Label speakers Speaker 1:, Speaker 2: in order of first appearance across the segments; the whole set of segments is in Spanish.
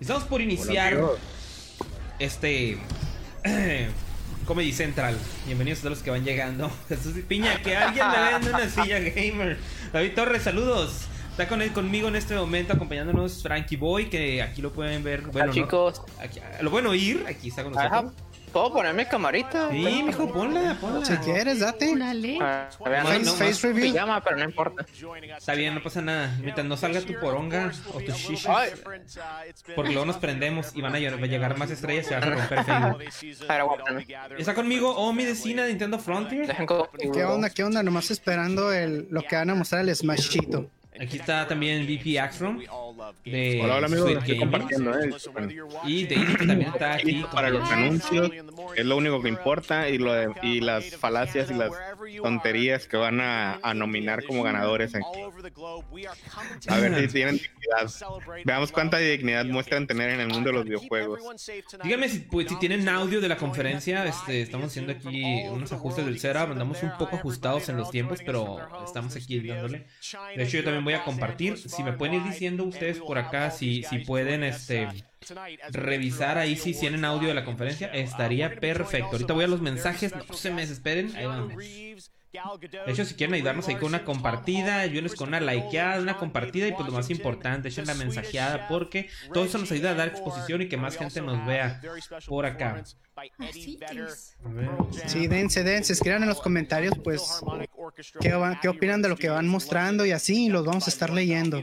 Speaker 1: Estamos por iniciar
Speaker 2: amigos.
Speaker 1: este Comedy Central. Bienvenidos a todos los que van llegando. Jesús Piña, que alguien le vende una silla gamer. David Torres, saludos. Está con él, conmigo en este momento acompañándonos Frankie Boy, que aquí lo pueden ver. Bueno,
Speaker 3: Ah,
Speaker 1: no.
Speaker 3: chicos.
Speaker 1: Aquí- ah, lo pueden oír. Aquí está con
Speaker 3: Ajá.
Speaker 1: nosotros.
Speaker 3: ¿Puedo ponerme camarita?
Speaker 1: Sí, mijo, ponla, ponla.
Speaker 2: pues, Si quieres, date.
Speaker 4: Dale.
Speaker 3: Ah, vean,
Speaker 1: No,
Speaker 2: Face,
Speaker 1: no,
Speaker 2: face
Speaker 1: no.
Speaker 2: review.
Speaker 3: Pijama, pero no importa.
Speaker 1: Está bien, no pasa nada. Mientras no salga tu poronga o tu shisha.
Speaker 3: Ay.
Speaker 1: Porque luego nos prendemos y van a llorar- va a llegar más estrellas y se va a romper Facebook. Está conmigo Omi de Cina de Nintendo Frontier.
Speaker 3: Dejen conmigo.
Speaker 2: ¿Qué onda? ¿Qué onda? Nomás esperando el, lo que van a mostrar el Smashito.
Speaker 1: Aquí está también VP Axrom de
Speaker 5: Hola, hola, amigos.
Speaker 1: Sweet
Speaker 5: Estoy
Speaker 1: Gaming.
Speaker 5: compartiendo, ¿eh?
Speaker 1: Eh, Y Daisy que también está aquí.
Speaker 5: Para los anuncios, es lo único que importa y, lo de- y las falacias y las tonterías que van a, a nominar como ganadores. aquí. A ver si tienen dignidad. Veamos cuánta dignidad muestran tener en el mundo de los videojuegos.
Speaker 1: Díganme si, pues, si tienen audio de la conferencia. Este, estamos haciendo aquí unos ajustes del setup. Andamos un poco ajustados en los tiempos, pero estamos aquí dándole. De hecho, yo también voy a compartir. Si me pueden ir diciendo ustedes por acá, si, si pueden este, revisar ahí si tienen audio de la conferencia, estaría perfecto. Ahorita voy a los mensajes. No se me desesperen. Ahí van. De hecho, si quieren ayudarnos ahí con una compartida, ayúdenos con una likeada, una compartida y pues lo más importante, echen la mensajeada porque todo eso nos ayuda a dar exposición y que más gente nos vea por acá.
Speaker 4: Así
Speaker 3: este
Speaker 4: es.
Speaker 1: A ver.
Speaker 2: Sí, dense, dense. Escriban en los comentarios, pues, qué, va- qué opinan de lo que van mostrando y así los vamos a estar leyendo.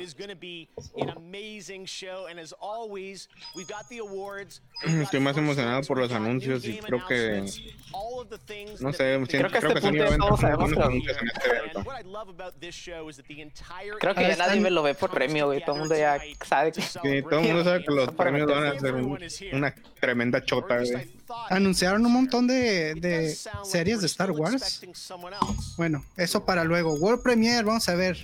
Speaker 5: Estoy más emocionado por los anuncios y creo que. No sé,
Speaker 3: Creo
Speaker 5: siento-
Speaker 3: que a este
Speaker 5: son
Speaker 3: punto ya
Speaker 5: evento-
Speaker 3: todos sabemos
Speaker 5: buenos
Speaker 3: que-
Speaker 5: anuncios en este evento.
Speaker 3: Creo que
Speaker 2: Ahí
Speaker 3: ya
Speaker 2: Ah, están.
Speaker 3: nadie me lo ve por premio, güey. Todo el mundo ya sabe que...
Speaker 5: Sí, todo el mundo sabe que los premios van a ser un- una tremenda chota. güey.
Speaker 2: Anunciaron un montón de, de series de Star Wars. Bueno, eso para luego. World Premiere, vamos a ver.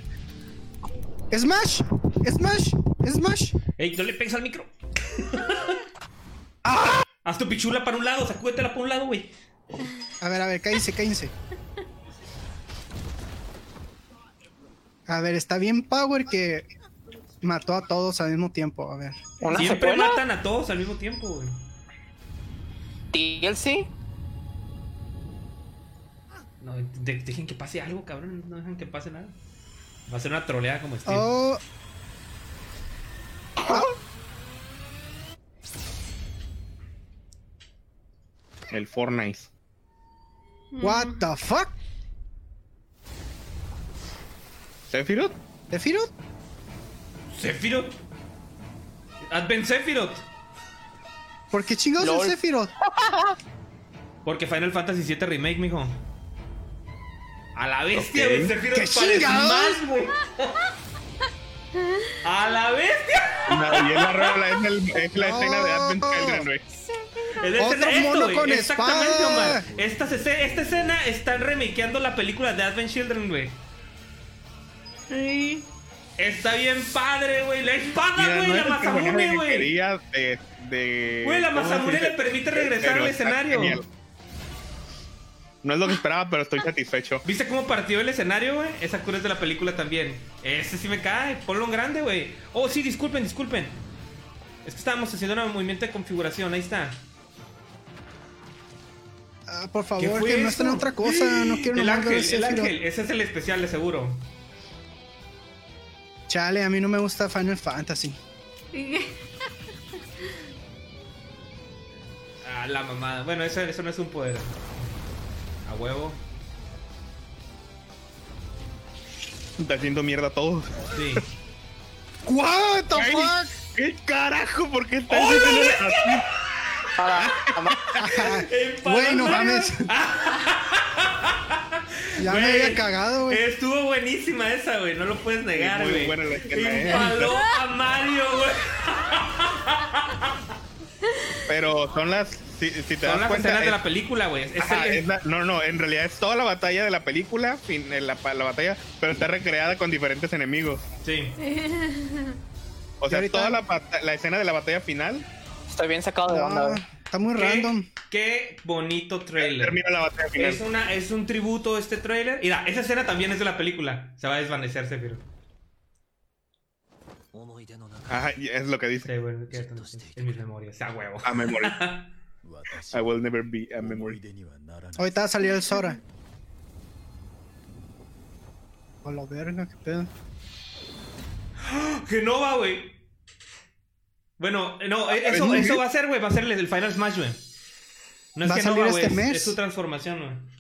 Speaker 2: ¡Smash! ¡Smash! ¡Smash!
Speaker 1: Ey, no le pegues al micro. Haz tu pichula para un lado, sacúdetela para un lado, güey.
Speaker 2: A ver, a ver, cállense, cállense. A ver, está bien Power que mató a todos al mismo tiempo. A ver.
Speaker 3: ¿Una
Speaker 1: Siempre
Speaker 3: secuela?
Speaker 1: matan a todos al mismo tiempo, güey.
Speaker 3: ¿DLC?
Speaker 1: No, de- dejen que pase algo, cabrón. No dejan que pase nada. Va a ser una troleada como Steve.
Speaker 2: Oh.
Speaker 5: El Fortnite.
Speaker 2: Mm. What the fuck?
Speaker 5: ¿Sephiroth?
Speaker 2: ¿Sephiroth?
Speaker 1: Sephiroth. Advent Sephiroth.
Speaker 2: ¿Por qué chingados
Speaker 3: Lol.
Speaker 2: el Sephiroth?
Speaker 1: Porque Final Fantasy VII Remake, mijo. A la bestia,
Speaker 5: Ok.
Speaker 1: güey. Sephiroth
Speaker 2: ¡Qué
Speaker 1: para
Speaker 2: chingados!
Speaker 1: Smash, güey. A la bestia.
Speaker 5: No, y es la rola, es, el- es la escena de Advent Children, güey.
Speaker 1: Es de
Speaker 2: Otro
Speaker 1: esto,
Speaker 2: mono
Speaker 1: güey.
Speaker 2: con
Speaker 1: Exactamente,
Speaker 2: espada.
Speaker 1: Omar. Esta, se- esta escena están remakeando la película de Advent Children, güey.
Speaker 4: Sí.
Speaker 1: Está bien padre, güey. La espada,
Speaker 5: Mira,
Speaker 1: güey.
Speaker 5: no
Speaker 1: la
Speaker 5: es el que ponía
Speaker 1: Masamune,
Speaker 5: de
Speaker 1: güey.
Speaker 5: quería de, de...
Speaker 1: Güey, la
Speaker 5: ¿cómo se
Speaker 1: Masamune
Speaker 5: dice?
Speaker 1: le permite
Speaker 5: Pero
Speaker 1: regresar al
Speaker 5: está
Speaker 1: escenario.
Speaker 5: genial. No es lo que esperaba, pero estoy satisfecho.
Speaker 1: ¿Viste cómo partió el escenario, güey? Esa cura es de la película también. Ese sí me cae. Ponlo en grande, güey. Oh, sí, disculpen, disculpen. Es que estábamos haciendo un movimiento de configuración. Ahí está.
Speaker 2: Ah, por
Speaker 1: ¿Qué
Speaker 2: favor,
Speaker 1: fue
Speaker 2: que
Speaker 1: eso?
Speaker 2: muestren otra cosa. No quiero
Speaker 1: El
Speaker 2: nomás ver
Speaker 1: ángel, el
Speaker 2: Sephiroth.
Speaker 1: ángel. Ese es el especial, de seguro.
Speaker 2: Chale, a mí no me gusta Final Fantasy.
Speaker 1: Ah, la mamada. Bueno, eso, eso no es un poder. A huevo.
Speaker 5: Está haciendo mierda todo.
Speaker 1: Sí.
Speaker 2: What the
Speaker 5: Ay,
Speaker 2: fuck?
Speaker 5: ¿Qué carajo? ¿Por qué está haciendo así?
Speaker 3: Para...
Speaker 2: Bueno, mames. ya me
Speaker 1: Güey,
Speaker 2: había cagado, güey.
Speaker 1: Estuvo buenísima esa, güey. No lo puedes negar,
Speaker 5: muy
Speaker 1: güey.
Speaker 5: buena la escena, eh.
Speaker 1: Empaló a Mario, güey.
Speaker 5: Pero son las... Si, si te
Speaker 1: Son
Speaker 5: das
Speaker 1: las
Speaker 5: cuenta...
Speaker 1: escenas de
Speaker 5: es-
Speaker 1: la película, güey. Es
Speaker 5: ajá,
Speaker 1: el-
Speaker 5: es la- no, no, en realidad es toda la batalla de la película, fin- eh, la, la batalla, pero está recreada con diferentes enemigos.
Speaker 1: Sí.
Speaker 5: O sea,
Speaker 2: ahorita-
Speaker 5: toda la, bata- la escena de la batalla final
Speaker 3: Estoy bien sacado de onda,
Speaker 2: Ah,
Speaker 3: güey.
Speaker 2: está muy
Speaker 1: Qué-
Speaker 2: random.
Speaker 1: Qué bonito trailer.
Speaker 5: termina la batalla final.
Speaker 1: Es, una, es un tributo este trailer. Mira, esa escena también es de la película. Se va a desvanecer, Sephiroth.
Speaker 5: Ajá, y es lo que dice.
Speaker 1: Se vuelve que esto no sé, en mis memorias. A huevo.
Speaker 5: A memory. I will never be a
Speaker 6: 思い
Speaker 5: memory.
Speaker 6: 出にはならない
Speaker 2: Ahorita va a salir el Sora. A la verga, qué pedo.
Speaker 1: Que no va, güey. Bueno, no, eh, eso, eso va a ser, güey. Va a ser el- el Final Smash, güey. No es
Speaker 2: Va a
Speaker 1: que no
Speaker 2: salir
Speaker 1: va,
Speaker 2: este
Speaker 1: güey. es-
Speaker 2: mes.
Speaker 1: Es su transformación, güey.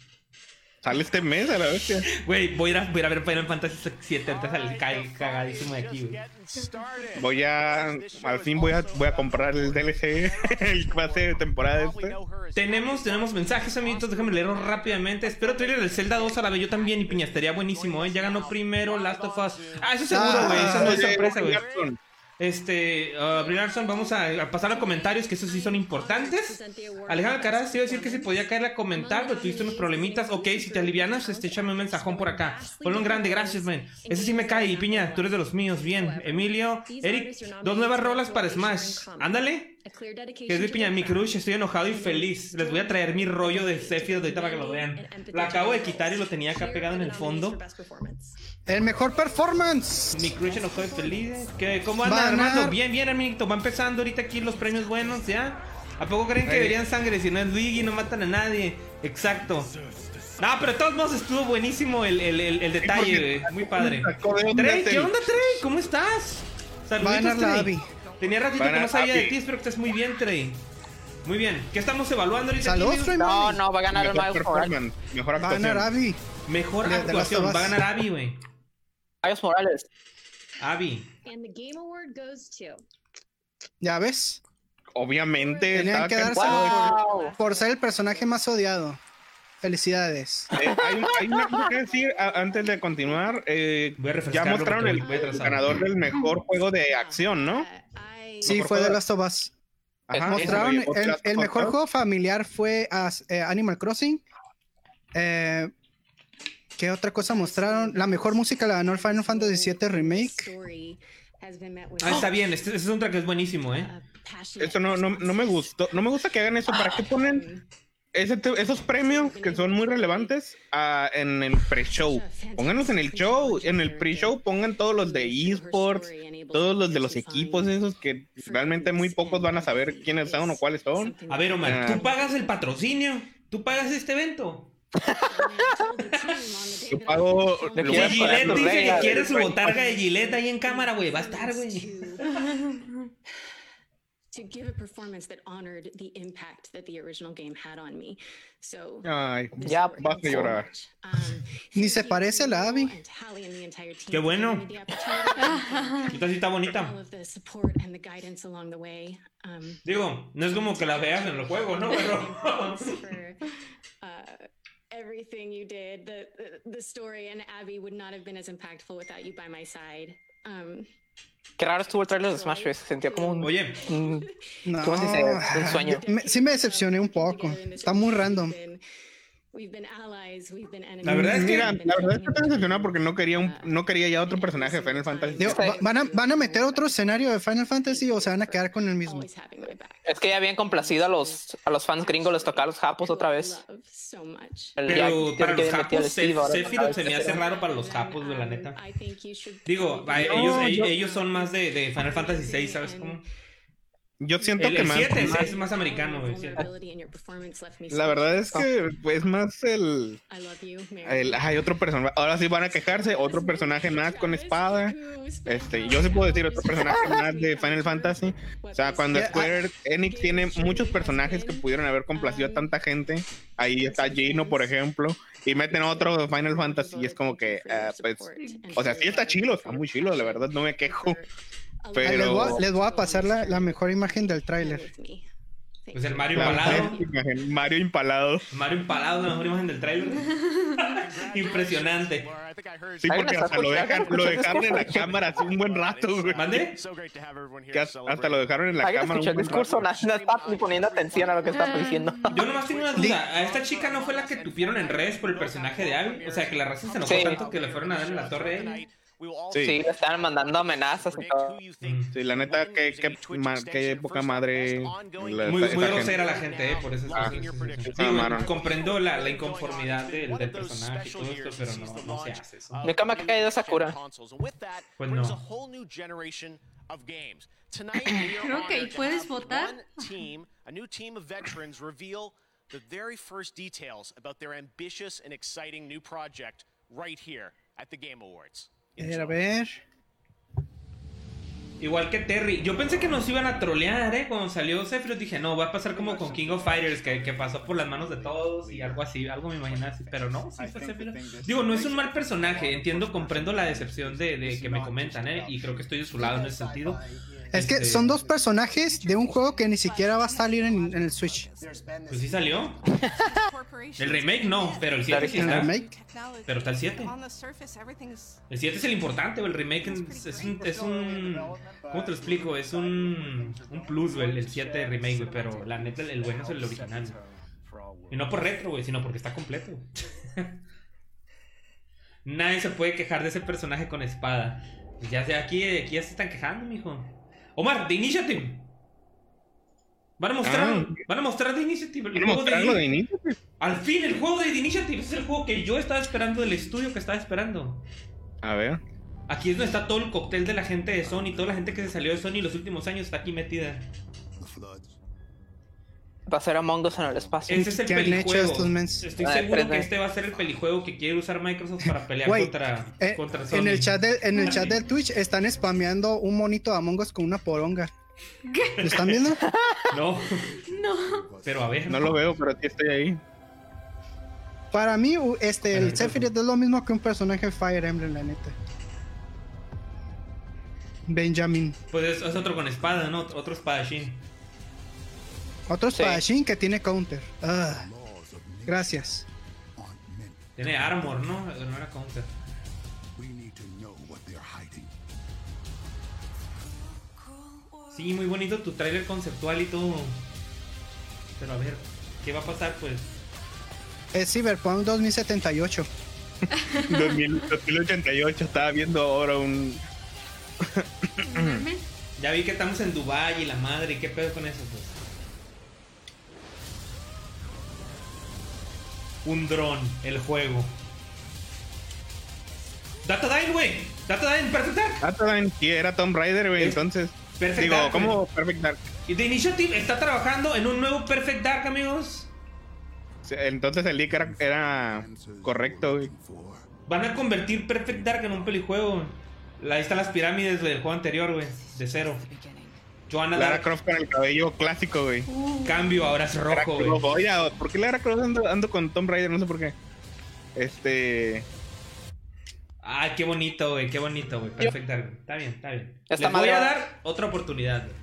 Speaker 5: Sale este mes a la bestia.
Speaker 1: Güey, voy a ir a, voy a ir a ver Final Fantasy VII. Ahorita sale ca- cagadísimo de aquí, güey.
Speaker 5: Voy a. Al fin voy a, voy a comprar el DLC. El pase de temporada
Speaker 3: Ah,
Speaker 5: este.
Speaker 1: Tenemos, tenemos mensajes, amiguitos. Déjame leerlo rápidamente. Espero trailer del Zelda 2 a la vez. Yo también, y piña, estaría buenísimo, ¿eh? Ya ganó primero Last of Us. Ah, eso seguro, güey. Eso no es
Speaker 5: Oye,
Speaker 1: sorpresa, güey.
Speaker 5: Jackson,
Speaker 1: Este, uh, Brie Larson, vamos a, a pasar a comentarios, que esos sí son importantes. Alejandra Caraz, te iba a decir que si podía caerle a comentar, pero tuviste unos problemitas. Ok, si te alivianas, este, échame un mensajón por acá. Ponlo en grande, gracias, man. Ese sí me cae, y piña, tú eres de los míos. Bien, Emilio, Eric, dos nuevas rolas para Smash. Ándale. Que es mi piña, mi crush, estoy enojado y feliz. Les voy a traer mi rollo de Zephyr de ahorita para que lo vean. Lo acabo de quitar y lo tenía acá pegado en el fondo.
Speaker 2: El mejor performance.
Speaker 1: Mi crush enojado y feliz. ¿Qué? ¿Cómo anda
Speaker 2: Va a ganar.
Speaker 1: Armando? Bien, bien, amiguito. Va empezando ahorita aquí los premios buenos, ¿ya? ¿A poco creen que deberían sangre si no es Luigi y no matan a nadie? Exacto. No, pero de todos modos estuvo buenísimo el, el- el- el detalle, güey. Muy padre.
Speaker 5: sacó de onda, este
Speaker 1: Trey, ¿qué
Speaker 5: Trey.
Speaker 1: onda, Trey? ¿Cómo estás?
Speaker 2: Va a ganar
Speaker 1: Saluditos,
Speaker 2: la
Speaker 1: Trey.
Speaker 2: Abby.
Speaker 1: Tenía ratito
Speaker 5: Va a
Speaker 1: que no
Speaker 5: ganar
Speaker 1: sabía de
Speaker 5: Abby.
Speaker 1: ti. Espero que estés muy bien, Trey. Muy bien. ¿Qué estamos evaluando ahorita? aquí,
Speaker 2: Saludos,
Speaker 1: amigos?
Speaker 2: Trey.
Speaker 3: No, no, va a ganar el
Speaker 5: Mejor
Speaker 3: Miles Morales.
Speaker 5: performance. Mejor
Speaker 2: Va a ganar
Speaker 5: actuación.
Speaker 2: Abby.
Speaker 1: Mejor
Speaker 2: De- de
Speaker 1: actuación.
Speaker 2: Last of
Speaker 1: Va a
Speaker 2: Us.
Speaker 1: ganar Abby, güey.
Speaker 3: Miles Morales.
Speaker 1: Abby.
Speaker 2: Ya ves.
Speaker 5: Obviamente.
Speaker 2: Tenían
Speaker 5: estaba
Speaker 2: que dárselo.
Speaker 5: templado.
Speaker 3: ¡Wow!
Speaker 2: Por ser el personaje más odiado. Felicidades.
Speaker 5: Eh, hay, hay una cosa que decir a- antes de continuar. eh,
Speaker 1: Voy a
Speaker 5: ya
Speaker 1: refrescarlo
Speaker 5: mostraron
Speaker 1: porque
Speaker 5: el,
Speaker 1: voy- voy atrasado.
Speaker 5: ganador del mejor juego de acción, ¿no?
Speaker 2: Sí,
Speaker 5: Mejor
Speaker 2: fue de
Speaker 5: juego.
Speaker 2: Last of Us.
Speaker 5: Ajá,
Speaker 2: Eh, Mostraron
Speaker 5: ese, güey,
Speaker 2: el,
Speaker 5: otro
Speaker 2: el
Speaker 5: Last of
Speaker 2: mejor
Speaker 5: Us.
Speaker 2: juego familiar fue as- eh, Animal Crossing. Eh, ¿Qué otra cosa mostraron? La mejor música la ganó el Final Fantasy VII Remake.
Speaker 1: Ah, está bien. Este, este soundtrack es buenísimo, ¿eh?
Speaker 5: Eso no, no, no me gustó. No me gusta que hagan eso. ¿Para qué ponen ese te- esos premios que son muy relevantes ah, en el pre-show? Pónganlos en el show. En el pre-show pongan todos los de esports, todos los de los equipos, esos que realmente muy pocos van a saber quiénes son o cuáles son.
Speaker 1: A ver, Omar,
Speaker 5: Ah.
Speaker 1: ¿tú pagas el patrocinio? ¿Tú pagas este evento?
Speaker 5: Yo pago.
Speaker 3: Le
Speaker 5: lo voy a
Speaker 3: quieres
Speaker 1: Y
Speaker 5: pagar
Speaker 1: Gillette
Speaker 5: los
Speaker 3: tus
Speaker 1: dice que
Speaker 3: reglas,
Speaker 1: quiere su
Speaker 5: güey.
Speaker 1: botarga de Gillette ahí en cámara, güey. Va a estar, güey.
Speaker 7: to give a performance that honored the impact that the original game had on me. So
Speaker 5: Ay,
Speaker 3: Ya,
Speaker 5: vas a llorar.
Speaker 2: Ni se parece a la Abby.
Speaker 1: Qué bueno. Esta sí está bonita.
Speaker 7: um,
Speaker 1: Digo, no es como que la veas en el juego, ¿no? Pero...
Speaker 7: uh, Everything you did, the, the the story and Abby would not have been as impactful without you by my side. Um,
Speaker 3: Qué raro estuvo el trailer de Smash, güey. Se sentía como un.
Speaker 1: Oye,
Speaker 3: un-
Speaker 2: No,
Speaker 3: ¿Cómo se dice? Un sueño.
Speaker 2: Ah, me- sí me decepcioné un poco. Está muy random.
Speaker 1: La verdad es que-
Speaker 5: Mira, la verdad es que estoy decepcionado porque no quería,
Speaker 2: Ah.
Speaker 5: un, no quería ya otro personaje de Final Fantasy.
Speaker 2: Digo, va- ¿van, a, van a meter otro escenario de Final Fantasy o se van a quedar con el mismo?
Speaker 3: Es que ya habían complacido a los, a los fans gringos, les tocaba a los japos otra vez. El Jack tiene
Speaker 1: Pero para
Speaker 3: que haber
Speaker 1: los
Speaker 3: metido al
Speaker 1: japos,
Speaker 3: Steve ahora otra
Speaker 1: Sephiroth
Speaker 3: vez.
Speaker 1: se me hace raro para los japos, güey, la neta. Digo, a- ellos,
Speaker 5: No,
Speaker 1: e-
Speaker 5: yo-
Speaker 1: ellos son más de, de Final Fantasy VI, ¿sabes cómo?
Speaker 5: Yo siento
Speaker 1: El,
Speaker 5: que
Speaker 1: el
Speaker 5: más,
Speaker 1: 7
Speaker 5: más-
Speaker 1: es más americano, güey. el siete.
Speaker 5: La verdad es que es más el. el hay otro personaje. Ahora sí van a quejarse. Otro personaje más con espada. Este, yo sí puedo decir otro personaje más de Final Fantasy. O sea, cuando
Speaker 2: Yeah,
Speaker 5: Square Enix tiene muchos personajes que pudieron haber
Speaker 2: ah,
Speaker 5: complacido a tanta gente, ahí está Gino, por ejemplo, y meten otro de Final Fantasy y es como que, ah, pues, o sea, sí está chilo, está muy chilo, la verdad, no me quejo.
Speaker 2: Ah, Les, voy,
Speaker 5: Pero
Speaker 2: a- les voy a pasar la, la mejor imagen del tráiler.
Speaker 1: Pues el Mario
Speaker 5: la
Speaker 1: Impalado.
Speaker 5: imagen, Mario Impalado.
Speaker 1: Mario Impalado, la mejor imagen del trailer. Impresionante.
Speaker 5: Sí,
Speaker 3: Ahí
Speaker 5: porque
Speaker 3: la
Speaker 5: hasta lo
Speaker 3: saco,
Speaker 5: dejan,
Speaker 3: saco,
Speaker 5: lo
Speaker 3: saco,
Speaker 5: dejaron en la cámara así un buen rato, güey.
Speaker 1: ¿Mande?
Speaker 5: Que hasta hasta lo dejaron en la
Speaker 3: Alguien
Speaker 5: cámara un
Speaker 3: escuchó el
Speaker 5: buen
Speaker 3: discurso,
Speaker 5: rato.
Speaker 3: no, no está ni poniendo atención a lo que está diciendo.
Speaker 1: Yo nomás tengo una duda. ¿A esta chica no fue la que tuvieron en redes por el personaje de Abby? O sea, que la raza se enojó
Speaker 3: Sí.
Speaker 1: tanto que le fueron a dar en la torre a ella.
Speaker 5: Sí.
Speaker 3: Sí, le estaban mandando amenazas y todo.
Speaker 5: Sí, la neta, qué, qué, ma- qué poca madre. la-
Speaker 1: Muy,
Speaker 5: esta-
Speaker 1: muy
Speaker 5: esta gente.
Speaker 1: grosera la gente, eh, por eso.
Speaker 5: Ah.
Speaker 1: sí, sí, sí, sí.
Speaker 5: Sí,
Speaker 1: Digo,
Speaker 5: Maron.
Speaker 1: comprendo la, la inconformidad del, del personaje y todo esto, pero no, no se hace eso.
Speaker 3: Nunca me ha caído Sakura.
Speaker 1: Pues no.
Speaker 4: of games. Tonight, we are
Speaker 6: Creo que ahí
Speaker 4: honored to
Speaker 6: puedes
Speaker 4: have
Speaker 6: votar.
Speaker 4: one team, a new team of veterans, reveal the very first details about their ambitious and exciting new project right here at the Game Awards.
Speaker 2: A ver, a ver.
Speaker 1: Igual que Terry. Yo pensé que nos iban a trolear, ¿eh? Cuando salió Sephiroth dije, no, va a pasar como con King of Fighters, que, que pasó por las manos de todos y algo así, algo me imaginaba así. Pero no, sí fue Sephiroth. Digo, no es un mal personaje, entiendo, comprendo la decepción de, de que me comentan, ¿eh? Y creo que estoy de su lado en ese sentido.
Speaker 2: Es que
Speaker 1: Este,
Speaker 2: son dos personajes de un juego que ni siquiera va a salir en, en el Switch.
Speaker 1: Pues sí salió. El remake no, pero el 7 sí
Speaker 2: ¿El
Speaker 1: está.
Speaker 2: remake?
Speaker 1: Pero está el 7. El 7 es el importante, el remake es, es un, es un- ¿Cómo te lo explico? Es un, un plus, güey, el 7 remake, güey, pero la neta, el bueno es el original. güey. Y no por retro, güey, sino porque está completo. güey. Nadie se puede quejar de ese personaje con espada. Ya sea aquí, aquí ya se están quejando, mijo. Omar, The Initiative. Van a mostrar,
Speaker 5: Ah.
Speaker 1: van a mostrar The Initiative. el
Speaker 5: Quiero
Speaker 1: juego de
Speaker 5: mostrarlo
Speaker 1: Initiative.
Speaker 5: de inicio. pues.
Speaker 1: Al fin, el juego de The Initiative es el juego que yo estaba esperando del estudio que estaba esperando.
Speaker 5: A ver.
Speaker 1: Aquí es donde está todo el cóctel de la gente de Sony, toda la gente que se salió de Sony los últimos años está aquí metida.
Speaker 3: Va a ser Among Us en el espacio.
Speaker 1: Ese es el
Speaker 2: ¿Qué han hecho
Speaker 1: pelijuego.
Speaker 2: estos mens?
Speaker 1: Estoy
Speaker 3: Ah,
Speaker 1: seguro
Speaker 3: espérate.
Speaker 1: que este va a ser el pelijuego que quiere usar Microsoft para pelear
Speaker 2: Güey,
Speaker 1: contra,
Speaker 2: Eh,
Speaker 1: contra Sony.
Speaker 2: en el chat de- en el chat del Twitch están spameando un monito de Among Us con una poronga. ¿Lo están viendo?
Speaker 1: No,
Speaker 6: No.
Speaker 1: pero a ver.
Speaker 5: No lo veo, pero sí estoy ahí.
Speaker 2: Para mí, u- este, el Sephiroth es lo mismo que un personaje de Fire Emblem, la neta. Benjamin.
Speaker 1: Pues es, es otro con espada, ¿no? Otro espadachín.
Speaker 2: Otro
Speaker 3: Sí.
Speaker 2: espadachín que tiene counter. Ah, gracias.
Speaker 1: Tiene armor, ¿no? No era counter. Sí, muy bonito tu tráiler conceptual y todo. Pero a ver, ¿qué va a pasar pues?
Speaker 2: Es Cyberpunk 2078.
Speaker 5: 2000 2088 estaba viendo ahora un.
Speaker 6: Meme.
Speaker 1: Ya vi que estamos en Dubai y la madre, ¿y qué pedo con eso pues? Un dron, el juego. Datadine, güey. Datadine, perfecto.
Speaker 5: Atalan, sí, era Tomb Raider, güey.
Speaker 1: Es-
Speaker 5: Entonces.
Speaker 1: Perfect
Speaker 5: Digo,
Speaker 1: Dark,
Speaker 5: ¿cómo Perfect Dark?
Speaker 1: Y The Initiative está trabajando en un nuevo Perfect Dark, amigos.
Speaker 5: Entonces el leak era, era correcto, güey.
Speaker 1: Van a convertir Perfect Dark en un pelijuego. La- Ahí están las pirámides del juego anterior, güey. De cero. Joanna
Speaker 5: Lara
Speaker 1: Dark,
Speaker 5: Croft con el cabello clásico, güey.
Speaker 2: Uh.
Speaker 1: cambio, ahora es
Speaker 5: Lara
Speaker 1: rojo,
Speaker 5: Croft,
Speaker 1: güey.
Speaker 5: Oye, ¿por qué Lara Croft ando, ando con Tomb Raider? No sé por qué. Este.
Speaker 1: Ay, qué bonito, güey. Qué bonito, güey. Perfect Dark. Está bien, está bien.
Speaker 3: Ya está
Speaker 1: Les voy a
Speaker 3: madreado.
Speaker 1: dar otra oportunidad, güey.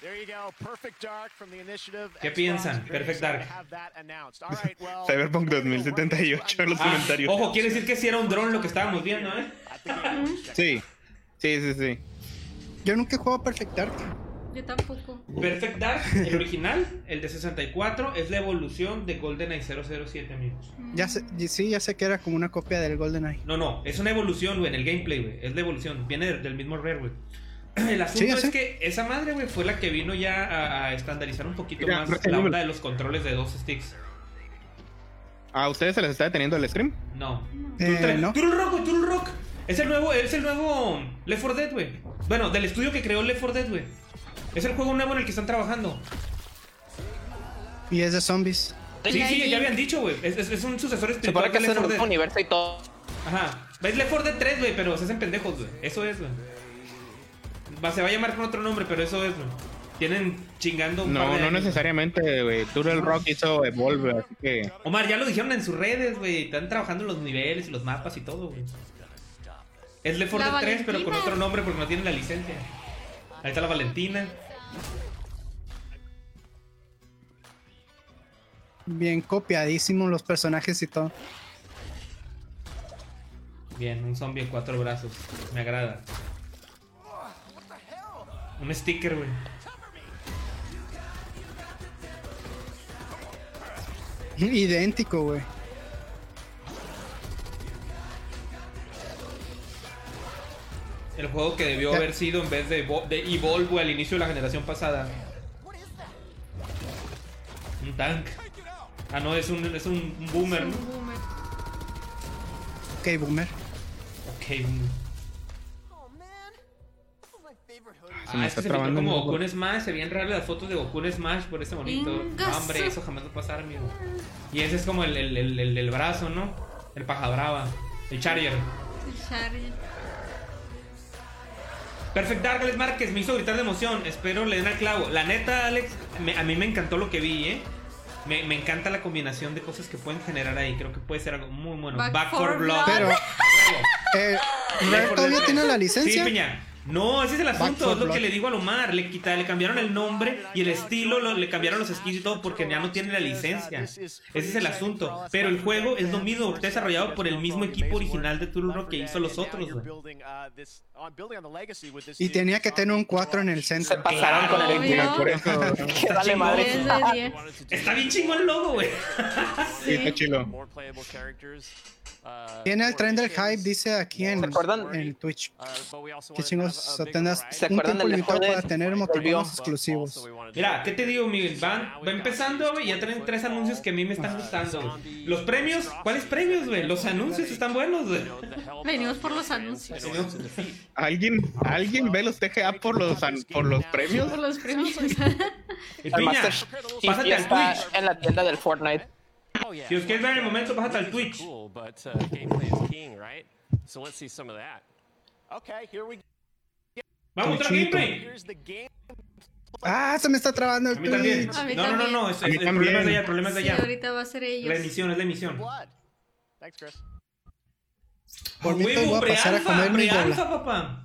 Speaker 4: There you go, Perfect Dark from the initiative.
Speaker 1: ¿Qué
Speaker 4: Xbox
Speaker 1: piensan?
Speaker 4: Very
Speaker 1: Perfect
Speaker 4: excited to
Speaker 1: Dark.
Speaker 4: have that announced. All right, well,
Speaker 5: Cyberpunk 2078 en los
Speaker 1: Ah,
Speaker 5: comentarios.
Speaker 1: ojo, quiere decir que si era un dron lo que estábamos viendo, ¿eh?
Speaker 4: at the Game Awards.
Speaker 5: Sí, sí, sí, sí.
Speaker 2: Yo nunca he jugado Perfect Dark.
Speaker 6: Yo tampoco.
Speaker 1: Perfect Dark, el original, el de 64, es la evolución de GoldenEye 007, amigos.
Speaker 2: Ya sé, y sí, ya sé que era como una copia del GoldenEye.
Speaker 1: No, no, es una evolución, güey, en el gameplay, güey. Es la evolución, viene del, del mismo Rare, güey. El
Speaker 2: Sí,
Speaker 1: asunto
Speaker 2: ya
Speaker 1: es
Speaker 2: sé.
Speaker 1: que esa madre, güey, fue la que vino ya a, a estandarizar un poquito
Speaker 5: Mira,
Speaker 1: más la
Speaker 5: número.
Speaker 1: onda de los controles de dos sticks.
Speaker 5: ¿A ustedes se les está deteniendo el stream?
Speaker 1: No.
Speaker 2: Eh,
Speaker 1: Turtle
Speaker 2: ¿no?
Speaker 1: Rock, güey, Turtle Rock. Es el nuevo, es el nuevo Left 4 Dead, güey. Bueno, del estudio que creó Left 4 Dead, güey. Es el juego nuevo en el que están trabajando.
Speaker 2: Y es de zombies.
Speaker 1: Sí,
Speaker 6: Hola,
Speaker 1: sí,
Speaker 6: Jim.
Speaker 1: ya habían dicho, güey. Es, es- es un sucesor
Speaker 3: Se supone
Speaker 1: espiritual
Speaker 3: que
Speaker 1: de
Speaker 3: es en
Speaker 1: Left
Speaker 3: el
Speaker 1: 4
Speaker 3: mismo
Speaker 1: Dead.
Speaker 3: universo y todo.
Speaker 1: Ajá. Es Left 4 Dead 3, güey, pero se hacen pendejos, güey. Eso es, güey. Va- Se va a llamar con otro nombre, pero eso es, güey. Tienen chingando un par
Speaker 5: No,
Speaker 1: de
Speaker 5: no
Speaker 1: años.
Speaker 5: necesariamente, güey. Turtle Rock hizo Evolve, así que.
Speaker 1: Omar, ya lo dijeron en sus redes, güey. Están trabajando los niveles y los mapas y todo, güey. Es Left 4
Speaker 6: La
Speaker 1: Dead 3, pero con
Speaker 6: Valentina.
Speaker 1: otro nombre porque no tienen la licencia. Ahí está la Valentina.
Speaker 2: Bien copiadísimos los personajes y todo.
Speaker 1: Bien, un zombie de cuatro brazos. Me agrada. Un sticker, güey.
Speaker 2: Idéntico, güey.
Speaker 1: El juego que debió
Speaker 2: Ya.
Speaker 1: haber sido en vez de, Evo- de Evolve güey, al inicio de la generación pasada. Un tank. Ah, no, es un, es un boomer. ¿no?
Speaker 6: Un boomer.
Speaker 2: Ok, boomer.
Speaker 1: Ok, un-
Speaker 5: Se me
Speaker 1: Ah, es que se
Speaker 5: está
Speaker 1: filtró
Speaker 5: trabando un
Speaker 1: como
Speaker 5: poco.
Speaker 1: Goku en Smash. Se veían raras las fotos de Goku en Smash por ese bonito.
Speaker 6: Venga,
Speaker 1: No, hombre,
Speaker 6: su-
Speaker 1: eso jamás va a pasar, amigo. Y ese es como el, el, el, el del brazo, ¿no? El paja brava. El Charger.
Speaker 6: Charlie.
Speaker 1: Perfect Dark, Alex Márquez. Me hizo gritar de emoción. Espero le den al clavo. La neta, Alex, me- a mí me encantó lo que vi, ¿eh? Me, me encanta la combinación de cosas que pueden generar ahí. Creo que puede ser algo muy bueno.
Speaker 6: Back
Speaker 1: Back,
Speaker 6: for
Speaker 1: for blood.
Speaker 6: blood.
Speaker 2: Pero, eh, Rare todavía tiene la licencia.
Speaker 1: Sí, Peña. No, ese es el asunto,
Speaker 2: for
Speaker 1: es lo que
Speaker 2: blood.
Speaker 1: le digo a Lomar, le quita, le cambiaron el nombre y el estilo, lo- le cambiaron los skins y todo porque ya no tiene la licencia. Ese es el asunto, pero el juego es lo mismo, está desarrollado por el mismo equipo original de Turtle Rock que hizo los otros. güey.
Speaker 2: Y tenía que tener un 4 en el centro.
Speaker 3: Se pasaron con el
Speaker 6: Obvio.
Speaker 3: equipo.
Speaker 5: Mira, por eso,
Speaker 3: Que vale madre.
Speaker 6: 3 de 10.
Speaker 1: Está bien chingo el logo, güey.
Speaker 5: sí, está chilo.
Speaker 2: Tiene el trend del hype, dice aquí en,
Speaker 3: ¿Se acuerdan?
Speaker 2: en Twitch. Que chingos atendas
Speaker 3: ¿Se
Speaker 2: un
Speaker 3: acuerdan
Speaker 2: tiempo
Speaker 3: del
Speaker 2: limitado
Speaker 3: mejor de-
Speaker 2: para tener
Speaker 3: Volvió.
Speaker 2: emoticonos exclusivos.
Speaker 1: Mira, ¿qué te digo, Miguel? Van, va empezando, güey, ya traen tres anuncios que a mí me están gustando, güey. Los premios, ¿cuáles premios, güey? Los anuncios están buenos, güey.
Speaker 6: Venimos por los anuncios.
Speaker 5: ¿Alguien, ¿Alguien ve los TGA por los, an- por los premios?
Speaker 6: Por los premios.
Speaker 1: Y
Speaker 3: El
Speaker 1: Piña,
Speaker 3: Master
Speaker 1: pásate
Speaker 3: ya
Speaker 1: al
Speaker 3: está
Speaker 1: Twitch.
Speaker 3: en la tienda del Fortnite.
Speaker 1: Si os quieres ver en el momento, bájate al Twitch. Vamos, otra
Speaker 2: Twitchito.
Speaker 1: gameplay.
Speaker 2: Ah, se me está trabando el
Speaker 1: A mí también.
Speaker 2: Twitch.
Speaker 6: A mí
Speaker 1: No, no, no, no. Es,
Speaker 5: A mí
Speaker 1: el problema es de
Speaker 5: también.
Speaker 1: allá, el problema es de
Speaker 6: Sí,
Speaker 1: allá.
Speaker 6: ahorita va a ser
Speaker 1: La
Speaker 6: ellos.
Speaker 1: emisión, es la emisión.
Speaker 2: Por mí te
Speaker 1: Huevo,
Speaker 2: voy a pasar a
Speaker 1: prealfa,
Speaker 2: comer mi
Speaker 1: prealfa,
Speaker 2: bola.
Speaker 1: papá.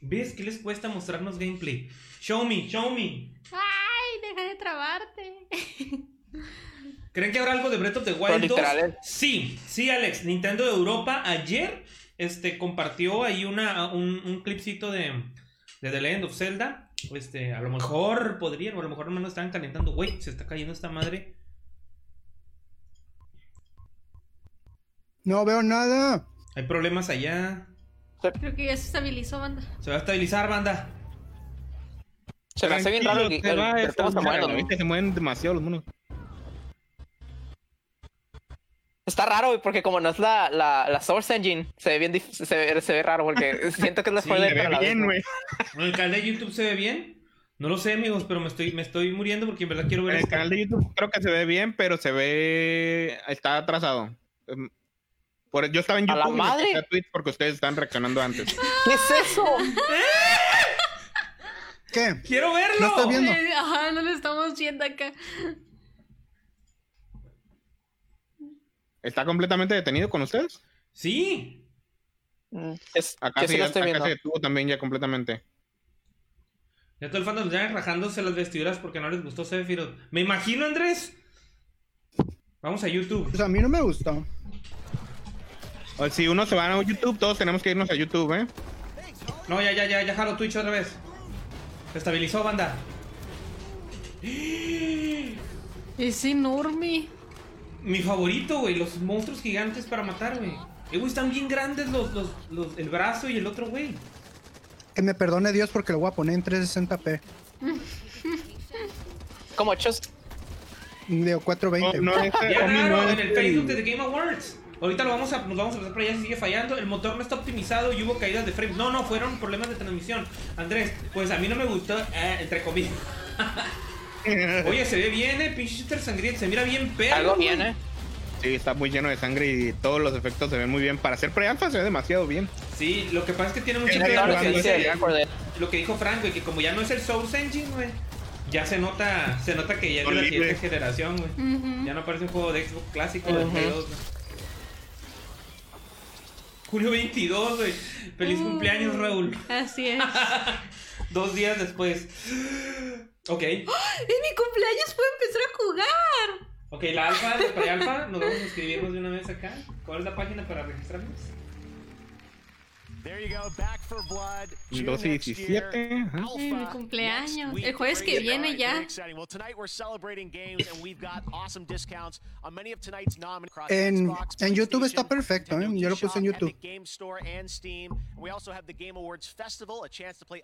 Speaker 1: ¿Ves qué les cuesta mostrarnos gameplay? Show me, show me.
Speaker 6: Ay, deja de trabarte.
Speaker 1: ¿Creen que habrá algo de Breath of the
Speaker 3: Pero
Speaker 1: Wild 2?
Speaker 3: literal, eh.
Speaker 1: Sí, sí, Alex. Nintendo de Europa ayer este, compartió ahí una, un, un clipcito de, de The Legend of Zelda. Este, a lo mejor podrían, o a lo mejor no lo estaban calentando. Güey, se está cayendo esta madre.
Speaker 2: No veo nada.
Speaker 1: Hay problemas allá.
Speaker 6: Creo que ya se estabilizó, banda.
Speaker 1: Se va a estabilizar, banda.
Speaker 3: Se me hace bien raro el, el,
Speaker 5: Tranquilo, te va,
Speaker 3: ver
Speaker 5: esta
Speaker 3: cómo se mueven los
Speaker 5: madre,
Speaker 3: monos.
Speaker 5: Se mueven demasiado los monos.
Speaker 3: Está raro, güey, porque como no es la, la, la Source Engine, se ve bien dif- se, ve- se ve raro, porque siento que es la
Speaker 1: Sí,
Speaker 3: Fortnite,
Speaker 5: Se
Speaker 1: se
Speaker 3: pero a la
Speaker 5: ve
Speaker 3: vez
Speaker 5: bien,
Speaker 3: no.
Speaker 5: güey.
Speaker 1: Bueno, ¿El canal de YouTube se ve bien? No lo sé, amigos, pero me estoy, me estoy muriendo porque en verdad quiero ver
Speaker 5: El
Speaker 1: esto.
Speaker 5: canal de YouTube creo que se ve bien, pero se ve. Está atrasado. Em, Por, yo estaba en
Speaker 3: ¡A la
Speaker 5: YouTube. y me
Speaker 3: madre!
Speaker 5: pasé a Twitch porque ustedes están reaccionando antes.
Speaker 3: ¿Qué es eso?
Speaker 2: ¿Qué?
Speaker 1: ¡Quiero verlo!
Speaker 2: No está bien.
Speaker 6: Eh, Ajá, no lo estamos viendo acá.
Speaker 5: ¿Está completamente detenido con ustedes?
Speaker 1: Sí.
Speaker 3: Mm, Es,
Speaker 5: Acá,
Speaker 3: yo sí
Speaker 5: sí,
Speaker 3: lo
Speaker 5: acá
Speaker 3: estoy viendo.
Speaker 5: se detuvo también ya completamente.
Speaker 1: Ya todo el fandom ya rajándose las vestiduras porque no les gustó Sephiroth. Me imagino, Andrés. Vamos a YouTube.
Speaker 2: Pues a mí no me gustó.
Speaker 5: O si uno se va a YouTube, todos tenemos que irnos a YouTube, ¿eh?
Speaker 1: No, ya, ya, ya, ya jalo Twitch otra vez. Se estabilizó, banda.
Speaker 6: Es enorme.
Speaker 1: Mi favorito, güey, los monstruos gigantes para matar, güey. Eh, güey, están bien grandes los, los, los, el brazo y el otro, güey.
Speaker 2: Que me perdone Dios porque lo voy a poner en 360p.
Speaker 3: Como chos.
Speaker 2: Digo,
Speaker 5: No,
Speaker 2: 420.
Speaker 5: no, este,
Speaker 1: Ya
Speaker 5: Omi, no,
Speaker 1: raro, en
Speaker 5: este-
Speaker 1: el Facebook de The Game Awards. Ahorita lo vamos a, nos vamos a pasar para allá si sigue fallando. El motor no está optimizado y hubo caídas de frames. No, no, fueron problemas de transmisión. Andrés, pues a mí no me gustó, eh, entre comillas. Oye, se ve bien, eh, pinche Sister sangriento. Se mira bien perro.
Speaker 3: Algo
Speaker 1: güey.
Speaker 3: bien, ¿eh?
Speaker 5: Sí, está muy lleno de sangre y todos los efectos se ven muy bien. Para ser pre-alfa se ve demasiado bien.
Speaker 1: Sí, lo que pasa es que tiene mucho
Speaker 5: Sí,
Speaker 1: que ver
Speaker 3: Claro,
Speaker 1: con
Speaker 5: claro,
Speaker 1: lo que
Speaker 3: que
Speaker 5: sí,
Speaker 1: dice-
Speaker 3: dice
Speaker 5: ya.
Speaker 3: el Fortnite.
Speaker 1: lo que dijo Frank, güey, que como ya no es el Source Engine, güey. Ya se nota, se nota que ya es de
Speaker 5: Son
Speaker 1: la siguiente
Speaker 5: libres.
Speaker 1: generación, güey.
Speaker 6: Ujú.
Speaker 1: Ya no parece un juego de Xbox clásico de
Speaker 3: Ujú.
Speaker 1: Play 2, güey. Julio 22, güey. Feliz
Speaker 6: Uh.
Speaker 1: cumpleaños, Raúl.
Speaker 6: Así es. ¡Ah!
Speaker 1: Dos días después. Ok.
Speaker 6: ¡En mi cumpleaños puedo empezar a jugar!
Speaker 1: Ok, la alfa, la pre-alfa, nos vamos a inscribirnos de una vez acá. ¿Cuál es la página para registrarnos?
Speaker 5: Dos y 17, ajá.
Speaker 6: Ay, mi cumpleaños. El jueves que viene ya.
Speaker 2: En- en YouTube está perfecto, ¿eh? Yo lo puse en YouTube.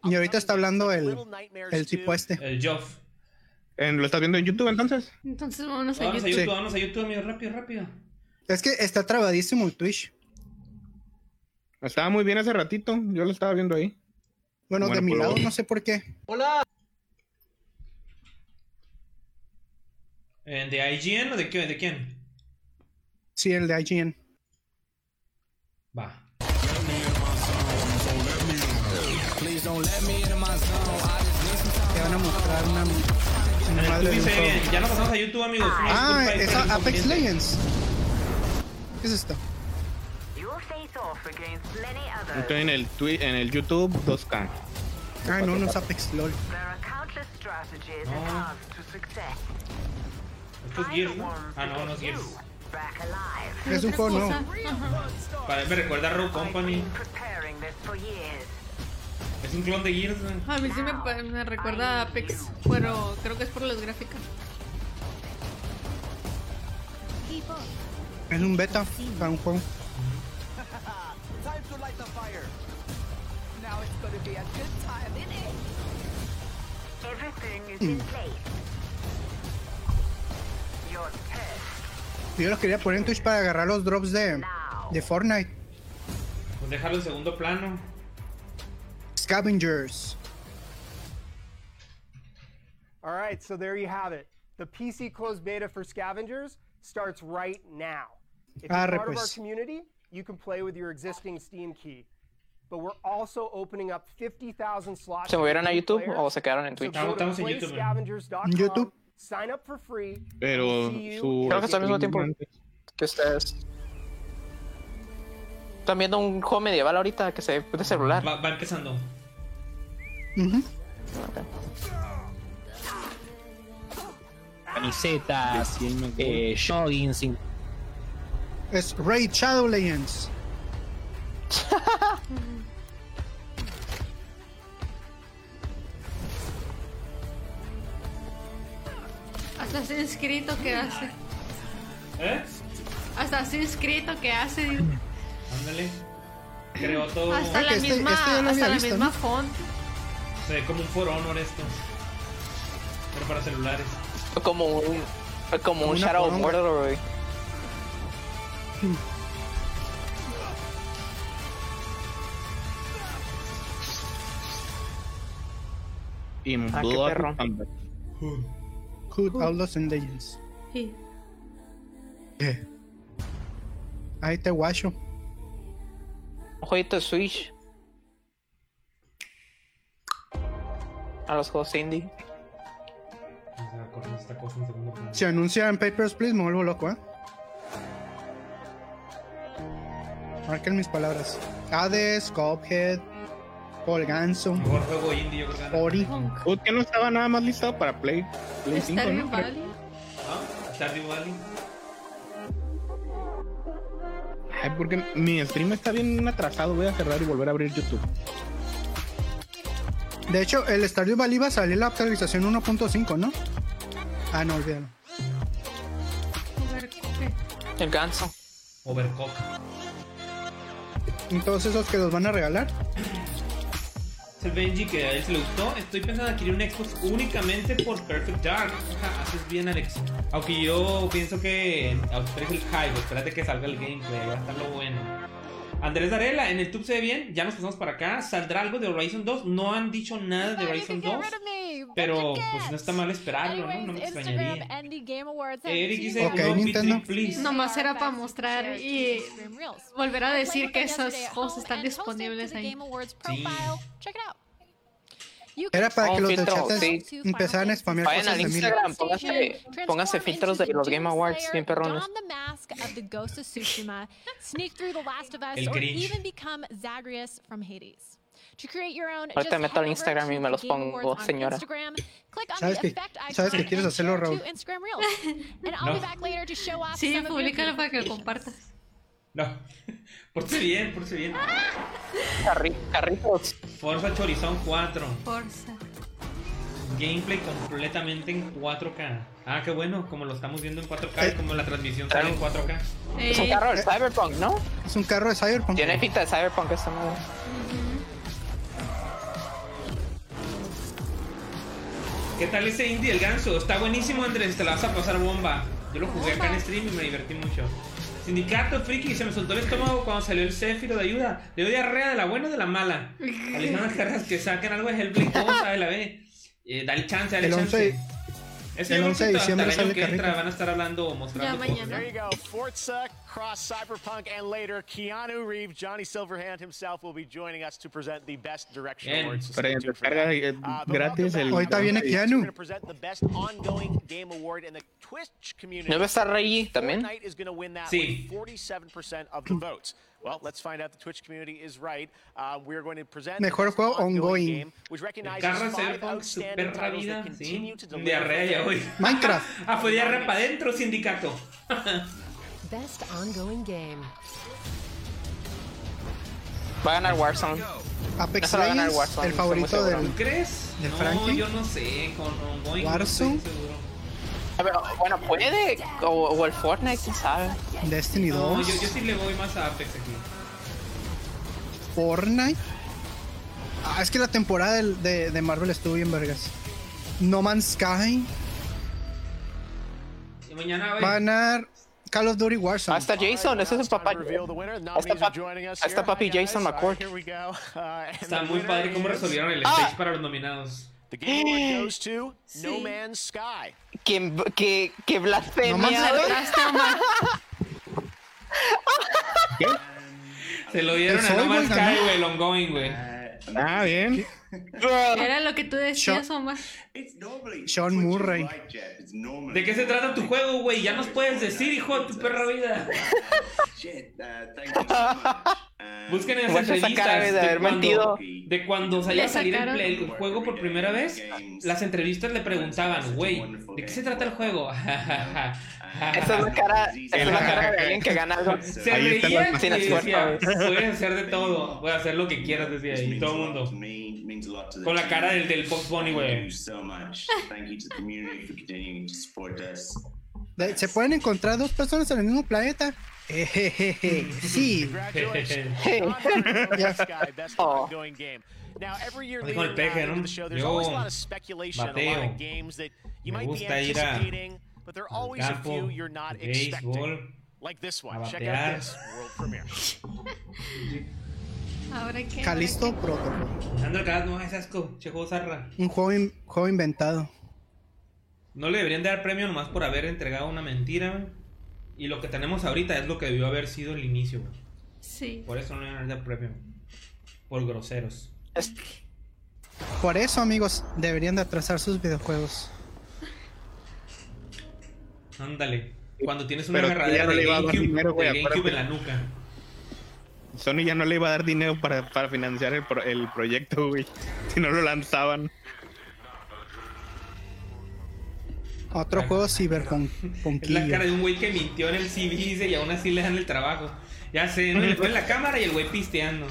Speaker 2: Y ahorita está hablando el, el tipo este.
Speaker 1: El Joff.
Speaker 5: En- ¿Lo estás viendo en YouTube entonces?
Speaker 6: Entonces vámonos a
Speaker 1: Vamos a
Speaker 6: YouTube.
Speaker 1: YouTube,
Speaker 2: Sí.
Speaker 1: vamos a YouTube, amigo, rápido, rápido.
Speaker 2: Es que está trabadísimo el Twitch.
Speaker 5: Estaba muy bien hace ratito. Yo lo estaba viendo ahí.
Speaker 2: Bueno, de
Speaker 5: Bueno,
Speaker 2: mi
Speaker 5: por
Speaker 2: lado
Speaker 5: favor.
Speaker 2: no sé por qué.
Speaker 8: Hola.
Speaker 1: Eh, ¿De IGN o de, qué- de quién?
Speaker 2: Sí, el de IGN.
Speaker 1: Va.
Speaker 2: Te van a mostrar una, una
Speaker 1: En el
Speaker 2: madre de un
Speaker 1: YouTube se ve
Speaker 2: juego.
Speaker 1: bien. Ya lo pasamos a YouTube, amigos. Una
Speaker 2: Ah,
Speaker 1: disculpa ahí
Speaker 2: es
Speaker 1: por el
Speaker 2: a- Apex
Speaker 1: inconveniente.
Speaker 2: Legends. ¿Qué es esto?
Speaker 5: Estoy en el, twi- en el YouTube 2K.
Speaker 2: Ah, no, no es Apex LOL.
Speaker 1: No. Esto es Gears, ¿no? Ah, no, no es Gears.
Speaker 2: Es un
Speaker 7: Otra
Speaker 2: juego
Speaker 7: cosa.
Speaker 2: nuevo.
Speaker 7: Ajá.
Speaker 1: Para, me recuerda a Rogue Company. Es un clon de Gears, güey.
Speaker 6: A mí sí me, pa- me recuerda a Apex, pero creo que es por las gráficas.
Speaker 2: Es un beta para un juego. Hmm. Yo los quería poner en Twitch para agarrar los drops de, de Fortnite.
Speaker 1: Pues déjalo en segundo plano.
Speaker 2: Scavengers.
Speaker 9: All right, so there you have it. The PC closed beta for Scavengers starts right now. If you're
Speaker 2: Arre,
Speaker 9: part of our
Speaker 2: pues.
Speaker 9: community, you can play with your existing Steam key. But we're also opening up 50,000 slots.
Speaker 3: ¿Se
Speaker 9: for
Speaker 3: movieron a
Speaker 9: new
Speaker 3: YouTube
Speaker 9: players.
Speaker 3: o se quedaron en
Speaker 9: So
Speaker 3: Twitch?
Speaker 9: go to
Speaker 1: Estamos en YouTube, man.
Speaker 9: playscavengers.com,
Speaker 2: YouTube.
Speaker 9: Sign up for free. and
Speaker 5: Pero
Speaker 9: see you
Speaker 5: su.
Speaker 3: Creo que está al mismo tiempo que ustedes. Están viendo un juego medieval ahorita que se ve de celular.
Speaker 1: Va, va empezando.
Speaker 2: Ujú.
Speaker 10: Camisetas, eh, joggings, in-
Speaker 2: Es Raid Shadow Legends.
Speaker 6: Hasta así inscrito que hace.
Speaker 1: ¿Eh?
Speaker 6: Hasta así inscrito que hace. digo.
Speaker 1: Ándale. Creo todo.
Speaker 6: Hasta
Speaker 2: Ah,
Speaker 6: la
Speaker 2: que este-
Speaker 6: misma,
Speaker 2: este ya lo
Speaker 6: hasta
Speaker 2: había
Speaker 6: la
Speaker 2: visto,
Speaker 6: misma
Speaker 2: ¿no?
Speaker 6: font.
Speaker 1: Se ve como un For Honor esto. Pero para celulares.
Speaker 3: Como un, como un
Speaker 2: una
Speaker 3: Shadow of
Speaker 2: poronga.
Speaker 3: Mordor, güey.
Speaker 5: Y
Speaker 3: Ah, qué
Speaker 5: Blood
Speaker 3: perro.
Speaker 5: and-
Speaker 2: Hood, Outlaws and Legends.
Speaker 6: Sí.
Speaker 2: Ahí te guacho.
Speaker 3: Un jueguito de Switch. A los juegos indie.
Speaker 1: O sea, con esta cosa en segundo plano.
Speaker 2: Si anuncian Papers, Please, me vuelvo loco, ¿eh? Marquen mis palabras. Hades, Cuphead, Polganzo,
Speaker 1: Mejor juego indie, yo creo que gana.
Speaker 2: Ori.
Speaker 6: Punk.
Speaker 5: Ut, que no estaba nada más listado para Play, Play 5,
Speaker 6: Stardew
Speaker 5: ¿no?
Speaker 6: Valley.
Speaker 1: ¿Ah? Stardew Valley.
Speaker 5: Ay, porque mi stream está bien atrasado. Voy a cerrar y volver a abrir YouTube.
Speaker 2: De hecho, el Stardew Valley iba a salir la actualización 1.5, ¿no? Ah, no, olvídalo.
Speaker 6: Overcooked.
Speaker 3: El ganso.
Speaker 1: Overcook.
Speaker 2: Y todos esos que los van a regalar.
Speaker 1: Dice Benji que a él se le gustó. Estoy pensando en adquirir un Xbox únicamente por Perfect Dark. Ajá, haces bien, Alex. Aunque yo pienso que a ustedes el hype. Espérate que salga el gameplay. Va a estar lo bueno. Andrés Darela, en el tube se ve bien. Ya nos pasamos para acá. ¿Saldrá algo de Horizon 2? No han dicho nada de Horizon 2. Pero pues no está mal esperarlo, ¿no? No me extrañaría. Eric dice,
Speaker 2: Ok,
Speaker 1: no,
Speaker 2: Nintendo.
Speaker 1: Nintendo. please.
Speaker 6: Nomás era para mostrar y volver a decir que esos juegos están disponibles ahí.
Speaker 1: Sí.
Speaker 2: Era para que los del
Speaker 3: filtro,
Speaker 2: chat es-
Speaker 3: sí.
Speaker 2: empezaran a spamear
Speaker 3: Vayan
Speaker 2: cosas
Speaker 3: al
Speaker 2: de mí.
Speaker 3: Instagram, pónganse, pónganse Eh, filtros de los Game Awards, bien perrones.
Speaker 1: El cringe.
Speaker 3: Ahorita meto al Instagram y me los pongo, señora.
Speaker 2: ¿Sabes que, ¿Sabes que quieres hacerlo, Raúl?
Speaker 1: No,
Speaker 6: Sí, públicalo para que lo compartas.
Speaker 1: no. Pórtese bien, pórtese bien.
Speaker 3: Carri- carritos.
Speaker 1: Forza Horizon 4.
Speaker 6: Forza.
Speaker 1: Gameplay completamente en 4K. Ah, qué bueno, como lo estamos viendo en 4K,
Speaker 2: Eh.
Speaker 1: como la transmisión sale en 4K.
Speaker 3: Es un
Speaker 6: Ey,
Speaker 3: carro del Cyberpunk, ¿no?
Speaker 2: Es un carro de Cyberpunk.
Speaker 3: Tiene pinta de Cyberpunk esta madre.
Speaker 1: ¿Qué tal ese indie el ganso? Está buenísimo, Andrés, te la vas a pasar bomba. Yo lo jugué acá en stream y me divertí mucho. Sindicato friki se me soltó el estómago cuando salió el Céfiro de ayuda. Le dio diarrea de la buena o de la mala. Alejandro Carreras que saquen algo de Hellblade, ¿cómo sabe la B? Eh, dale chance, dale
Speaker 2: El
Speaker 1: chance.
Speaker 2: 11
Speaker 1: Ese
Speaker 2: el
Speaker 1: yo creo
Speaker 2: 11 de
Speaker 1: que hasta
Speaker 2: diciembre
Speaker 1: el año
Speaker 2: sale
Speaker 1: que entra
Speaker 2: Carrito.
Speaker 1: van a estar hablando o mostrando
Speaker 6: Ya
Speaker 1: cosas,
Speaker 6: mañana.
Speaker 1: ¿no?
Speaker 4: There you go. Forza, Cross, Cyberpunk, and later Keanu Reeves, Johnny Silverhand himself will be joining us to present the best direction
Speaker 1: Bien.
Speaker 4: awards. So
Speaker 5: Pero
Speaker 4: stay
Speaker 5: en
Speaker 4: tuned for
Speaker 5: descarga
Speaker 4: that.
Speaker 5: eh,
Speaker 4: Ah, but
Speaker 5: gratis
Speaker 4: welcome
Speaker 5: el.
Speaker 4: back.
Speaker 2: Ahorita viene
Speaker 4: We're
Speaker 2: Keanu.
Speaker 4: gonna present the best ongoing game award in the Twitch community.
Speaker 3: ¿No va a estar Reggie también?
Speaker 4: Fortnite is gonna win that
Speaker 1: Sí.
Speaker 4: with 47% of the votes. Well, let's find out the Twitch community is right. Uh, we're going to present the
Speaker 2: Mejor
Speaker 4: best
Speaker 3: Ah,
Speaker 2: juego ongoing.
Speaker 4: game, which recognizes
Speaker 1: Carros
Speaker 4: five
Speaker 1: Cyberpunk,
Speaker 4: outstanding
Speaker 1: super
Speaker 4: titles
Speaker 1: vida,
Speaker 4: that
Speaker 1: sí.
Speaker 4: continue to deliver.
Speaker 1: Diarrea ya hoy.
Speaker 2: Minecraft.
Speaker 1: Ah, fue diarrea para adentro, sindicato.
Speaker 8: Best ongoing game.
Speaker 3: Va a ganar Warzone.
Speaker 2: Apex
Speaker 3: Eso lo va a ganar
Speaker 2: Legends,
Speaker 3: Warzone,
Speaker 2: el
Speaker 3: estoy muy
Speaker 2: favorito
Speaker 3: seguro.
Speaker 2: del.
Speaker 1: ¿Tú crees?
Speaker 2: ¿De
Speaker 1: no,
Speaker 2: Frankie?
Speaker 1: yo no sé. Con Ongoing. no
Speaker 2: ¿Warzone?
Speaker 1: estoy seguro.
Speaker 3: Ah, pero, bueno, puede. O, o el Fortnite, quién sabe.
Speaker 2: Destiny
Speaker 1: No,
Speaker 2: 2,
Speaker 1: yo, yo sí le voy más a Apex aquí.
Speaker 2: Fortnite. Ah, es que la temporada del- de, de Marvel estuvo bien vergas. No Man's Sky.
Speaker 1: Y mañana
Speaker 2: Va a
Speaker 1: va
Speaker 2: ganar Call of Duty Warzone.
Speaker 3: Hasta Jason, ese es el papá. Hasta,
Speaker 4: Hasta,
Speaker 3: pap- hasta papi Jason McCord.
Speaker 1: Está muy padre cómo resolvieron el
Speaker 3: Ah.
Speaker 1: stage para los nominados.
Speaker 4: The game award goes to No
Speaker 6: Sí.
Speaker 4: Man's Sky.
Speaker 3: Que, que, que blasfemia.
Speaker 2: No manches,
Speaker 3: güey.
Speaker 6: Atrás, Omar.
Speaker 1: Se lo dieron
Speaker 2: El
Speaker 1: a No
Speaker 2: Soulboy
Speaker 1: Man's Sky,
Speaker 2: ganó.
Speaker 1: güey, el Ongoing, güey.
Speaker 5: Ah, bien.
Speaker 6: Era lo que tú decías, Omar.
Speaker 2: Sean Murray.
Speaker 1: ¿De qué se trata tu juego, güey? Ya nos puedes decir, hijo de tu perra vida. Busquen en las
Speaker 3: Guacha esa cara
Speaker 1: entrevistas
Speaker 3: de haber mentido.
Speaker 1: cuando, de cuando salió a
Speaker 6: Le
Speaker 1: salir el,
Speaker 6: sacaron.
Speaker 1: play- el juego por primera vez. Las entrevistas le preguntaban, güey, ¿de qué se trata el juego?
Speaker 3: Esa es la cara, esa es la cara de alguien que gana algo.
Speaker 1: Se
Speaker 5: Ahí está
Speaker 1: reía
Speaker 5: la-
Speaker 1: y
Speaker 3: Tienes
Speaker 1: decía,
Speaker 3: fuerza,
Speaker 1: puedes hacer de todo, puedes hacer lo que quieras, decía, y todo el mundo. Con la cara del, del Fox Bunny, güey.
Speaker 2: De- Se pueden encontrar dos personas en el mismo planeta. Ejejeje. Sí.
Speaker 4: Congratulations.
Speaker 3: Hey.
Speaker 4: John Carter, No Man's Sky, best
Speaker 3: Oh.
Speaker 4: ongoing game. Now, every year
Speaker 1: Ahí
Speaker 4: leading
Speaker 1: con el peje,
Speaker 4: into
Speaker 1: ¿no?
Speaker 4: the show, there's always a
Speaker 1: Yo,
Speaker 4: lot of speculation, a lot
Speaker 1: Mateo,
Speaker 4: of games that you
Speaker 1: me
Speaker 4: might be
Speaker 1: gusta ir a-
Speaker 4: anticipating, but there are always a
Speaker 1: campo,
Speaker 4: few you're not expecting.
Speaker 1: béisbol,
Speaker 4: Like this one.
Speaker 1: a
Speaker 4: Check
Speaker 1: batear.
Speaker 4: out this world premiere.
Speaker 6: Ahora que.
Speaker 2: Calisto Protocol.
Speaker 1: Alejandro Caras, no es asco, che juego zarra.
Speaker 2: Un juego, in- juego inventado.
Speaker 1: No le deberían dar premio nomás por haber entregado una mentira, güey. Y lo que tenemos ahorita es lo que debió haber sido el inicio, güey.
Speaker 6: Sí.
Speaker 1: Por eso no le deberían dar premio. Por groseros.
Speaker 3: Es-
Speaker 2: Por eso, amigos, deberían de atrasar sus videojuegos.
Speaker 1: Ándale. Cuando tienes una
Speaker 5: Pero
Speaker 1: agarradera
Speaker 5: ya no
Speaker 1: de
Speaker 5: le iba a dar
Speaker 1: GameCube,
Speaker 5: dinero, güey,
Speaker 1: de GameCube en la
Speaker 5: acuérdate.
Speaker 1: nuca.
Speaker 5: Sony ya no le iba a dar dinero para, para financiar el, pro- el proyecto, güey. Si no lo lanzaban.
Speaker 2: Otro juego ciberpunk.
Speaker 1: Es la cara de un güey que mintió en el CBC y aún así le dan el trabajo. Ya sé, ¿no? Y le ponen la cámara y el güey pisteando.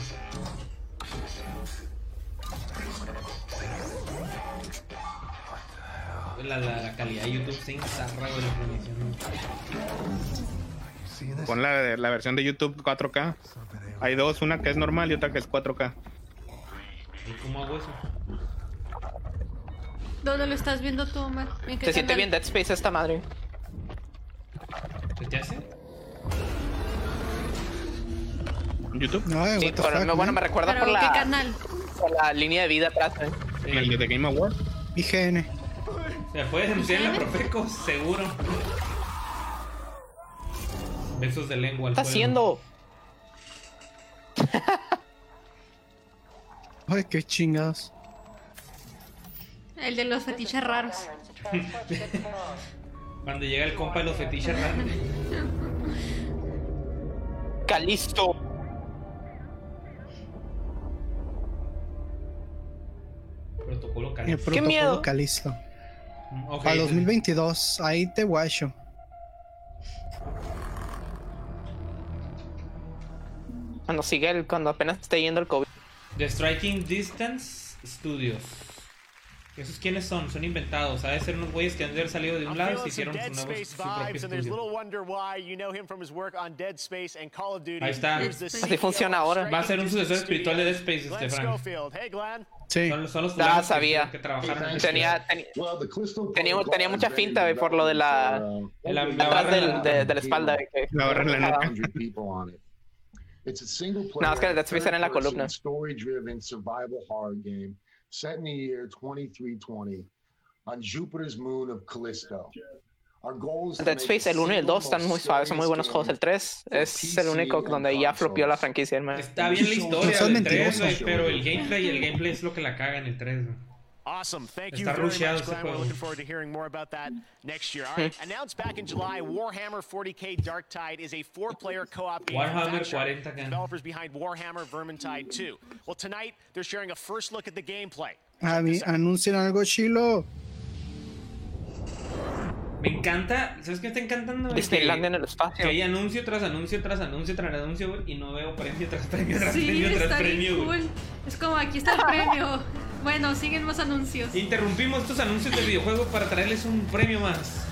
Speaker 1: La, la, la calidad de YouTube se ensarra güey, la transmisión.
Speaker 5: Pon la, la versión de YouTube 4K. Hay dos, una que es normal y otra que es 4K.
Speaker 1: ¿Y ¿Cómo hago eso?
Speaker 6: ¿Dónde lo estás viendo tú, Omar? ¿En qué
Speaker 3: Se siente
Speaker 6: canal?
Speaker 3: bien Dead Space esta madre.
Speaker 1: ¿Se te hace?
Speaker 5: YouTube.
Speaker 2: No, eh,
Speaker 3: Sí,
Speaker 2: what the
Speaker 3: pero
Speaker 2: fuck,
Speaker 3: me- bueno,
Speaker 2: man.
Speaker 3: me recuerda
Speaker 6: ¿Pero
Speaker 3: por
Speaker 6: en qué
Speaker 3: la,
Speaker 6: canal?
Speaker 3: por la línea de vida atrás. ¿eh? güey.
Speaker 5: En el de Game Awards.
Speaker 2: IGN.
Speaker 1: Se puede denunciar en la Profeco, seguro. Besos de lengua al
Speaker 3: ¿Qué está haciendo?
Speaker 1: fuego.
Speaker 2: Ay, qué chingados.
Speaker 6: El de los fetiches raros.
Speaker 1: Cuando llega el compa de los fetiches raros.
Speaker 3: Calisto.
Speaker 1: Protocolo
Speaker 2: El
Speaker 1: cariño.
Speaker 2: Eh, protocolo
Speaker 3: miedo.
Speaker 2: Calisto.
Speaker 1: Mm, Ok.
Speaker 2: Para 2022, ahí te guacho.
Speaker 3: Cuando sigue el, cuando apenas esté yendo el COVID.
Speaker 1: The Striking Distance Studios. ¿Esos quiénes son? Son inventados. Ha de ser unos güeyes que han de haber salido de
Speaker 4: I'm
Speaker 1: un lado y se
Speaker 4: feeling some
Speaker 1: hicieron su,
Speaker 4: Dead
Speaker 1: nuevo,
Speaker 4: Space
Speaker 1: su propio
Speaker 4: vibes, and there's
Speaker 1: estudio.
Speaker 4: little wonder why. You know him from his work on Dead Space and Call of Duty.
Speaker 1: Ahí está.
Speaker 4: Here's the
Speaker 1: Así
Speaker 4: CEO
Speaker 3: funciona
Speaker 4: of
Speaker 3: ahora.
Speaker 1: Va a ser un
Speaker 4: Striking Distance
Speaker 1: sucesor espiritual de Dead Space,
Speaker 4: Studios,
Speaker 1: este
Speaker 4: Glenn
Speaker 1: Frank.
Speaker 4: Schofield. Hey, Glenn.
Speaker 2: Sí.
Speaker 1: Son, los- son
Speaker 3: Ya
Speaker 1: los fulanos que-
Speaker 3: sabía.
Speaker 1: que trabajaron en
Speaker 3: Tenía, ten- tenía, tenía mucha finta, güey, por lo de la.
Speaker 1: en la, la
Speaker 3: Atrás
Speaker 1: barra-
Speaker 3: del, de, de la espalda, güey. que-
Speaker 5: La barra en la nuca.
Speaker 11: It's a single
Speaker 3: No, es que Dead Space era en la columna.
Speaker 11: story-driven survival horror game set in the year 2320 on Jupiter's moon of Callisto. Our goal is to
Speaker 3: Dead
Speaker 11: make
Speaker 3: Space,
Speaker 11: the
Speaker 3: el 1 y el 2
Speaker 11: single
Speaker 3: están muy
Speaker 11: most
Speaker 3: suaves, son muy buenos
Speaker 11: scariest
Speaker 3: juegos. El 3 es el único donde ya flopeó la franquicia. hermano.
Speaker 1: Está bien la historia
Speaker 2: Son
Speaker 1: del 3,
Speaker 2: mentirosos.
Speaker 1: pero el gameplay, el gameplay es lo que la caga en el 3,
Speaker 4: Awesome. Thank you
Speaker 1: Está
Speaker 4: very
Speaker 1: rusheado
Speaker 4: much,
Speaker 1: ese
Speaker 4: Glenn. We're
Speaker 1: juego.
Speaker 4: looking forward to hearing more about that next year. All right. Announced back in July, Warhammer 40K Dark Tide is a four-player co-op game. from
Speaker 1: Warhammer
Speaker 4: Faction,
Speaker 1: 40K.
Speaker 4: Developers behind Warhammer Vermintide 2. Well, tonight they're sharing a first look at the gameplay.
Speaker 2: A mí, anuncian algo chilo.
Speaker 1: Me encanta, ¿sabes qué me está encantando? güey?
Speaker 3: Disneylandia en
Speaker 1: Que,
Speaker 3: el espacio.
Speaker 1: que hay anuncio tras anuncio tras anuncio tras anuncio, güey, y no veo premio tras premio tras
Speaker 6: Sí,
Speaker 1: premio tras
Speaker 6: está
Speaker 1: premio,
Speaker 6: bien
Speaker 1: güey.
Speaker 6: cool. Es como aquí está el premio. Bueno, siguen más anuncios.
Speaker 1: Interrumpimos estos anuncios del videojuego para traerles un premio más.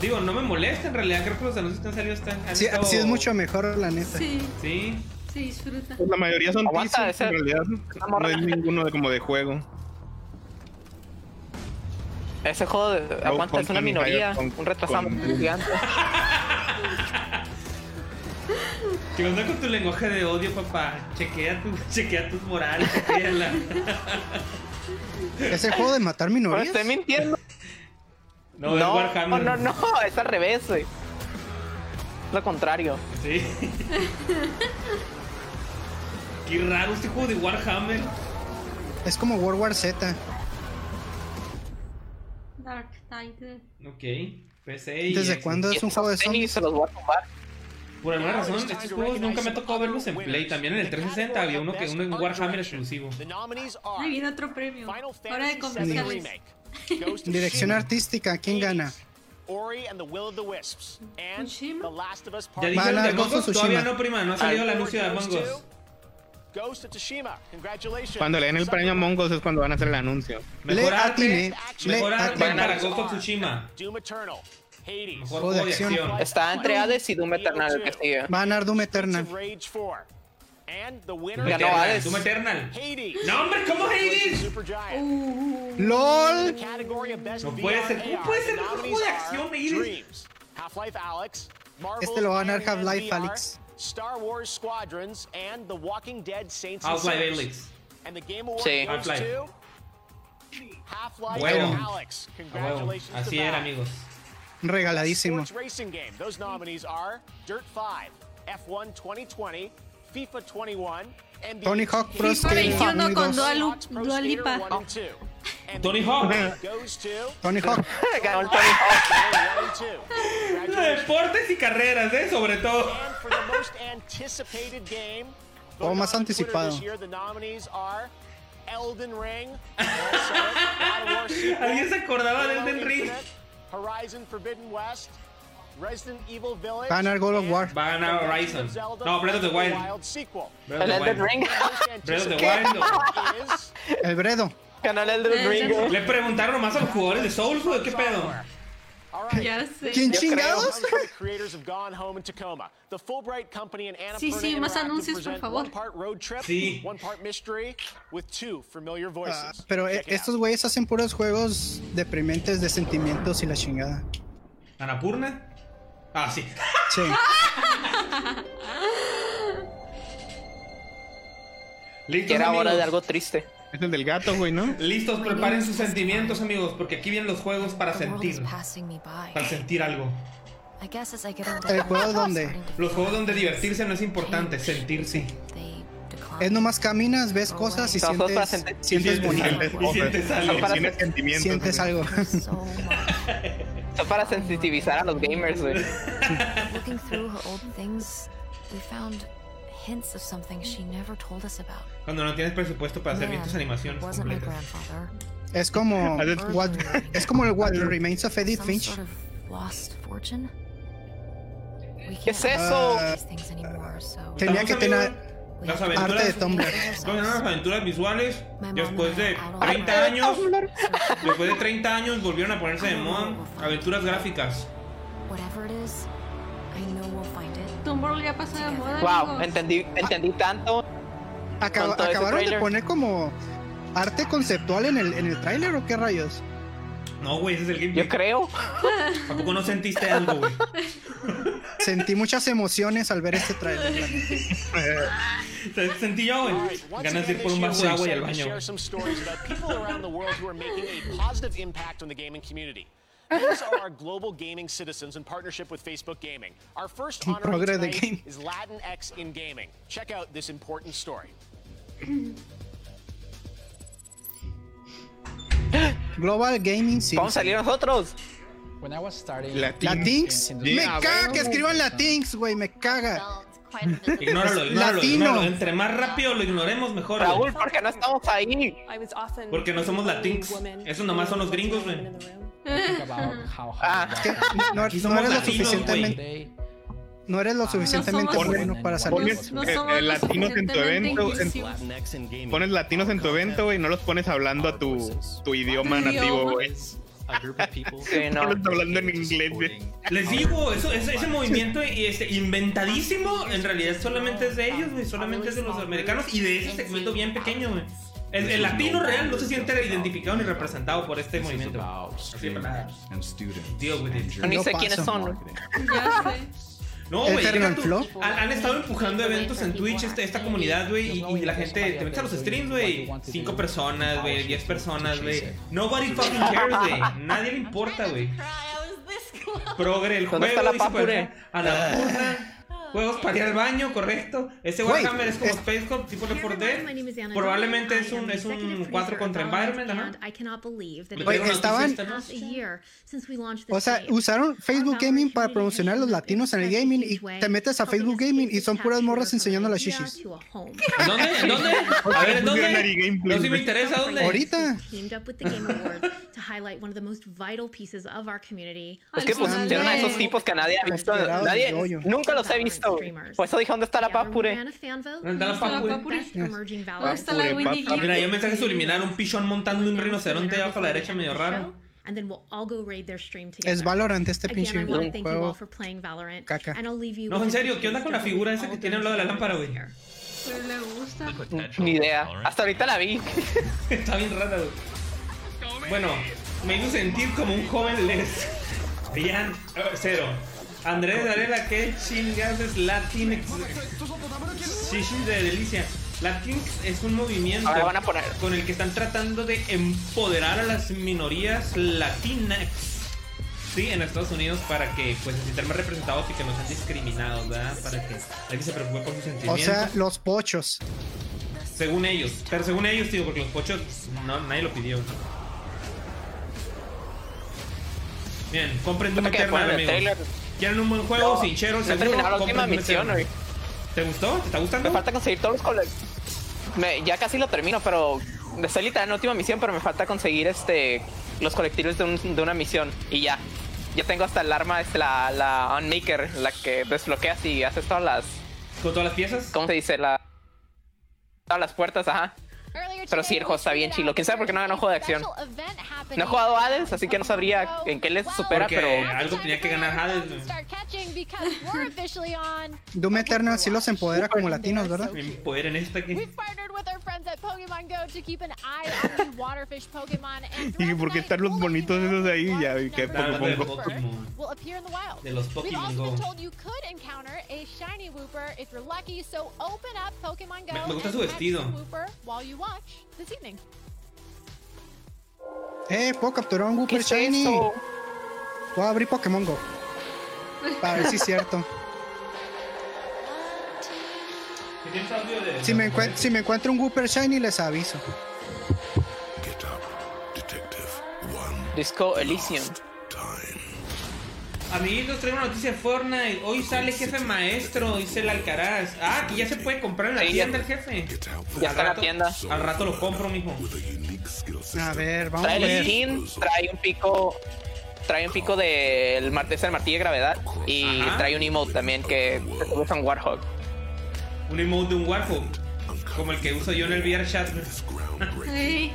Speaker 1: Digo, no me molesta en realidad, creo que los anuncios que han salido están. han
Speaker 2: Sí,
Speaker 1: estado-
Speaker 2: así es mucho mejor, la neta.
Speaker 6: Sí,
Speaker 1: Sí.
Speaker 6: se disfruta.
Speaker 5: Pues la mayoría son
Speaker 3: Aguanta,
Speaker 5: teasers,
Speaker 3: ese-
Speaker 5: en realidad.
Speaker 3: esa
Speaker 5: No
Speaker 3: morra.
Speaker 5: es ninguno de, como de juego.
Speaker 3: Ese juego de- aguanta, es una
Speaker 5: Company,
Speaker 3: minoría,
Speaker 5: Riot
Speaker 3: un retrasado
Speaker 5: Company.
Speaker 3: muy gigante.
Speaker 1: ¿Qué onda con tu lenguaje de odio, papá? Chequea, tu, chequea tus morales, chequeala.
Speaker 2: Es el juego de matar
Speaker 3: Pero
Speaker 2: minorías.
Speaker 3: estoy mintiendo.
Speaker 1: No, es
Speaker 3: no,
Speaker 1: Warhammer.
Speaker 3: no, no, es al revés, güey. Es Lo contrario.
Speaker 1: Sí. Qué raro este juego de Warhammer.
Speaker 2: Es como World War Z.
Speaker 6: Dark Tide.
Speaker 1: Ok, PC y
Speaker 2: ¿Desde
Speaker 1: Xbox.
Speaker 2: cuándo es un
Speaker 3: Y
Speaker 2: juego de
Speaker 3: esos
Speaker 2: zombies?
Speaker 3: tenis se los voy a tumbar.
Speaker 1: Por alguna razón, estos juegos nunca me tocó verlos en Play. También en el 360 había uno que uno en Warhammer exclusivo.
Speaker 4: The nominees are
Speaker 6: Ahí viene otro premio.
Speaker 4: Final
Speaker 6: Hora de
Speaker 4: Fantasy VII
Speaker 6: comerciales.
Speaker 4: Remake. Ghost of
Speaker 2: Dirección
Speaker 4: Tsushima.
Speaker 2: artística, ¿quién gana?
Speaker 4: Ori and the Will of the Wisps. And
Speaker 6: Tsushima?
Speaker 4: The Last of Us Part
Speaker 1: Ya
Speaker 2: Va a
Speaker 1: dijeron de
Speaker 2: ganar
Speaker 1: Among
Speaker 2: Ghost of
Speaker 1: Us, todavía
Speaker 2: Tsushima.
Speaker 1: no prima, no ha salido el anuncio de
Speaker 4: Goes
Speaker 1: Among Us.
Speaker 4: to- Goes to Tsushima. Congratulations.
Speaker 5: Cuando le den el premio a Mongos es cuando van a hacer el anuncio.
Speaker 1: Mejor
Speaker 2: Le atine,
Speaker 1: arte, mejor
Speaker 2: le
Speaker 1: arte
Speaker 2: atine.
Speaker 1: para Ghost of Tsushima.
Speaker 4: Doom Eternal. Hades.
Speaker 1: Mejor juego de acción.
Speaker 3: Está entre Hades y Doom Eternal el que sigue.
Speaker 2: Va a ganar Doom
Speaker 4: Streets
Speaker 2: Eternal.
Speaker 4: of Rage 4. And the winner
Speaker 3: Ganó
Speaker 1: Eternal,
Speaker 3: Hades.
Speaker 1: Doom Eternal.
Speaker 4: Hades.
Speaker 1: No, hombre, ¿cómo Hades? Uh,
Speaker 4: Supergiant.
Speaker 2: ¡LOL!
Speaker 4: Category of best
Speaker 1: No puede
Speaker 4: VR
Speaker 1: ser. ¿Cómo
Speaker 4: AR.
Speaker 1: puede ser
Speaker 4: The
Speaker 1: mejor
Speaker 4: nominees
Speaker 1: juego de
Speaker 4: are
Speaker 1: acción, Hades?
Speaker 4: Dreams, Half-Life Alyx, Marvel's
Speaker 2: Este lo va a ganar
Speaker 4: Iron Man
Speaker 2: Half-Life
Speaker 4: VR,
Speaker 2: Alyx.
Speaker 4: Star Wars Squadrons and The Walking Dead Saints and
Speaker 1: Half-Life
Speaker 4: Sinners.
Speaker 1: Alyx.
Speaker 4: And the Game Award
Speaker 3: Sí.
Speaker 4: goes
Speaker 1: Half-Life.
Speaker 4: to Half-Life
Speaker 1: Bueno.
Speaker 4: Alyx.
Speaker 1: A huevo.
Speaker 4: Congratulations
Speaker 1: Así
Speaker 4: to
Speaker 1: era,
Speaker 4: Valve.
Speaker 1: amigos.
Speaker 2: Regaladísimo.
Speaker 4: Sports racing game. Those nominees are Dirt 5, F1 2020, FIFA 21, NBA
Speaker 2: Tony Hawk Pro
Speaker 6: FIFA
Speaker 2: Skater
Speaker 6: 21
Speaker 2: uno y
Speaker 6: con
Speaker 2: dos.
Speaker 6: Dua, Lu-
Speaker 4: Hawk's Pro
Speaker 6: Dua
Speaker 4: Skater
Speaker 6: Lipa.
Speaker 4: 1 and 2. And
Speaker 1: Tony
Speaker 4: the
Speaker 1: Hawk.
Speaker 4: game Goes to
Speaker 2: Tony Hawk.
Speaker 3: Ganó el Tony Hawk.
Speaker 4: Hawk. 1 and 2. Congratulations.
Speaker 1: Deportes y carreras, ¿eh? Sobre todo.
Speaker 4: And for the most anticipated game,
Speaker 2: Juego más
Speaker 4: voted on Twitter
Speaker 2: anticipado.
Speaker 4: This year, the nominees are Elden Ring, also God of War sequel,
Speaker 1: Alguien se acordaba de
Speaker 4: Halo
Speaker 1: Elden Ring.
Speaker 4: Infinite, Horizon Forbidden West, Resident Evil Village,
Speaker 2: Va a ganar God of
Speaker 4: and
Speaker 2: War.
Speaker 1: Va a ganar
Speaker 4: The Legend
Speaker 1: Ah, Horizon.
Speaker 4: of Zelda
Speaker 1: No, Breath of the Wild.
Speaker 4: sequel.
Speaker 3: El Elden Ring.
Speaker 1: Breath of the
Speaker 4: Anticipated
Speaker 1: Wild,
Speaker 4: is
Speaker 2: El Bredo.
Speaker 3: Ganó el Elden Ring. ¿eh? güey.
Speaker 1: Le preguntaron más a los jugadores de Souls, güey, ¿qué pedo?
Speaker 4: All right.
Speaker 6: Ya sé.
Speaker 2: ¿Quién
Speaker 3: creo.
Speaker 2: chingados?
Speaker 4: Comes from the creators of Gone Home and Tacoma. The Fulbright Company and Annapurna
Speaker 6: Sí, sí, más
Speaker 4: Interactive
Speaker 6: anuncios, por
Speaker 4: present
Speaker 6: favor.
Speaker 4: One part road trip,
Speaker 1: Sí.
Speaker 4: one part mystery, with two familiar voices.
Speaker 2: Ah, pero eh,
Speaker 4: Check it
Speaker 2: estos
Speaker 4: out.
Speaker 2: güeyes hacen puros juegos deprimentes de sentimientos y la chingada.
Speaker 1: ¿Anapurna? Ah, sí.
Speaker 2: Sí.
Speaker 1: Listos,
Speaker 3: Y era hora
Speaker 1: amigos.
Speaker 3: de algo triste.
Speaker 5: Es el del gato, güey, ¿no?
Speaker 1: Listos, preparen sus sentimientos, amigos, porque aquí vienen los juegos para
Speaker 8: The world is
Speaker 1: sentir.
Speaker 8: passing me
Speaker 1: Para
Speaker 8: by.
Speaker 1: sentir algo.
Speaker 8: I guess as I get older,
Speaker 2: El juego donde-
Speaker 8: starting to
Speaker 1: Los
Speaker 8: feel
Speaker 1: juegos donde
Speaker 8: things.
Speaker 1: divertirse no es importante, sentir sí.
Speaker 8: They decline.
Speaker 2: Es nomás caminas, ves cosas y
Speaker 3: Son cosas para
Speaker 2: sientes,
Speaker 3: sentir.
Speaker 2: sientes bonito.
Speaker 5: Sientes-
Speaker 1: Y sientes algo.
Speaker 5: Sientes- Tienes sentimientos.
Speaker 2: Sientes
Speaker 5: güey.
Speaker 2: algo.
Speaker 8: So much.
Speaker 3: Son para sensitivizar a los gamers, güey.
Speaker 8: Looking through her old things, we found hints of something she never told us about.
Speaker 1: Cuando no tienes presupuesto para hacer bien tus
Speaker 8: Man
Speaker 1: animaciones
Speaker 8: wasn't my
Speaker 1: completas.
Speaker 8: grandfather.
Speaker 2: Es como what, es como el What Remains of Edith
Speaker 8: Some
Speaker 2: Finch.
Speaker 8: sort of lost fortune. We
Speaker 3: ¿Qué es
Speaker 8: can't
Speaker 3: eso?
Speaker 8: these things anymore, so
Speaker 2: Ah, Tenía que
Speaker 1: Estamos,
Speaker 2: tener
Speaker 1: amigos. Las aventuras, ¿cómo se llaman las aventuras visuales después de 30 años. Después de 30 años volvieron a ponerse de moda. Aventuras gráficas.
Speaker 8: Whatever it is, I know we'll find it.
Speaker 6: Tomorrow ya pasó de moda.
Speaker 3: Wow,
Speaker 6: amigos.
Speaker 3: entendí, entendí tanto.
Speaker 2: Acab-
Speaker 3: con todo ese
Speaker 2: acabaron de
Speaker 3: trailer.
Speaker 2: poner como arte conceptual en el, en el tráiler o qué rayos.
Speaker 1: No, güey, ese es el gameplay. Yo
Speaker 3: creo.
Speaker 1: ¿A poco no sentiste algo, güey?
Speaker 2: Sentí muchas emociones al ver este tráiler. la neta.
Speaker 1: Te- Sentí yo, güey. Ganas de ir por un vaso de agua y al baño.
Speaker 4: Share some stories about people around the world who are making a positive impact on the gaming community. These are our global gaming citizens in partnership with Facebook Gaming. Our first honoree
Speaker 2: Progre de
Speaker 4: tonight
Speaker 2: game.
Speaker 4: is Latinx in gaming. Check out this important story.
Speaker 2: Global Gaming Citizen.
Speaker 3: Vamos a salir nosotros.
Speaker 2: Latinx. Me
Speaker 1: ah,
Speaker 2: caga que escriban Latinx, güey, me caga.
Speaker 1: Ignóralo, ignóralo,
Speaker 2: Latino.
Speaker 1: ignóralo. Entre más rápido lo ignoremos, mejor. güey.
Speaker 3: Raúl, ¿por qué no estamos ahí?
Speaker 1: Porque no somos latinx. Eso nomás son los gringos, güey.
Speaker 3: Ah,
Speaker 2: No,
Speaker 1: Aquí
Speaker 2: no
Speaker 1: somos
Speaker 2: eres lo
Speaker 1: latinos,
Speaker 2: suficientemente. No eres lo suficientemente
Speaker 6: Ah, somos-
Speaker 2: bueno para salir.
Speaker 5: Pones
Speaker 6: no
Speaker 5: eh,
Speaker 6: somos
Speaker 5: eh, latinos en tu
Speaker 6: suficientemente
Speaker 5: evento. en- pones latinos en tu evento, güey, y no los pones hablando a tu, tu idioma
Speaker 6: Tu
Speaker 5: nativo,
Speaker 6: idioma.
Speaker 5: güey.
Speaker 3: Sí,
Speaker 5: No
Speaker 3: no.
Speaker 5: los está hablando en inglés, güey.
Speaker 1: Les digo, eso, ese, ese movimiento y este, inventadísimo en realidad solamente es de ellos, güey. Solamente es de los americanos y de ese segmento bien pequeño, güey. El, el latino real no se siente identificado ni representado por este movimiento. Así, ¿verdad? Deal with it.
Speaker 3: Ni sé
Speaker 2: No
Speaker 3: quiénes
Speaker 2: paso.
Speaker 3: son.
Speaker 6: Ya sé.
Speaker 1: No, güey,
Speaker 2: Eternal
Speaker 1: deja tú.
Speaker 2: Flow.
Speaker 1: Han, han estado empujando eventos en Twitch, este- esta comunidad, güey, y, y la gente, te metes a los streams, güey, cinco personas, güey, diez personas, güey. Nobody fucking cares, güey. Nadie le importa, güey. Progre el juego,
Speaker 3: ¿Dónde está la
Speaker 1: dice por
Speaker 3: papure? Ah.
Speaker 1: acá. A la puta. Juegos para ir al baño, correcto. Ese
Speaker 2: Güey,
Speaker 1: Warhammer es como
Speaker 2: es-
Speaker 1: Space Cop, tipo Left 4
Speaker 12: My name is
Speaker 1: Dead.
Speaker 12: Anna
Speaker 1: Probablemente
Speaker 12: Dolan.
Speaker 1: es
Speaker 12: I am
Speaker 1: un,
Speaker 12: the
Speaker 1: es un
Speaker 12: executive
Speaker 1: 4
Speaker 12: producer
Speaker 1: contra
Speaker 12: of Valorant,
Speaker 1: Environment, ajá.
Speaker 12: and I cannot believe that
Speaker 1: Le
Speaker 12: it has
Speaker 1: traigo una
Speaker 2: estaban-
Speaker 12: been half a year since we launched this
Speaker 2: O sea,
Speaker 12: game.
Speaker 2: usaron Facebook Gaming para promocionar a los latinos en el gaming y te metes a Facebook Gaming y son puras morras enseñando las shishis.
Speaker 12: To a home.
Speaker 1: ¿En ¿Dónde? ¿En ¿Dónde? A ver, ¿en ¿dónde? No, si me interesa, ¿dónde?
Speaker 2: Ahorita.
Speaker 12: Teamed up with the Game Awards to highlight one of the most vital pieces of our community.
Speaker 3: Es que pusieron a esos tipos que nadie ha visto.
Speaker 2: Conspirados de
Speaker 3: Nadie,
Speaker 2: hoyo.
Speaker 3: nunca los he visto. güey. Por eso dije, ¿dónde está la papure?
Speaker 12: Ran a fan vote.
Speaker 1: ¿Dónde está la
Speaker 12: and selected
Speaker 1: papure?
Speaker 12: best emerging valor.
Speaker 6: ¿Dónde está la Wendy G?
Speaker 1: Mira, yo mensaje subliminal, un pichón montando un rinoceronte abajo a la derecha medio raro.
Speaker 12: And then we'll all go raid their stream together.
Speaker 2: Es Valorant este
Speaker 12: Again, I
Speaker 2: pinche
Speaker 12: want to thank you all
Speaker 2: juego.
Speaker 12: for playing Valorant.
Speaker 2: Caca.
Speaker 12: And I'll leave you
Speaker 1: No,
Speaker 12: with
Speaker 1: en
Speaker 12: the
Speaker 1: serio, ¿qué onda con la
Speaker 12: pictures
Speaker 1: figura
Speaker 12: of
Speaker 1: esa que
Speaker 12: all
Speaker 1: tiene al
Speaker 12: those
Speaker 1: lado de la lámpara, güey?
Speaker 6: Pero le gusta.
Speaker 3: Ni idea. Hasta ahorita la vi.
Speaker 1: Está bien rara, güey. Bueno, me hizo sentir como un joven les. Bien, eh, cero. Andrés Arela, qué chingas es Latinx. Sí, sí, de delicia. Latinx es un movimiento
Speaker 3: Ahora van a poner.
Speaker 1: con el que están tratando de empoderar a las minorías latinas. Sí, en Estados Unidos para que pues se sientan más representados y que no sean discriminados, ¿verdad? Para que alguien se preocupe por sus
Speaker 2: O
Speaker 1: sentimientos.
Speaker 2: sea, los pochos.
Speaker 1: Según ellos. Pero según ellos, digo, porque los pochos pues, no, nadie lo pidió. Bien, compren Doom
Speaker 3: Creo que
Speaker 1: Eternal,
Speaker 3: ponen el
Speaker 1: amigos.
Speaker 3: trailer.
Speaker 1: ¿Quieren un buen juego,
Speaker 3: No,
Speaker 1: sinchero,
Speaker 3: no he
Speaker 1: seguro?
Speaker 3: terminado la
Speaker 1: compren
Speaker 3: última
Speaker 1: Doom
Speaker 3: misión,
Speaker 1: Eternal.
Speaker 3: güey.
Speaker 1: ¿Te gustó? ¿Te está
Speaker 3: Me
Speaker 1: gustando?
Speaker 3: falta conseguir todos los colores. Me- ya casi lo termino, pero estoy literal en la última misión, pero me falta conseguir este los colectivos de, un- de una misión y ya. Ya tengo hasta el arma, este, la, la Unmaker, la que desbloqueas y haces todas las,
Speaker 1: ¿Con todas las piezas?
Speaker 3: ¿cómo se dice? La, todas las puertas, ajá. Pero sí, el juego está bien chilo. Quién sabe por qué no ganó juego de acción. No he jugado Hades, así que no sabría en qué les supera,
Speaker 1: Porque
Speaker 3: pero
Speaker 1: algo tenía que ganar Hades. güey.
Speaker 2: Doom Eternal sí los empodera como latinos, ¿verdad?
Speaker 1: Me Poder en esta que...
Speaker 5: Y por qué están los bonitos esos ahí, ya, y que
Speaker 1: Nada
Speaker 5: Pokémon
Speaker 1: de
Speaker 5: Go.
Speaker 1: Pokémon. De los Pokémon Go. Me- me gusta su vestido.
Speaker 2: Eh, puedo capturar un
Speaker 3: ¿qué
Speaker 2: Wooper
Speaker 3: es
Speaker 2: Shiny.
Speaker 3: eso?
Speaker 2: Voy a abrir Pokémon Go. Para ver si es cierto.
Speaker 1: ¿Tienes audio de-
Speaker 2: Si me, encue- si me encuentro un Wooper Shiny, les aviso.
Speaker 3: Disco Elysium.
Speaker 1: Amiguitos, traigo una noticia de Fortnite. Hoy sale jefe maestro, dice el Alcaraz. Ah, que ya se puede comprar en la
Speaker 3: Sí, ya-
Speaker 1: tienda el jefe.
Speaker 3: Ya
Speaker 1: Al
Speaker 3: está en la
Speaker 1: rato-
Speaker 3: tienda.
Speaker 1: Al rato lo compro, mijo.
Speaker 2: A ver, vamos a
Speaker 3: Trae el
Speaker 2: ver.
Speaker 3: skin, trae un pico, trae un pico del martes del martillo de gravedad y
Speaker 1: Ajá.
Speaker 3: trae un emote también que usan Warhog.
Speaker 1: un emote de un Warhawk. Como el que uso yo en el VR chat.
Speaker 6: Sí.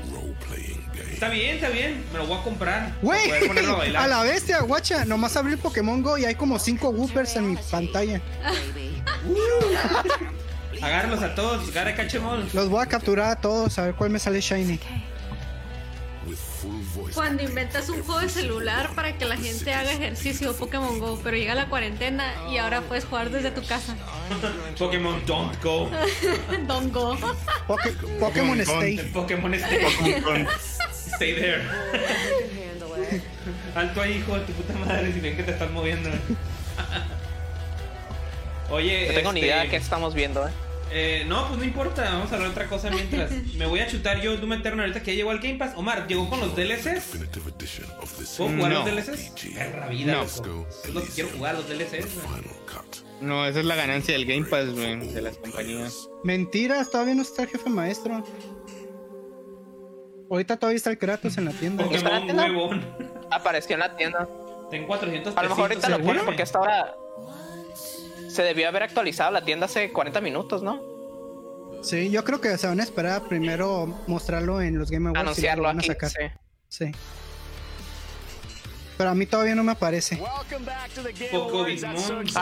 Speaker 1: Está bien, está bien. Me lo voy a comprar. para
Speaker 2: Güey,
Speaker 1: poder ponerlo a bailar.
Speaker 2: a la bestia, guacha, nomás abrí Pokémon Go y hay como cinco Whoopers en mi pantalla.
Speaker 1: Agárralos a todos. Agarra Cachemol.
Speaker 2: Los voy a capturar a todos a ver cuál me sale Shiny.
Speaker 6: Cuando inventas un juego de celular para que la gente haga ejercicio Pokémon Go, pero llega la cuarentena y ahora puedes jugar desde tu casa.
Speaker 1: Pokémon Don't Go.
Speaker 6: Don't go.
Speaker 2: Pokémon
Speaker 1: Stay.
Speaker 2: Stay.
Speaker 1: Pokémon Stay.
Speaker 2: Pokémon
Speaker 1: Stay there. Alto ahí, hijo de tu puta madre, si ven que te estás moviendo. Oye,
Speaker 3: No tengo ni
Speaker 1: este,
Speaker 3: idea de qué estamos viendo, eh.
Speaker 1: eh, no, pues no importa, vamos a hablar otra cosa mientras. Me voy a chutar yo Doom Eternal ahorita que ya llegó al Game Pass. Omar, ¿llegó con los DLCs? ¿Puedo jugar
Speaker 5: No.
Speaker 1: los DLCs? Perra vida,
Speaker 5: No.
Speaker 1: loco. Es lo que quiero jugar, los DLCs. güey.
Speaker 5: No, esa es la ganancia del Game Pass, güey, de las compañías.
Speaker 2: Mentiras, todavía no está el jefe maestro. Ahorita todavía está el Kratos en la tienda.
Speaker 3: Espérate, ¿no? Apareció en la tienda.
Speaker 1: Tengo 400
Speaker 3: A lo mejor ahorita
Speaker 1: pesitos,
Speaker 3: lo pone
Speaker 1: ¿seguro?
Speaker 3: porque hasta ahora se debió haber actualizado la tienda hace 40 minutos, ¿no?
Speaker 2: Sí, yo creo que se van a esperar a primero mostrarlo en los Game Awards. y luego
Speaker 3: Anunciarlo
Speaker 2: lo van a
Speaker 3: aquí,
Speaker 2: sacar.
Speaker 3: sí.
Speaker 2: Sí. Pero a mí todavía no me aparece.
Speaker 3: Ah,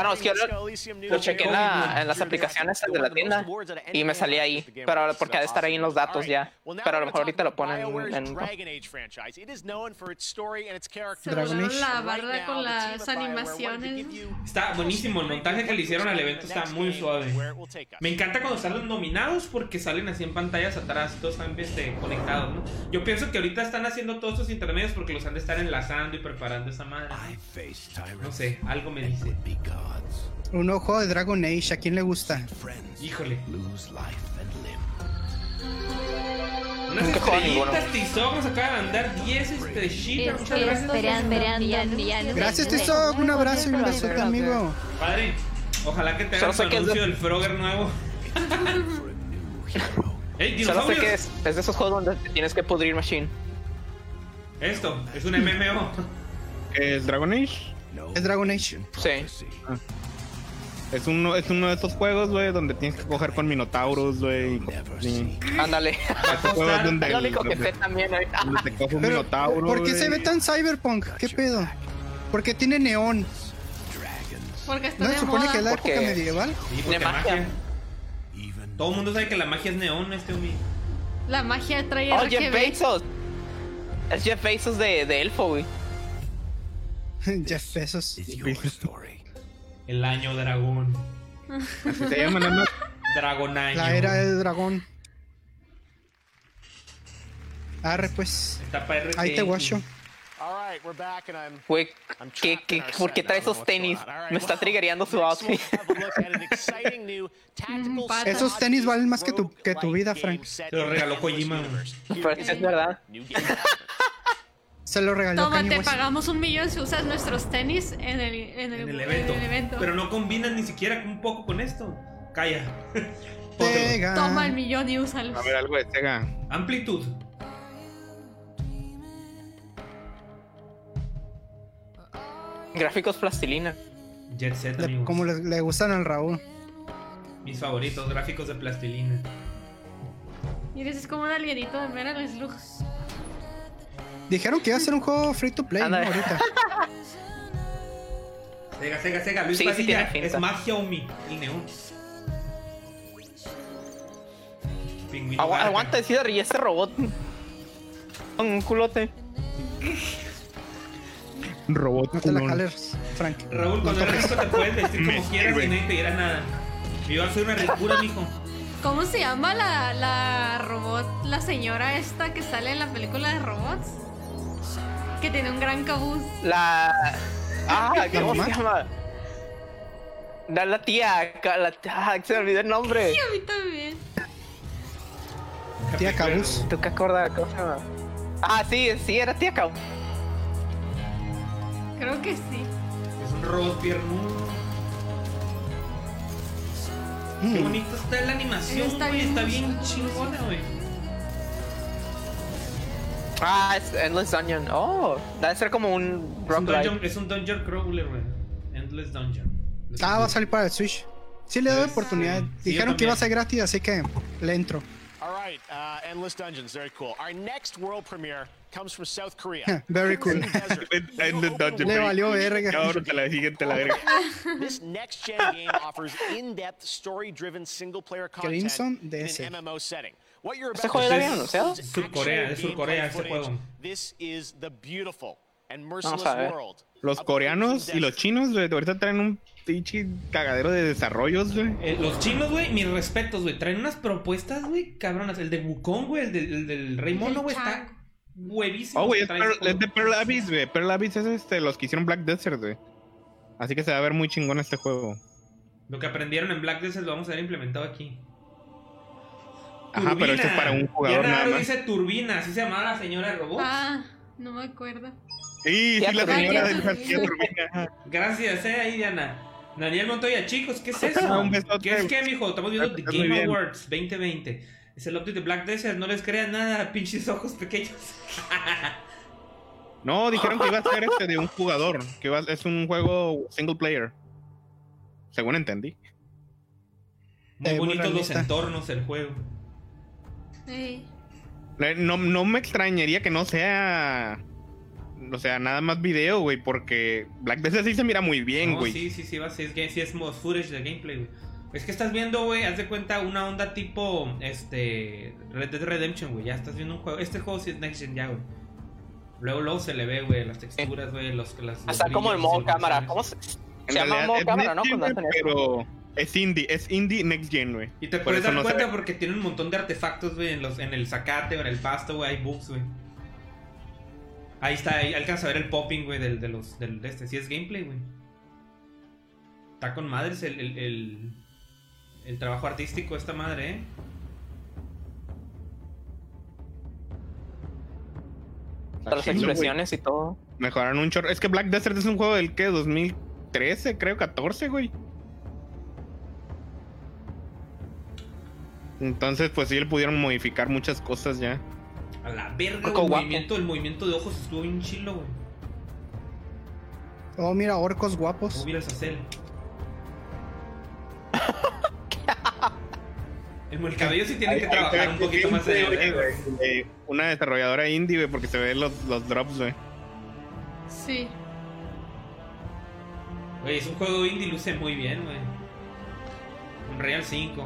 Speaker 3: no, es que yo lo, lo chequé en, la- en las aplicaciones de la tienda y me salía ahí. Pero ahora- porque ha de estar ahí en los datos ya. Pero a lo mejor ahorita lo ponen en. en-
Speaker 4: Dragon Age franchise. It is known for its story and its character.
Speaker 6: Dragon Age. La
Speaker 4: Right
Speaker 6: barra
Speaker 4: now, the team
Speaker 6: con las
Speaker 4: at BioWare wanted to
Speaker 6: animaciones.
Speaker 4: give you
Speaker 1: Está buenísimo, el montaje que le hicieron al evento está muy suave. Me encanta cuando están los nominados porque salen así en pantallas atrás, todos están este, conectados, ¿no? Yo pienso que ahorita están haciendo todos estos intermedios porque los han de estar enlazando y preparando esa madre. No sé, algo me dice.
Speaker 2: Un ojo de Dragon Age, ¿a quién le gusta?
Speaker 1: Híjole. Unas
Speaker 2: Nunca juego a ninguno.
Speaker 1: estrellitas, Tizoc nos acaba de mandar 10 este, shippers, muchas gracias.
Speaker 2: Gracias, Tizoc. Un abrazo y un besote, amigo.
Speaker 1: Padre, ojalá que te
Speaker 3: Solo
Speaker 1: hagas
Speaker 3: sé
Speaker 1: un
Speaker 3: que es de-
Speaker 1: anuncio del Frogger nuevo. Ey,
Speaker 3: Solo sé
Speaker 1: dinosaurios.
Speaker 3: que es, es de esos juegos donde te tienes que pudrir Machine.
Speaker 1: Esto, es un MMO.
Speaker 5: ¿El Dragon Age? Ah.
Speaker 2: ¿Es Dragon Age?
Speaker 3: Sí.
Speaker 5: Es uno, es uno de esos juegos, güey, donde tienes que coger con Minotauros, güey. y cosas así.
Speaker 3: Ándale.
Speaker 5: Esos juegos donde,
Speaker 3: Lo único que
Speaker 5: donde-
Speaker 3: sé también ahorita.
Speaker 5: donde te coge un
Speaker 2: Pero,
Speaker 5: Minotauro.
Speaker 2: ¿Por qué
Speaker 5: güey.
Speaker 2: se ve tan cyberpunk? ¿Qué pedo? ¿Por qué tiene neón?
Speaker 6: Porque
Speaker 2: ¿No
Speaker 6: está
Speaker 2: se
Speaker 6: de
Speaker 2: supone
Speaker 6: moda.
Speaker 2: que es la
Speaker 1: Porque-
Speaker 2: época medieval?
Speaker 1: Sí, porque magia. Todo el mundo sabe que la magia es neón, este homie.
Speaker 6: La magia trae
Speaker 3: Oh, Jeff
Speaker 6: RGB.
Speaker 3: Bezos. Es Jeff Bezos de, de Elfo, güey.
Speaker 2: Jeff Bezos.
Speaker 1: El año dragón.
Speaker 5: Así se llama, ¿no?
Speaker 1: Dragonaño.
Speaker 2: La era del dragón. Arre, pues.
Speaker 1: Está pa' RTX.
Speaker 2: Ahí te guacho.
Speaker 4: All right, we're back, and I'm
Speaker 3: Güey, ¿qué, qué, ¿por qué trae esos tenis? Me está triggereando su outfit.
Speaker 4: exciting new
Speaker 6: Mm-hmm.
Speaker 4: tactical
Speaker 2: Esos tenis valen más que tu, que tu vida, Frank.
Speaker 1: Se lo regaló Kojima. güey.
Speaker 3: Pero es verdad.
Speaker 2: Se lo regaló
Speaker 6: Toma,
Speaker 2: Kanye
Speaker 6: te
Speaker 2: West.
Speaker 6: pagamos un millón si usas nuestros tenis en el, en el,
Speaker 1: En el evento.
Speaker 6: en el evento.
Speaker 1: Pero no combinan ni siquiera un poco con esto. Calla.
Speaker 6: Toma el millón y úsalo.
Speaker 5: A ver, algo de Sega.
Speaker 1: Amplitud.
Speaker 3: Gráficos plastilina.
Speaker 1: Jet Set,
Speaker 2: Le-
Speaker 1: amigos.
Speaker 2: como le, le gustan al Raúl.
Speaker 1: Mis favoritos, gráficos de plastilina.
Speaker 6: Y eres es como un alienito de Meryl Slug.
Speaker 2: Dijeron que iba a ser un juego free to play, ¿no?
Speaker 1: Ándale.
Speaker 2: Ahorita.
Speaker 1: Sega, Sega, Sega. Luis
Speaker 3: Sí, sí
Speaker 1: Padilla.
Speaker 3: tiene pinta.
Speaker 1: es magia, homie. El neón. Pingüino
Speaker 3: Agua-
Speaker 1: Barca.
Speaker 3: aguanta, decida y ese robot. Con un culote.
Speaker 5: Robot.
Speaker 2: No te la cales, Frank.
Speaker 1: Raúl, cuando
Speaker 2: No
Speaker 1: eres
Speaker 2: toques.
Speaker 1: rico te puedes vestir
Speaker 2: Me
Speaker 1: como quieras
Speaker 2: sirve.
Speaker 1: y nadie te dirá nada. Yo iba a ser una ricura, mijo.
Speaker 3: Mm.
Speaker 6: ¿Cómo se llama la, la robot, la señora esta que sale en la película de robots? Que tiene un gran cabuz.
Speaker 3: La. Ah,
Speaker 6: ¿La
Speaker 3: ¿cómo
Speaker 6: mamá?
Speaker 3: se llama? La, la tía. ca- La, ah, se me olvidó el nombre.
Speaker 6: Y a mí también.
Speaker 2: Tía Cabuz.
Speaker 3: ¿Tú qué acordas? ¿Cómo se llama? Ah, sí, sí, era tía Cabuz.
Speaker 6: Creo que sí.
Speaker 1: Es un robot piernudo. Qué
Speaker 3: Mm.
Speaker 1: bonito está la animación,
Speaker 6: Está
Speaker 1: güey.
Speaker 6: bien
Speaker 1: Está bien chingona, güey.
Speaker 3: Ah, es Endless Dungeon. Oh, debe ser como un
Speaker 1: Es un
Speaker 3: roguelike.
Speaker 1: dungeon- Es un dungeon crawler, güey. Endless Dungeon.
Speaker 2: Ah, va a salir para el Switch. Sí le doy oportunidad.
Speaker 4: yo
Speaker 2: Dijeron que iba a
Speaker 4: también.
Speaker 2: ser gratis, así que le entro.
Speaker 4: All right, uh, Endless Dungeons, very cool. Our next world premiere comes from South
Speaker 2: Yeah,
Speaker 4: Korea.
Speaker 2: very cool. Le valió verga.
Speaker 5: Ahora te la dije, te la agrego.
Speaker 4: this next gen game offers in-depth story-driven single-player content
Speaker 2: Crimson
Speaker 4: in
Speaker 2: DS.
Speaker 4: an MMO setting. What you're
Speaker 2: ¿Este
Speaker 4: about
Speaker 2: juego ya
Speaker 4: to
Speaker 2: lo
Speaker 4: see
Speaker 2: habían anunciado?
Speaker 4: includes
Speaker 1: Surcorea,
Speaker 4: actual
Speaker 1: es Surcorea
Speaker 4: gameplay
Speaker 1: este
Speaker 4: footage.
Speaker 1: juego.
Speaker 4: This is the beautiful and merciless
Speaker 5: Vamos a ver.
Speaker 4: world.
Speaker 5: Los coreanos y los chinos, güey, ahorita traen un pinche cagadero de desarrollos, güey.
Speaker 1: Eh, los chinos, güey, mis respetos, güey. Traen unas propuestas, güey, cabronas. El de Wukong, güey, el, de- el del Rey Mono, güey, está huevísimo.
Speaker 5: Oh, güey, es,
Speaker 1: Traen-
Speaker 5: Pearl- es de Pearl Abyss, güey. Pearl Abyss es este, los que hicieron Black Desert, güey. Así que se va a ver muy chingón este juego.
Speaker 1: Lo que aprendieron en Black Desert lo vamos a ver implementado aquí.
Speaker 5: Ajá, pero este es para un jugador
Speaker 1: Diana
Speaker 5: nada
Speaker 1: Aro
Speaker 5: más.
Speaker 1: dice Turbina, así se llamaba la señora robot.
Speaker 6: Ah, no me acuerdo.
Speaker 5: Sí, sí, la
Speaker 1: Tía
Speaker 5: señora de
Speaker 1: Turbina.
Speaker 5: la tía Turbina.
Speaker 1: Gracias, eh, ahí Diana. Daniel Montoya, chicos, ¿qué es
Speaker 5: Ah,
Speaker 1: eso?
Speaker 5: un besote.
Speaker 1: ¿Qué es qué, mijo? Estamos viendo The
Speaker 5: Estás muy
Speaker 1: Game
Speaker 5: bien.
Speaker 1: Awards 2020. Es el update de Black Desert, no les crean nada, pinches ojos pequeños.
Speaker 5: No, dijeron que iba a ser este de un jugador. Que iba- es un juego single player. Según entendí.
Speaker 1: Muy
Speaker 5: Eh,
Speaker 1: bonitos los entornos del juego.
Speaker 6: Ey.
Speaker 5: Eh, No, no me extrañaría que no sea. O sea, nada más video, güey, porque Black Desert sí se mira muy bien,
Speaker 1: No,
Speaker 5: güey.
Speaker 1: sí, sí, sí, va, sí, es, game- sí, es mo- footage de gameplay, güey. Es que estás viendo, güey, haz de cuenta una onda tipo, este, Red Dead Redemption, güey. Ya estás viendo un juego. Este juego sí es Next Gen ya, güey. Luego, luego se le ve, güey, las texturas, güey, los, las... los
Speaker 3: Está como el
Speaker 1: brillos,
Speaker 3: modo cámara. ¿Cómo se,
Speaker 5: En
Speaker 3: se llama
Speaker 5: realidad
Speaker 3: modo
Speaker 5: es
Speaker 3: cámara,
Speaker 5: next
Speaker 3: no?
Speaker 5: gen,
Speaker 3: Cuando hacen
Speaker 5: güey,
Speaker 3: eso.
Speaker 5: pero es indie, es indie next gen, güey.
Speaker 1: Y te
Speaker 5: Por
Speaker 1: puedes
Speaker 5: eso
Speaker 1: dar
Speaker 5: no se
Speaker 1: cuenta
Speaker 5: ve.
Speaker 1: porque tiene un montón de artefactos, güey, en, los- en el zacate o en el pasto, güey, hay bugs, güey. Ahí está, ahí alcanza a ver el popping, güey, del, de los, del, de este. Sí es gameplay, güey. Está con madres el, el, el, el trabajo artístico de esta madre, eh.
Speaker 5: Está
Speaker 3: las
Speaker 5: chido, güey.
Speaker 3: expresiones y todo.
Speaker 5: Mejoraron un chorro. Es que Black Desert es un juego del que 2013, creo, 14, güey. Entonces, pues sí le pudieron modificar muchas cosas ya.
Speaker 1: A la verga,
Speaker 5: Coco
Speaker 1: güey, el
Speaker 5: guapo.
Speaker 1: movimiento, el movimiento de ojos estuvo bien chilo, güey.
Speaker 2: Oh, mira, orcos guapos.
Speaker 1: ¿Cómo vieras a Cell? El, el cabello sí tiene que trabajar un poquito más de...
Speaker 5: Eh, Una desarrolladora indie, güey, porque se ven los, los drops, güey.
Speaker 6: Sí.
Speaker 1: Güey, es un juego indie, luce muy bien, güey. Unreal 5.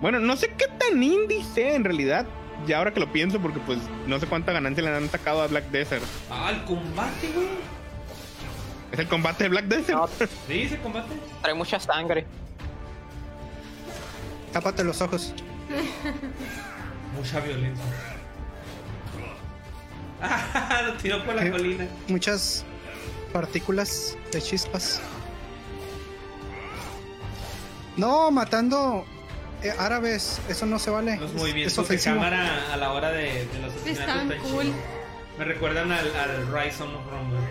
Speaker 5: Bueno, no sé qué tan indie sea en realidad. Ya ahora que lo pienso, porque pues no sé cuánta ganancia le han sacado a Black Desert.
Speaker 1: Ah, el combate, güey.
Speaker 5: Es el combate de Black Desert.
Speaker 1: Sí, ese combate.
Speaker 3: Trae mucha sangre.
Speaker 2: Tápate los ojos.
Speaker 1: Mucha violencia. Ah, lo tiró por la colina.
Speaker 2: Muchas partículas de chispas. No, matando eh, árabes, eso no se vale.
Speaker 1: Los
Speaker 2: Es- es
Speaker 1: movimientos de
Speaker 2: ofensivo.
Speaker 1: cámara a la hora de, de los asesinatos
Speaker 6: Están
Speaker 1: están
Speaker 6: cool.
Speaker 1: chidos. Me recuerdan al, al Rise of Rome, güey.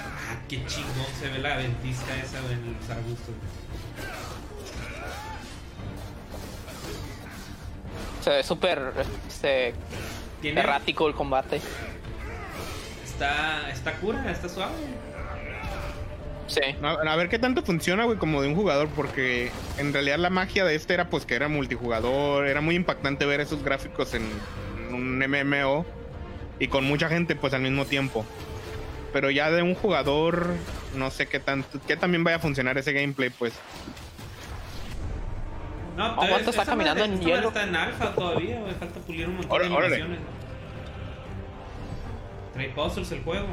Speaker 1: Ah, Qué chingón se ve la ventisca esa güey, en los arbustos.
Speaker 3: Se ve súper este,
Speaker 1: Tiene-
Speaker 3: errático el combate.
Speaker 1: Está, está cura, está suave.
Speaker 3: Sí.
Speaker 5: A, a ver qué tanto funciona, güey, como de un jugador, porque en realidad la magia de este era pues que era multijugador, era muy impactante ver esos gráficos en, en un MMO y con mucha gente pues al mismo tiempo. Pero ya de un jugador, no sé qué tanto, que también vaya a funcionar ese gameplay, pues.
Speaker 1: No,
Speaker 5: ¿cuánto
Speaker 1: todavía-
Speaker 5: está
Speaker 1: esa
Speaker 5: caminando
Speaker 1: madre-
Speaker 5: en
Speaker 1: esta madre
Speaker 5: hielo?
Speaker 1: Está en alfa todavía, güey. Falta pulir un montón
Speaker 5: Órale,
Speaker 1: de
Speaker 5: órale.
Speaker 1: animaciones. Trae puzzles el juego.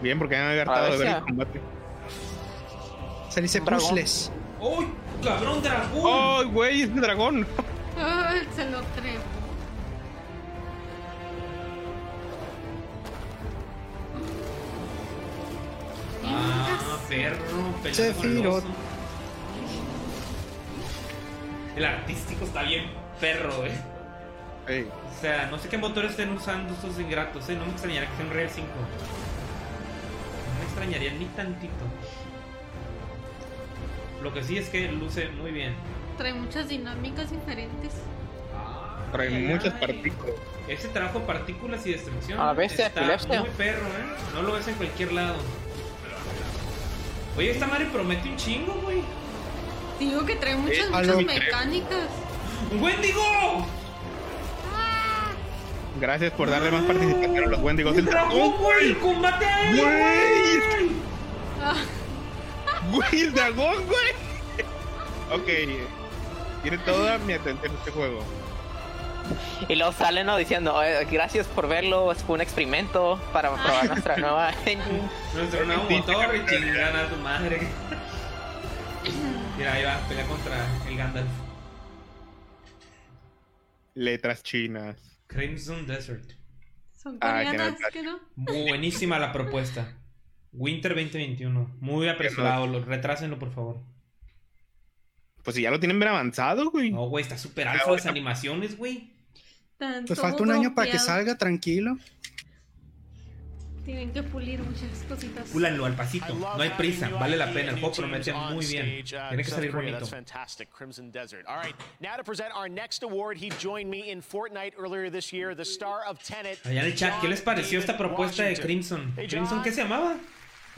Speaker 5: Bien, porque ya me había hartado de ver el combate.
Speaker 2: Se dice
Speaker 5: Dragón.
Speaker 2: puzzles.
Speaker 1: ¡Uy! ¡Cabrón, dragón!
Speaker 5: ¡Oh, güey! ¡Es un dragón!
Speaker 6: Ah, se lo trepo.
Speaker 1: Ah, perro, peleando con el
Speaker 2: Sephiroth.
Speaker 1: oso. El artístico está bien perro, güey. O sea, no sé qué motores estén usando estos ingratos, eh. No me extrañaría que sea un Real 5. No me extrañaría ni tantito. Lo que sí es que luce muy bien.
Speaker 6: Trae muchas dinámicas diferentes.
Speaker 5: trae muchas partículas.
Speaker 1: Ese trajo partículas y destrucción.
Speaker 3: A la bestia,
Speaker 1: Está
Speaker 3: epilepsia.
Speaker 1: muy perro, ¿eh? No lo ves en cualquier lado. Oye, esta madre promete un chingo, güey.
Speaker 6: Digo que trae muchas,
Speaker 1: Eh, a lo-
Speaker 6: muchas mecánicas.
Speaker 1: ¡Wendigo!
Speaker 5: Gracias por darle más participación a los Wendigos del dragón.
Speaker 1: güey! ¡Combate aéreo,
Speaker 5: ¡Güey!
Speaker 6: Ah,
Speaker 5: ¡Güey, el dragón, güey! Ok, tiene toda mi atención este juego.
Speaker 3: Y luego salen ¿no? diciendo, "Eh, gracias por verlo, fue un experimento para probar nuestra nueva engine.
Speaker 1: Nuestro nuevo motor y chingan a tu madre. Mira, ahí va, pelea contra el Gandalf.
Speaker 5: Letras chinas.
Speaker 1: Crimson Desert.
Speaker 6: son
Speaker 5: Ah, que no
Speaker 6: coreanas,
Speaker 5: hay
Speaker 6: que no.
Speaker 1: Buenísima la propuesta. Winter 2021. Muy apresurado. Lo, retrásenlo, por favor.
Speaker 5: Pues si ya lo tienen bien avanzado, güey.
Speaker 1: No, güey, está
Speaker 5: Ah,
Speaker 1: super alfa las animaciones, güey.
Speaker 6: Tan
Speaker 2: Pues
Speaker 6: todo
Speaker 2: falta un año para que
Speaker 6: dropeado.
Speaker 2: salga tranquilo.
Speaker 6: Tienen que pulir muchas cositas.
Speaker 1: Púlanlo al pasito. No hay prisa. Vale la pena. El juego promete muy bien. Tiene que salir bonito.
Speaker 4: That's fantastic, Crimson Desert. All right, now to present our next award. He joined me in Fortnite earlier this year, the star of Tenet.
Speaker 1: Allá en el chat,
Speaker 6: Ah,
Speaker 1: ¿qué les pareció esta propuesta de Crimson? ¿Crimson qué se llamaba?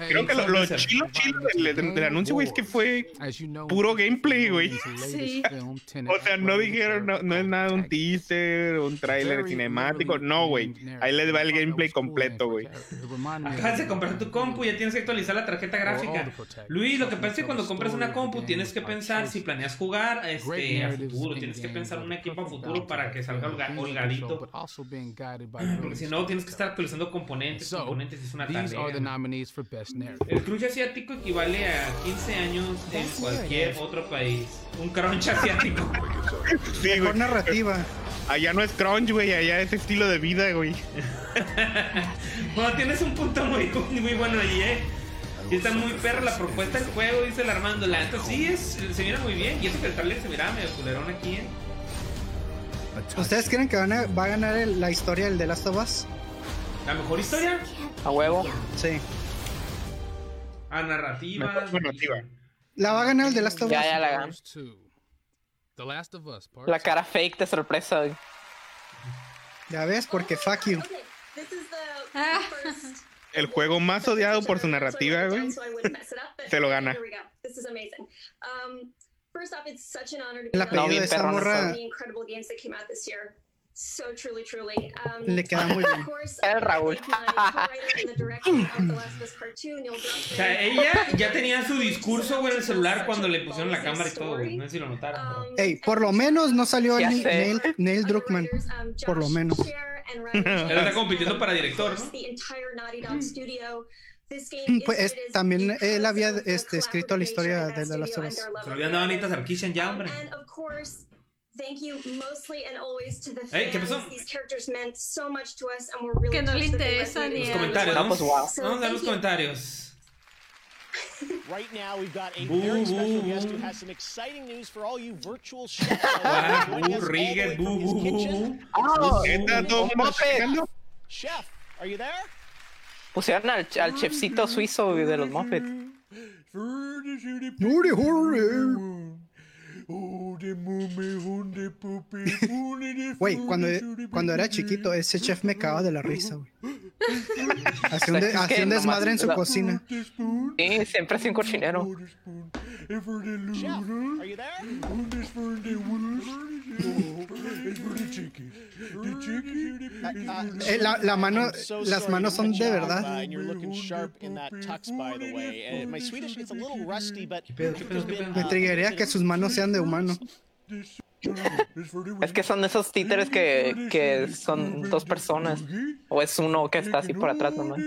Speaker 5: Creo que lo, lo chilo, chilo del, del- del anuncio, güey, es que fue puro gameplay, güey.
Speaker 6: Sí.
Speaker 5: O sea, no dijeron, no, no es nada un teaser, un tráiler cinemático, no, güey. Ahí les va el gameplay completo, güey.
Speaker 1: Acabas de comprar tu compu y ya tienes que actualizar la tarjeta
Speaker 5: Oh,
Speaker 1: gráfica. Luis, lo que pasa es que cuando compras una compu tienes que pensar si planeas jugar este, a futuro. Tienes que pensar un equipo a futuro para que salga holga- holgadito. Porque si no, tienes que estar actualizando componentes, componentes. Es una tarea. El crunch asiático equivale a 15 años en cualquier otro país. Un crunch asiático.
Speaker 5: Mejor narrativa. Allá no es crunch, güey, allá es estilo de vida, güey.
Speaker 1: Bueno, tienes un punto muy, muy bueno ahí, ¿eh? Sí está muy perra la propuesta del juego, dice el Armando. La neta sí es, se mira muy bien. Y eso que el trailer se miraba medio culerón aquí, ¿eh?
Speaker 2: ¿Ustedes creen que van a- va a ganar el- la historia del The Last of Us?
Speaker 1: ¿La mejor historia?
Speaker 3: A huevo.
Speaker 2: Sí.
Speaker 1: A narrativa.
Speaker 2: La va a ganar el The Last of Us.
Speaker 3: Ya, ya la ganan. La cara fake de sorpresa. güey.
Speaker 2: Ya ves, porque fuck you.
Speaker 5: El juego más odiado por su narrativa, güey.
Speaker 7: So I wouldn't mess it up. But
Speaker 5: Se lo gana.
Speaker 7: Here we go. This is amazing. Um, first off, it's such an honor to be
Speaker 2: El
Speaker 7: on
Speaker 2: apellido de
Speaker 7: this
Speaker 2: esa
Speaker 7: list of
Speaker 2: morra-
Speaker 7: the incredible games that came out this year. So truly, truly. Um,
Speaker 2: Le queda muy bien.
Speaker 7: Of course,
Speaker 3: El Raúl.
Speaker 7: I thank my co-writer and the director of The Last of Us Part Two, Neil
Speaker 1: O
Speaker 7: Druckmann.
Speaker 1: sea, ella ya tenía su discurso, güey, en el celular cuando le pusieron la cámara y todo, güey. No sé si lo notaron. pero-
Speaker 2: Ey, por lo menos no salió
Speaker 1: Ya
Speaker 2: Ni-
Speaker 1: sé.
Speaker 2: Neil, Neil Druckmann. Por lo menos.
Speaker 1: Él está compitiendo para director,
Speaker 7: Of course,
Speaker 1: ¿no? Mm.
Speaker 7: The entire Naughty Dog studio. This game is
Speaker 2: Pues es- también él había este, escrito la historia de The Last of Us.
Speaker 1: Se lo habían dado a Anita Sarkeesian ya, hombre.
Speaker 7: And of course, thank you mostly and always to the fans.
Speaker 1: Hey, ¿qué pasó?
Speaker 7: These characters meant so much to us and we're really
Speaker 6: Que no le
Speaker 7: touched that they
Speaker 6: interesa
Speaker 7: resonated
Speaker 6: ni
Speaker 7: with
Speaker 1: Los
Speaker 7: us.
Speaker 1: comentarios.
Speaker 3: Ah, pues,
Speaker 1: Vamos,
Speaker 3: wow.
Speaker 1: vamos a dar los comentarios.
Speaker 4: Right now, we've got a
Speaker 1: Boo,
Speaker 4: very special
Speaker 1: boo,
Speaker 4: guest
Speaker 1: boo.
Speaker 4: who has some exciting news for all you virtual chefs.
Speaker 1: Ah, uh,
Speaker 4: Joining
Speaker 1: bu,
Speaker 4: us all the
Speaker 1: Riget,
Speaker 4: way
Speaker 1: bu,
Speaker 4: from his
Speaker 1: bu, bu,
Speaker 4: kitchen.
Speaker 1: bu.
Speaker 3: Ah,
Speaker 5: Neta, todo el mundo checando.
Speaker 4: Chef, are you there?
Speaker 3: Pusieron al, al chefcito suizo güey, de los Muppets.
Speaker 2: Hurry, hurry. Güey, cuando, cuando era chiquito, ese chef me cagaba de la risa, güey. Hacía un, de-
Speaker 3: Es que
Speaker 2: hacía un
Speaker 3: nomás-
Speaker 2: desmadre en su
Speaker 3: la-
Speaker 2: cocina.
Speaker 3: Sí, siempre es un cochinero.
Speaker 4: Chef, are you there?
Speaker 2: Eh, la, la mano,
Speaker 4: So
Speaker 2: las
Speaker 4: sorry
Speaker 2: manos
Speaker 4: to
Speaker 2: son
Speaker 4: cut
Speaker 2: de
Speaker 4: you off,
Speaker 2: verdad.
Speaker 4: uh, and you're looking sharp in that tux, by the way. And my Swedish is a little rusty, but there's been,
Speaker 2: Me
Speaker 4: uh,
Speaker 2: triguería que sus manos sean de humano.
Speaker 3: Es que son esos títeres que, que son dos personas. O es uno que está así por atrás nomás.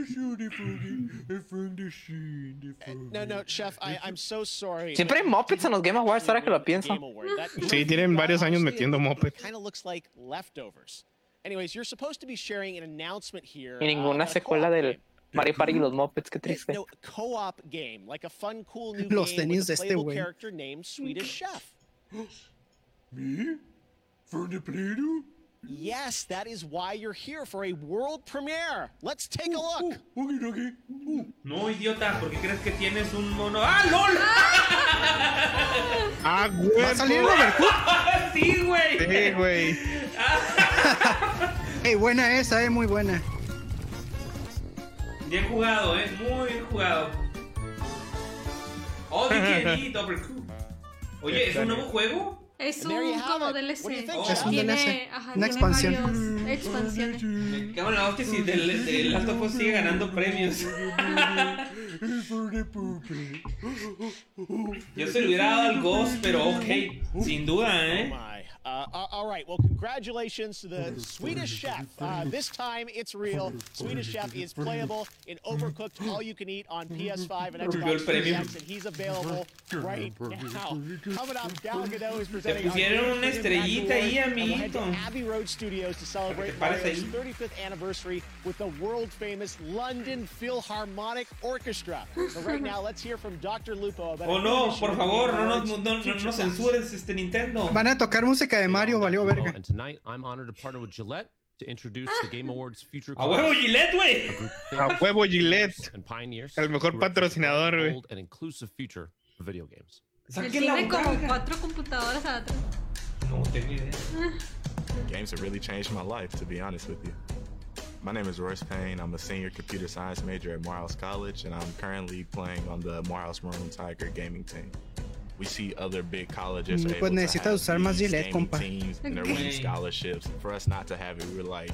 Speaker 4: No, no, chef, I, I'm so sorry.
Speaker 3: Siempre hay Muppets en los Game Awards, ahora que lo pienso.
Speaker 5: Sí, tienen varios años metiendo moped.
Speaker 4: Kind of looks like leftovers. Anyways, you're supposed to be sharing an announcement here.
Speaker 3: Y
Speaker 4: uh,
Speaker 3: ninguna
Speaker 4: about a
Speaker 3: secuela del Mario Party y los Muppets, qué triste.
Speaker 4: No, co-op game, like a fun, cool new
Speaker 2: Los
Speaker 4: game
Speaker 2: tenis
Speaker 4: with
Speaker 2: de
Speaker 4: a
Speaker 2: este
Speaker 4: playable
Speaker 2: güey.
Speaker 4: character named Swedish Chef.
Speaker 13: ¿Me? ¿Ferndeplero?
Speaker 4: Yes, that is why you're here for a world premiere. Let's take a look.
Speaker 1: No, idiota, porque crees que tienes un mono. ¡Ah, LOL!
Speaker 5: ¡Ah, güey!
Speaker 2: ¿Va a salir Robert
Speaker 1: ¡Sí, güey!
Speaker 5: Sí, güey.
Speaker 2: Ey, buena esa, eh, muy buena.
Speaker 1: Bien jugado, eh. Muy bien jugado. Oh, DKD, Double Coup. Oye, ¿es un nuevo juego?
Speaker 6: Es un como DLC.
Speaker 2: Es un DLC.
Speaker 6: Tiene,
Speaker 2: Una
Speaker 6: ajá, tiene
Speaker 2: expansión.
Speaker 6: varios expansiones.
Speaker 1: Cabrón, la hostia, si del, del Last of Us sigue ganando premios. Yo se lo hubiera dado al Ghost, pero ok, sin duda, eh.
Speaker 4: Uh, a- all right. Well, congratulations to the Swedish Chef. Uh, this time it's real. Swedish Chef is playable in Overcooked, all you can eat on PS5 and
Speaker 1: Reveal
Speaker 4: Xbox Series
Speaker 1: premium.
Speaker 4: X, and he's available right now. Coming up, Gal Gadot is presenting our Game
Speaker 1: pusieron
Speaker 4: Freedom
Speaker 1: una
Speaker 4: Back
Speaker 1: estrellita ahí,
Speaker 4: Award, and we'll head to
Speaker 1: amiguito.
Speaker 4: Abbey Road Studios to celebrate
Speaker 1: Para que te pares
Speaker 4: Mario's
Speaker 1: ahí.
Speaker 4: 35th anniversary with the world famous London Philharmonic Orchestra. So right now, let's hear from Dr. Lupo about
Speaker 1: Oh
Speaker 4: a new
Speaker 1: no,
Speaker 4: initiative
Speaker 1: por favor, no nos
Speaker 4: towards
Speaker 1: no, no, no nos censures este Nintendo.
Speaker 2: Van a tocar música de Mario, valió verga.
Speaker 13: And tonight, I'm honored to partner with Gillette to introduce the Game Awards future.
Speaker 1: A huevo Gillette, güey.
Speaker 5: A huevo Gillette.
Speaker 13: And pioneers.
Speaker 5: El mejor
Speaker 13: who represent
Speaker 5: patrocinador,
Speaker 13: a
Speaker 5: güey.
Speaker 13: bold and inclusive future of video games.
Speaker 6: Él tiene como cuatro computadoras atrás.
Speaker 1: No tengo idea.
Speaker 14: Games have really changed my life, to be honest with you. My name is Royce Payne. I'm a senior computer science major at Morehouse College, and I'm currently playing on the Morehouse Maroon Tiger gaming team. We see other big colleges are
Speaker 2: Mm, Pues
Speaker 14: able to
Speaker 2: necesitas usar más Gillette,
Speaker 14: gaming
Speaker 2: compa.
Speaker 14: teams and they're winning
Speaker 2: Okay.
Speaker 14: scholarships. For us not to have it, we were like,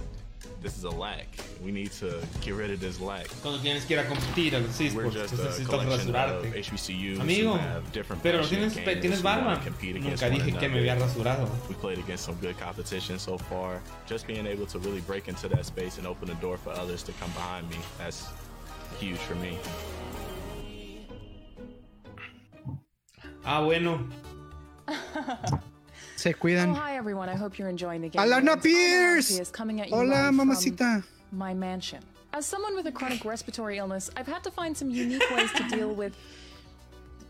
Speaker 14: this is a lack. We need to get rid of this lack.
Speaker 1: Cuando tienes que ir a competir a los
Speaker 14: We're
Speaker 1: esports,
Speaker 14: just
Speaker 1: entonces
Speaker 14: a
Speaker 1: necesitas
Speaker 14: collection of
Speaker 1: rasurarte.
Speaker 14: HBCUs
Speaker 1: Amigo,
Speaker 14: who have different
Speaker 1: pero
Speaker 14: passionate
Speaker 1: tienes, pe-
Speaker 14: gamers
Speaker 1: tienes
Speaker 14: who wanna
Speaker 1: barba.
Speaker 14: compete against
Speaker 1: Nunca
Speaker 14: one
Speaker 1: dije que me
Speaker 14: another.
Speaker 1: había rasurado.
Speaker 14: We played against some good competition so far. Just being able to really break into that space and open the door for others to come behind me, that's huge for me.
Speaker 1: Ah, bueno.
Speaker 2: Se cuidan.
Speaker 15: Oh, hi everyone. I hope you're enjoying the game.
Speaker 2: Alana
Speaker 15: Awards.
Speaker 2: Pierce.
Speaker 15: Alana is coming at you
Speaker 2: Hola,
Speaker 15: live from
Speaker 2: mamacita.
Speaker 15: my mansion. As someone with a chronic respiratory illness, I've had to find some unique ways to deal with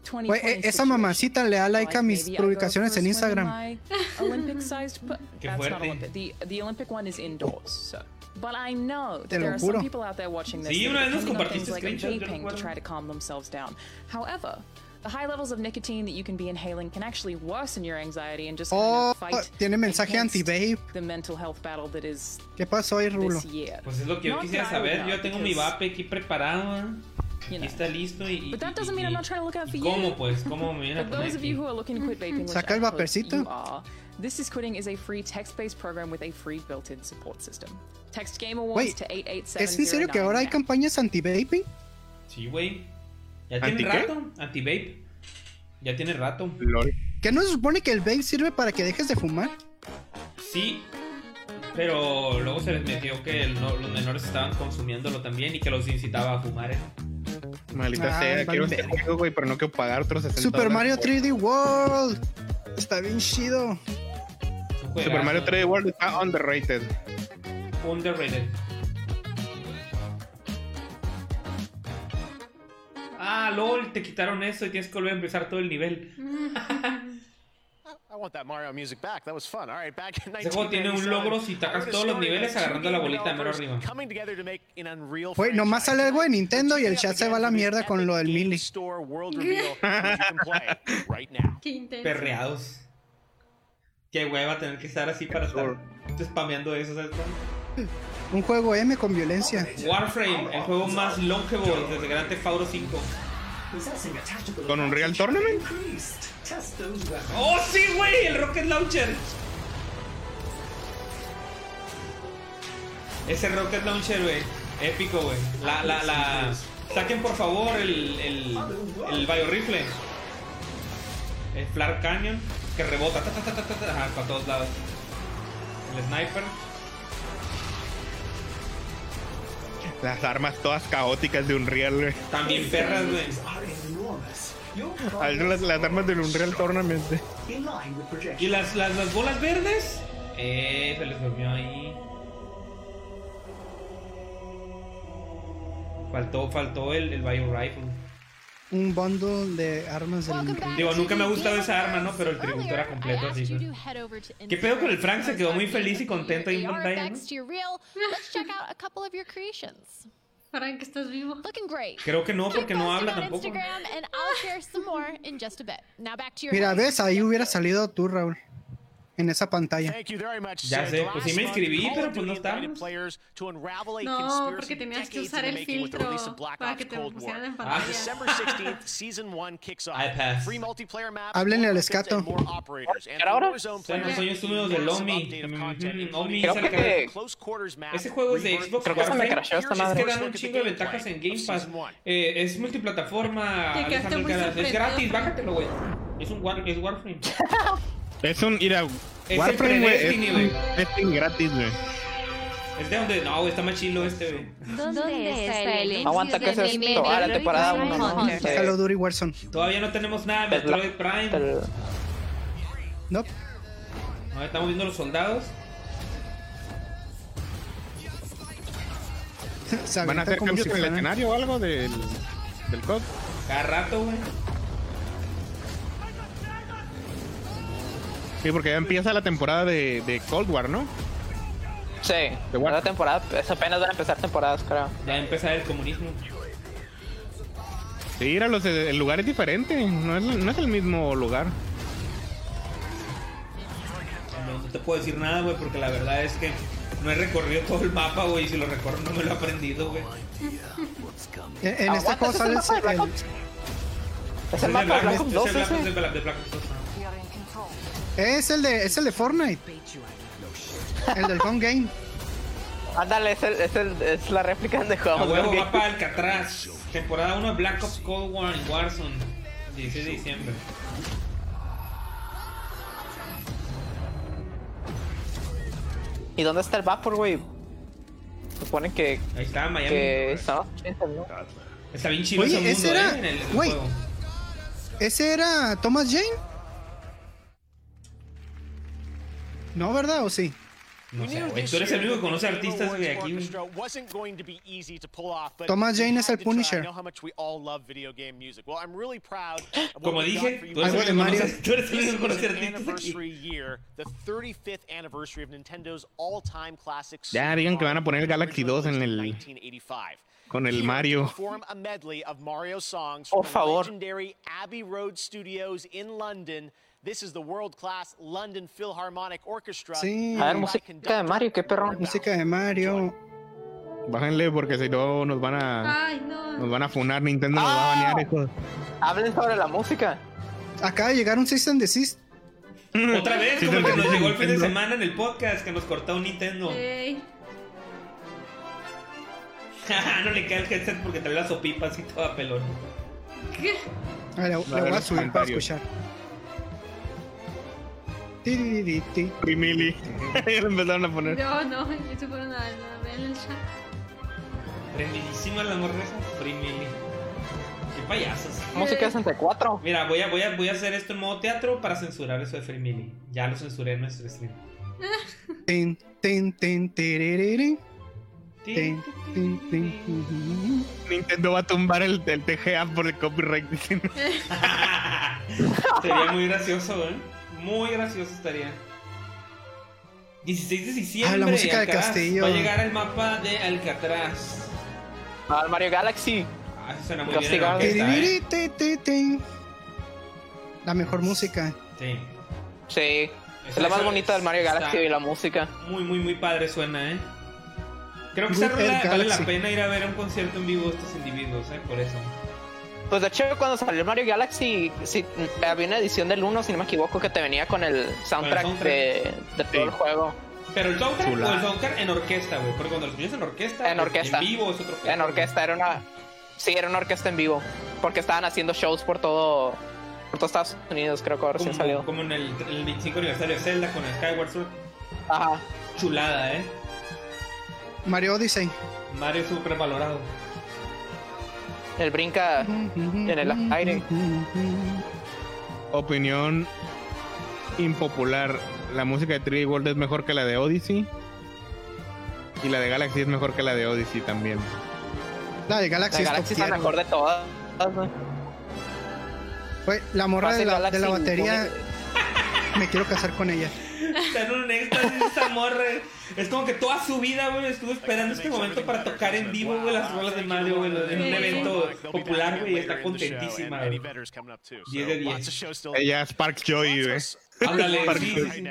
Speaker 15: 2020
Speaker 2: Güey, e- eh, esa mamacita le da like a mis
Speaker 15: Maybe I go
Speaker 2: publicaciones
Speaker 15: for a
Speaker 2: en
Speaker 15: swim in
Speaker 2: Instagram.
Speaker 15: my Olympic-sized, but that's not
Speaker 1: fuerte.
Speaker 15: Olympic. The the Olympic one is indoors. So. But I know that
Speaker 1: Te lo
Speaker 15: there are some
Speaker 1: juro.
Speaker 15: people out there watching this
Speaker 1: Sí,
Speaker 15: that
Speaker 1: una
Speaker 15: are
Speaker 1: vez nos
Speaker 15: depending on
Speaker 1: compartiste
Speaker 15: things like
Speaker 1: screenshots, yo
Speaker 15: vaping to
Speaker 1: recuerdo.
Speaker 15: try to calm themselves down. However, the high levels of nicotine that you can be inhaling can actually worsen your anxiety and just kind
Speaker 2: Oh,
Speaker 15: of fight
Speaker 2: tiene mensaje anti-vape.
Speaker 15: the mental health battle that is
Speaker 2: ¿Qué pasó ahí, Rulo?
Speaker 15: this year.
Speaker 1: Pues es lo que yo
Speaker 15: Not
Speaker 1: quisiera
Speaker 15: that I
Speaker 1: saber.
Speaker 15: would
Speaker 1: Yo
Speaker 15: know,
Speaker 1: tengo mi
Speaker 15: because-
Speaker 1: vape aquí preparado. eh. Aquí está listo y.
Speaker 15: But that doesn't mean I'm not trying to look out for you.
Speaker 1: ¿Cómo, pues? ¿Cómo me viene a
Speaker 15: For
Speaker 1: poner
Speaker 15: those of you
Speaker 1: aquí?
Speaker 15: who are looking to quit vaping, which
Speaker 2: Saca el
Speaker 15: I hope
Speaker 2: vaporcito.
Speaker 15: you are, This is Quitting is a free text-based program with a free built-in support system. Text Game Awards
Speaker 2: Güey,
Speaker 15: to
Speaker 2: ¿Es en serio que
Speaker 15: 88709.
Speaker 2: ahora hay campañas anti-vaping?
Speaker 1: Sí, güey. Ya tiene
Speaker 2: ¿Anti qué?
Speaker 1: rato. Anti-vape. Ya tiene rato.
Speaker 2: ¿Que no se supone que el vape sirve para que dejes de fumar?
Speaker 1: Sí, pero luego se les metió que el- no- los menores estaban consumiéndolo también y que los incitaba a fumar. ¿eh?
Speaker 5: Maldita
Speaker 1: Ah,
Speaker 5: sea,
Speaker 1: vale
Speaker 5: quiero
Speaker 1: verga.
Speaker 5: este juego, güey, pero no quiero pagar otros 60
Speaker 2: Super Mario
Speaker 5: dólares.
Speaker 2: 3D World. Está bien chido.
Speaker 1: ah.
Speaker 5: Super Mario 3D World está underrated.
Speaker 1: Underrated. Ah, lol, te quitaron eso y tienes que volver a empezar todo el nivel.
Speaker 4: I want that Mario music back. That was fun. All right, back in
Speaker 1: Ese juego tiene un
Speaker 4: 1997,
Speaker 1: logro si
Speaker 4: I
Speaker 1: tacas
Speaker 4: wrote a
Speaker 1: todos los
Speaker 4: story
Speaker 1: niveles
Speaker 4: about
Speaker 1: agarrando la bolita de mero
Speaker 4: developers
Speaker 1: arriba.
Speaker 4: coming together to make an Unreal
Speaker 2: Güey, nomás sale algo de Nintendo y el chat se va a la mierda con lo del Mili.
Speaker 4: Store World Reveal that you can play right now.
Speaker 1: Perreados. Qué hueva tener que estar así para estar spameando eso, ¿sabes? cómo?
Speaker 2: Un juego M con violencia.
Speaker 1: Warframe, el juego más longevo desde Grand Theft Auto 5.
Speaker 5: ¿Con un Real Tournament?
Speaker 1: ¡Oh, sí, güey! El Rocket Launcher. Ese Rocket Launcher, güey. Épico, güey.
Speaker 4: Ah,
Speaker 1: La, la, la. Saquen por favor el. El. El biorifle. El Flar Canyon. Que rebota. ta, ta, ta, ta, ta, ta, ajá, para todos lados. El sniper.
Speaker 5: Las armas todas caóticas de Unreal, güey.
Speaker 1: También
Speaker 5: Este
Speaker 1: perras, güey.
Speaker 5: Algo Las, las armas del Unreal Tournament. güey.
Speaker 1: Y las, las, las bolas verdes. Eh, se les durmió ahí. Faltó, faltó el, el Bio Rifle.
Speaker 2: un bundle de armas del Nintendo.
Speaker 1: Digo, nunca me ha gustado esa arma, ¿no? Pero el tributo era completo, así. ¿no? ¿Qué pedo con el Frank? Se quedó muy feliz y contento ahí en pantalla, ¿no?
Speaker 16: Thanks to your reel, let's check out a couple of your creations.
Speaker 6: Frank, estás vivo.
Speaker 16: Looking great.
Speaker 1: Creo que no, porque no habla
Speaker 16: On
Speaker 1: tampoco.
Speaker 16: Instagram, and I'll share some more in just a bit. Now back to your.
Speaker 2: Mira, ves, ahí hubiera salido tú, Raúl. En esa pantalla.
Speaker 1: Ya sé, pues sí me inscribí, pero pues no estaba.
Speaker 4: players to unravel a
Speaker 6: No,
Speaker 4: conspiracy
Speaker 6: porque tenías que
Speaker 4: decades
Speaker 6: usar
Speaker 4: in the
Speaker 6: el
Speaker 4: making with the
Speaker 6: filtro
Speaker 4: release of Black
Speaker 6: para
Speaker 4: Ops
Speaker 6: que te
Speaker 4: Cold War.
Speaker 6: pusieran en
Speaker 4: On
Speaker 6: pantalla.
Speaker 4: December 16th, Season 1 kicks off.
Speaker 1: Ah. I pass.
Speaker 4: Free multiplayer map,
Speaker 2: Háblenle al
Speaker 4: more content,
Speaker 2: escato.
Speaker 4: more operators, and
Speaker 1: ahora?
Speaker 4: Warzone
Speaker 1: Sean los
Speaker 4: players
Speaker 1: sueños
Speaker 4: can
Speaker 1: húmedos
Speaker 4: get
Speaker 1: del
Speaker 4: some
Speaker 1: Omi.
Speaker 4: updated
Speaker 1: Ujú,
Speaker 4: content,
Speaker 1: Omi,
Speaker 4: including
Speaker 1: saca-
Speaker 4: updated close quarters map,
Speaker 1: Ese juego es de
Speaker 4: reworked
Speaker 1: Xbox.
Speaker 4: Creo que se me
Speaker 1: Warframe.
Speaker 4: crasheó esta
Speaker 1: Es que
Speaker 4: madre.
Speaker 1: dan un chingo de ventajas en Game Pass. Eh, es multiplataforma,
Speaker 6: Te quedaste
Speaker 1: Alejandro
Speaker 6: muy
Speaker 1: Alcaraz. Es
Speaker 6: sorprendido,
Speaker 1: gratis, bájatelo, güey. Es un war, es Warframe.
Speaker 5: Es un. Mira,
Speaker 1: el
Speaker 5: Warframe, güey. Es,
Speaker 1: pre-Destiny,
Speaker 5: un Destiny gratis, güey.
Speaker 1: Es de donde. No, güey, está más chilo este, güey.
Speaker 16: ¿Dónde está el
Speaker 3: Aguanta que eso es toda la temporada uno, ¿no? Sí.
Speaker 2: Call of Duty Warzone.
Speaker 1: Todavía no tenemos nada de Metroid Prime.
Speaker 2: No.
Speaker 1: Ahora estamos viendo los soldados.
Speaker 2: Se
Speaker 5: ¿Van
Speaker 2: avienta
Speaker 5: a hacer
Speaker 2: como
Speaker 5: cambios
Speaker 2: si
Speaker 5: en el
Speaker 2: fueran-
Speaker 5: escenario o algo del, del COD?
Speaker 1: Cada rato, güey.
Speaker 5: Sí, porque ya empieza la temporada de, de Cold War, ¿no?
Speaker 3: Sí, nueva temporada, es apenas van a empezar temporadas, creo.
Speaker 1: Ya empieza el comunismo.
Speaker 5: Sí, mira, los, el lugar es diferente. No es, no es el mismo lugar.
Speaker 1: No, no te puedo decir nada, güey, porque la verdad es que no he recorrido todo el mapa, güey. Y si lo recorro, no me lo he aprendido, güey.
Speaker 2: En, en este juego sale el- el-
Speaker 1: Es
Speaker 2: el mapa de Black Ops 2
Speaker 1: este Es el
Speaker 2: ese?
Speaker 1: Black Ops de Black- de Black Ops 2.
Speaker 2: Es el de, es el de Fortnite. El del home game.
Speaker 3: Ándale, es, el, es, el, es la réplica de
Speaker 1: A
Speaker 3: juego.
Speaker 1: huevo mapa Alcatraz. Temporada 1 de Black Ops Cold War en Warzone. 16 de diciembre.
Speaker 3: ¿Y dónde está el Vapor, güey? Supone que.
Speaker 1: Ahí está, Miami.
Speaker 3: Que está.
Speaker 1: Está bien chido
Speaker 2: Oye,
Speaker 1: ese
Speaker 2: ese
Speaker 1: mundo, eh,
Speaker 2: era.
Speaker 1: en el- el
Speaker 2: Güey.
Speaker 1: juego.
Speaker 2: ¿Ese era Thomas Jane? No, ¿verdad? ¿O sí?
Speaker 1: No sé, güey. Tú eres el único que conoce artistas, güey, aquí. güey.
Speaker 4: Orchestra wasn't going to be easy to pull off, but
Speaker 2: Thomas
Speaker 4: we
Speaker 2: Jane es
Speaker 4: had
Speaker 2: el
Speaker 4: to try.
Speaker 2: Punisher.
Speaker 4: I know how much we all love video game music. Well, I'm really proud of what
Speaker 1: Como
Speaker 4: we got
Speaker 1: dije,
Speaker 4: for you
Speaker 1: tú eres
Speaker 4: guys.
Speaker 1: el que conoce- tú eres el único que
Speaker 4: This is
Speaker 1: conoce
Speaker 4: an
Speaker 1: artistas aquí.
Speaker 4: anniversary year, the 35th anniversary of Nintendo's all-time classic
Speaker 5: Ya
Speaker 4: Super
Speaker 5: digan que van a
Speaker 4: Mario,
Speaker 5: poner el Galaxy 2 en el.
Speaker 4: 1985.
Speaker 5: Con el
Speaker 4: Here to
Speaker 5: Mario.
Speaker 4: perform a medley of Mario songs from
Speaker 5: Por
Speaker 4: the
Speaker 5: favor.
Speaker 4: legendary Abbey Road Studios in London. This is the world-class London Philharmonic Orchestra.
Speaker 2: Sí.
Speaker 4: led by
Speaker 2: de Mario, qué perro. Música de Mario.
Speaker 5: Bájenle porque si no nos van a.
Speaker 6: Ay, no.
Speaker 5: Nos van a funar, Nintendo nos va a banear eso.
Speaker 3: Ah. Hablen sobre la música.
Speaker 2: Acaba de llegar un System Desist.
Speaker 1: Otra vez,
Speaker 5: Sí,
Speaker 1: como el que
Speaker 5: sí,
Speaker 1: nos
Speaker 5: sí,
Speaker 1: llegó el fin de
Speaker 5: Nintendo.
Speaker 1: semana en el podcast que nos cortó un Nintendo.
Speaker 6: Ey.
Speaker 1: Jaja, no le cae el headset porque trae las sopipas y toda pelón.
Speaker 6: ¿Qué?
Speaker 2: A ver, Ah, la-
Speaker 5: Va a
Speaker 2: la
Speaker 5: ver
Speaker 2: voy a
Speaker 5: los
Speaker 2: subir para
Speaker 5: comentarios.
Speaker 2: escuchar. Tiririti.
Speaker 5: Primili. ya lo empezaron a poner.
Speaker 6: No, no, yo se fueron a a ver el chat.
Speaker 1: Primilísima la morreza. Primili. Qué payasos.
Speaker 3: Música de 64.
Speaker 1: Mira, voy a, voy, a, voy a hacer esto en modo teatro para censurar eso de Fremili. Ya lo censuré en nuestro stream.
Speaker 2: Tin, tin, tin, tiriririn.
Speaker 1: Tin,
Speaker 2: Tin, tin, tin, tin.
Speaker 5: Nintendo va a tumbar el, el TGA por el copyright. diciendo.
Speaker 1: Sería muy gracioso, ¿eh? Muy gracioso estaría. 16 de diciembre.
Speaker 2: Ah, la música de
Speaker 1: Alcaraz.
Speaker 2: Castillo.
Speaker 1: Va a llegar el mapa de Alcatraz.
Speaker 3: Al Mario Galaxy.
Speaker 1: Ah, eso suena muy bien en
Speaker 3: Castigado.
Speaker 1: orquesta, ¿eh?
Speaker 2: Tiriri, ti, ti, ti. La mejor música.
Speaker 1: Sí.
Speaker 3: Sí. Es la
Speaker 1: Eso-
Speaker 3: más bonita del Mario
Speaker 1: está
Speaker 3: Galaxy y la música.
Speaker 1: Muy, muy, muy padre suena, ¿eh? Creo que esa
Speaker 3: Good
Speaker 1: rola
Speaker 3: Air
Speaker 1: vale la
Speaker 3: Galaxy.
Speaker 1: pena ir a ver a un concierto en vivo de estos individuos, ¿eh? Por eso.
Speaker 3: Pues de hecho, cuando salió el Mario Galaxy, sí, mm, había una edición del 1, si no me equivoco, que te venía con el soundtrack,
Speaker 1: soundtrack.
Speaker 3: de, de todo el juego.
Speaker 1: Pero el soundtrack
Speaker 3: Chulada.
Speaker 1: o el soundtrack en orquesta, güey. Porque cuando lo escuchas en orquesta, pues,
Speaker 3: En orquesta.
Speaker 1: en vivo es otro pedo.
Speaker 3: En orquesta, era una. Sí, era una orquesta en vivo. Porque estaban haciendo shows por todo. Por todo Estados Unidos, creo que ahora sí salió.
Speaker 1: Como, como en el, el 25 aniversario de Zelda con el Skyward Sword.
Speaker 3: Ajá.
Speaker 1: Chulada, ¿eh?
Speaker 2: Mario Odyssey.
Speaker 1: Mario super valorado.
Speaker 3: El brinca en el aire.
Speaker 5: Opinión impopular. La música de 3D World es mejor que la de Odyssey. Y la de Galaxy es mejor que la de Odyssey también.
Speaker 2: La de
Speaker 3: La
Speaker 2: Galaxy es top
Speaker 3: Galaxy es la
Speaker 2: tier,
Speaker 3: mejor de todas. ¿no?
Speaker 2: Güey, la morra
Speaker 3: Pase
Speaker 2: de la,
Speaker 3: Galaxy
Speaker 2: de la
Speaker 3: con-
Speaker 2: batería. Me quiero casar con ella.
Speaker 1: Está en un éxtasis esa morra. Es como que toda su vida, güey, estuvo esperando este momento para tocar en vivo, güey, las rolas de Mario, güey, en un evento popular, güey, y está contentísima, güey. 10 de 10.
Speaker 5: Ella es Park Joy, güey.
Speaker 1: Háblale,
Speaker 5: Park
Speaker 1: sí,
Speaker 5: Joy.
Speaker 1: sí, sí.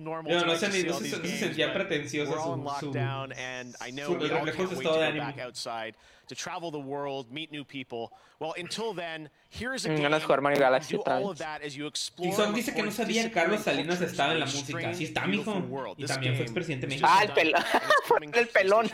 Speaker 4: normal.
Speaker 1: Yo
Speaker 4: to
Speaker 1: no
Speaker 4: like
Speaker 1: sé
Speaker 4: to
Speaker 1: ni,
Speaker 4: see
Speaker 1: no
Speaker 4: all
Speaker 1: se,
Speaker 4: these
Speaker 1: no se
Speaker 4: games,
Speaker 1: sentía
Speaker 4: but
Speaker 1: pretenciosa
Speaker 4: we're all in
Speaker 1: su, su,
Speaker 4: lockdown, and I know
Speaker 1: su
Speaker 4: we all
Speaker 1: reflejo,
Speaker 4: can't
Speaker 1: su
Speaker 4: wait to
Speaker 1: estado de
Speaker 4: go back
Speaker 1: ánimo.
Speaker 4: outside to travel the world, meet new people. Well, until then, here's a
Speaker 3: Mm,
Speaker 4: game.
Speaker 3: ganas de jugar Mario
Speaker 4: You
Speaker 3: Galaxy
Speaker 4: do
Speaker 3: otra
Speaker 4: all
Speaker 3: vez.
Speaker 4: of that as you explore
Speaker 1: Tizón dice que no
Speaker 4: McCoy's
Speaker 1: sabía que Carlos
Speaker 4: disappearing
Speaker 1: Salinas
Speaker 4: cultures
Speaker 1: estaba en la
Speaker 4: and
Speaker 1: música.
Speaker 4: strange,
Speaker 1: Sí está,
Speaker 4: beautiful
Speaker 1: mijo.
Speaker 4: world.
Speaker 1: Y
Speaker 4: This
Speaker 1: también fue
Speaker 4: game
Speaker 1: expresidente de
Speaker 4: is
Speaker 1: México.
Speaker 3: Ah, el pelón. el pelón.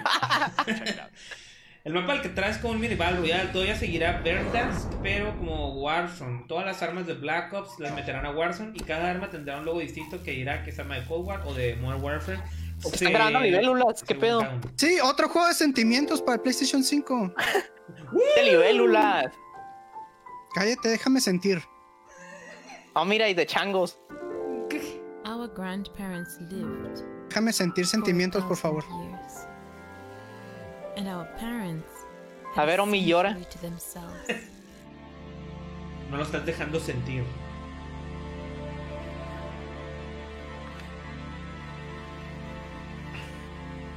Speaker 1: El mapa al que traes como un medieval royal todavía seguirá Verdansk, pero como Warzone. Todas las armas de Black Ops las meterán a Warzone y cada arma tendrá un logo distinto que dirá que es arma de Cold War o de Modern Warfare. Se-
Speaker 3: Están grabando libélulas, qué pedo.
Speaker 2: Sí, otro juego de sentimientos para el PlayStation 5.
Speaker 3: De libélulas.
Speaker 2: Cállate, déjame sentir.
Speaker 3: Oh, mira, y de changos.
Speaker 17: Our grandparents lived,
Speaker 2: Déjame sentir sentimientos, por favor.
Speaker 17: and our parents
Speaker 3: A ver, Omi llora.
Speaker 17: to themselves.
Speaker 1: No lo estás dejando sentir.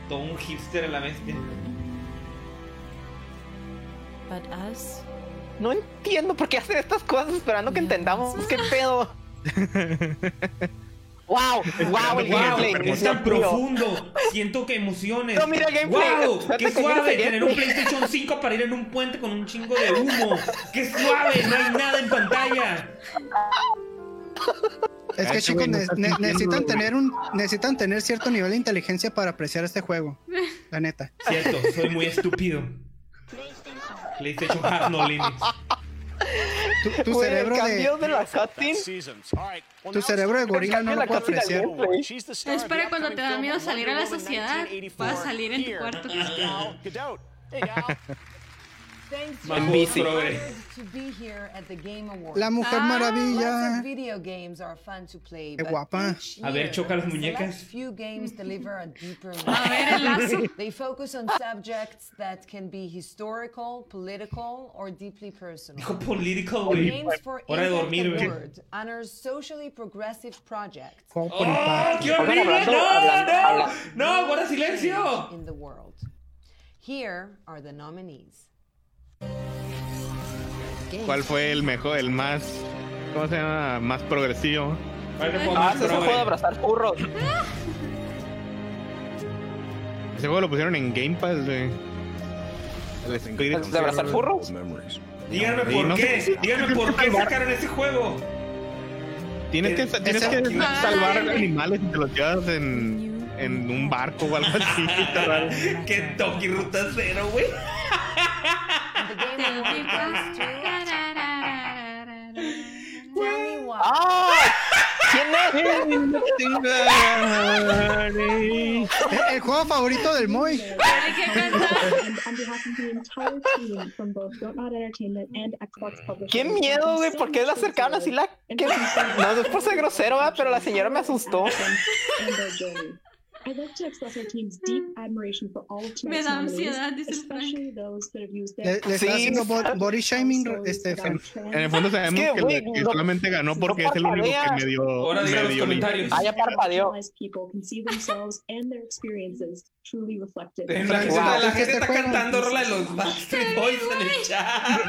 Speaker 1: Todo un hipster a la bestia.
Speaker 17: But us,
Speaker 3: No entiendo por qué hacen estas cosas esperando que entendamos. ¿Qué pedo? ¡Wow! Oh, ¡Wow! El gameplay.
Speaker 1: wow, es
Speaker 3: Dios mío.
Speaker 1: tan profundo. Siento que emociones.
Speaker 3: No, mira, gameplay.
Speaker 1: Wow,
Speaker 3: Date
Speaker 1: qué
Speaker 3: que mira
Speaker 1: suave
Speaker 3: ese
Speaker 1: tener un
Speaker 3: gameplay.
Speaker 1: PlayStation 5 para ir en un puente con un chingo de humo. Qué suave, no hay nada en pantalla.
Speaker 2: Es que
Speaker 1: Cállate,
Speaker 2: chicos,
Speaker 1: güey, no
Speaker 2: ne-
Speaker 1: estás
Speaker 2: ne-
Speaker 1: mintiendo,
Speaker 2: necesitan
Speaker 1: güey.
Speaker 2: tener un necesitan tener cierto nivel de inteligencia para apreciar este juego. La neta.
Speaker 1: Cierto, soy muy estúpido. PlayStation has no limits.
Speaker 2: Tu, tu
Speaker 3: Güey, el
Speaker 2: cerebro
Speaker 3: cambio
Speaker 2: de
Speaker 3: de la cutscene.
Speaker 2: tu cerebro de gorila no lo puede apreciar.
Speaker 6: Es para cuando te da miedo salir a la sociedad, vas a salir en tu cuarto.
Speaker 1: Mambo
Speaker 3: bici.
Speaker 1: progre.
Speaker 18: to be here at the Game Awards.
Speaker 2: La Mujer Ah. Maravilla.
Speaker 18: Lots of video games are fun to play,
Speaker 2: Qué
Speaker 18: but
Speaker 2: guapa.
Speaker 18: each
Speaker 1: A ver,
Speaker 18: year,
Speaker 1: choca las
Speaker 18: select
Speaker 1: muñecas.
Speaker 18: Few games deliver a deeper
Speaker 2: ver, el lazo.
Speaker 18: They focus on subjects that can be historical, political, or deeply personal.
Speaker 1: Dijo political,
Speaker 18: The
Speaker 1: güey.
Speaker 18: Games for
Speaker 1: Hora de
Speaker 18: Impact
Speaker 1: dormir, güey.
Speaker 18: Award honors socially progressive projects.
Speaker 1: ¡Oh, qué horrible!
Speaker 18: Hablando,
Speaker 1: ¡No,
Speaker 18: hablando,
Speaker 1: no!
Speaker 18: hablando.
Speaker 1: ¡No, guarda silencio!
Speaker 18: In the world. Here are the nominees.
Speaker 5: ¿Cuál fue el mejor, el más, cómo se llama, más progresivo?
Speaker 3: Ah, ese es un juego de abrazar burros.
Speaker 5: Ese juego lo pusieron en Game Pass, güey.
Speaker 3: ¿El de abrazar furros?
Speaker 1: Díganme
Speaker 5: Y
Speaker 1: por
Speaker 5: no
Speaker 1: qué,
Speaker 5: sé-
Speaker 1: díganme por qué sacaron ese juego.
Speaker 5: Tienes que,
Speaker 1: Ese-
Speaker 5: tienes que
Speaker 1: Ay.
Speaker 5: salvar animales y te los llevas en, en un barco o algo así. está raro.
Speaker 1: Que Toki Ruta Cero, güey.
Speaker 3: ¡Ah! ¿Quién es?
Speaker 2: El, el juego favorito del Moy.
Speaker 3: ¡Qué miedo, güey! ¿Por qué la acercaron así la.? ¿Qué? No, no es por ser grosero, ¿verdad? pero la señora me asustó.
Speaker 19: I'd like to express our team's deep admiration for all of tonight's
Speaker 6: Mm. Me da
Speaker 19: nominees,
Speaker 6: ansiedad, dice
Speaker 19: especially those that have used
Speaker 2: Le,
Speaker 19: their
Speaker 2: le está haciendo bo- body shaming este Fer.
Speaker 5: En el fondo sabemos
Speaker 2: Es que,
Speaker 5: que,
Speaker 2: güey,
Speaker 5: le- que
Speaker 2: no-
Speaker 5: solamente ganó porque es el único que me dio.
Speaker 1: Ahora diga
Speaker 5: me
Speaker 1: los
Speaker 5: dio
Speaker 1: comentarios. Ah, ya parpadeó.
Speaker 19: Marginalized people can see themselves and their experiences truly reflected.
Speaker 1: En la, la gente está cantando rola de los Backstreet Boys en el chat.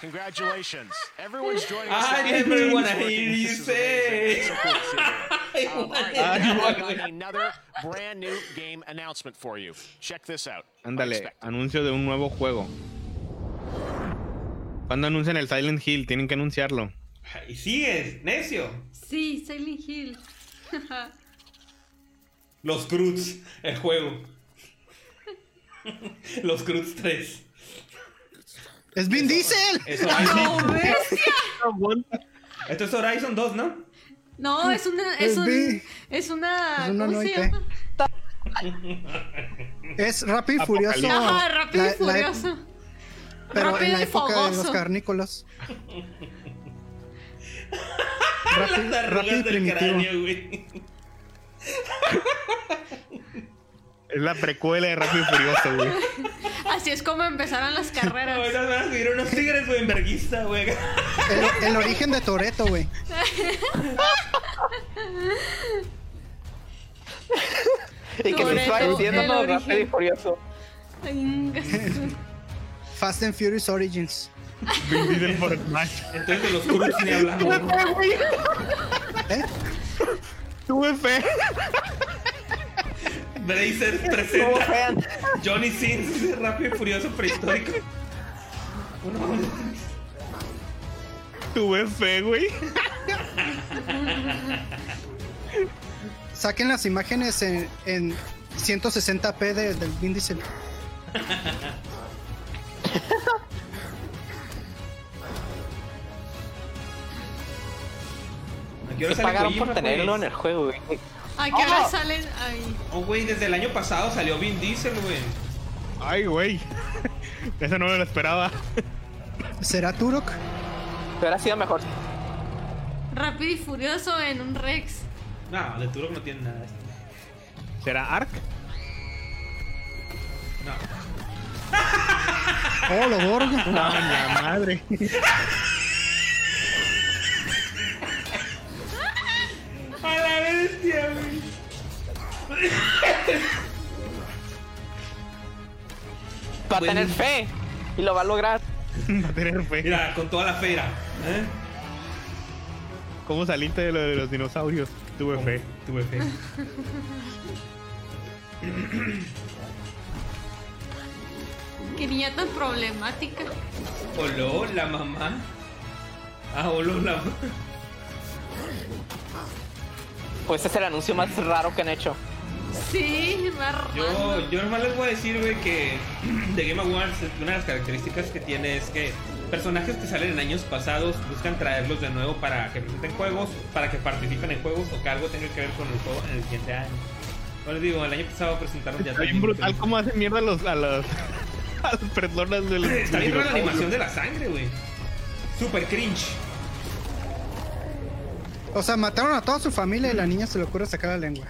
Speaker 4: Congratulations. Everyone's joining us.
Speaker 1: I
Speaker 4: now.
Speaker 1: never wanna
Speaker 4: This is
Speaker 1: hear you
Speaker 4: amazing.
Speaker 1: say.
Speaker 4: So cool to see you. Um, all right,
Speaker 5: I
Speaker 4: now
Speaker 5: wanna-
Speaker 4: I've got another brand new game announcement for you. Check this out.
Speaker 5: Ándale, anuncio de un nuevo juego. Cuando anuncian el Silent Hill, tienen que anunciarlo.
Speaker 1: Y sigues, necio.
Speaker 6: Sí, Silent Hill.
Speaker 1: Los Cruz, el juego. Los Cruz 3.
Speaker 2: Es Vin Diesel.
Speaker 1: Es Horizon.
Speaker 6: ¡No, bestia!
Speaker 1: Esto es Horizon 2, ¿no?
Speaker 6: No, es una. Es,
Speaker 2: Es
Speaker 6: un,
Speaker 2: B.
Speaker 6: es una.
Speaker 2: Es una
Speaker 6: ¿Cómo se
Speaker 2: noite.
Speaker 6: llama?
Speaker 2: Es rápido y furioso.
Speaker 6: Ajá, rápido
Speaker 2: La-
Speaker 6: y
Speaker 2: la-
Speaker 6: furioso.
Speaker 2: pero
Speaker 6: Rápido
Speaker 2: en la
Speaker 6: y
Speaker 2: época de
Speaker 6: fogoso.
Speaker 2: los carnícolas. Rápido,
Speaker 1: Las
Speaker 2: rápido y
Speaker 1: arrugas del
Speaker 2: primitivo.
Speaker 1: cráneo, güey.
Speaker 5: Es la precuela de Rápido y Furioso, güey.
Speaker 6: así es como empezaron las carreras.
Speaker 1: Ahorita van a subir unos tigres, güey, en verguista, güey.
Speaker 2: El, el origen de Toreto, güey.
Speaker 3: Y que se
Speaker 2: Toretto,
Speaker 3: va diciendo
Speaker 2: el
Speaker 3: todo
Speaker 2: origen.
Speaker 3: rápido y furioso.
Speaker 2: Fast and Furious Origins.
Speaker 1: Entonces los curos ni hablando.
Speaker 5: Tuve fe.
Speaker 1: Bracer presenta Johnny Sins, rápido y furioso prehistórico.
Speaker 5: Tuve fe, güey.
Speaker 2: Saquen las imágenes en, en 160p de- del Vin Diesel.
Speaker 1: qué hora
Speaker 3: Se
Speaker 1: sale
Speaker 3: pagaron
Speaker 1: Kojima,
Speaker 3: por tenerlo
Speaker 1: pues?
Speaker 3: en el juego, güey.
Speaker 6: ¿A qué hora salen? Ay.
Speaker 1: Oh, güey, desde el año pasado salió Vin Diesel, güey.
Speaker 5: Ay, güey. Eso no me lo esperaba.
Speaker 2: ¿Será Turok?
Speaker 3: Hubiera sido mejor.
Speaker 6: Rápido y furioso en un Rex.
Speaker 1: No, de Turok no tiene nada. este.
Speaker 5: ¿Será Ark?
Speaker 1: No.
Speaker 2: Oh, lo gordo.
Speaker 5: No, la madre.
Speaker 1: A la bestia, güey.
Speaker 3: Va a tener fe y lo va a lograr.
Speaker 5: Va a tener fe.
Speaker 1: Mira, con toda la feira. ¿eh?
Speaker 5: ¿Cómo saliste de lo de los dinosaurios? Tuve fe.
Speaker 1: Tuve fe.
Speaker 6: Qué niña tan problemática.
Speaker 1: Oló, la mamá. Ah, oló, la mamá.
Speaker 3: Pues ese es el anuncio más raro que han hecho.
Speaker 6: Sí, más raro.
Speaker 1: Yo, yo nomás les voy a decir, güey, que de Game Awards una de las características que tiene es que personajes que salen en años pasados buscan traerlos de nuevo para que presenten juegos, para que participen en juegos o que algo tenga que ver con el juego en el siguiente año. No les digo, el año pasado presentaron ya...
Speaker 5: Está bien brutal cómo hacen mierda a los, a los, a las personas del.
Speaker 1: Está bien rara la animación de la sangre, güey. Super cringe.
Speaker 2: O sea, mataron a toda su familia y la niña se le ocurre sacar la lengua.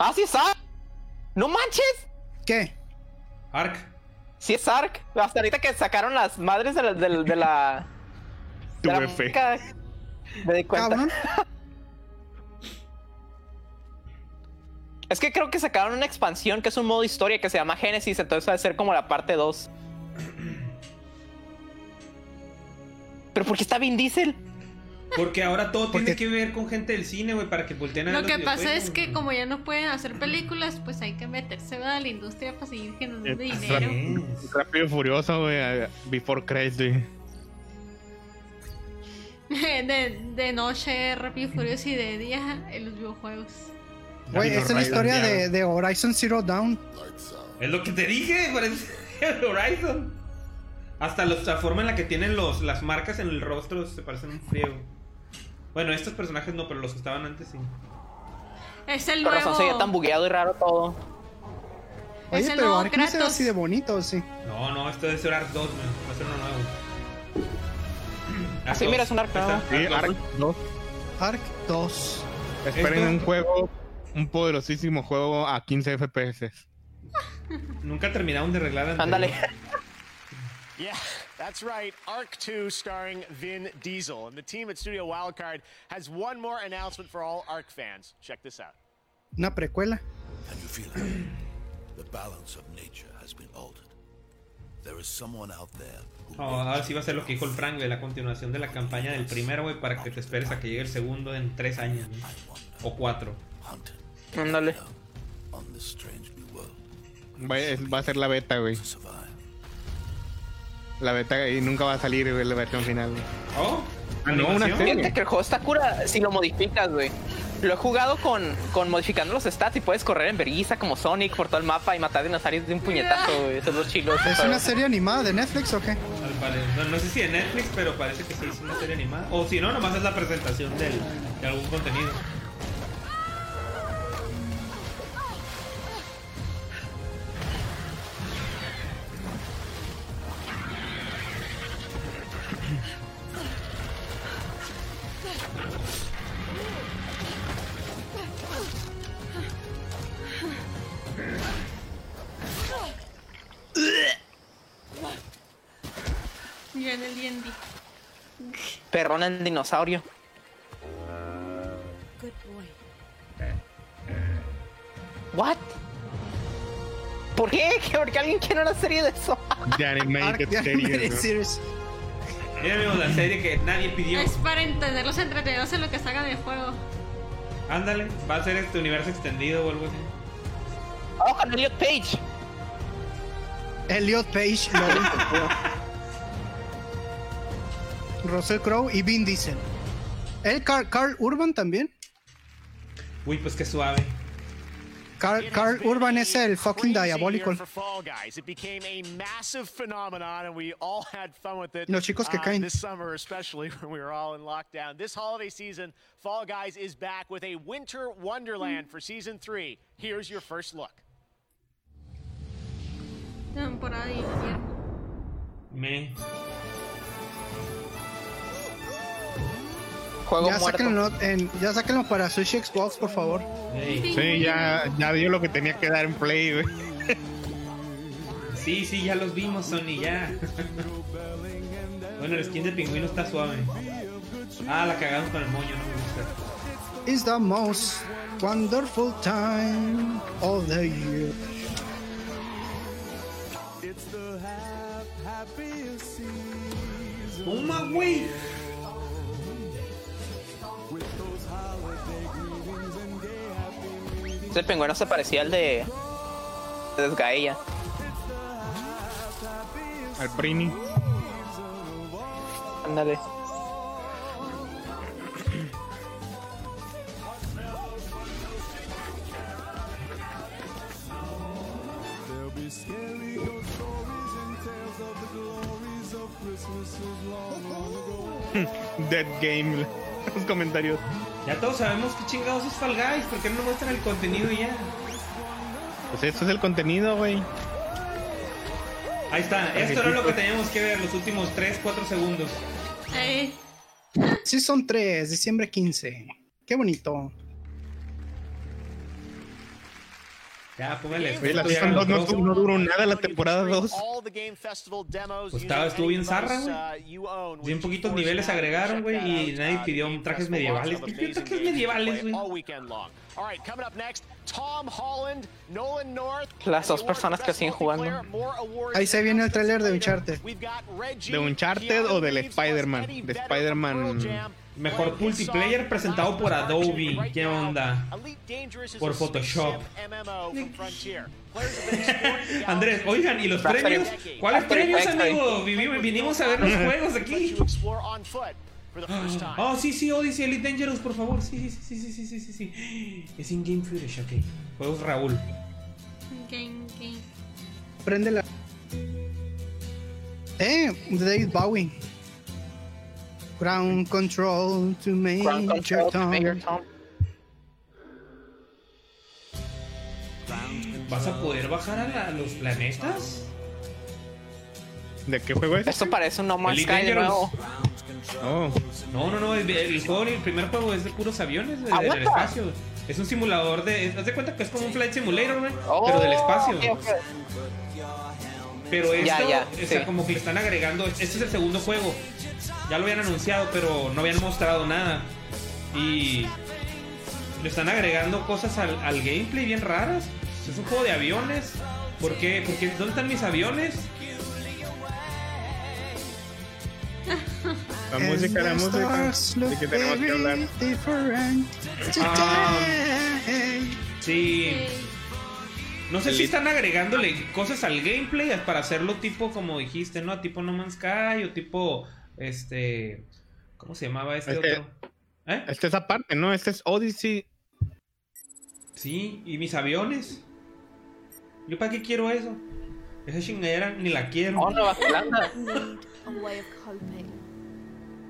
Speaker 3: ¡Ah, sí es Ark! ¡No manches!
Speaker 2: ¿Qué?
Speaker 1: Ark.
Speaker 3: Sí es Ark. Hasta ahorita que sacaron las madres de la. De, la- de la de la
Speaker 5: Tuve fe.
Speaker 3: muñeca, Me di cuenta. Es que creo que sacaron una expansión que es un modo historia que se llama Genesis, entonces va a ser como la parte 2. Pero ¿por qué está Vin Diesel?
Speaker 1: Porque ahora todo tiene que ver con gente del cine, güey, para que volteen a ver
Speaker 6: Lo
Speaker 1: los
Speaker 6: que pasa
Speaker 1: videojuegos,
Speaker 6: es que
Speaker 1: güey.
Speaker 6: como ya no pueden hacer películas, pues hay que meterse a la industria para seguir generando dinero.
Speaker 5: Rap- Rápido y furioso, güey. a- Before Crazy.
Speaker 6: De, de noche, Rápido y Furioso y de día en los videojuegos.
Speaker 2: Güey, esa es la historia de, de Horizon Zero Dawn.
Speaker 1: Es lo que te dije, parece el Horizon. Hasta los- la forma en la que tienen los, las marcas en el rostro se parecen un friego. Bueno, estos personajes no, pero los que estaban antes sí.
Speaker 6: Es el
Speaker 3: Por razón se veía tan
Speaker 6: nuevo.
Speaker 3: bugueado y raro todo.
Speaker 2: Oye,
Speaker 6: Es el
Speaker 2: pero
Speaker 6: nuevo
Speaker 2: Ark no se ve
Speaker 6: Kratos.
Speaker 2: así de bonito, ¿o sí.
Speaker 1: No, no, esto debe ser Ark 2, man. va a ser uno nuevo.
Speaker 3: Así
Speaker 1: Ark
Speaker 3: mira,
Speaker 1: 2.
Speaker 3: es un arco.
Speaker 1: Ahí está,
Speaker 5: Sí,
Speaker 1: Ark 2.
Speaker 5: Ark 2.
Speaker 2: Ark 2.
Speaker 5: Esperen
Speaker 1: Esto-
Speaker 5: un juego, un poderosísimo juego a 15 FPS.
Speaker 1: Nunca terminaron de arreglar antes.
Speaker 5: Ándale.
Speaker 4: Yeah, that's right. Arc 2 starring Vin Diesel. And the team at Studio Wildcard has one more announcement for all Arc fans. Check this out.
Speaker 2: Una precuela.
Speaker 20: And you feel it. The balance of nature has been altered. There is someone out there
Speaker 1: Oh, ahora sí va a ser lo que dijo el Frank, güey, la continuación de la campaña del primero, güey, para que te esperes a que llegue el segundo en tres años, güey. O cuatro.
Speaker 3: Ándale.
Speaker 20: on this strangely world.
Speaker 5: Va, es- va a ser la beta, güey. La beta y nunca va a salir güey, la versión final. güey.
Speaker 1: Oh,
Speaker 5: Ah, no, una
Speaker 3: Fíjate
Speaker 5: serie.
Speaker 3: que el juego está cura si lo modificas, güey. Lo he jugado con, con modificando los stats y puedes correr en vergüenza como Sonic por todo el mapa y matar dinosaurios de un puñetazo, güey. Esos dos chilos.
Speaker 2: ¿Es una serie animada de Netflix o qué?
Speaker 1: Al pare- No, no sé si de Netflix, pero parece que sí es una serie animada. O si no, nomás es la presentación del, de algún contenido.
Speaker 6: yo en el D&D.
Speaker 3: Perrón el dinosaurio.
Speaker 6: Good boy.
Speaker 3: What? ¿Por qué? ¿Por qué alguien quiere una serie de eso?
Speaker 5: The
Speaker 3: Ah,
Speaker 5: animated series.
Speaker 1: Era mismo la serie que nadie pidió.
Speaker 6: Es para entenderlos entretenidos en lo que salga del juego.
Speaker 1: Ándale, va a ser este universo extendido o algo así.
Speaker 3: ¡Oh, con Elliot Page!
Speaker 2: Elliot Page lo Russell Crowe y Vin Diesel. ¿El Car- Carl Urban también?
Speaker 1: Uy, pues qué suave.
Speaker 2: Carl, Carl Urban es el fucking diabólico.
Speaker 4: for Fall Guys. It became a massive phenomenon, and we all had fun with it.
Speaker 2: Los chicos que
Speaker 4: uh,
Speaker 2: caen.
Speaker 4: This summer, especially when we were all in lockdown. This holiday season, Fall Guys is back with a winter wonderland for season three. Here's your first look.
Speaker 6: Temporada de infierno.
Speaker 1: Me.
Speaker 2: ya, sáquenlo en- ya sáquenlo para Switch y Xbox, por favor.
Speaker 5: Sí, ya, ya dio lo que tenía que dar en play, güey.
Speaker 1: Sí, sí, ya los vimos, Sony, ya. bueno, el skin de pingüino está suave. Ah, la cagamos con el moño, no me gusta.
Speaker 2: It's the most wonderful time of the year.
Speaker 1: ¡Toma, güey!
Speaker 3: Ese pingüino se parecía al de. de Gaia.
Speaker 5: Al Prini.
Speaker 3: Ándale.
Speaker 5: Dead Game. Los comentarios.
Speaker 1: Ya todos sabemos qué chingados es Fall Guys, ¿por qué no muestran el contenido y ya?
Speaker 5: Pues esto es el contenido, güey.
Speaker 1: Ahí está, esto era lo que teníamos que ver los últimos 3, 4 segundos.
Speaker 2: Sí, son 3, diciembre 15. Qué bonito.
Speaker 1: Ya, póngale.
Speaker 5: Oye, la season 2 no, no duró nada la temporada 2.
Speaker 4: All the game festival demos.
Speaker 1: Pues
Speaker 4: you
Speaker 1: estaba,
Speaker 4: know,
Speaker 1: estuvo bien
Speaker 4: any
Speaker 1: zarra,
Speaker 4: device,
Speaker 1: güey.
Speaker 4: uh, you own,
Speaker 1: Bien
Speaker 4: which of
Speaker 1: poquitos
Speaker 4: course
Speaker 1: niveles
Speaker 4: now you
Speaker 1: agregaron,
Speaker 4: check
Speaker 1: güey,
Speaker 4: that
Speaker 1: y
Speaker 4: out.
Speaker 1: nadie
Speaker 4: Uh,
Speaker 1: pidió
Speaker 4: the game
Speaker 1: trajes
Speaker 4: festival lots
Speaker 1: medievales.
Speaker 4: of
Speaker 1: ¿Qué pidió
Speaker 4: amazing
Speaker 1: trajes
Speaker 4: games to
Speaker 1: medievales,
Speaker 4: play
Speaker 1: güey?
Speaker 4: All weekend long. All right, coming up next, Tom Holland, Nolan North.
Speaker 3: Las dos personas que siguen jugando.
Speaker 2: Ahí se viene el tráiler de Uncharted.
Speaker 5: ¿De Uncharted o del Spider-Man? De Spider-Man.
Speaker 1: Mejor multiplayer presentado por Adobe. ¿Qué onda? Por Photoshop.
Speaker 4: MMO from Frontier.
Speaker 1: Andrés, oigan, ¿y los
Speaker 4: Va a salir-
Speaker 1: premios? ¿Cuáles
Speaker 4: va a salir
Speaker 1: premios,
Speaker 4: Black Friday.
Speaker 1: amigo? Vivi- Vinimos a ver los
Speaker 4: Ajá.
Speaker 1: juegos aquí.
Speaker 4: Explore on foot for the first time.
Speaker 1: Oh, sí, sí, Odyssey Elite Dangerous, por favor. Sí, sí, sí, sí, sí, sí, sí, sí. Es in-game footage, ok. Juegos Raúl.
Speaker 6: Game, game.
Speaker 2: Prende la. Eh, David Bowie. Ground control to Major Tom.
Speaker 1: ¿Vas a poder bajar a la- los planetas?
Speaker 5: ¿De qué juego es?
Speaker 3: Esto parece un No Man's
Speaker 1: Elite
Speaker 3: Sky de
Speaker 1: Dangerous.
Speaker 3: nuevo.
Speaker 5: Oh.
Speaker 1: No, no, no. El, el juego, el primer juego es de puros aviones, de-
Speaker 3: Ah,
Speaker 1: del
Speaker 3: what the-
Speaker 1: espacio. Es un simulador de. es- Haz de cuenta que es como un flight simulator, güey,
Speaker 3: Oh,
Speaker 1: pero del espacio.
Speaker 3: ok, ok.
Speaker 1: Pero esto,
Speaker 3: Ya, ya,
Speaker 1: o sea,
Speaker 3: sí.
Speaker 1: como que le están agregando. Este es el segundo juego. Ya lo habían anunciado, pero no habían mostrado nada. Y le están agregando cosas al, al gameplay bien raras. Es un juego de aviones. ¿Por qué? Porque ¿dónde están mis aviones?
Speaker 5: La música, la música. ¿De qué tenemos que hablar?
Speaker 1: Ah. Sí. No sé si están agregándole cosas al gameplay para hacerlo tipo como dijiste, ¿no? Tipo No Man's Sky o tipo este ¿cómo se llamaba este
Speaker 5: Este-
Speaker 1: otro? ¿Eh?
Speaker 5: Esta es aparte, ¿no? Este es Odyssey.
Speaker 1: Sí, y mis aviones. ¿Yo para qué quiero eso? Esa chingadera ni la quiero.
Speaker 3: Oh, Nueva Zelanda.
Speaker 16: Need a way of coping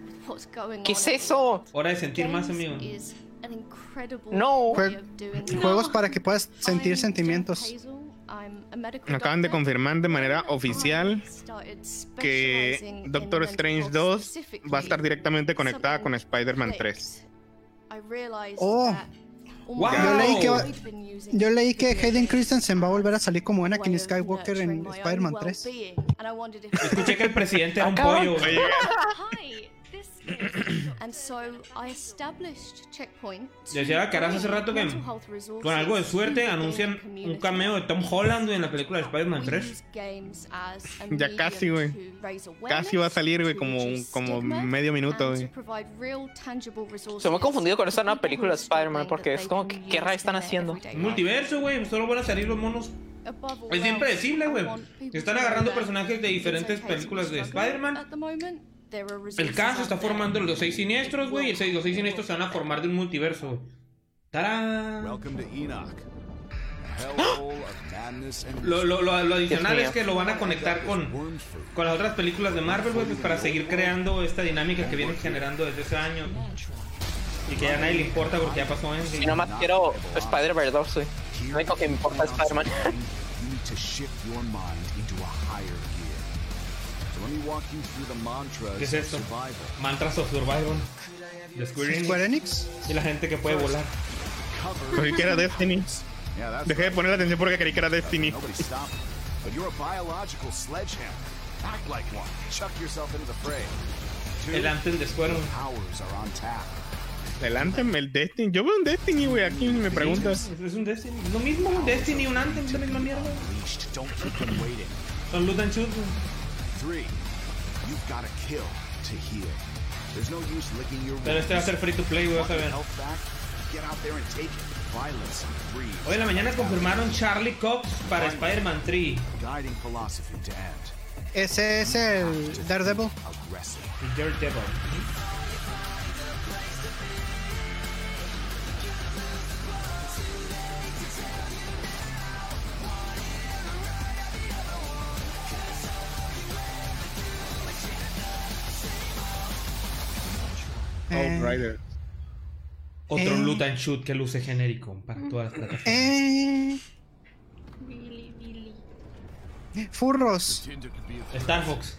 Speaker 16: with what's going
Speaker 1: ¿Qué
Speaker 16: on.
Speaker 1: es
Speaker 3: eso?
Speaker 1: Hora de sentir más,
Speaker 16: Games
Speaker 1: amigo.
Speaker 16: is an incredible
Speaker 3: No.
Speaker 16: way
Speaker 2: Jue-
Speaker 16: of doing that.
Speaker 2: Juegos para que puedas sentir sentimientos.
Speaker 16: Hazel, I'm a medical
Speaker 5: Nos acaban de confirmar de manera oficial
Speaker 16: started
Speaker 5: que Doctor Strange 2 va a estar directamente conectada con Spider-Man 3.
Speaker 16: I realized
Speaker 5: Oh.
Speaker 16: that
Speaker 1: Wow.
Speaker 2: Yo leí que, va- yo leí que Hayden Christensen va a volver a salir como Anakin Skywalker en Spider-Man 3.
Speaker 16: And I wondered if
Speaker 1: Escuché que el presidente era un pollo. güey.
Speaker 16: Hi, this is- And so I established checkpoint.
Speaker 1: Decía la carajo hace rato que con algo de suerte anuncian un cameo de Tom Holland güey, en la película de Spider-Man 3.
Speaker 5: Ya casi, güey. Casi va a salir, güey, como, un- como medio minuto, güey.
Speaker 3: Se me ha confundido con esta nueva película de Spider-Man porque es como que qué rayos están haciendo.
Speaker 1: Un multiverso, güey, solo van a salir los monos. Es impredecible, güey. Están agarrando personajes de diferentes películas de Spider-Man. El caso está formando los seis siniestros, güey, y el seis- los seis siniestros se van a formar de un multiverso, güey. ¡Tarán!
Speaker 20: Welcome to Enoch, a hellhole of madness and
Speaker 1: Lo, lo- lo- lo adicional
Speaker 20: Dios
Speaker 1: es que
Speaker 20: mío.
Speaker 1: lo van a conectar con, con las otras películas de Marvel, güey, pues, para seguir creando esta dinámica que vienen generando desde ese año. Y que ya a nadie le importa porque ya pasó en...
Speaker 3: Y nomás quiero Spider-Verse 2, güey. Lo único que me importa es Spider-Man.
Speaker 20: you need to shift your mind into a higher gear. So let me walk you through the
Speaker 1: ¿Qué
Speaker 20: mantras
Speaker 1: es
Speaker 20: of
Speaker 1: esto?
Speaker 20: survival.
Speaker 1: Mantras of Survival. De
Speaker 20: ¿Square
Speaker 1: Enix. Y la gente que puede volar.
Speaker 5: Creí que era Destiny. Dejé de poner la atención porque creí que era Destiny.
Speaker 20: Nobody stop it. But you're a biological sledgehammer. Act like one. Chuck yourself into the fray.
Speaker 1: El Anthem de Square.
Speaker 20: Your powers are on tap.
Speaker 5: Adelántame el Destiny. Yo veo un Destiny, güey, aquí ni me preguntas.
Speaker 1: Es un Destiny. Lo mismo, un Destiny, un Anthem, es la misma mierda.
Speaker 20: Unleashed. Don't keep them waiting.
Speaker 1: Son loot and shoot, güey.
Speaker 20: Three. You've got to kill to heal. There's no use licking your
Speaker 1: Pero este va a ser free to play, güey, vas a ver.
Speaker 20: Health back. Get out there and take it. Violence. Free.
Speaker 1: Hoy en la mañana confirmaron Charlie Cox para Spider-Man 3.
Speaker 20: Guiding philosophy to end.
Speaker 2: Ese es el Daredevil.
Speaker 20: Aggressive.
Speaker 1: Daredevil.
Speaker 2: Eh.
Speaker 5: Rider.
Speaker 1: Otro
Speaker 2: Eh.
Speaker 1: loot and shoot que luce genérico para todas las plataformas.
Speaker 2: Eh, furros.
Speaker 1: Star Fox.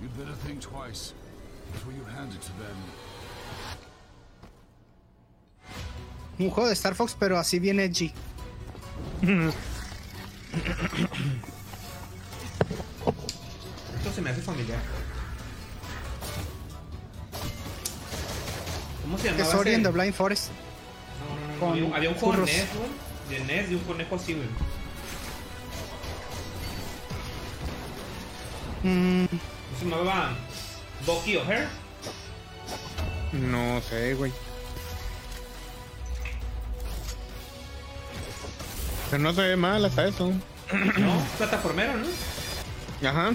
Speaker 20: You better think twice before you hand it to them.
Speaker 2: Un juego de Star Fox, pero así bien edgy.
Speaker 1: Esto se me hace familiar. ¿Cómo se llamaba?
Speaker 2: Es Ori
Speaker 1: ese?
Speaker 2: and the Blind Forest.
Speaker 1: No, había,
Speaker 2: con
Speaker 1: había un juego de
Speaker 2: furros.
Speaker 1: NES, güey. De NES, de un conejo así, güey.
Speaker 2: Mm,
Speaker 1: ¿Cómo se llamaba? Bucky O'Hare.
Speaker 5: No sé, güey. Pero no se ve mal hasta eso.
Speaker 1: No, plataformero, ¿no?
Speaker 5: Ajá.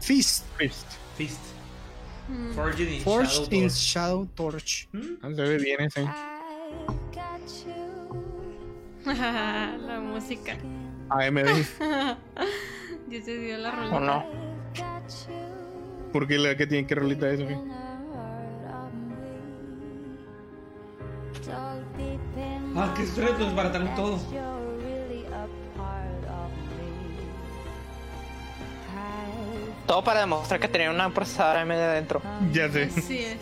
Speaker 2: Fist.
Speaker 5: Fist.
Speaker 1: Fist. Forged in Shadow Mm.
Speaker 2: Forged in
Speaker 1: Door.
Speaker 2: Shadow Torch.
Speaker 5: Ah, se ve bien ese.
Speaker 6: la música.
Speaker 5: AMD.
Speaker 6: Dios te dio la rola.
Speaker 5: ¿O no? ¿Por qué la que tiene que rolita eso, güey?
Speaker 1: Ah, qué estrés, nos barataron todo.
Speaker 3: Todo para demostrar que tenía una procesadora AMD adentro.
Speaker 5: Ya sé.
Speaker 6: Así es.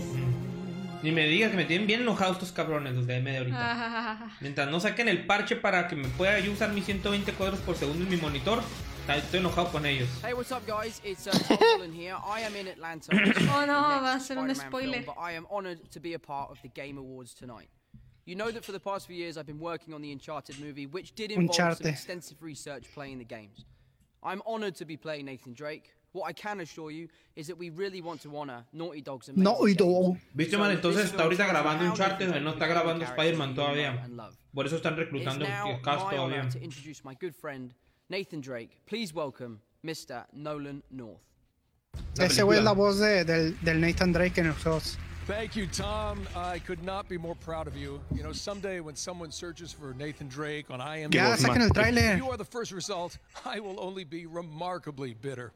Speaker 1: Ni me digas que me tienen bien enojados estos cabrones, los de AMD ahorita.
Speaker 6: Ah,
Speaker 1: Mientras no saquen el parche para que me pueda yo usar mis 120 cuadros por segundo en mi monitor, estoy enojado con ellos.
Speaker 21: Hey, what's up, guys? It's uh, Tom Holland here. I am in Atlanta.
Speaker 6: Oh, no,
Speaker 21: Next
Speaker 6: va a ser un
Speaker 21: Spider-Man
Speaker 6: spoiler.
Speaker 21: Film, but I am honored to be a part of the Game Awards tonight. You know that for the past few years I've been working on the Uncharted movie, which did involve
Speaker 2: Uncharted.
Speaker 21: some extensive research playing the games. I'm honored to be playing Nathan Drake. What I can assure you is that we really want to honor Naughty Dog's amazing
Speaker 2: No, y do.
Speaker 1: Viste mal, entonces está ahorita grabando un charter, no está grabando Spider-Man todavía. Por eso están
Speaker 21: It is
Speaker 1: reclutando
Speaker 21: now
Speaker 1: cast
Speaker 21: my honor
Speaker 1: todavía.
Speaker 21: to introduce my good friend Nathan Drake. Please welcome Mr. Nolan North.
Speaker 2: Ese güey es la voz de- del, del Nathan Drake en los juegos.
Speaker 22: Thank you, Tom. I could not be more proud of you. You know, someday when someone searches for Nathan Drake on IMDb,
Speaker 2: Ya, saquen el tráiler.
Speaker 22: if you are the first result, I will only be remarkably bitter.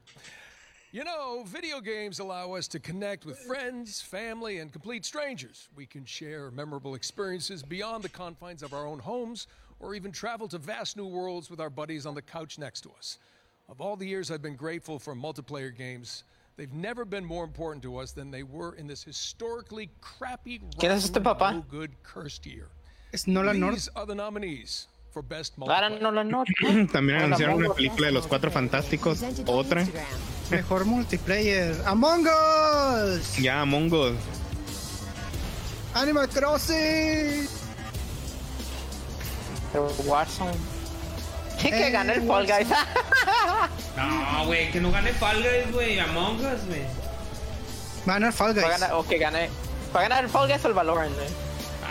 Speaker 22: You know, video games allow us to connect with friends, family, and complete strangers. We can share memorable experiences beyond the confines of our own homes, or even travel to vast new worlds with our buddies on the couch next to us. Of all the years I've been grateful for multiplayer games, They've never been more important to us than they were in this historically crappy,
Speaker 3: ¿Quién es este
Speaker 22: rotten,
Speaker 3: papá?
Speaker 22: no good, cursed year.
Speaker 2: Es Nolan North.
Speaker 22: These are the nominees for best
Speaker 3: Ahora no la noto.
Speaker 5: También
Speaker 22: Hola,
Speaker 5: anunciaron una
Speaker 22: Mongo.
Speaker 5: película de los cuatro fantásticos, otra.
Speaker 2: Mejor multiplayer. Among Us.
Speaker 5: Ya, Among Us.
Speaker 2: Animal Crossing.
Speaker 3: Warzone. que
Speaker 1: Eh,
Speaker 3: gane el Fall Guys.
Speaker 1: No, güey, que no gane Fall Guys, güey. Among Us, güey.
Speaker 2: Va a ganar Fall
Speaker 3: Guys. o que gane. Va a ganar el Fall Guys o el Valorant, eh. güey.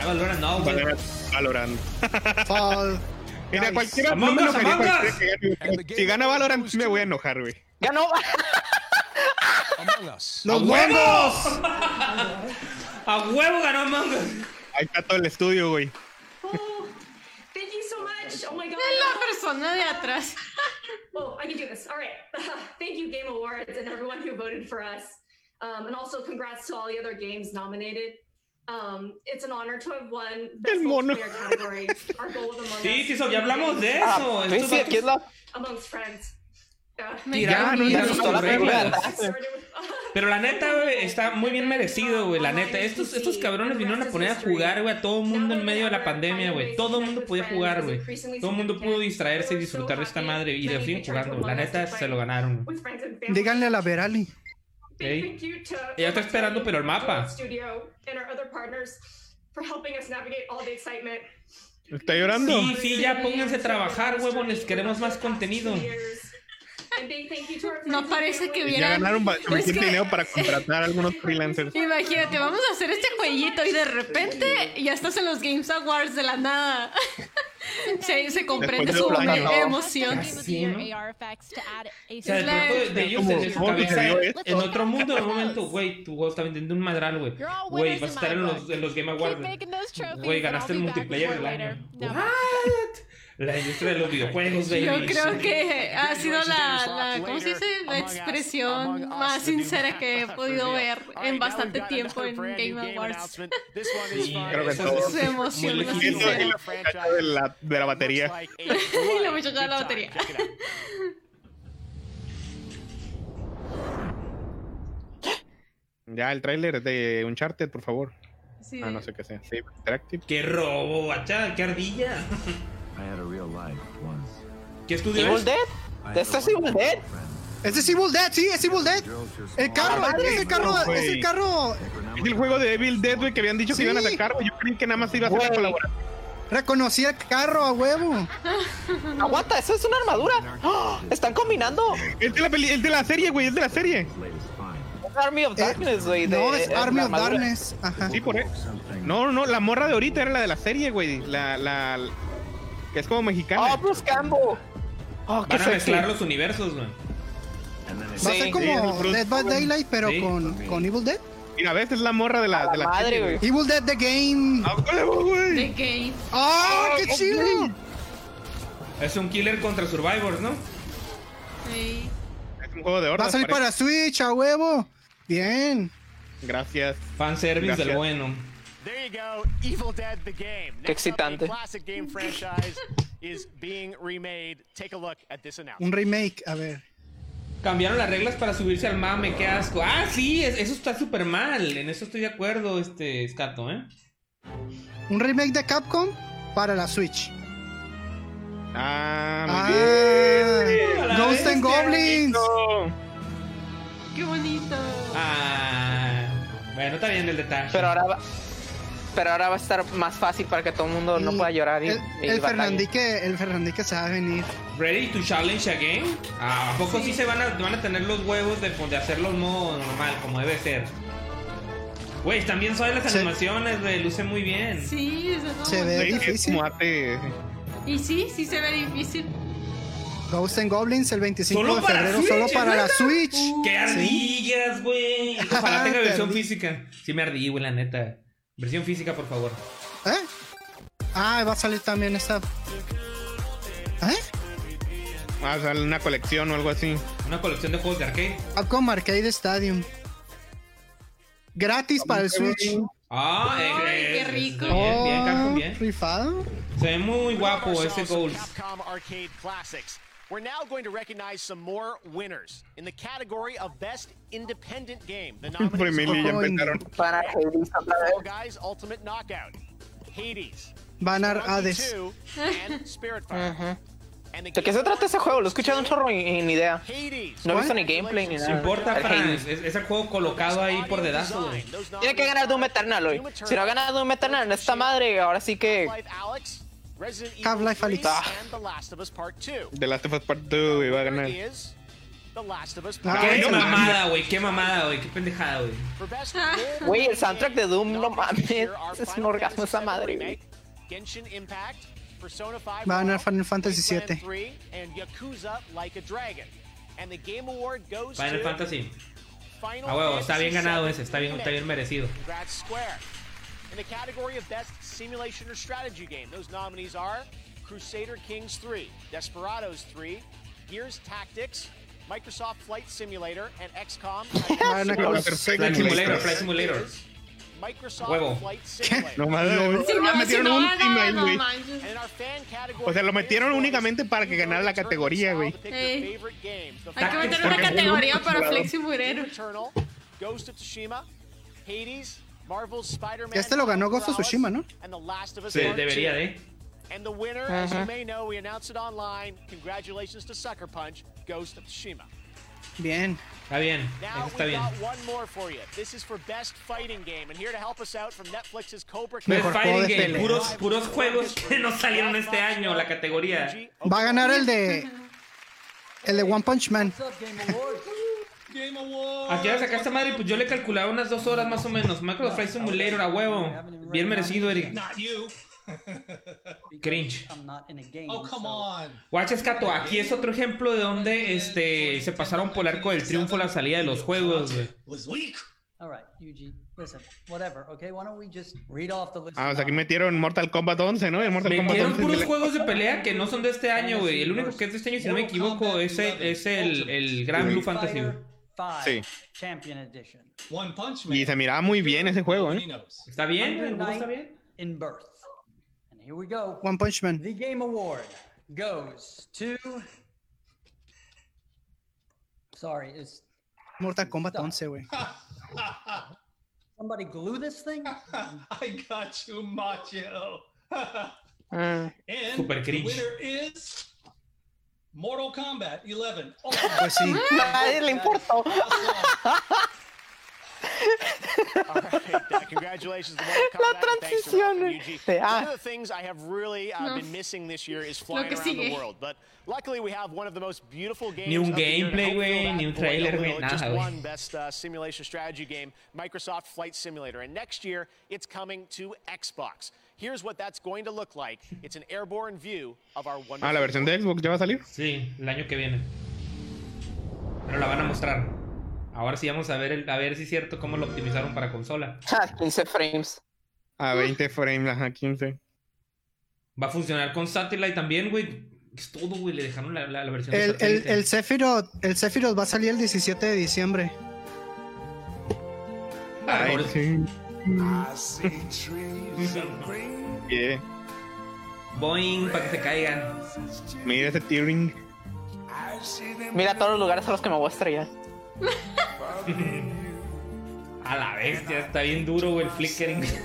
Speaker 1: Ah, Valorant no, güey.
Speaker 5: Valorant.
Speaker 2: Fall.
Speaker 5: Mira,
Speaker 3: Guys.
Speaker 5: cualquiera. No
Speaker 1: Among
Speaker 5: me
Speaker 1: Us,
Speaker 5: enojaría
Speaker 1: Among
Speaker 5: cualquiera
Speaker 1: Us.
Speaker 5: que gane. Si gana Valorant, sí me voy a enojar, güey.
Speaker 3: ¡Ganó!
Speaker 22: Among Us.
Speaker 5: ¡Los
Speaker 1: ¡A
Speaker 5: huevos!
Speaker 1: huevos! ¡A huevo ganó Among Us!
Speaker 5: Ahí está todo el estudio, güey.
Speaker 7: Thank you so much. Oh my god.
Speaker 6: La persona de atrás.
Speaker 7: oh, I can do this. All right. Thank you, Game Awards, and everyone who voted for us. Um, and also, congrats to all the other games nominated. Um, it's an honor to have won Best Multiplayer category. Our goal with Among
Speaker 1: Sí,
Speaker 7: Us
Speaker 1: Tiso, ya
Speaker 7: is to
Speaker 1: hablamos de
Speaker 7: win
Speaker 1: eso.
Speaker 3: Ah,
Speaker 1: Estos
Speaker 3: sí, aquí es la-
Speaker 7: Amongst friends. Yeah.
Speaker 1: Tiraron
Speaker 3: Ya,
Speaker 1: tiraron
Speaker 3: no,
Speaker 1: sus
Speaker 3: no, no,
Speaker 1: reglas.
Speaker 3: no,
Speaker 1: Pero la neta, güey, está muy bien merecido, güey. La neta, estos, estos cabrones vinieron a poner a jugar, güey, a todo el mundo en medio de la pandemia, güey. Todo el mundo podía jugar, güey. Todo el mundo pudo distraerse y disfrutar de esta madre. Y lo siguen jugando. La neta, se lo ganaron.
Speaker 7: With friends and family.
Speaker 2: Díganle a la Verali.
Speaker 7: Big
Speaker 1: Ey.
Speaker 7: thank you to
Speaker 1: Ella está esperando, pero el mapa.
Speaker 7: Studio and our other partners for helping us navigate all the excitement.
Speaker 5: ¿Está llorando?
Speaker 1: Sí, sí, ya pónganse a trabajar, huevones. Queremos más contenido.
Speaker 7: And big thank you to our
Speaker 6: No parece que
Speaker 5: Ya
Speaker 6: hubiera.
Speaker 5: ganaron ba-
Speaker 6: Es
Speaker 5: suficiente
Speaker 6: que-
Speaker 5: dinero para contratar a algunos freelancers.
Speaker 6: Imagínate, vamos a hacer este jueguito y de repente ya estás en los Games Awards de la nada. se, se comprende
Speaker 5: Después de
Speaker 6: su
Speaker 5: plano,
Speaker 6: em-
Speaker 5: ¿no?
Speaker 6: emoción.
Speaker 1: O sea, el
Speaker 6: Claro.
Speaker 1: producto de ellos
Speaker 5: Como-
Speaker 1: en su
Speaker 5: ¿cómo que
Speaker 1: cabeza,
Speaker 5: se vio esto?
Speaker 1: en otro mundo, en un momento, güey, tu juego está vendiendo un madral, güey. Güey, vas a estar en los, en los Game Awards. Güey, ganaste el multiplayer del año. La industria de los videojuegos, güey.
Speaker 6: Yo creo que ha sido la, la- ¿cómo se dice? La expresión más sincera que he podido ver en bastante tiempo en Game Awards.
Speaker 5: Creo que
Speaker 1: Eso
Speaker 5: todo.
Speaker 1: es-
Speaker 6: Se
Speaker 5: Y
Speaker 6: emociona.
Speaker 5: eso, y la muchacha de la, de la batería.
Speaker 6: y la muchacha de la batería.
Speaker 5: Ya, el tráiler de Uncharted, por favor.
Speaker 6: Sí.
Speaker 5: Ah, no sé qué sea. Sí, Interactive.
Speaker 1: ¡Qué robo, guacha! ¡Qué ardilla!
Speaker 9: I had a real life once.
Speaker 1: ¿Qué estudio
Speaker 3: Evil
Speaker 1: es?
Speaker 3: Dead. ¿Esto es Evil Dead?
Speaker 2: Este es Evil Dead, sí, es Evil Dead. El carro,
Speaker 5: Ah,
Speaker 2: es el carro,
Speaker 5: güey.
Speaker 2: es el carro.
Speaker 5: Es el juego de Evil Dead, güey, que habían dicho que
Speaker 2: Sí.
Speaker 5: iban a sacar, güey. Yo creí que nada más iba a ser una
Speaker 3: Güey.
Speaker 5: colaboración.
Speaker 2: Reconocí el carro a huevo.
Speaker 3: Aguanta, eso es una armadura. ¡Ah! Están combinando.
Speaker 5: Es de la, peli- es de la serie, güey, es de la serie.
Speaker 3: Es Army of Eh, Darkness, güey. de-
Speaker 2: No, es
Speaker 3: eh,
Speaker 2: Army
Speaker 3: la
Speaker 2: of
Speaker 3: armadura.
Speaker 2: Darkness. Ajá.
Speaker 5: Sí, por eso. No, no, la morra de ahorita era la de la serie, güey. La, la, la- que es como mexicana.
Speaker 3: Oh, Bruce Campbell.
Speaker 2: Ah,
Speaker 3: Oh, qué
Speaker 1: Van a
Speaker 3: sexy.
Speaker 1: mezclar los universos, güey.
Speaker 2: Va a
Speaker 3: Sí.
Speaker 2: ser
Speaker 5: Sí,
Speaker 2: como
Speaker 5: Bruce-
Speaker 2: Dead by Daylight, pero
Speaker 1: Sí.
Speaker 2: con, con Evil Dead.
Speaker 5: Mira, ves, es la morra de la, de la
Speaker 3: Madre,
Speaker 5: serie,
Speaker 3: güey.
Speaker 2: Evil Dead The Game.
Speaker 5: ¡A huevo, güey! Ah,
Speaker 6: De Game.
Speaker 2: ¡Oh, qué chido!
Speaker 1: Es un killer contra survivors, ¿no?
Speaker 6: Sí.
Speaker 5: Es un juego Oh, de
Speaker 2: Va
Speaker 5: hordas.
Speaker 2: a salir
Speaker 5: parece.
Speaker 2: para Switch, a huevo. Bien.
Speaker 5: Gracias.
Speaker 1: Fanservice
Speaker 5: Gracias.
Speaker 1: del bueno.
Speaker 4: There you go, Evil Dead the game. Next up,
Speaker 3: Qué
Speaker 4: a
Speaker 3: excitante.
Speaker 4: classic game franchise is being remade. Take a look at this announcement.
Speaker 2: Un remake, a ver.
Speaker 1: Cambiaron las reglas para subirse al mame, qué asco. Ah, sí, es- eso está súper mal. En eso estoy de acuerdo, este, Escato, ¿eh?
Speaker 2: Un remake de Capcom para la Switch.
Speaker 5: Ah, muy
Speaker 2: Ah,
Speaker 1: A la
Speaker 2: Ghost and
Speaker 1: bestia,
Speaker 2: Goblins.
Speaker 5: bien.
Speaker 6: Qué bonito.
Speaker 1: Ah, bueno, está bien el detalle.
Speaker 3: Pero ahora va. Pero ahora va a estar más fácil para que todo el mundo no
Speaker 2: Y
Speaker 3: pueda llorar y,
Speaker 2: El,
Speaker 3: y
Speaker 2: el
Speaker 3: batalle.
Speaker 2: Fernandique, el Fernandique se va a venir.
Speaker 1: ¿Ready to challenge again? Ah, ¿A poco sí, se van a, van a tener los huevos de, pues, de hacerlo en modo normal, como debe ser? Güey, también son las
Speaker 2: Sí.
Speaker 1: animaciones, güey, luce muy bien.
Speaker 6: Sí, eso no.
Speaker 2: Se ve
Speaker 5: Sí, es
Speaker 2: difícil.
Speaker 5: como arte.
Speaker 6: Y sí, sí se ve difícil.
Speaker 2: Ghost and Goblins el 25
Speaker 1: ¿Solo
Speaker 2: de
Speaker 1: para
Speaker 2: febrero,
Speaker 1: Switch,
Speaker 2: solo para la
Speaker 1: neta?
Speaker 2: Switch.
Speaker 1: ¡Qué ardillas, güey! Ojalá tenga
Speaker 2: Ah, Te
Speaker 1: versión
Speaker 2: ardí.
Speaker 1: física. Sí me ardí, güey, la neta. Versión física, por favor.
Speaker 2: ¿Eh? Ah, va a salir también esta. ¿Eh?
Speaker 5: Ah, o sea, una colección o algo así.
Speaker 1: Una colección de juegos de arcade.
Speaker 2: Capcom Ah, Arcade Stadium. Gratis para el Switch. Oh,
Speaker 1: Ah, eh,
Speaker 6: Ay,
Speaker 1: eh,
Speaker 6: qué
Speaker 1: está
Speaker 6: rico.
Speaker 1: Bien, bien, Capcom, bien.
Speaker 2: rifado.
Speaker 1: Se ve muy guapo ese
Speaker 4: Ourselves some
Speaker 1: Goals.
Speaker 4: Capcom Arcade Classics. We're now going to recognize some more winners in the category of Best Independent Game. The nominees
Speaker 5: Emilio, ya
Speaker 4: are
Speaker 5: empezaron.
Speaker 4: Fall Guys Ultimate Knockout, Hades,
Speaker 2: Van a Hades.
Speaker 4: 2, and
Speaker 3: Mm.
Speaker 4: Spirit
Speaker 3: ¿De qué se trata ese juego? Lo he escuchado un chorro y, y ni idea. No he
Speaker 1: ¿Cuál?
Speaker 3: visto ni gameplay ni
Speaker 1: No
Speaker 3: nada.
Speaker 1: importa,
Speaker 3: El
Speaker 1: Fran.
Speaker 3: Hades.
Speaker 1: Es, es el juego colocado ahí por dedazo, güey.
Speaker 3: Tiene que ganar Doom Eternal hoy. Si no gana Doom Eternal en esta madre, ahora sí que. Ah.
Speaker 4: Resident
Speaker 3: Half-Life
Speaker 4: Evil 3,
Speaker 3: Alyx.
Speaker 4: and The Last of Us Part 2.
Speaker 5: The Last of Us Part 2 iba a ganar.
Speaker 4: Is The Last of Us
Speaker 5: Ah,
Speaker 4: Part
Speaker 5: qué
Speaker 4: 2.
Speaker 1: Mamada, güey. Qué mamada, güey. Qué pendejada, güey.
Speaker 4: For best role
Speaker 3: Güey, el
Speaker 4: playing
Speaker 3: soundtrack de Doom, no mames. Es un orgasmo esa madre, güey.
Speaker 4: Genshin Impact, Persona 5
Speaker 2: Va a ganar Final Fantasy
Speaker 4: Plan
Speaker 2: VII.
Speaker 4: 3, and Yakuza Like a Dragon. And the Game Award goes
Speaker 1: Final
Speaker 4: to
Speaker 1: Fantasy.
Speaker 4: Final
Speaker 1: A huevo, está bien
Speaker 4: Fantasy
Speaker 1: ganado
Speaker 4: VII
Speaker 1: ese. Está bien, está bien
Speaker 4: Remake.
Speaker 1: merecido.
Speaker 4: Congrats, Square. In the category of Best Simulation or Strategy Game, those nominees are Crusader Kings 3, Desperados 3, Gears Tactics, Microsoft Flight Simulator, and XCOM.
Speaker 2: Van a-
Speaker 1: Flight Simulator, Flight Simulator.
Speaker 4: Microsoft
Speaker 1: Huevo.
Speaker 4: Flight Simulator.
Speaker 5: No mames, güey.
Speaker 1: Si
Speaker 5: Ah,
Speaker 1: no,
Speaker 5: metieron
Speaker 1: si no
Speaker 5: un
Speaker 1: gana,
Speaker 5: team ahí,
Speaker 1: no
Speaker 5: güey.
Speaker 1: manches.
Speaker 4: And in our fan category,
Speaker 5: O sea, lo metieron únicamente para que ganara la categoría, güey.
Speaker 4: pick your favorite games. The
Speaker 6: Hay que
Speaker 4: fact-
Speaker 6: meter una
Speaker 5: Porque-
Speaker 6: categoría para
Speaker 5: Claro.
Speaker 6: Flex y Murero.
Speaker 4: Returnal, Ghost of Tsushima, Hades, Marvel's Spider-Man.
Speaker 2: Este lo ganó Ghost of Tsushima, ¿no?
Speaker 4: And the Last of Us
Speaker 1: Sí,
Speaker 4: Part
Speaker 1: debería
Speaker 4: Two.
Speaker 1: de.
Speaker 4: And the winner, as you
Speaker 2: Ajá.
Speaker 4: may know, we announced it online. Congratulations to Sucker Punch, Ghost of Tsushima.
Speaker 2: Bien.
Speaker 1: Está bien.
Speaker 4: Now
Speaker 1: Eso
Speaker 4: we've
Speaker 1: está bien.
Speaker 4: got one more for you. This is for Best Fighting Game, and here to help us out from Netflix's Cobra Kai.
Speaker 1: Best Fighting Game. Pues, Puros, puros juegos que no salieron este año, la categoría.
Speaker 2: Va a ganar el de. El de One Punch Man.
Speaker 1: Aquí a sacar esta madre, pues yo le calculaba unas dos horas más o menos. Macro Flight Simulator a huevo. Bien merecido, Eric.
Speaker 10: Not you.
Speaker 1: Cringe.
Speaker 10: I'm not in a game. Oh, come on.
Speaker 1: Guaches, Cato, aquí es otro ejemplo de donde este, se pasaron por el arco del triunfo la salida de los juegos, güey.
Speaker 10: Was weak. All right, Yuji. Listen, whatever. Okay, why don't we just read off the list?
Speaker 5: Ah, o sea, aquí metieron Mortal Kombat 11, ¿no? El Mortal Kombat
Speaker 1: Metieron
Speaker 5: 11
Speaker 1: puros
Speaker 5: le-
Speaker 1: juegos de pelea que no son de este año, güey. El único que es de este año, si no me equivoco, es el, es el, el Gran Blue Fantasy. güey.
Speaker 10: Five.
Speaker 5: Sí.
Speaker 10: Champion Edition. One Punch Man.
Speaker 5: Y se miraba muy bien ese juego, ¿eh?
Speaker 1: Está bien,
Speaker 10: Under
Speaker 1: el juego
Speaker 10: Night
Speaker 1: está bien.
Speaker 10: In birth. And here we go.
Speaker 2: One Punch Man.
Speaker 10: The Game Award goes to. Sorry, is
Speaker 2: Mortal Kombat 11, güey.
Speaker 10: somebody glue this thing?
Speaker 11: I got you, Macho.
Speaker 5: Mm.
Speaker 11: and
Speaker 1: Super
Speaker 11: the
Speaker 1: cringe.
Speaker 11: winner is Mortal Kombat 11. Oh,
Speaker 2: Pues sí.
Speaker 3: Nadie le importó.
Speaker 4: Congratulations to Mortal Kombat. Thanks to Ralph and Yuji.
Speaker 3: Te- ah.
Speaker 4: One of the things I have really uh,
Speaker 3: No.
Speaker 4: been missing this year is flying
Speaker 3: que
Speaker 4: around
Speaker 3: sigue.
Speaker 4: the world. But luckily, we have one of the most beautiful games.
Speaker 1: un
Speaker 4: of the year, and
Speaker 1: gameplay,
Speaker 4: hopefully
Speaker 1: güey,
Speaker 4: that
Speaker 1: ni un
Speaker 4: boy,
Speaker 1: trailer,
Speaker 4: oh,
Speaker 1: güey,
Speaker 4: well, it
Speaker 1: nada,
Speaker 4: Just
Speaker 1: güey.
Speaker 4: won best uh, simulation strategy game, Microsoft Flight Simulator, and next year it's coming to Xbox. Here's what that's going to look like. It's an airborne view of our wonderful.
Speaker 5: Ah, la versión de Xbox ya va a salir.
Speaker 1: Sí, el año que viene. Pero la van a mostrar. Ahora sí vamos a ver, el- a ver si es cierto cómo lo optimizaron para consola.
Speaker 3: 15 frames.
Speaker 5: A 20 frames, ajá, 15.
Speaker 1: Va a funcionar con Satellite también, güey. Es todo, güey. Le dejaron la, la- la versión de
Speaker 2: El, el,
Speaker 1: satélite.
Speaker 2: el Sephiroth, el Sephiroth va a salir el 17 de diciembre.
Speaker 1: Ah,
Speaker 5: Ay,
Speaker 1: pobre-
Speaker 5: sí. Ah,
Speaker 20: I see trees of green.
Speaker 5: Yeah.
Speaker 1: Boing, para que se caigan.
Speaker 5: Mira ese tearing.
Speaker 20: I see them
Speaker 3: Mira todos los lugares a los que me voy a estrellar.
Speaker 1: A la bestia, está bien duro, güey, el flickering.
Speaker 5: Sí.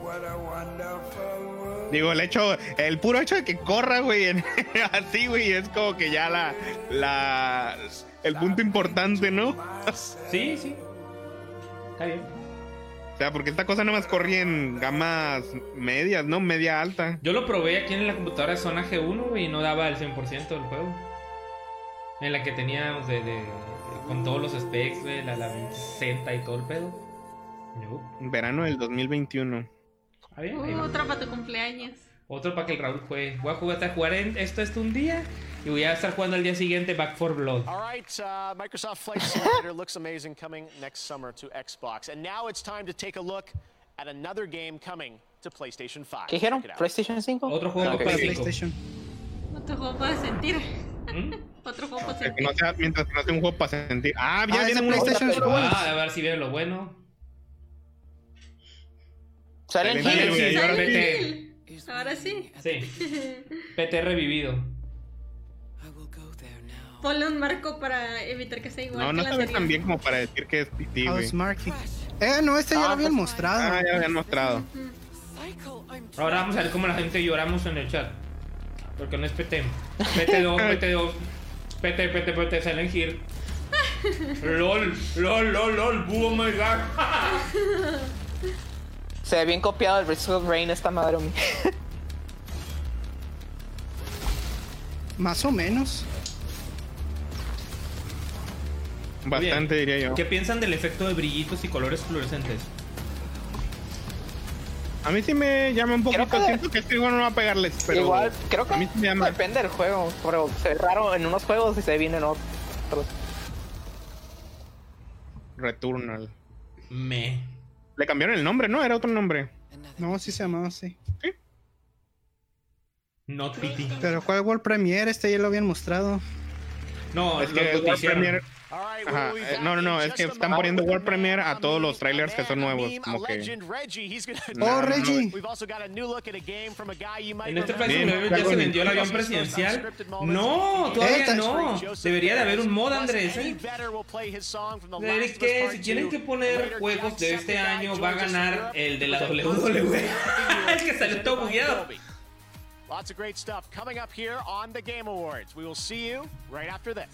Speaker 20: What a wonderful world.
Speaker 5: Digo, el hecho, el puro hecho de que corra, güey, en- así, güey, es como que ya la, la, el punto importante, ¿no?
Speaker 1: Sí, sí. Está bien.
Speaker 5: O sea, porque esta cosa nada más corría en gamas medias, ¿no? Media alta.
Speaker 1: Yo lo probé aquí en la computadora de Zona G1, güey, y no daba el 100% del juego. En la que teníamos de, de- con todos los specs, güey, la, la 60 y todo el pedo. No.
Speaker 5: Verano del 2021.
Speaker 1: Está bien, ahí
Speaker 6: Uh,
Speaker 1: va.
Speaker 6: otra para tu cumpleaños.
Speaker 1: Otro para que el Raúl juegue. Voy a jugar hasta jugar en esto esto un día y voy a estar jugando al día siguiente Back for Blood.
Speaker 4: All right, uh, Microsoft Flight Simulator looks amazing coming next summer to Xbox. And now it's time to take a look at another game coming to PlayStation 5.
Speaker 3: ¿Qué dijeron?
Speaker 4: Check it out.
Speaker 3: ¿PlayStation 5?
Speaker 1: Otro
Speaker 3: Ah, ok.
Speaker 6: Otro juego para sentir.
Speaker 5: ¿Mm?
Speaker 6: Otro juego para
Speaker 5: Que
Speaker 6: sentir.
Speaker 5: no sea, mientras que no sea un juego para sentir. Ah, ya
Speaker 2: Ah,
Speaker 5: viene
Speaker 2: ese
Speaker 5: uno.
Speaker 2: PlayStation es bueno.
Speaker 1: Ah, a ver si viene lo bueno.
Speaker 3: Silent
Speaker 5: Silent Hill,
Speaker 3: Hill.
Speaker 5: güey, ahora
Speaker 1: Vete.
Speaker 6: Ahora sí.
Speaker 1: Sí. PT revivido.
Speaker 6: Ponle un marco para evitar que sea igual.
Speaker 5: No,
Speaker 6: que
Speaker 5: no
Speaker 6: la
Speaker 5: se ve
Speaker 6: serie.
Speaker 5: tan bien como para decir que es PT, güey.
Speaker 2: Eh, no, este ya lo habían mostrado.
Speaker 5: Ah, ya habían mostrado.
Speaker 1: Ahora vamos a ver cómo la gente lloramos en el chat. Porque no es PT. PT2, PT2. PT, PT, PT, Silent Hill. LOL, LOL, LOL, LOL. Oh my god.
Speaker 3: Se ve bien copiado el Risk of Rain esta madre. homie.
Speaker 2: Más o menos.
Speaker 5: Bastante, diría yo.
Speaker 1: ¿Qué piensan del efecto de brillitos y colores fluorescentes?
Speaker 5: A mí sí me llama un poquito. Siento que este igual no va a pegarles, pero.
Speaker 3: Igual, creo que
Speaker 5: A mí sí me llama.
Speaker 3: depende del juego. Pero se ve raro en unos juegos y se ve bien en otros.
Speaker 5: Returnal.
Speaker 1: Me.
Speaker 5: Le cambiaron el nombre, ¿no? Era otro nombre.
Speaker 2: No, sí se llamaba así.
Speaker 1: Not PT.
Speaker 2: Pero ¿cuál World Premiere? Este ya lo habían mostrado.
Speaker 1: No,
Speaker 5: es
Speaker 1: los
Speaker 5: que World
Speaker 1: noticiaron.
Speaker 5: Premiere. Ajá, eh, no, no, no, es que están poniendo World Premiere a todos los trailers que son nuevos. Como que. No, no, no.
Speaker 4: We've also got a new look at a game from a guy you might
Speaker 1: En este
Speaker 4: remember.
Speaker 1: país ya se vendió el avión presidencial. No, todavía no. Debería de haber un mod, Andrés. ¿eh? Es que si tienen que poner juegos de este año, va a ganar el de la WWE. es que salió todo bugueado.
Speaker 4: Lots of great stuff coming up here on the Game Awards. We will see you right after this.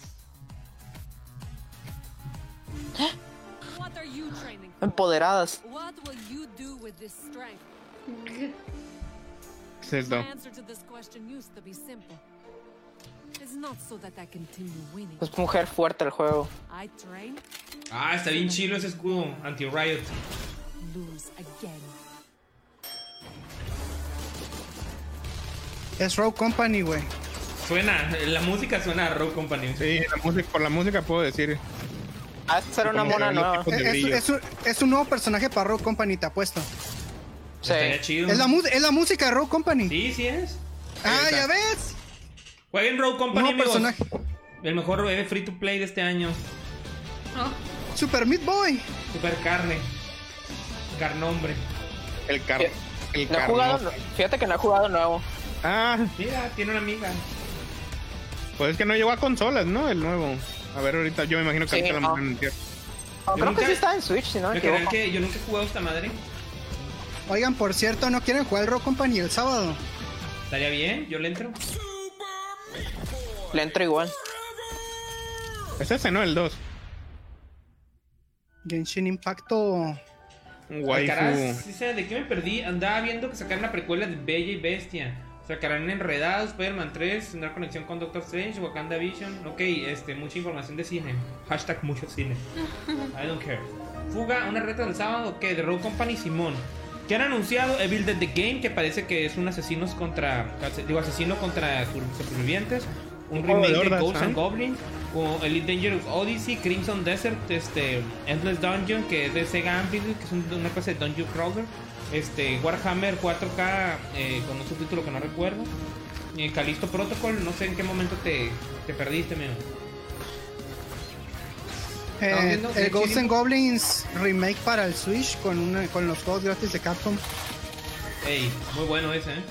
Speaker 8: What are you training?
Speaker 3: Empoderadas.
Speaker 8: What will you do with this strength?
Speaker 5: ¿Qué es
Speaker 8: My
Speaker 5: esto?
Speaker 8: answer to this question used to be simple. It's not so that I continue winning.
Speaker 3: Es mujer fuerte el juego.
Speaker 8: I train,
Speaker 1: Ah, está bien chilo ese escudo anti-riot.
Speaker 8: lose again.
Speaker 2: Es Rogue Company, güey.
Speaker 1: Suena, la música suena a Rock Company.
Speaker 5: Sí, la música, por la música puedo decir.
Speaker 3: Ah, esta
Speaker 5: era una Como mona que los nueva. tipos de
Speaker 2: Es,
Speaker 5: brillo.
Speaker 2: es un, es un nuevo personaje para Rogue Company, te apuesto.
Speaker 1: Estaría chido.
Speaker 2: Es la, mu- es la música de Rogue Company.
Speaker 1: Sí, sí es.
Speaker 2: Ah, ya ves.
Speaker 1: Jueguen Road Company,
Speaker 2: Nuevo
Speaker 1: amigos.
Speaker 2: personaje.
Speaker 1: El mejor eh, free to play de este año.
Speaker 2: Super Meat Boy.
Speaker 1: Super carne. Carnombre. Eh,
Speaker 5: El car. El
Speaker 3: No he jugado,
Speaker 5: carnoso.
Speaker 3: fíjate que no he jugado nuevo.
Speaker 5: Ah,
Speaker 1: Mira, tiene una amiga.
Speaker 5: pues es que no llegó a consolas, ¿no? El nuevo. A ver, ahorita yo me imagino que
Speaker 3: Sí,
Speaker 5: ahorita la
Speaker 3: no.
Speaker 5: mandan a anunciar.
Speaker 3: No, creo que
Speaker 1: nunca-
Speaker 3: sí está en Switch, si
Speaker 2: Ah,
Speaker 3: no me
Speaker 1: ¿Me creerán
Speaker 3: equivoco.
Speaker 1: que yo nunca he jugado esta madre?
Speaker 2: Oigan, por cierto, ¿no quieren jugar Rogue Company el sábado?
Speaker 1: ¿Estaría bien? ¿Yo le entro?
Speaker 3: Le entro igual.
Speaker 5: Es ese, ¿no? El 2.
Speaker 2: Genshin Impacto.
Speaker 1: Alcaraz, dice, ¿de qué me perdí? Andaba viendo que sacaron la precuela de Bella y Bestia. Sacarán Enredados, Spider-Man 3, tendrá conexión con Doctor Strange, Wakanda Vision. Ok, este, mucha información de cine. Hashtag mucho cine. I don't care. Fuga, una reta del sábado que de Rogue Company Simón. Que han anunciado Evil Dead The Game, que parece que es un asesino contra. Digo, asesino contra sur- supervivientes. Un
Speaker 5: Un juego de
Speaker 1: remake de
Speaker 5: hordas,
Speaker 1: Ghosts
Speaker 5: ¿ah?
Speaker 1: and Goblins. o Elite Dangerous Odyssey, Crimson Desert, este, Endless Dungeon, que es de Sega Amplitude, que es un- una clase de Dungeon Crawler. Este, Warhammer 4K, eh, con un subtítulo que no recuerdo. Eh, Callisto Protocol, no sé en qué momento te, te perdiste, amigo. Estamos
Speaker 2: Eh,
Speaker 1: viendo
Speaker 2: el
Speaker 1: Genshin
Speaker 2: Ghosts and Goblins remake para el Switch con, una- con los juegos gratis de Capcom.
Speaker 1: Ey, muy bueno ese, ¿eh?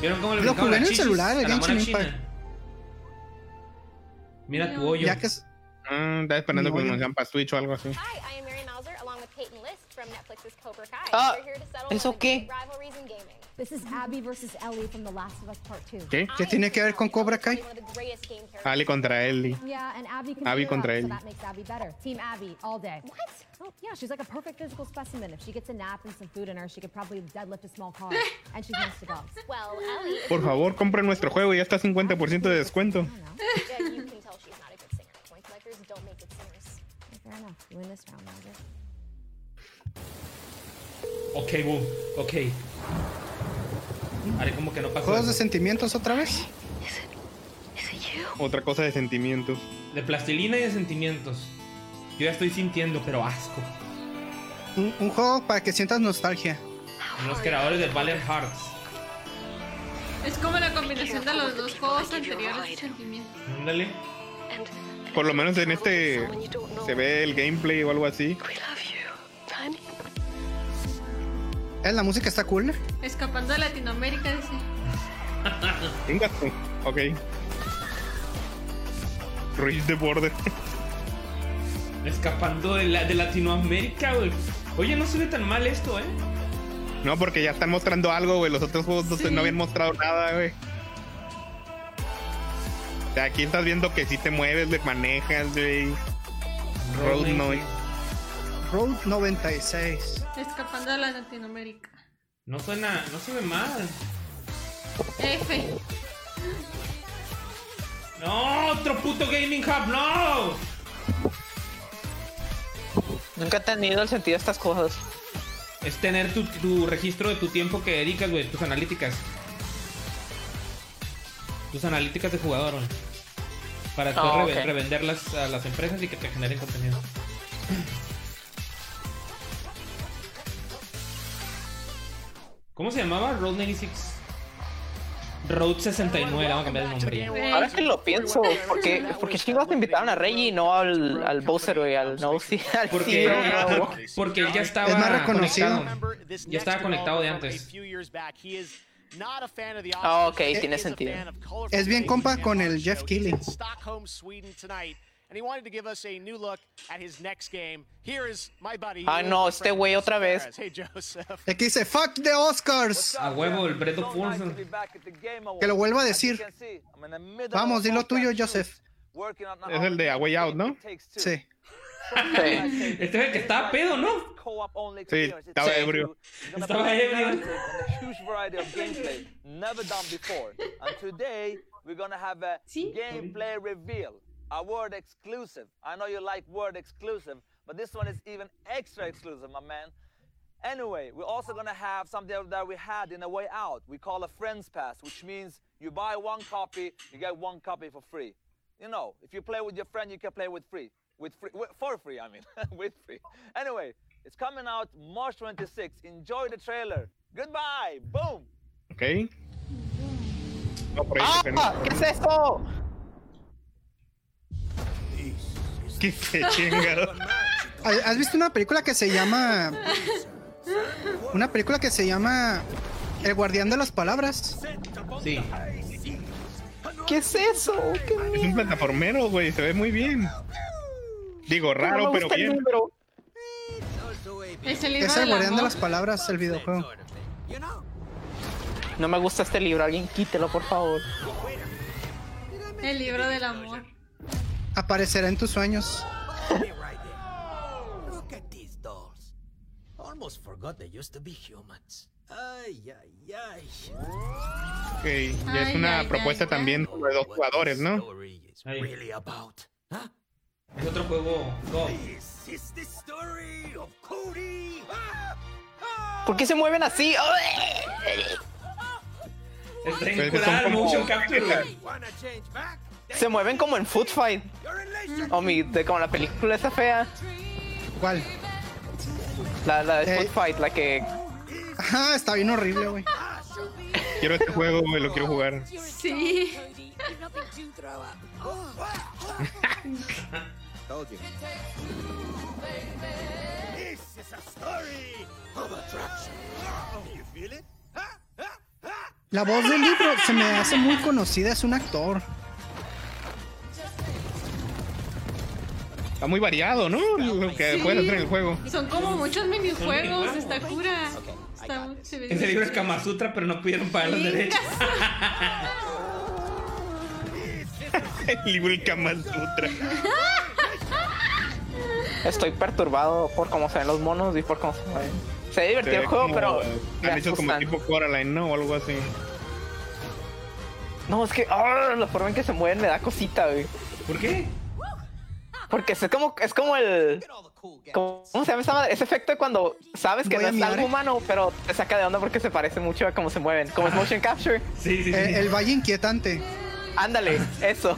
Speaker 1: ¿Vieron cómo le
Speaker 2: Lo
Speaker 1: brincaban
Speaker 2: jugué en
Speaker 1: las
Speaker 2: el
Speaker 1: chichis
Speaker 2: celular, el
Speaker 1: a la mona
Speaker 2: Genshin
Speaker 1: china? Mira tu hoyo.
Speaker 5: Ya que Ah, estaba esperando que me anunciaran para Switch o algo así.
Speaker 12: Hi, I am Mary Mauser, along with Peyton List from Netflix's Cobra Kai.
Speaker 5: Ah,
Speaker 12: We're here to settle
Speaker 5: ¿eso
Speaker 12: on the
Speaker 5: qué?
Speaker 12: great rivalries in gaming.
Speaker 23: This is Abby versus Ellie from The Last of Us Part 2.
Speaker 5: ¿Qué?
Speaker 12: I
Speaker 5: ¿Qué tiene
Speaker 12: am
Speaker 5: que ver con Cobra
Speaker 12: probably
Speaker 5: Kai? Ah,
Speaker 12: one of the greatest game characters.
Speaker 5: Ali contra Ellie.
Speaker 23: Yeah, and Abby can
Speaker 5: Abby
Speaker 23: clear
Speaker 5: contra
Speaker 23: up, so
Speaker 5: Ellie.
Speaker 23: that makes Abby better. Team Abby all day. What? Oh, yeah, she's like a perfect physical specimen. If she gets a nap and some food in her, she could probably deadlift a small car. and she's nice to dogs.
Speaker 12: Well, Ellie,
Speaker 5: Por favor, compren nuestro juego y ya está 50% de descuento.
Speaker 12: yeah, you can tell she's not a good singer. Point collectors don't make good singers.
Speaker 23: Fair enough. You win this round, Roger.
Speaker 1: Ok, boom. Ok. Haré como que no pasó.
Speaker 2: Juegos de sentimientos otra vez.
Speaker 5: Otra cosa de sentimientos.
Speaker 1: De plastilina y de sentimientos. Yo ya estoy sintiendo, pero asco.
Speaker 2: Un, un juego para que sientas nostalgia.
Speaker 1: Son Los creadores de Valiant Hearts.
Speaker 6: Es como la combinación de los dos juegos anteriores de sentimientos.
Speaker 1: Ándale.
Speaker 5: Por lo menos en este se ve el gameplay o algo así.
Speaker 2: Eh, La música está cool.
Speaker 6: Escapando de Latinoamérica, dice.
Speaker 5: Chingate. Ok. Reach the border.
Speaker 1: Escapando de, la- de Latinoamérica, güey. Oye, no se ve tan mal esto, ¿eh?
Speaker 5: No, porque ya están mostrando algo, güey. Los otros juegos no se- no habían mostrado nada, güey. O sea, aquí estás viendo que si te mueves, le manejas, güey. Road noise.
Speaker 2: Road 96.
Speaker 6: Escapando de la Latinoamérica.
Speaker 1: No suena, no se ve mal.
Speaker 6: F.
Speaker 1: No, otro puto gaming hub, no.
Speaker 3: Nunca he tenido el sentido de estas cosas.
Speaker 1: Es tener tu, tu registro de tu tiempo que dedicas, güey, tus analíticas. Tus analíticas de jugador, güey. Para después
Speaker 3: Ah,
Speaker 1: reve-
Speaker 3: ok.
Speaker 1: revenderlas a las empresas y que te generen contenido. ¿Cómo se llamaba? Road 96. Road 69, vamos a cambiar el nombre.
Speaker 3: Ahora que lo pienso, ¿por qué, por qué chingos invitaron a Reggie y no al, al Bowser, güey? Al no, sí, al
Speaker 1: Porque,
Speaker 3: CEO, güey?
Speaker 1: porque él ya estaba conectado. Ya estaba conectado de antes.
Speaker 3: Ah, ok,
Speaker 2: Eh,
Speaker 3: tiene sentido.
Speaker 2: Es bien compa con el Jeff Keighley.
Speaker 4: Stockholm, Sweden tonight, and he wanted to give us a new look at his next game. Here is my buddy.
Speaker 3: Ah, no, este güey otra vez.
Speaker 4: Hey, Joseph.
Speaker 2: Y aquí dice, fuck the Oscars.
Speaker 1: A huevo, el Breath of Force.
Speaker 2: Que lo vuelva a decir. Vamos, dilo tuyo, Joseph.
Speaker 5: Es el de A Way Out, ¿no?
Speaker 2: Sí.
Speaker 1: Este es el que estaba pedo, ¿no?
Speaker 5: Sí, estaba ebrio.
Speaker 1: Estaba ebrio.
Speaker 13: huge variety of gameplay never done before. And today we're gonna have a gameplay reveal, a word exclusive. I know you like word exclusive, but this one is even extra exclusive, my man. Anyway, we're also gonna have something that we had in a way out. We call a friends pass, which means you buy one copy, you get one copy for free. You know, if you play with your friend, you can play with free, with free, wi- for free. I mean, with free. Anyway, it's coming out March 26. Enjoy the trailer. Goodbye. Boom.
Speaker 5: Ok. No, por ahí se
Speaker 3: ¡Ah! ¿Qué es esto?
Speaker 5: ¿Qué se chingado?
Speaker 2: ¿Has has visto una película que se llama. Una película que se llama. El guardián de las palabras.
Speaker 1: Sí.
Speaker 3: ¿Qué es eso?
Speaker 5: Es un plataformero, güey. Se ve muy bien. Digo, raro, pero bien.
Speaker 6: Es el libro
Speaker 2: Es el
Speaker 6: del
Speaker 2: guardián de
Speaker 6: amor.
Speaker 2: las palabras, el videojuego.
Speaker 3: No me gusta este libro, alguien quítelo, por favor.
Speaker 6: El libro del amor.
Speaker 2: Aparecerá en tus sueños.
Speaker 14: Look at these dolls. Almost forgot they used to be humans. Ay, ay, ay.
Speaker 5: Ok, y es
Speaker 14: Ay,
Speaker 5: una
Speaker 14: ay,
Speaker 5: propuesta
Speaker 14: ay,
Speaker 5: también
Speaker 14: ay.
Speaker 5: de dos jugadores, ¿no?
Speaker 14: Really about. Huh?
Speaker 1: Es otro juego. Go.
Speaker 14: This is the story of Cody.
Speaker 3: ¿Por qué se mueven así?
Speaker 1: Está
Speaker 5: Pero que son
Speaker 1: incurable,
Speaker 5: como-
Speaker 1: motion capture, güey.
Speaker 14: Wanna change back?
Speaker 3: Se mueven como en Food Fight. O mi, de como la película esa fea.
Speaker 2: ¿Cuál?
Speaker 3: La, la de
Speaker 2: Eh.
Speaker 3: Food Fight, la que.
Speaker 2: Ajá, está bien horrible, güey.
Speaker 14: Ah,
Speaker 5: Quiero este juego, güey. Lo quiero jugar.
Speaker 6: Sí.
Speaker 14: Told you. This is a story of attraction. Do you feel it?
Speaker 2: La voz del libro se me hace muy conocida, es un actor.
Speaker 5: Está muy variado, ¿no? Lo que
Speaker 6: Sí.
Speaker 5: puedes hacer en el juego.
Speaker 6: Son como muchos minijuegos, está cura. Está se ve-
Speaker 1: Ese libro es Kama Sutra, pero no pudieron pagar los derechos.
Speaker 5: El libro El Kama Sutra.
Speaker 3: Estoy perturbado por cómo se ven los monos y por cómo se mueven. Se ve divertido el
Speaker 5: ve
Speaker 3: juego,
Speaker 5: como-
Speaker 3: pero. me
Speaker 5: Han hecho como
Speaker 3: asustan.
Speaker 5: tipo Coraline, ¿no? O algo así.
Speaker 3: No, es que. ah, la forma en que se mueven me da cosita, güey.
Speaker 1: ¿Por qué?
Speaker 3: Porque es como, es como el. ¿Cómo se llama esa madre? Ese efecto de cuando sabes que
Speaker 2: Voy
Speaker 3: no
Speaker 2: a
Speaker 3: es
Speaker 2: miar,
Speaker 3: algo
Speaker 2: eh.
Speaker 3: humano, pero te saca de onda porque se parece mucho a cómo se mueven. Como es motion capture.
Speaker 1: Sí,
Speaker 2: Eh, El, Valle Inquietante.
Speaker 3: Ándale, eso.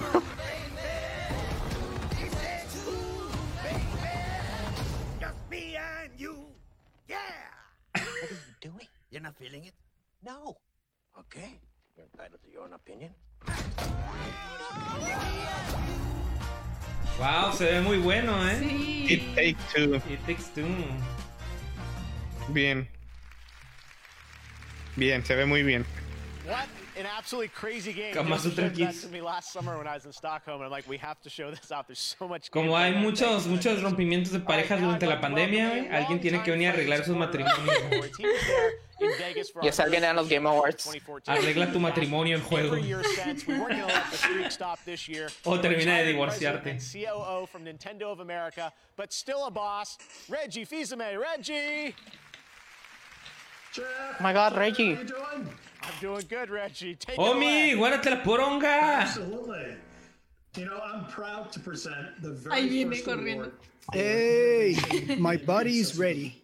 Speaker 14: Just me and you. Yeah. What are you doing? You're not feeling it? No. Okay. You're entitled to your own opinion.
Speaker 1: Wow, se ve muy bueno, ¿eh?
Speaker 6: Sí.
Speaker 5: It takes two.
Speaker 1: It takes two.
Speaker 5: Bien. Bien, se ve muy bien.
Speaker 4: What an absolutely crazy game.
Speaker 1: Kama
Speaker 4: Jason
Speaker 1: Sutra
Speaker 4: showed that
Speaker 1: Kids.
Speaker 4: to me last summer when I was in Stockholm, and I'm like, we have to show this out. There's so much.
Speaker 1: Como hay muchos, muchos rompimientos de parejas durante la pandemia, güey, alguien tiene que venir a arreglar sus matrimonios. güey.
Speaker 3: Y es alguien en los Game Awards.
Speaker 1: Arregla tu matrimonio en juego.
Speaker 4: Year since we weren't going to let the streak stop this year.
Speaker 1: O termina Oh, de
Speaker 4: Retired
Speaker 1: divorciarte.
Speaker 4: president and COO from Nintendo of America, but still a boss, Reggie Fils-Aimé. Reggie,
Speaker 3: Oh my god, Reggie.
Speaker 4: I'm doing good, Reggie. Take it away.
Speaker 1: ¡Omi! ¡Guárdate la poronga!
Speaker 11: Absolutely. You know, I'm proud to present the very
Speaker 6: Ahí viene
Speaker 11: first
Speaker 6: corriendo.
Speaker 2: Hey, my body is ready.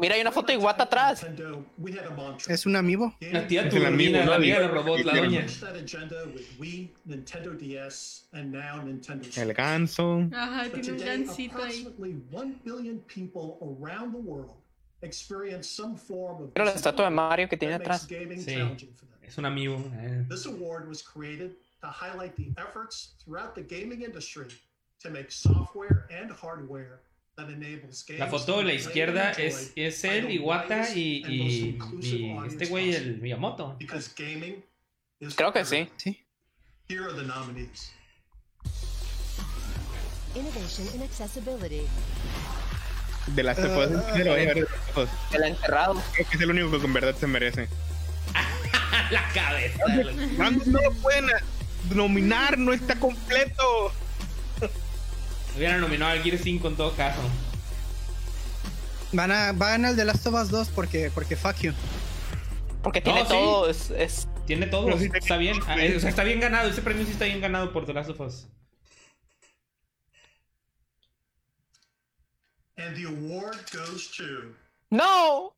Speaker 3: Mira, hay una foto de Iwata atrás.
Speaker 2: ¿Es un amigo?
Speaker 1: La tía turbina, la amiga del robot, la doña.
Speaker 11: Push that agenda with Wii, Nintendo DS, and now Nintendo Switch.
Speaker 5: El ganso.
Speaker 6: Ajá,
Speaker 11: But
Speaker 6: tiene un
Speaker 11: today,
Speaker 6: gancito ahí.
Speaker 11: approximately 1 billion people around the world experience some form of
Speaker 3: Mira la estatua de Mario que tiene
Speaker 11: that makes
Speaker 3: atrás.
Speaker 11: gaming
Speaker 1: Sí,
Speaker 11: challenging for them.
Speaker 1: es un amigo. eh.
Speaker 11: This award was created to highlight the efforts throughout the gaming industry to make software and hardware that enables games.
Speaker 1: La foto de la
Speaker 11: to be played
Speaker 1: izquierda
Speaker 11: and
Speaker 1: es,
Speaker 11: enjoyed
Speaker 1: es
Speaker 11: by
Speaker 1: él,
Speaker 11: the
Speaker 1: Iwata
Speaker 11: widest
Speaker 1: y,
Speaker 11: and most
Speaker 1: y,
Speaker 11: inclusive
Speaker 1: y
Speaker 11: audience
Speaker 1: este güey,
Speaker 11: possible.
Speaker 1: el Miyamoto.
Speaker 11: Because gaming is
Speaker 3: Creo que sí.
Speaker 11: here are the nominees.
Speaker 17: Innovation in accessibility.
Speaker 5: De las se puede- se lo voy a ver de los ojos.
Speaker 3: El enterrado.
Speaker 5: Creo que es el único que en verdad se merece.
Speaker 1: La cabeza.
Speaker 5: Brandon no lo pueden nominar, no está completo.
Speaker 1: Hubieran nominado al Gear 5 en todo caso.
Speaker 2: Van a, va a ganar el de Last of Us 2 porque, porque fuck you.
Speaker 3: Porque
Speaker 1: tiene No, Oh, sí. todo,
Speaker 3: Es,
Speaker 1: Tiene todo,
Speaker 5: Pero sí
Speaker 1: está bien. ah, eh, O sea, está bien ganado. Ese premio sí está bien ganado por The Last of Us.
Speaker 11: And the award goes to
Speaker 3: No.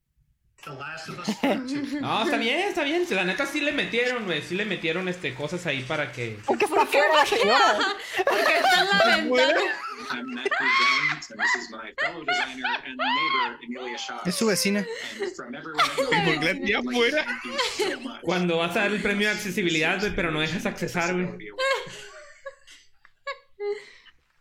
Speaker 11: The Last of Us Part 2.
Speaker 1: No, Ah, está bien, está bien. La neta sí le metieron, güey. Sí le metieron este, cosas ahí para que.
Speaker 3: ¿Por qué ¿Por qué la señora?
Speaker 6: Porque está en la ventana.
Speaker 24: I'm Matthew Downs, and this is my fellow designer and neighbor, Emilia Shaw.
Speaker 2: Es su vecina.
Speaker 24: And from everyone at Nokia,
Speaker 5: ¿Por qué la tía
Speaker 24: I'd like to
Speaker 5: fuera?
Speaker 24: thank you so much.
Speaker 1: Cuando vas a dar el premio de accesibilidad, güey, pero no dejas accesar, güey.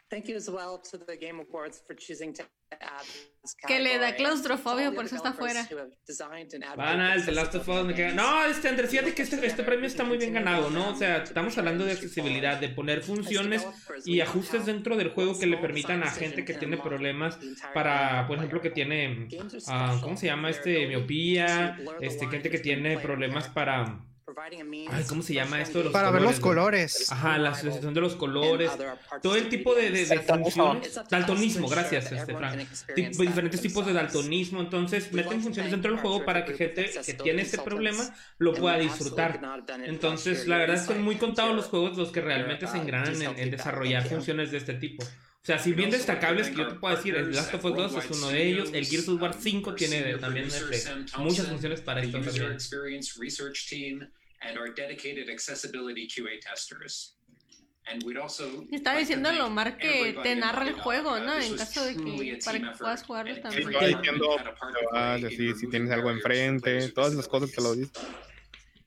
Speaker 14: Thank you as well to the Game Awards for choosing to add this
Speaker 6: Que le da
Speaker 14: category.
Speaker 6: claustrofobia,
Speaker 14: To all the
Speaker 6: por eso está
Speaker 14: developers
Speaker 6: afuera.
Speaker 14: who have designed and
Speaker 1: Van a
Speaker 14: advocated
Speaker 1: The Last of Us, me caga- No, este Andrés, fíjate que este, este premio está muy bien ganado, ¿no? O sea, estamos hablando de accesibilidad, de poner funciones y ajustes dentro del juego que le permitan a gente que tiene problemas para, por ejemplo, que tiene, ah, ¿cómo se llama? Este, miopía, este, gente que tiene problemas para... Ay, ¿cómo se llama esto? de los
Speaker 2: Para ver los
Speaker 1: güey?
Speaker 2: colores.
Speaker 1: Ajá, la asociación de los colores, todo el tipo de, de- de funciones. Daltonismo, gracias, este, Frank. Tipo- diferentes tipos de daltonismo. Entonces, meten funciones dentro del juego para que gente que tiene este problema lo pueda disfrutar. Entonces, la verdad son muy contados los juegos los que realmente
Speaker 24: uh,
Speaker 1: se engranan en, en desarrollar funciones de este tipo. O sea, si bien destacables que yo te puedo decir, el Last
Speaker 24: uh,
Speaker 1: of Us 2 es uno de ellos, el Gears of War
Speaker 24: E
Speaker 1: 5 tiene de- también este, muchas funciones para
Speaker 24: the
Speaker 1: esto
Speaker 24: user
Speaker 1: también.
Speaker 24: experience research team, and our dedicated accessibility QA testers. And we'd also
Speaker 6: Estaba diciendo
Speaker 24: like to
Speaker 6: Lomar
Speaker 24: thank
Speaker 6: que
Speaker 24: everybody
Speaker 6: te
Speaker 24: in
Speaker 6: narra el
Speaker 24: Nokia.
Speaker 6: juego,
Speaker 24: Uh,
Speaker 6: ¿no?
Speaker 24: this
Speaker 6: En
Speaker 24: was
Speaker 6: caso de
Speaker 24: truly a
Speaker 6: que
Speaker 24: team
Speaker 6: para que
Speaker 24: effort,
Speaker 6: puedas jugarlo
Speaker 24: and
Speaker 5: Sí,
Speaker 6: también.
Speaker 5: va diciendo, te va a decir si tienes algo enfrente, todas esas cosas te lo dicen.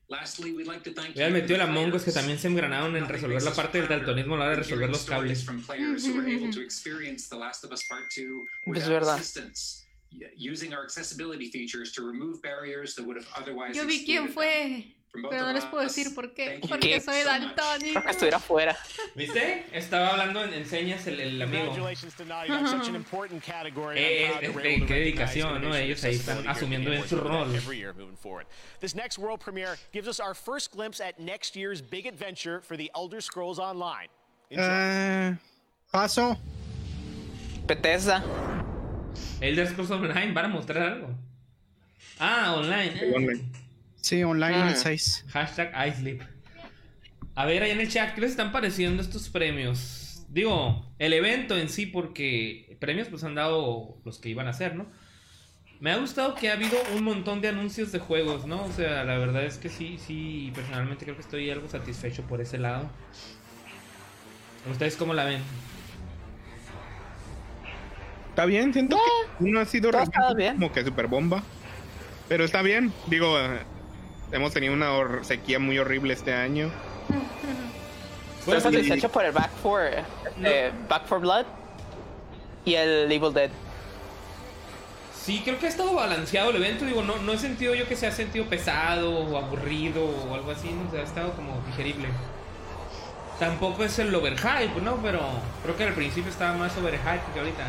Speaker 24: Lastly, we'd like to thank
Speaker 1: Hubieran
Speaker 24: you,
Speaker 1: metido la
Speaker 24: the
Speaker 1: Mongos que
Speaker 24: players.
Speaker 1: también se engranaron en resolver la parte del daltonismo a la hora de resolver los cables.
Speaker 24: from players who were able to experience The Last of Us Part 2
Speaker 1: Pues es
Speaker 24: without
Speaker 1: verdad.
Speaker 24: assistance, y- using our accessibility features to remove barriers that would have otherwise
Speaker 6: Yo vi quién
Speaker 24: excluded them.
Speaker 6: fue, pero no les puedo decir por qué. Porque
Speaker 24: ¿Qué?
Speaker 6: soy daltónico.
Speaker 3: fuera.
Speaker 1: ¿Viste? Estaba hablando en, en señas el, el amigo.
Speaker 4: Congratulations to Naughty Dog, such an important category.
Speaker 1: Eh,
Speaker 4: I'm proud that we're
Speaker 1: eh,
Speaker 4: able to recognize
Speaker 1: qué dedicación, ¿no?
Speaker 4: innovation
Speaker 1: Ellos ahí están
Speaker 4: accessibility here at the
Speaker 1: asumiendo
Speaker 4: Game
Speaker 1: en
Speaker 4: Awards.
Speaker 1: su
Speaker 4: We're doing that
Speaker 1: rol.
Speaker 4: Every year moving forward. This next world premiere gives us our first glimpse at next year's big adventure for the Elder Scrolls Online.
Speaker 2: Ah, paso.
Speaker 3: Bethesda.
Speaker 1: Elder Scrolls Online, van a mostrar algo. Ah, online. eh.
Speaker 2: Sí, online en el
Speaker 1: Ah.
Speaker 2: 6.
Speaker 1: Hashtag iSleep. A ver, ahí en el chat, ¿qué les están pareciendo estos premios? Digo, el evento en sí, porque premios pues han dado los que iban a hacer, ¿no? Me ha gustado que ha habido un montón de anuncios de juegos, ¿no? O sea, la verdad es que sí, sí, y personalmente creo que estoy algo satisfecho por ese lado. ¿Ustedes cómo la ven?
Speaker 5: Está bien, siento que no ha sido realmente como que super bomba. Pero está bien, digo, eh, hemos tenido una hor- sequía muy horrible este año.
Speaker 3: Estoy
Speaker 1: pues,
Speaker 3: satisfecho por el Back 4 Back 4 Blood y el Evil Dead.
Speaker 1: Sí, creo que ha estado balanceado el evento. Digo, no, no he sentido yo que se ha sentido pesado o aburrido o algo así. No sé, ha estado como digerible. Tampoco es el overhype, ¿no? Pero creo que al principio estaba más overhype que ahorita.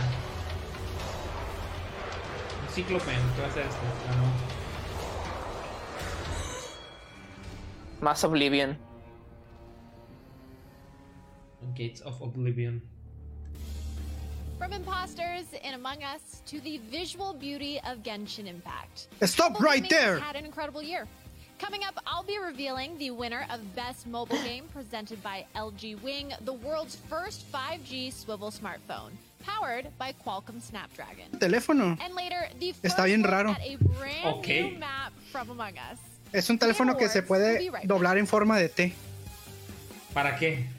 Speaker 1: Un cíclope, ¿qué va a hacer esto? Ah, no.
Speaker 3: Más Oblivion.
Speaker 1: Gates of Oblivion.
Speaker 19: From imposters in Among Us to the visual beauty of Genshin Impact.
Speaker 2: Stop
Speaker 19: Mobile
Speaker 2: right
Speaker 19: Gaming has
Speaker 2: there!
Speaker 19: Had an incredible year. Coming up, I'll be revealing the winner of Best Mobile Game presented by LG Wing, the world's first 5G swivel smartphone, powered by Qualcomm Snapdragon.
Speaker 2: Teléfono.
Speaker 19: And later, the first
Speaker 2: Está bien
Speaker 19: look
Speaker 2: raro.
Speaker 19: at a brand
Speaker 2: Okay.
Speaker 19: new map from Among Us.
Speaker 2: Es un teléfono que se puede doblar en forma de T.
Speaker 1: ¿Para qué?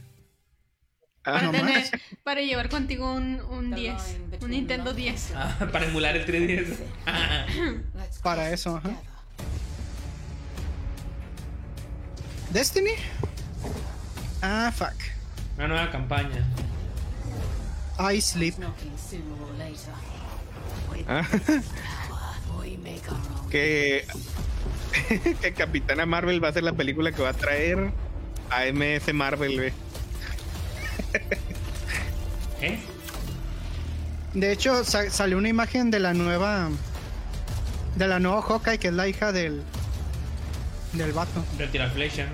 Speaker 2: Ah, no más.
Speaker 6: Para llevar contigo un, un 10. Un Nintendo 10.
Speaker 1: Ah, para emular el 3DS. Ah.
Speaker 2: Para eso, ajá. Destiny? Ah, fuck.
Speaker 1: Una nueva campaña.
Speaker 2: I sleep.
Speaker 21: Sooner or later,
Speaker 5: Ah,
Speaker 21: we make our own.
Speaker 5: que, que Capitana Marvel va a ser la película que va a traer a MS Marvel, güey.
Speaker 1: ¿Eh?
Speaker 2: De hecho, sa- salió una imagen de la nueva. De la nueva Hawkeye, que es la hija del. Del vato.
Speaker 1: Retira flecha.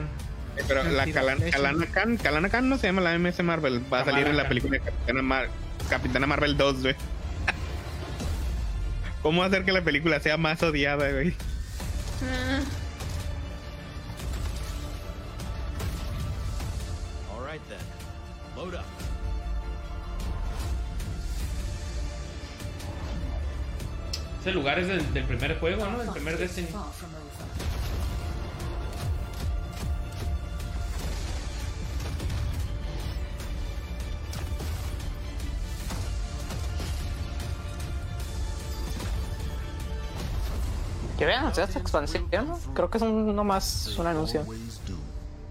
Speaker 5: Eh, Pero la Kalan- Kalana Khan, Kalana Khan no se llama la MS Marvel, va a salir en la película de Capitana, Mar- Capitana Marvel 2, güey. ¿Cómo hacer que la película sea más odiada, güey?
Speaker 20: All right then. Load up.
Speaker 1: Ese lugar es del, del primer juego, ¿no? Del primer Destiny.
Speaker 3: Que vean, o sea, esta expansión. Creo que es un, nomás un anuncio.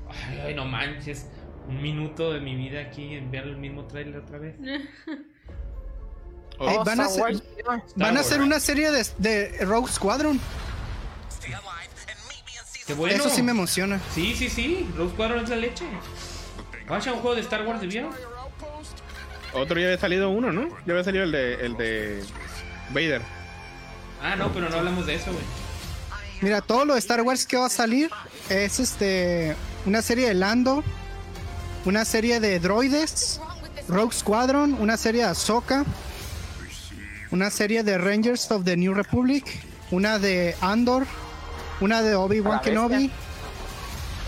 Speaker 1: Ay, ay, no manches. Un minuto de mi vida aquí en ver el mismo tráiler otra vez.
Speaker 2: Ey, eh, van a
Speaker 1: Oh, Star Wars.
Speaker 2: hacer, van a
Speaker 1: Wars.
Speaker 2: hacer una serie de, de Rogue Squadron.
Speaker 1: Qué bueno.
Speaker 2: Eso sí me emociona.
Speaker 1: Sí, sí, sí. Rogue Squadron es la leche. Vaya un juego de Star Wars de vida.
Speaker 5: Otro ya había salido uno, ¿no? Ya había salido el de, el de Vader.
Speaker 1: Ah, no, pero no hablamos de eso, güey.
Speaker 2: Mira, todo lo de Star Wars que va a salir es este una serie de Lando, una serie de droides, Rogue Squadron, una serie de Ahsoka, una serie de Rangers of the New Republic, una de Andor, una de Obi-Wan
Speaker 3: A la
Speaker 2: Kenobi,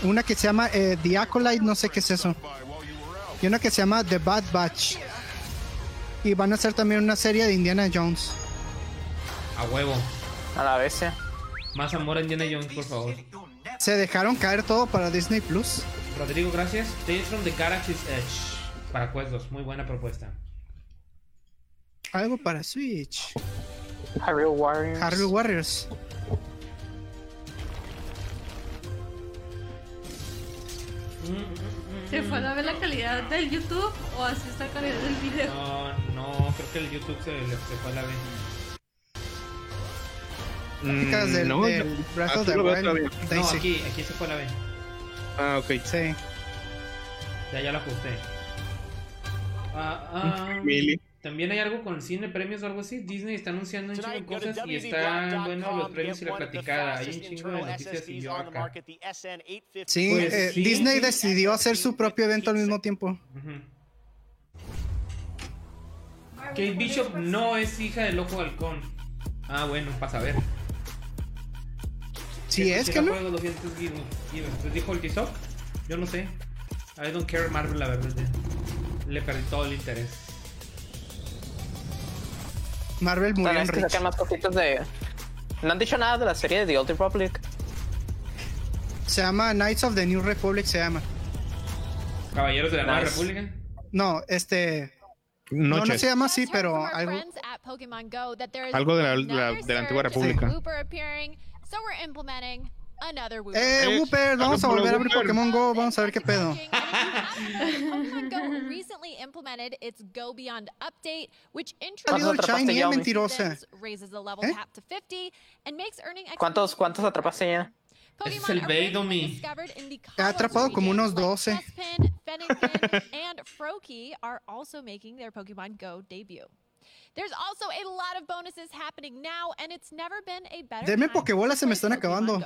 Speaker 2: una que se llama eh, The Acolyte, no sé qué es eso, y una que se llama The Bad Batch. Y van a hacer también una serie de Indiana Jones.
Speaker 1: A huevo.
Speaker 3: A la bestia.
Speaker 1: Más amor a Indiana Jones, por favor.
Speaker 2: Se dejaron caer todo para Disney Plus.
Speaker 1: Rodrigo, gracias. Tales from the Galaxy's Edge. Para Quest 2, muy buena propuesta.
Speaker 2: Algo para Switch.
Speaker 3: Harry Warriors.
Speaker 2: Harry Warriors.
Speaker 6: ¿Se fue a ver la calidad del YouTube o así está la calidad del video?
Speaker 1: No, no, creo que el YouTube se, le- se fue a la vez.
Speaker 2: Chicas, del-
Speaker 5: no,
Speaker 2: del
Speaker 5: yo-
Speaker 2: Breath
Speaker 5: ah,
Speaker 2: of
Speaker 5: tú
Speaker 2: the
Speaker 5: lo ves
Speaker 2: Wild,
Speaker 5: todavía.
Speaker 1: No,
Speaker 2: Daisy.
Speaker 1: aquí, aquí se fue a la vez.
Speaker 5: Ah, ok.
Speaker 2: Sí.
Speaker 1: Ya, ya lo ajusté. Ah, ah,
Speaker 5: Really?
Speaker 1: También hay algo con cine, premios o algo así. Disney está anunciando un chingo de
Speaker 4: Tonight, go to
Speaker 1: cosas y están bueno los
Speaker 4: WDBlack.com,
Speaker 1: premios y
Speaker 4: get
Speaker 1: la
Speaker 4: one of the
Speaker 1: platicada. Hay
Speaker 4: fastest
Speaker 1: un chingo de
Speaker 4: internal
Speaker 1: noticias y
Speaker 4: SSDs
Speaker 1: yo
Speaker 4: on the
Speaker 1: acá.
Speaker 4: market, the SN850.
Speaker 2: Sí,
Speaker 1: Pues
Speaker 2: eh,
Speaker 1: sí.
Speaker 2: Disney decidió hacer su propio evento al mismo tiempo.
Speaker 1: Kate Bishop no es hija del Ojo Halcón. Ah, bueno, para saber.
Speaker 2: Si es
Speaker 1: Sí
Speaker 2: que
Speaker 1: la
Speaker 2: no.
Speaker 1: juego 200 gigas. Pues dijo el Tizoc. Yo no sé. I don't care Marvel, la verdad. Le perdí todo el interés.
Speaker 2: Marvel
Speaker 3: Tal
Speaker 2: murió en
Speaker 3: vez que
Speaker 2: Rich.
Speaker 3: sacan más cositas de. No han dicho nada de la serie de The Old Republic.
Speaker 2: Se llama Knights of the New Republic, se llama.
Speaker 1: Caballeros de la Nueva
Speaker 2: Nice.
Speaker 1: República.
Speaker 2: No, este. No, no
Speaker 5: Noches.
Speaker 2: se llama así, pero algo.
Speaker 19: at Pokemon Go that there is
Speaker 5: Algo de la, la-
Speaker 19: another
Speaker 5: de la antigua
Speaker 19: surge of
Speaker 5: república.
Speaker 19: Looper appearing, so we're implementing Another Wooper.
Speaker 2: Eh, Wooper, vamos a volver a abrir Pokémon Go, vamos a ver qué pedo.
Speaker 19: Pokemon Go recently implemented its Go Beyond update, which
Speaker 2: Salido el
Speaker 19: introduces
Speaker 2: Shiny, eh,
Speaker 3: pastilla,
Speaker 2: mentirosa.
Speaker 19: raises the level
Speaker 2: ¿Eh?
Speaker 19: cap to 50 and makes earning
Speaker 3: ¿Cuántos, cuántos atrapaste ya?
Speaker 1: Ese es el Baidomi.
Speaker 19: discovered in the
Speaker 2: Ha atrapado como unos 12.
Speaker 19: Cespin, Fennekin, and Froakie are also making their Pokemon Go debut. There's also a lot of bonuses happening now, and it's never been a better
Speaker 2: Denme
Speaker 19: time
Speaker 2: Pokébolas, se me están acabando.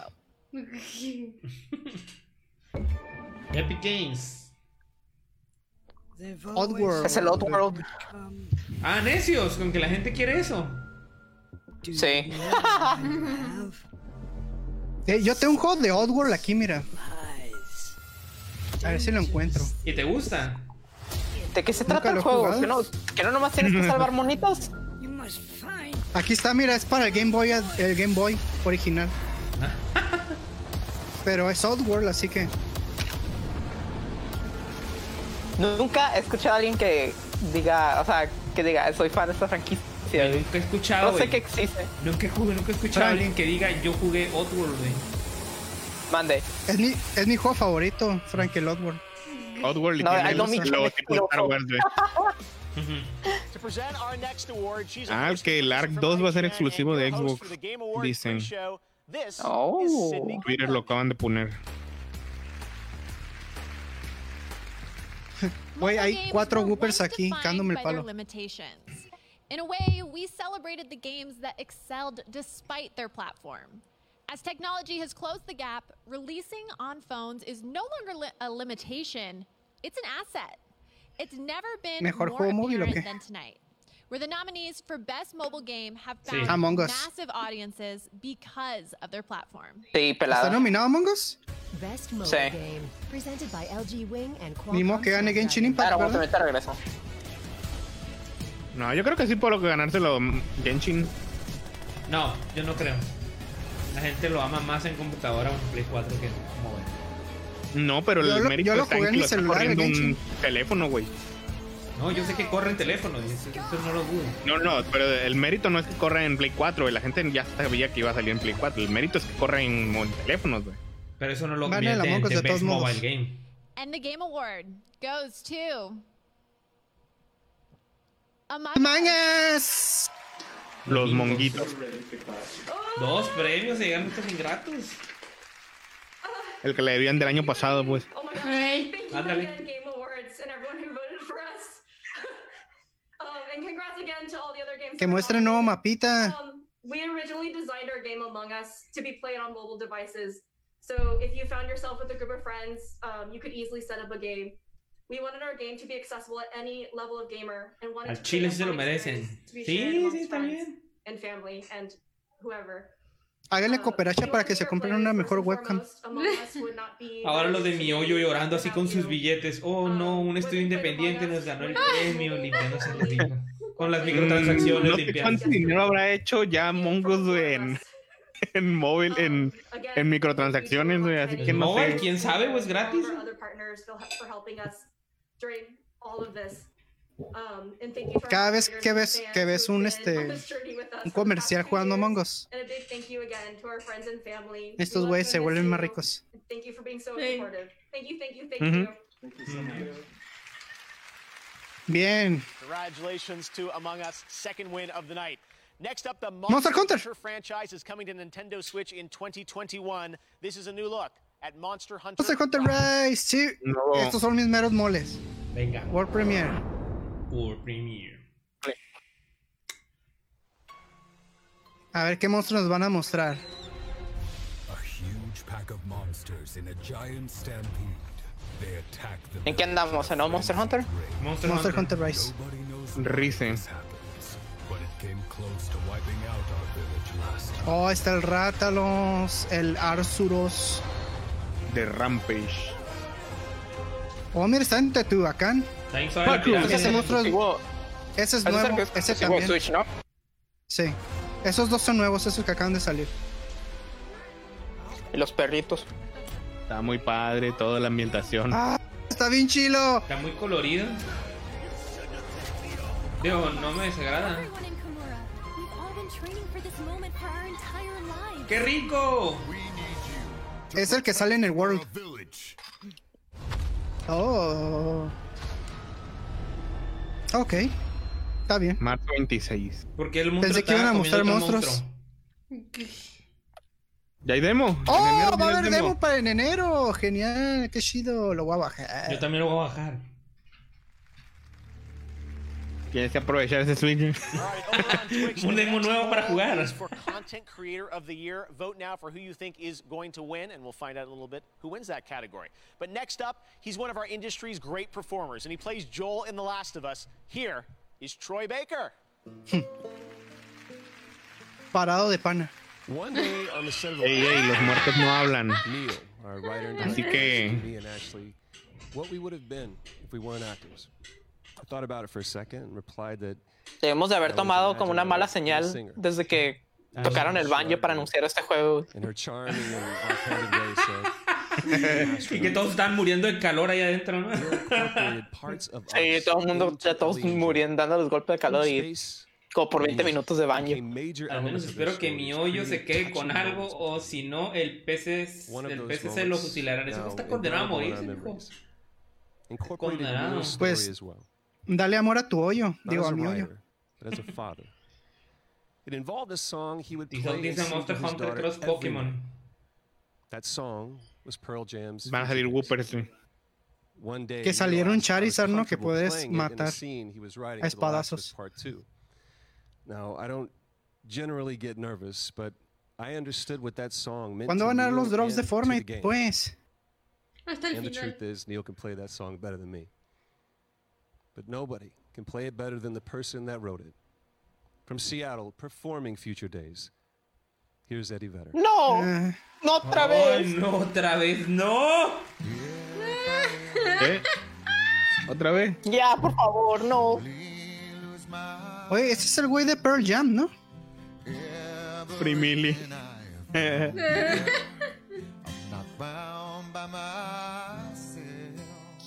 Speaker 1: Epic Games.
Speaker 2: Oddworld.
Speaker 3: Es el Oddworld.
Speaker 1: Ah, necios, con que la gente quiere eso.
Speaker 3: Sí.
Speaker 2: Eh, yo tengo un juego de Oddworld aquí, mira. A ver si lo encuentro.
Speaker 1: ¿Y te gusta?
Speaker 3: ¿De qué se
Speaker 2: Nunca
Speaker 3: trata
Speaker 2: lo
Speaker 3: el
Speaker 2: he
Speaker 3: juego?
Speaker 2: jugado.
Speaker 3: ¿Que no, que no nomás tienes que salvar monitos.
Speaker 2: Aquí está, mira, es para el Game Boy, ad- el Game Boy original. Pero es Oddworld, así que.
Speaker 3: Nunca he escuchado a alguien que diga, o sea, que diga, soy fan de esta franquicia.
Speaker 1: Nunca he escuchado.
Speaker 3: No sé
Speaker 1: güey.
Speaker 3: qué existe.
Speaker 1: Nunca, jugué, nunca he escuchado a alguien que diga yo jugué Oddworld, güey.
Speaker 3: Mande.
Speaker 2: Es mi, es mi juego favorito, Frank, el Oddworld.
Speaker 5: Oddworld y
Speaker 2: No,
Speaker 5: tiene
Speaker 2: I don't
Speaker 5: el
Speaker 2: mean-
Speaker 5: logotipo de Star Wars, güey.
Speaker 4: To present our next award, she's
Speaker 5: Ah, el que el Ark 2 va a ser exclusivo de Xbox, dicen.
Speaker 4: this is Sydney
Speaker 5: Oh. Twitter lo acaban de poner.
Speaker 2: Güey, hay
Speaker 19: games
Speaker 2: cuatro
Speaker 19: were
Speaker 2: Whoopers
Speaker 19: once
Speaker 2: aquí,
Speaker 19: defined
Speaker 2: cándome el
Speaker 19: by their
Speaker 2: palo.
Speaker 19: limitations. In a way, we celebrated the games that excelled despite their platform. As technology has closed the gap, releasing on phones is no longer li- a limitation, it's an asset. It's never been
Speaker 2: Mejor
Speaker 19: more
Speaker 2: juego móvil o qué?
Speaker 19: apparent than tonight, where the nominees for Best Mobile Game have
Speaker 2: Sí.
Speaker 19: found
Speaker 2: Among Us.
Speaker 19: massive audiences because of their platform.
Speaker 3: Sí,
Speaker 2: ¿Está
Speaker 3: pelado.
Speaker 2: nominado Among Us?
Speaker 18: Best mobile
Speaker 3: Sí.
Speaker 18: game presented by LG Wing and Qualcomm.
Speaker 2: Ni modo que gane Genshin Impact,
Speaker 3: Ahora vamos a
Speaker 2: ¿verdad?
Speaker 3: meter regreso.
Speaker 5: No, yo creo que sí por lo que ganárselo mm, Genshin.
Speaker 1: No, yo no creo. La gente lo ama más en computadora o en Play 4 que en móvil.
Speaker 5: No, pero el
Speaker 2: Yo lo-
Speaker 5: mérito
Speaker 2: yo lo
Speaker 5: está en
Speaker 2: jugué
Speaker 5: que
Speaker 2: en mi
Speaker 5: lo está
Speaker 2: celular, el
Speaker 5: corriendo un
Speaker 2: Genshin.
Speaker 5: teléfono, güey.
Speaker 1: No, yo sé que corren teléfonos, y eso, eso no lo dudo.
Speaker 5: No, no, pero el mérito no es que corra en Play 4, güey. La gente ya sabía que iba a salir en Play 4. El mérito es que corra en mon- teléfonos, güey.
Speaker 1: Pero eso no lo
Speaker 2: Van a
Speaker 1: convierte
Speaker 2: la
Speaker 1: en
Speaker 2: Among Us
Speaker 1: the
Speaker 2: de
Speaker 1: best
Speaker 2: todos modos.
Speaker 1: mobile game.
Speaker 19: And the Game Award goes to Among
Speaker 2: Among Us.
Speaker 5: Los monguitos.
Speaker 1: Dos premios se llegan estos ingratos.
Speaker 5: El que le debían del año pasado, pues.
Speaker 7: Oh my gosh.
Speaker 19: Hey.
Speaker 7: Thank you
Speaker 1: Ándale.
Speaker 7: again, Game Awards, and everyone who voted for us. um, and congrats again to all the other games.
Speaker 2: Que
Speaker 7: that were
Speaker 2: muestre nuevo mapita.
Speaker 7: Um, we originally designed our game Among Us to be played on mobile devices. So if you found yourself with a group of friends, um, you could easily set up a game. We wanted our game to be accessible at any level of gamer and wanted
Speaker 1: Al
Speaker 7: to
Speaker 1: chile
Speaker 7: create
Speaker 1: sí
Speaker 7: a
Speaker 1: se lo
Speaker 7: fun
Speaker 1: merecen.
Speaker 7: experience to be shared
Speaker 1: Sí,
Speaker 7: amongst
Speaker 1: sí,
Speaker 7: friends
Speaker 1: también.
Speaker 7: and family and whoever.
Speaker 2: Háganle cooperacha para que se compren una mejor webcam.
Speaker 7: Among Us would not be
Speaker 1: Ahora los de mi hoyo llorando así con sus billetes. Oh no, un estudio independiente nos ganó el premio, limpiando se lo digo. Con las
Speaker 5: Mm,
Speaker 1: microtransacciones
Speaker 5: No sé
Speaker 1: limpiadas.
Speaker 5: cuánto dinero habrá hecho ya Mongo's güey, en, en móvil, en, en microtransacciones, güey, así que no
Speaker 1: Móvil,
Speaker 5: sé.
Speaker 1: quién sabe, pues gratis.
Speaker 7: all of our other partners for, for helping us during all of this. Um, and thank you for
Speaker 2: Cada
Speaker 7: our
Speaker 2: vez
Speaker 7: creators
Speaker 2: que
Speaker 7: and
Speaker 2: ves,
Speaker 7: fans
Speaker 2: que ves
Speaker 7: who've
Speaker 2: un
Speaker 7: been on
Speaker 2: este
Speaker 7: this journey with us
Speaker 2: un
Speaker 7: for the past
Speaker 2: comercial
Speaker 7: few
Speaker 2: jugando
Speaker 7: years.
Speaker 2: Among Us,
Speaker 7: And a big thank you again to our friends and family. We
Speaker 2: estos
Speaker 7: love
Speaker 2: güeyes se
Speaker 7: doing
Speaker 2: vuelven
Speaker 7: this to
Speaker 2: más
Speaker 7: you.
Speaker 2: ricos.
Speaker 7: Thank you for being so
Speaker 25: Sí.
Speaker 7: supportive. Thank you, thank you, thank
Speaker 2: Ujú.
Speaker 7: you.
Speaker 2: Bien.
Speaker 4: Congratulations to Among Us, second win of the night. Next up, the
Speaker 2: Monster Hunter.
Speaker 4: franchise is coming to Nintendo Switch in 2021. This is a new look at Monster Hunter.
Speaker 2: Monster Hunter
Speaker 4: Rise.
Speaker 2: Rise, sí.
Speaker 5: Ah. No.
Speaker 2: Estos son mis meros moles.
Speaker 1: Venga,
Speaker 2: World Premiere.
Speaker 1: por premiere.
Speaker 2: A ver qué monstruos nos van a mostrar.
Speaker 14: A huge pack of monsters in a giant stampede. They attack the
Speaker 3: ¿En qué andamos? ¿En no Monster Hunter?
Speaker 1: Monster,
Speaker 2: Monster Hunter Rise.
Speaker 5: Rice.
Speaker 14: but it came close to wiping out our village last time.
Speaker 2: Oh, está el Rátalos, el Arsuros.
Speaker 5: De Rampage.
Speaker 2: Oh, mira, está en Tetuacán.
Speaker 1: También sabe la pirámide.
Speaker 2: Ese monstruo es- Ese es
Speaker 3: Ese es el
Speaker 2: nuevo.
Speaker 3: que es
Speaker 2: Ese
Speaker 3: exclusivo de
Speaker 2: también.
Speaker 3: Switch, ¿no?
Speaker 2: Sí. Esos dos son nuevos, esos que acaban de salir.
Speaker 3: Y los perritos.
Speaker 5: Está muy padre toda la ambientación.
Speaker 2: ¡Ah! Está bien chilo.
Speaker 1: Está muy colorido. Digo, no me desagrada.
Speaker 26: Everyone in Kimura, we've all been training for this moment for our entire lives.
Speaker 1: ¡Qué rico!
Speaker 14: We need you
Speaker 2: Es el que sale en el World. Oh. Ok. Está bien.
Speaker 5: Marzo 26.
Speaker 1: Porque el monstruo
Speaker 2: Pensé que iban a
Speaker 1: estaba
Speaker 2: mostrar
Speaker 1: comiendo otro
Speaker 2: monstruos.
Speaker 1: monstruo.
Speaker 5: ¿Ya hay demo? En
Speaker 2: ¡Oh!
Speaker 5: enero
Speaker 2: Va a
Speaker 5: tienes
Speaker 2: haber demo para en enero. Genial. Qué chido. Lo voy a bajar.
Speaker 1: Yo también lo voy a bajar.
Speaker 5: Tienes que aprovechar ese Switch.
Speaker 1: Un demo nuevo para jugar.
Speaker 4: For content creator of the year, vote now for who you think is going to win, and we'll find out in a little bit who wins that category. But next up, he's one of our industry's great performers, and he plays Joel in The Last of Us. Here is Troy Baker.
Speaker 2: Parado de pana.
Speaker 5: Ey, ey, los muertos no hablan. Así que.
Speaker 9: and Ashley, what we would have been if we weren't actors. I thought about it for a second and replied that
Speaker 3: Debemos de haber tomado como una mala señal desde que tocaron el banjo para anunciar este juego.
Speaker 9: in her charming and offhanded way said,
Speaker 1: Y que todos están muriendo de calor ahí adentro, ¿no?
Speaker 3: Sí, todo el mundo, ya todos muriendo, dando los golpes de calor y como por 20 minutos de baño. ah,
Speaker 1: Al menos espero que mi hoyo se quede con algo o si no el PC el PCC lo fusilarán. Eso está condenado a morir, hijo.
Speaker 9: incorporated in
Speaker 1: Condenado.
Speaker 9: your story
Speaker 2: Pues,
Speaker 9: as well.
Speaker 2: Dale amor a tu hoyo.
Speaker 9: Not
Speaker 2: Digo,
Speaker 9: as
Speaker 2: a
Speaker 9: a
Speaker 2: mi hoyo.
Speaker 9: writer, but as a father. It involved a song he would
Speaker 1: These
Speaker 9: play
Speaker 1: all these
Speaker 9: and
Speaker 1: are
Speaker 9: sing
Speaker 1: Monster
Speaker 9: to his
Speaker 1: Hunter
Speaker 9: daughter
Speaker 1: cross
Speaker 9: every
Speaker 1: Pokemon.
Speaker 9: night. That song was Pearl Jam's
Speaker 5: Van a salir Whoopers. sí.
Speaker 9: One day
Speaker 2: Que
Speaker 9: he
Speaker 2: saliera un
Speaker 9: realized I was
Speaker 2: Charizard, ¿no? Que
Speaker 9: comfortable
Speaker 2: puedes
Speaker 9: playing it in the
Speaker 2: matar
Speaker 9: scene he was writing
Speaker 2: a
Speaker 9: for The Last of
Speaker 2: espadazos.
Speaker 9: Us Part 2. Now, I don't generally get nervous, but I understood what that song meant
Speaker 2: ¿Cuándo
Speaker 9: to
Speaker 2: van a dar
Speaker 9: Neil
Speaker 2: los drops de
Speaker 9: and to the
Speaker 2: Fortnite?
Speaker 9: game.
Speaker 2: Pues.
Speaker 6: Hasta el
Speaker 9: And the
Speaker 6: final.
Speaker 9: truth is, Neil can play that song better than me. But nobody can play it better than the person that wrote it. From Seattle, performing Future Days. Here's Eddie Vedder.
Speaker 3: No,
Speaker 2: Eh.
Speaker 3: no otra vez.
Speaker 1: Ay, Oh, no, otra vez, no.
Speaker 5: ¿Eh? ¿Otra vez?
Speaker 3: Ya, por favor, no.
Speaker 2: Oye, ese es el güey de Pearl Jam, ¿no?
Speaker 5: Primili.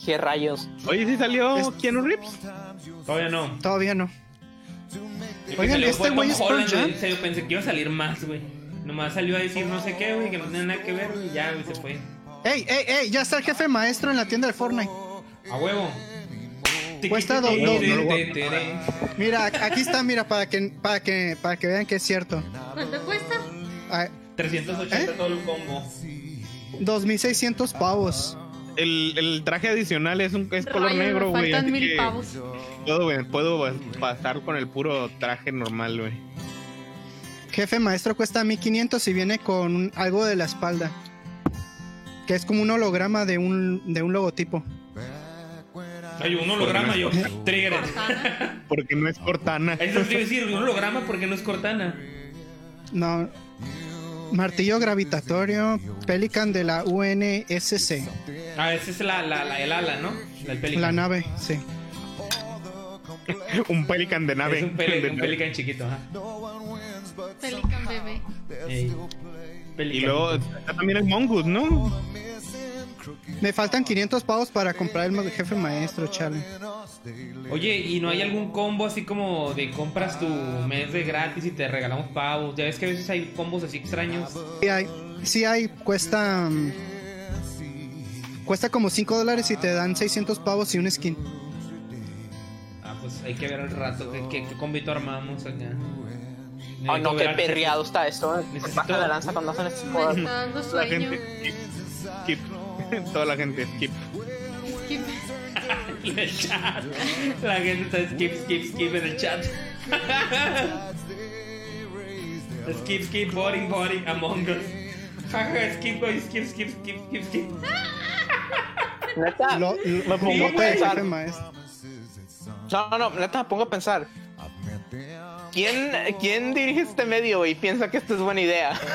Speaker 3: Qué rayos.
Speaker 5: Oye, ¿sí salió Keanu Reeves?
Speaker 1: Todavía no.
Speaker 2: Todavía no.
Speaker 1: El que
Speaker 2: Oigan,
Speaker 1: salió
Speaker 2: ¿este
Speaker 1: fue
Speaker 2: güey
Speaker 1: Tom
Speaker 2: es Pearl
Speaker 1: Holland, ¿eh?
Speaker 2: Jam?
Speaker 1: güey. En serio, pensé que iba a salir más, güey. Nomás salió a decir no sé qué, güey, que no tiene nada que ver, güey. Ya, güey, se fue.
Speaker 2: ¡Ey, ey, ey! Ya está el jefe maestro en la tienda de Fortnite.
Speaker 1: A huevo.
Speaker 2: Cuesta dos-
Speaker 1: Te-
Speaker 2: dos-
Speaker 1: te-
Speaker 2: no lo voy
Speaker 1: te- te-
Speaker 2: Mira, aquí está, mira, para que, para que, para que vean que es cierto.
Speaker 6: ¿Cuánto cuesta?
Speaker 2: Ah,
Speaker 5: ¿Eh?
Speaker 1: 380 todo el combo.
Speaker 2: 2600 pavos.
Speaker 5: El, el traje adicional es, un, es color
Speaker 6: Rayos, me
Speaker 5: negro, güey.
Speaker 6: faltan
Speaker 5: así
Speaker 6: mil
Speaker 5: que
Speaker 6: pavos.
Speaker 5: Puedo, güey, puedo pasar con el puro traje normal, güey.
Speaker 2: Jefe maestro cuesta 1500 y viene con un- algo de la espalda. Que es como un holograma de un, de un logotipo.
Speaker 1: Hay un holograma, yo. Trigger.
Speaker 5: Porque no es Cortana.
Speaker 1: Eso te iba a decir, un holograma porque no es Cortana.
Speaker 2: No. Martillo gravitatorio, Pelican de la UNSC.
Speaker 1: Ah, esa es la, la, la- el ala, ¿no? La, el pelican.
Speaker 2: La nave, sí.
Speaker 5: un pelican de nave.
Speaker 1: Es un, peli- un pelican chiquito, ajá.
Speaker 6: Pelican bebé.
Speaker 1: Ey.
Speaker 5: Y luego está también el Mongoose, ¿no?
Speaker 2: Me faltan 500 pavos para comprar el ma- jefe maestro, chale.
Speaker 1: Oye, ¿y no hay algún combo así como de compras tu mes de gratis y te regalamos pavos? Ya ves que a veces hay combos así extraños.
Speaker 2: Sí hay, sí hay, cuesta. mm, Cuesta como 5 dólares y te dan 600 pavos y un skin.
Speaker 1: Ah, pues hay que ver al rato qué, qué, qué combito armamos acá.
Speaker 3: Oh, no, qué
Speaker 1: Necesito ver-
Speaker 3: perreado está esto. eh. Baja de lanza cuando hacen este estas
Speaker 6: Me
Speaker 3: cosas.
Speaker 6: está dando
Speaker 5: La
Speaker 6: sueño.
Speaker 5: gente skip. Toda la gente skip.
Speaker 6: Skip.
Speaker 1: En el chat. La gente está skip, skip, skip en el chat. skip, skip, boring, boring, among us. Jaja, skip, güey, skip, skip, skip, skip, skip.
Speaker 3: Neta,
Speaker 2: Lo,
Speaker 3: me pongo a
Speaker 2: lo- el
Speaker 3: pensar.
Speaker 2: jefe maestro.
Speaker 3: No, no, no, neta, me pongo a pensar. ¿Quién, ¿Quién dirige este medio y piensa que esto es buena idea?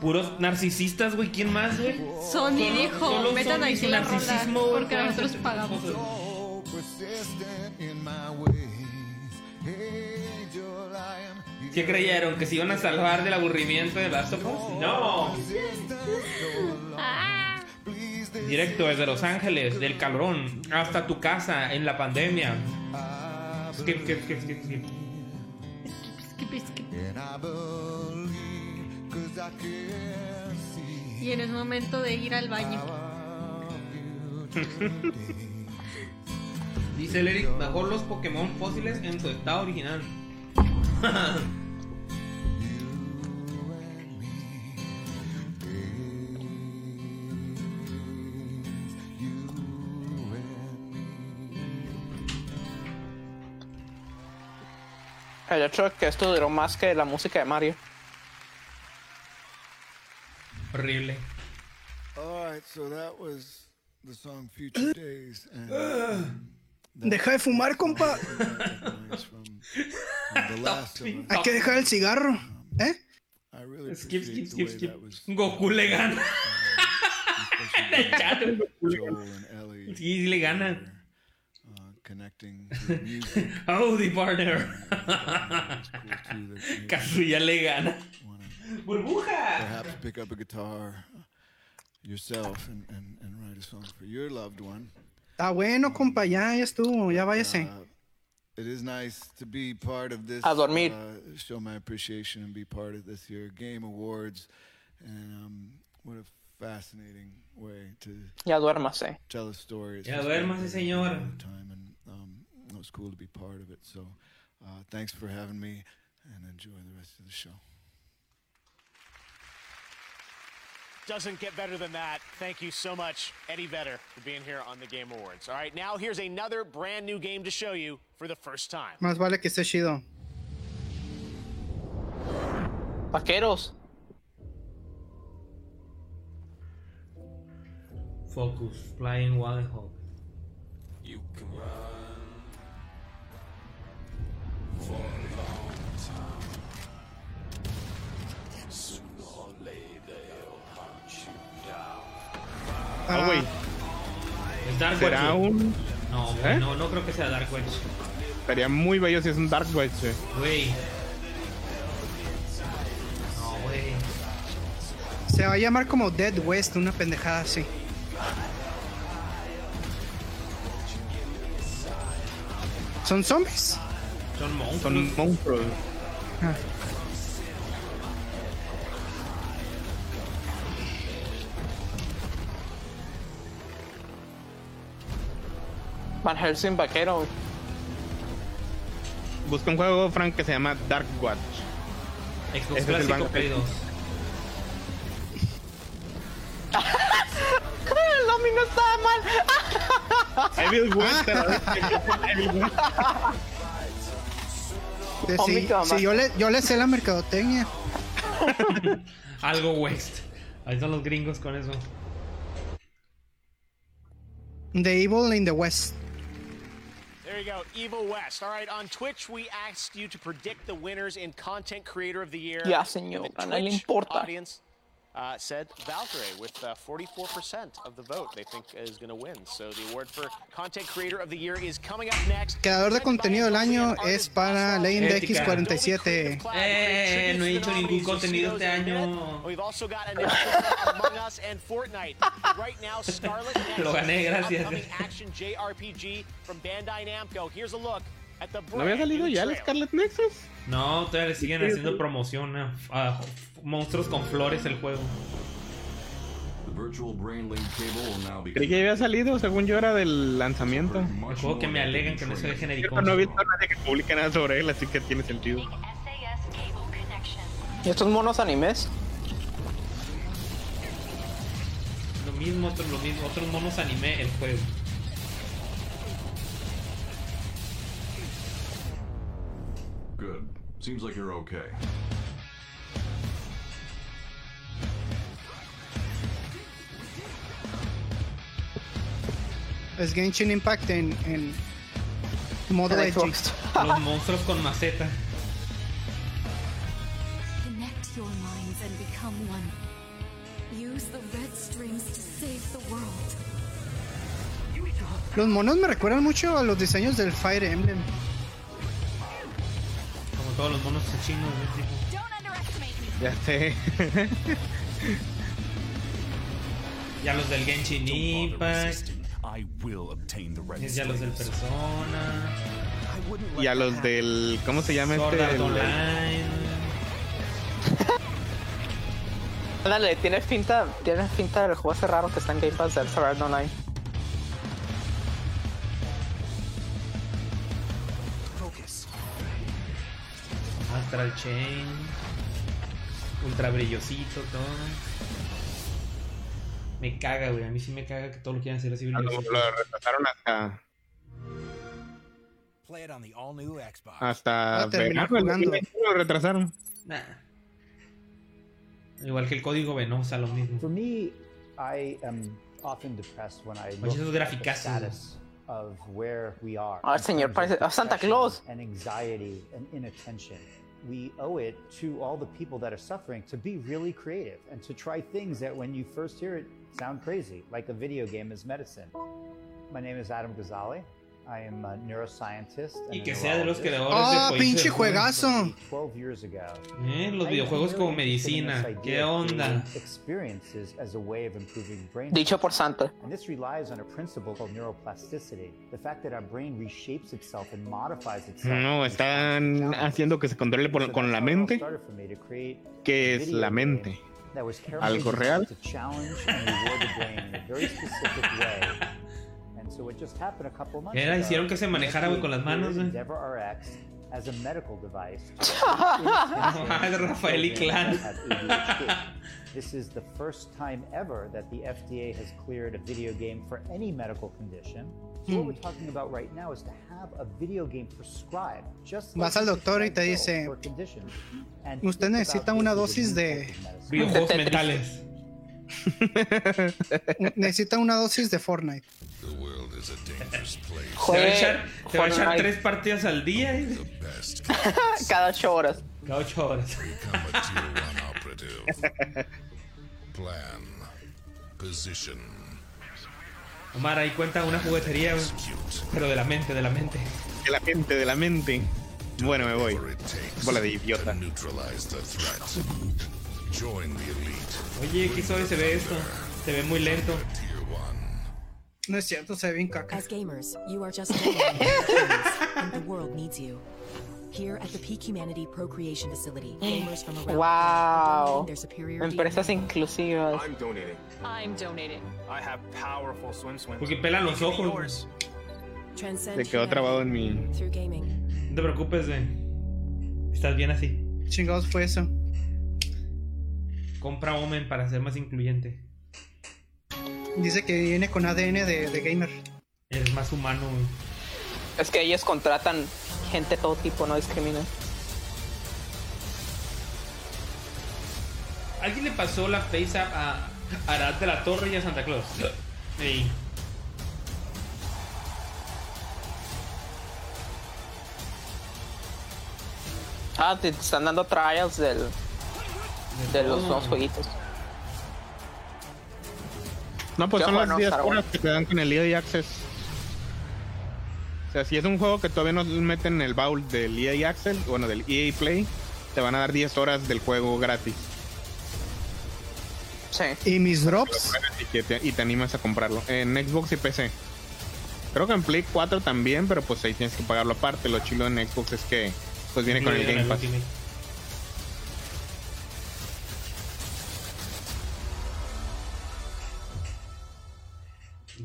Speaker 1: Puros narcisistas, güey, ¿quién más, güey?
Speaker 6: Sony dijo,
Speaker 1: Ah. solo
Speaker 6: metan
Speaker 1: Sony
Speaker 6: aquí
Speaker 1: es
Speaker 6: la rola
Speaker 1: narcisismo, güey,
Speaker 6: porque
Speaker 1: por
Speaker 6: nosotros
Speaker 1: hacer-
Speaker 6: pagamos.
Speaker 1: ¿Qué creyeron? ¿Que se iban a salvar del aburrimiento de Last of Us? ¡No!
Speaker 6: Ah,
Speaker 1: Directo desde Los Ángeles, del calorón, hasta tu casa en la pandemia. Skip, skip, skip, skip, skip.
Speaker 6: skip, skip. Y en el momento de ir al baño.
Speaker 1: Dice el Eric, mejor los Pokémon fósiles en su estado original.
Speaker 3: El hecho es que esto duró más que la música de Mario.
Speaker 1: Horrible.
Speaker 27: All right, so that was the song Future Days. And, um,
Speaker 2: Deja de fumar, compa.
Speaker 27: the last of us.
Speaker 2: Hay que dejar el cigarro. ¿Eh?
Speaker 27: I really
Speaker 1: Skip, skip,
Speaker 27: appreciate the
Speaker 1: skip,
Speaker 27: way
Speaker 1: skip.
Speaker 27: that was
Speaker 1: Goku le gana. En el chat,
Speaker 27: Joel and Ellie
Speaker 1: Sí, le gana.
Speaker 27: Uh, connecting the music.
Speaker 1: Howdy, partner. Kazuya le gana.
Speaker 27: Perhaps pick up a guitar yourself and, and, and write a song for your loved one. Uh,
Speaker 2: Está bueno, compa, ya, ya estuvo, ya váyase.
Speaker 27: It is nice to be part of this.
Speaker 2: A dormir.
Speaker 27: Uh, show my appreciation and be part of this year Game Awards. And um, what a fascinating way to
Speaker 3: Ya duérmase.
Speaker 27: tell a story. It's
Speaker 1: Ya
Speaker 27: just been
Speaker 1: duérmase,
Speaker 27: a
Speaker 1: señor.
Speaker 27: long Time and um, it was cool to be part of it. So uh, thanks for having me and enjoy the rest of the show.
Speaker 4: Doesn't get better than that. Thank you so much, Eddie Vedder, for being here on the Game Awards. All right, now here's another brand new game to show you for the first time.
Speaker 2: Más vale que esté chido.
Speaker 3: Vaqueros.
Speaker 1: Focus, Flying Wild Hog.
Speaker 12: You can run.
Speaker 1: Ah, güey. Es Dark
Speaker 5: ¿Será
Speaker 1: Wedge, güey.
Speaker 5: un-
Speaker 1: No, güey,
Speaker 5: ¿Eh?
Speaker 1: no, no creo que sea Dark Wedge.
Speaker 5: Estaría muy bello si es un Dark Wedge, güey.
Speaker 1: Güey. No, güey.
Speaker 2: Se va a llamar como Dead West, una pendejada así. ¿Son zombies?
Speaker 1: Son monstruos.
Speaker 5: Son monstruos.
Speaker 2: Ah.
Speaker 3: Van Helsing vaquero.
Speaker 5: Busca un juego, Frank, que se llama Dark Watch.
Speaker 1: Xbox
Speaker 5: Ese es el
Speaker 1: Clásico
Speaker 5: banco.
Speaker 1: Play 2.
Speaker 3: El Omi no estaba mal.
Speaker 5: Evil West, te lo
Speaker 2: De-
Speaker 3: Oh, mi
Speaker 2: sí,
Speaker 3: cama.
Speaker 2: sí, yo, le, yo le sé la mercadotecnia.
Speaker 1: Algo West. Ahí están los gringos con eso.
Speaker 2: The Evil in the West.
Speaker 4: There you go, Evil West. All right, on Twitch, we asked you to predict the winners in Content Creator of the Year.
Speaker 3: Ya, señor,
Speaker 4: And the
Speaker 3: no le
Speaker 4: Twitch
Speaker 3: importa.
Speaker 4: Audience uh, said Valkyrie with uh, 44% of the vote they think is going to win. So the award for Content Creator of the Year is coming up next.
Speaker 2: Creador de contenido del año es para Legend
Speaker 1: Ética.
Speaker 2: X47.
Speaker 1: Eh, no he hecho ningún contenido este año.
Speaker 4: We've also got an Among Us and Fortnite. Right now, Scarlet Nexus
Speaker 1: Lo gané,
Speaker 4: is an
Speaker 1: gracias.
Speaker 4: upcoming action JRPG from Bandai Namco. Here's a look at the
Speaker 5: ¿No había
Speaker 4: brand
Speaker 5: salido
Speaker 4: new
Speaker 5: ya el
Speaker 4: trailer.
Speaker 5: Scarlet Nexus?
Speaker 1: No, todavía le siguen haciendo promoción a, a monstruos con flores el juego.
Speaker 12: The virtual brain link cable will now be
Speaker 5: Creí que había salido, según yo era del lanzamiento.
Speaker 1: El juego que me alegan que no se ve genérico.
Speaker 5: Yo no he visto a nadie que publique nada sobre él, así que tiene sentido.
Speaker 3: ¿Y estos monos animes?
Speaker 1: Lo mismo, otro, lo mismo, otros monos anime el juego.
Speaker 12: Good. Seems like you're okay.
Speaker 2: Es Genshin Impact en, en modo
Speaker 1: En
Speaker 2: de
Speaker 1: Xbox. Los monstruos con maceta.
Speaker 17: Connect your minds and become one. Use the red strings to save the world.
Speaker 2: Los monos me recuerdan mucho a los diseños del Fire Emblem.
Speaker 1: Como todos los monos chinos. ¿eh?
Speaker 5: Ya sé.
Speaker 1: Ya los del Genshin Impact.
Speaker 8: I will obtain the red
Speaker 1: Ya los del
Speaker 8: strings.
Speaker 1: Persona.
Speaker 5: Y a los este? del. ¿Cómo se llama
Speaker 1: Sword
Speaker 5: este?
Speaker 1: Art
Speaker 5: El-
Speaker 1: Online.
Speaker 3: Ándale, tienes pinta, tienes pinta del juego ese raro que está en Game Pass del Sword Art Online.
Speaker 1: Astral Chain. Ultra brillosito, todo. Me caga, güey. A mí sí me caga que todo lo quieran hacer así
Speaker 5: Ah, Lo,
Speaker 1: brilloso.
Speaker 5: lo retrasaron hasta. Hasta.
Speaker 1: a terminar
Speaker 5: verano,
Speaker 1: jugando.
Speaker 5: Lo retrasaron.
Speaker 1: Nah. Igual que el código Venosa, lo mismo.
Speaker 8: For me, I am often depressed when I
Speaker 1: Oye, esos
Speaker 8: look at the
Speaker 1: graficazos.
Speaker 8: status of where we are.
Speaker 3: Ah,
Speaker 8: in
Speaker 3: señor,
Speaker 8: terms
Speaker 3: parece-
Speaker 8: of
Speaker 3: ah, Santa
Speaker 8: depression
Speaker 3: Claus.
Speaker 8: And anxiety and inattention. We owe it to all the people that are suffering to be really creative and to try things that, when you first hear it, sound crazy, like a video game is medicine. My name is Adam Ghazali. I am a neuroscientist. and
Speaker 1: Y
Speaker 8: a
Speaker 1: que sea de los
Speaker 8: neurologist.
Speaker 1: creadores de Ah, jueguitos pinche del juego. juegazo.
Speaker 8: 12 years ago.
Speaker 1: Eh, los
Speaker 8: I
Speaker 1: videojuegos como
Speaker 8: really interested in
Speaker 1: medicina.
Speaker 8: this idea
Speaker 1: ¿Qué
Speaker 8: of
Speaker 1: onda?
Speaker 8: creating experiences as a way of improving brain
Speaker 3: Dicho por Santa.
Speaker 8: and this relies on a principle called neuroplasticity, the fact that our brain reshapes itself and modifies itself.
Speaker 1: Mm,
Speaker 5: No, están haciendo que se controle por- con la mente.
Speaker 8: Started for me to create
Speaker 5: ¿Qué es la mente?
Speaker 8: that was carefully
Speaker 5: ¿Algo real?
Speaker 8: designed to challenge and reward the brain in a very specific way. And so it just happened a couple months
Speaker 1: Era,
Speaker 8: ago.
Speaker 1: hicieron que se manejara, güey, con las manos, ¿eh? güey.
Speaker 8: EndeavorRx as a medical device.
Speaker 1: Madre, Rafael y Clan.
Speaker 8: This is the first time ever that the FDA has cleared a video game for any medical condition. So what we're talking about right now is to have a video game prescribed just
Speaker 2: Vas al doctor y te dice, usted necesita una dosis de...
Speaker 1: Videojuegos mentales.
Speaker 2: Necesita una dosis de Fortnite.
Speaker 28: The world is a dangerous place.
Speaker 1: Se va a echar, se va a echar
Speaker 28: Fortnite.
Speaker 1: tres partidas al día. eh.
Speaker 3: Cada ocho horas.
Speaker 1: Cada ocho horas.
Speaker 28: Become a tier one operative. Plan. Position.
Speaker 1: Omar, ahí cuenta una juguetería, güey. pero de la mente, de la mente.
Speaker 5: De la mente, de la mente. Bueno, me voy. Bola de idiota.
Speaker 28: Neutralize the threat. Join the elite.
Speaker 1: Oye, qué suave se ve esto. Se ve muy lento.
Speaker 2: No es cierto, se ve bien caca.
Speaker 13: As gamers, you are just one of many humans, and the world needs you. Here at the Peak Humanity Procreation Facility,
Speaker 3: Mm.
Speaker 13: gamers from around the world are donating
Speaker 3: Wow.
Speaker 13: their superior
Speaker 3: Empresas inclusivas.
Speaker 13: I'm donating. I have powerful swim swim.
Speaker 1: Porque pelan los ojos.
Speaker 13: Transcend
Speaker 1: Se quedó
Speaker 13: humanity
Speaker 1: trabado en mi-
Speaker 13: through gaming.
Speaker 1: No te preocupes, güey. Estás bien así.
Speaker 2: Chingados fue eso.
Speaker 1: Compra Omen para ser más incluyente.
Speaker 2: Dice que viene con ADN de, de gamer.
Speaker 1: Eres más humano, güey.
Speaker 3: Es que ellos contratan gente de todo tipo, no discriminan.
Speaker 1: ¿Alguien le pasó la face app a Arad de la Torre y a Santa Claus? Ey.
Speaker 3: Ah, te te están dando trials del, de los
Speaker 5: todo.
Speaker 3: nuevos jueguitos.
Speaker 5: No, pues
Speaker 3: Qué
Speaker 5: son
Speaker 3: bueno,
Speaker 5: las 10
Speaker 3: Star
Speaker 5: horas
Speaker 3: Wars.
Speaker 5: que te dan con el EA Access. O sea, si es un juego que todavía no meten en el baúl del EA Access, bueno, del EA Play, te van a dar 10 horas del juego gratis.
Speaker 2: Y mis drops.
Speaker 5: Y, que te, y te animas a comprarlo en Xbox y PC. Creo que en Play 4 también, pero pues ahí tienes que pagarlo aparte. Lo chilo en Xbox es que pues viene con el
Speaker 1: Incluido
Speaker 5: Game
Speaker 1: en
Speaker 5: Pass.
Speaker 1: Ultimate.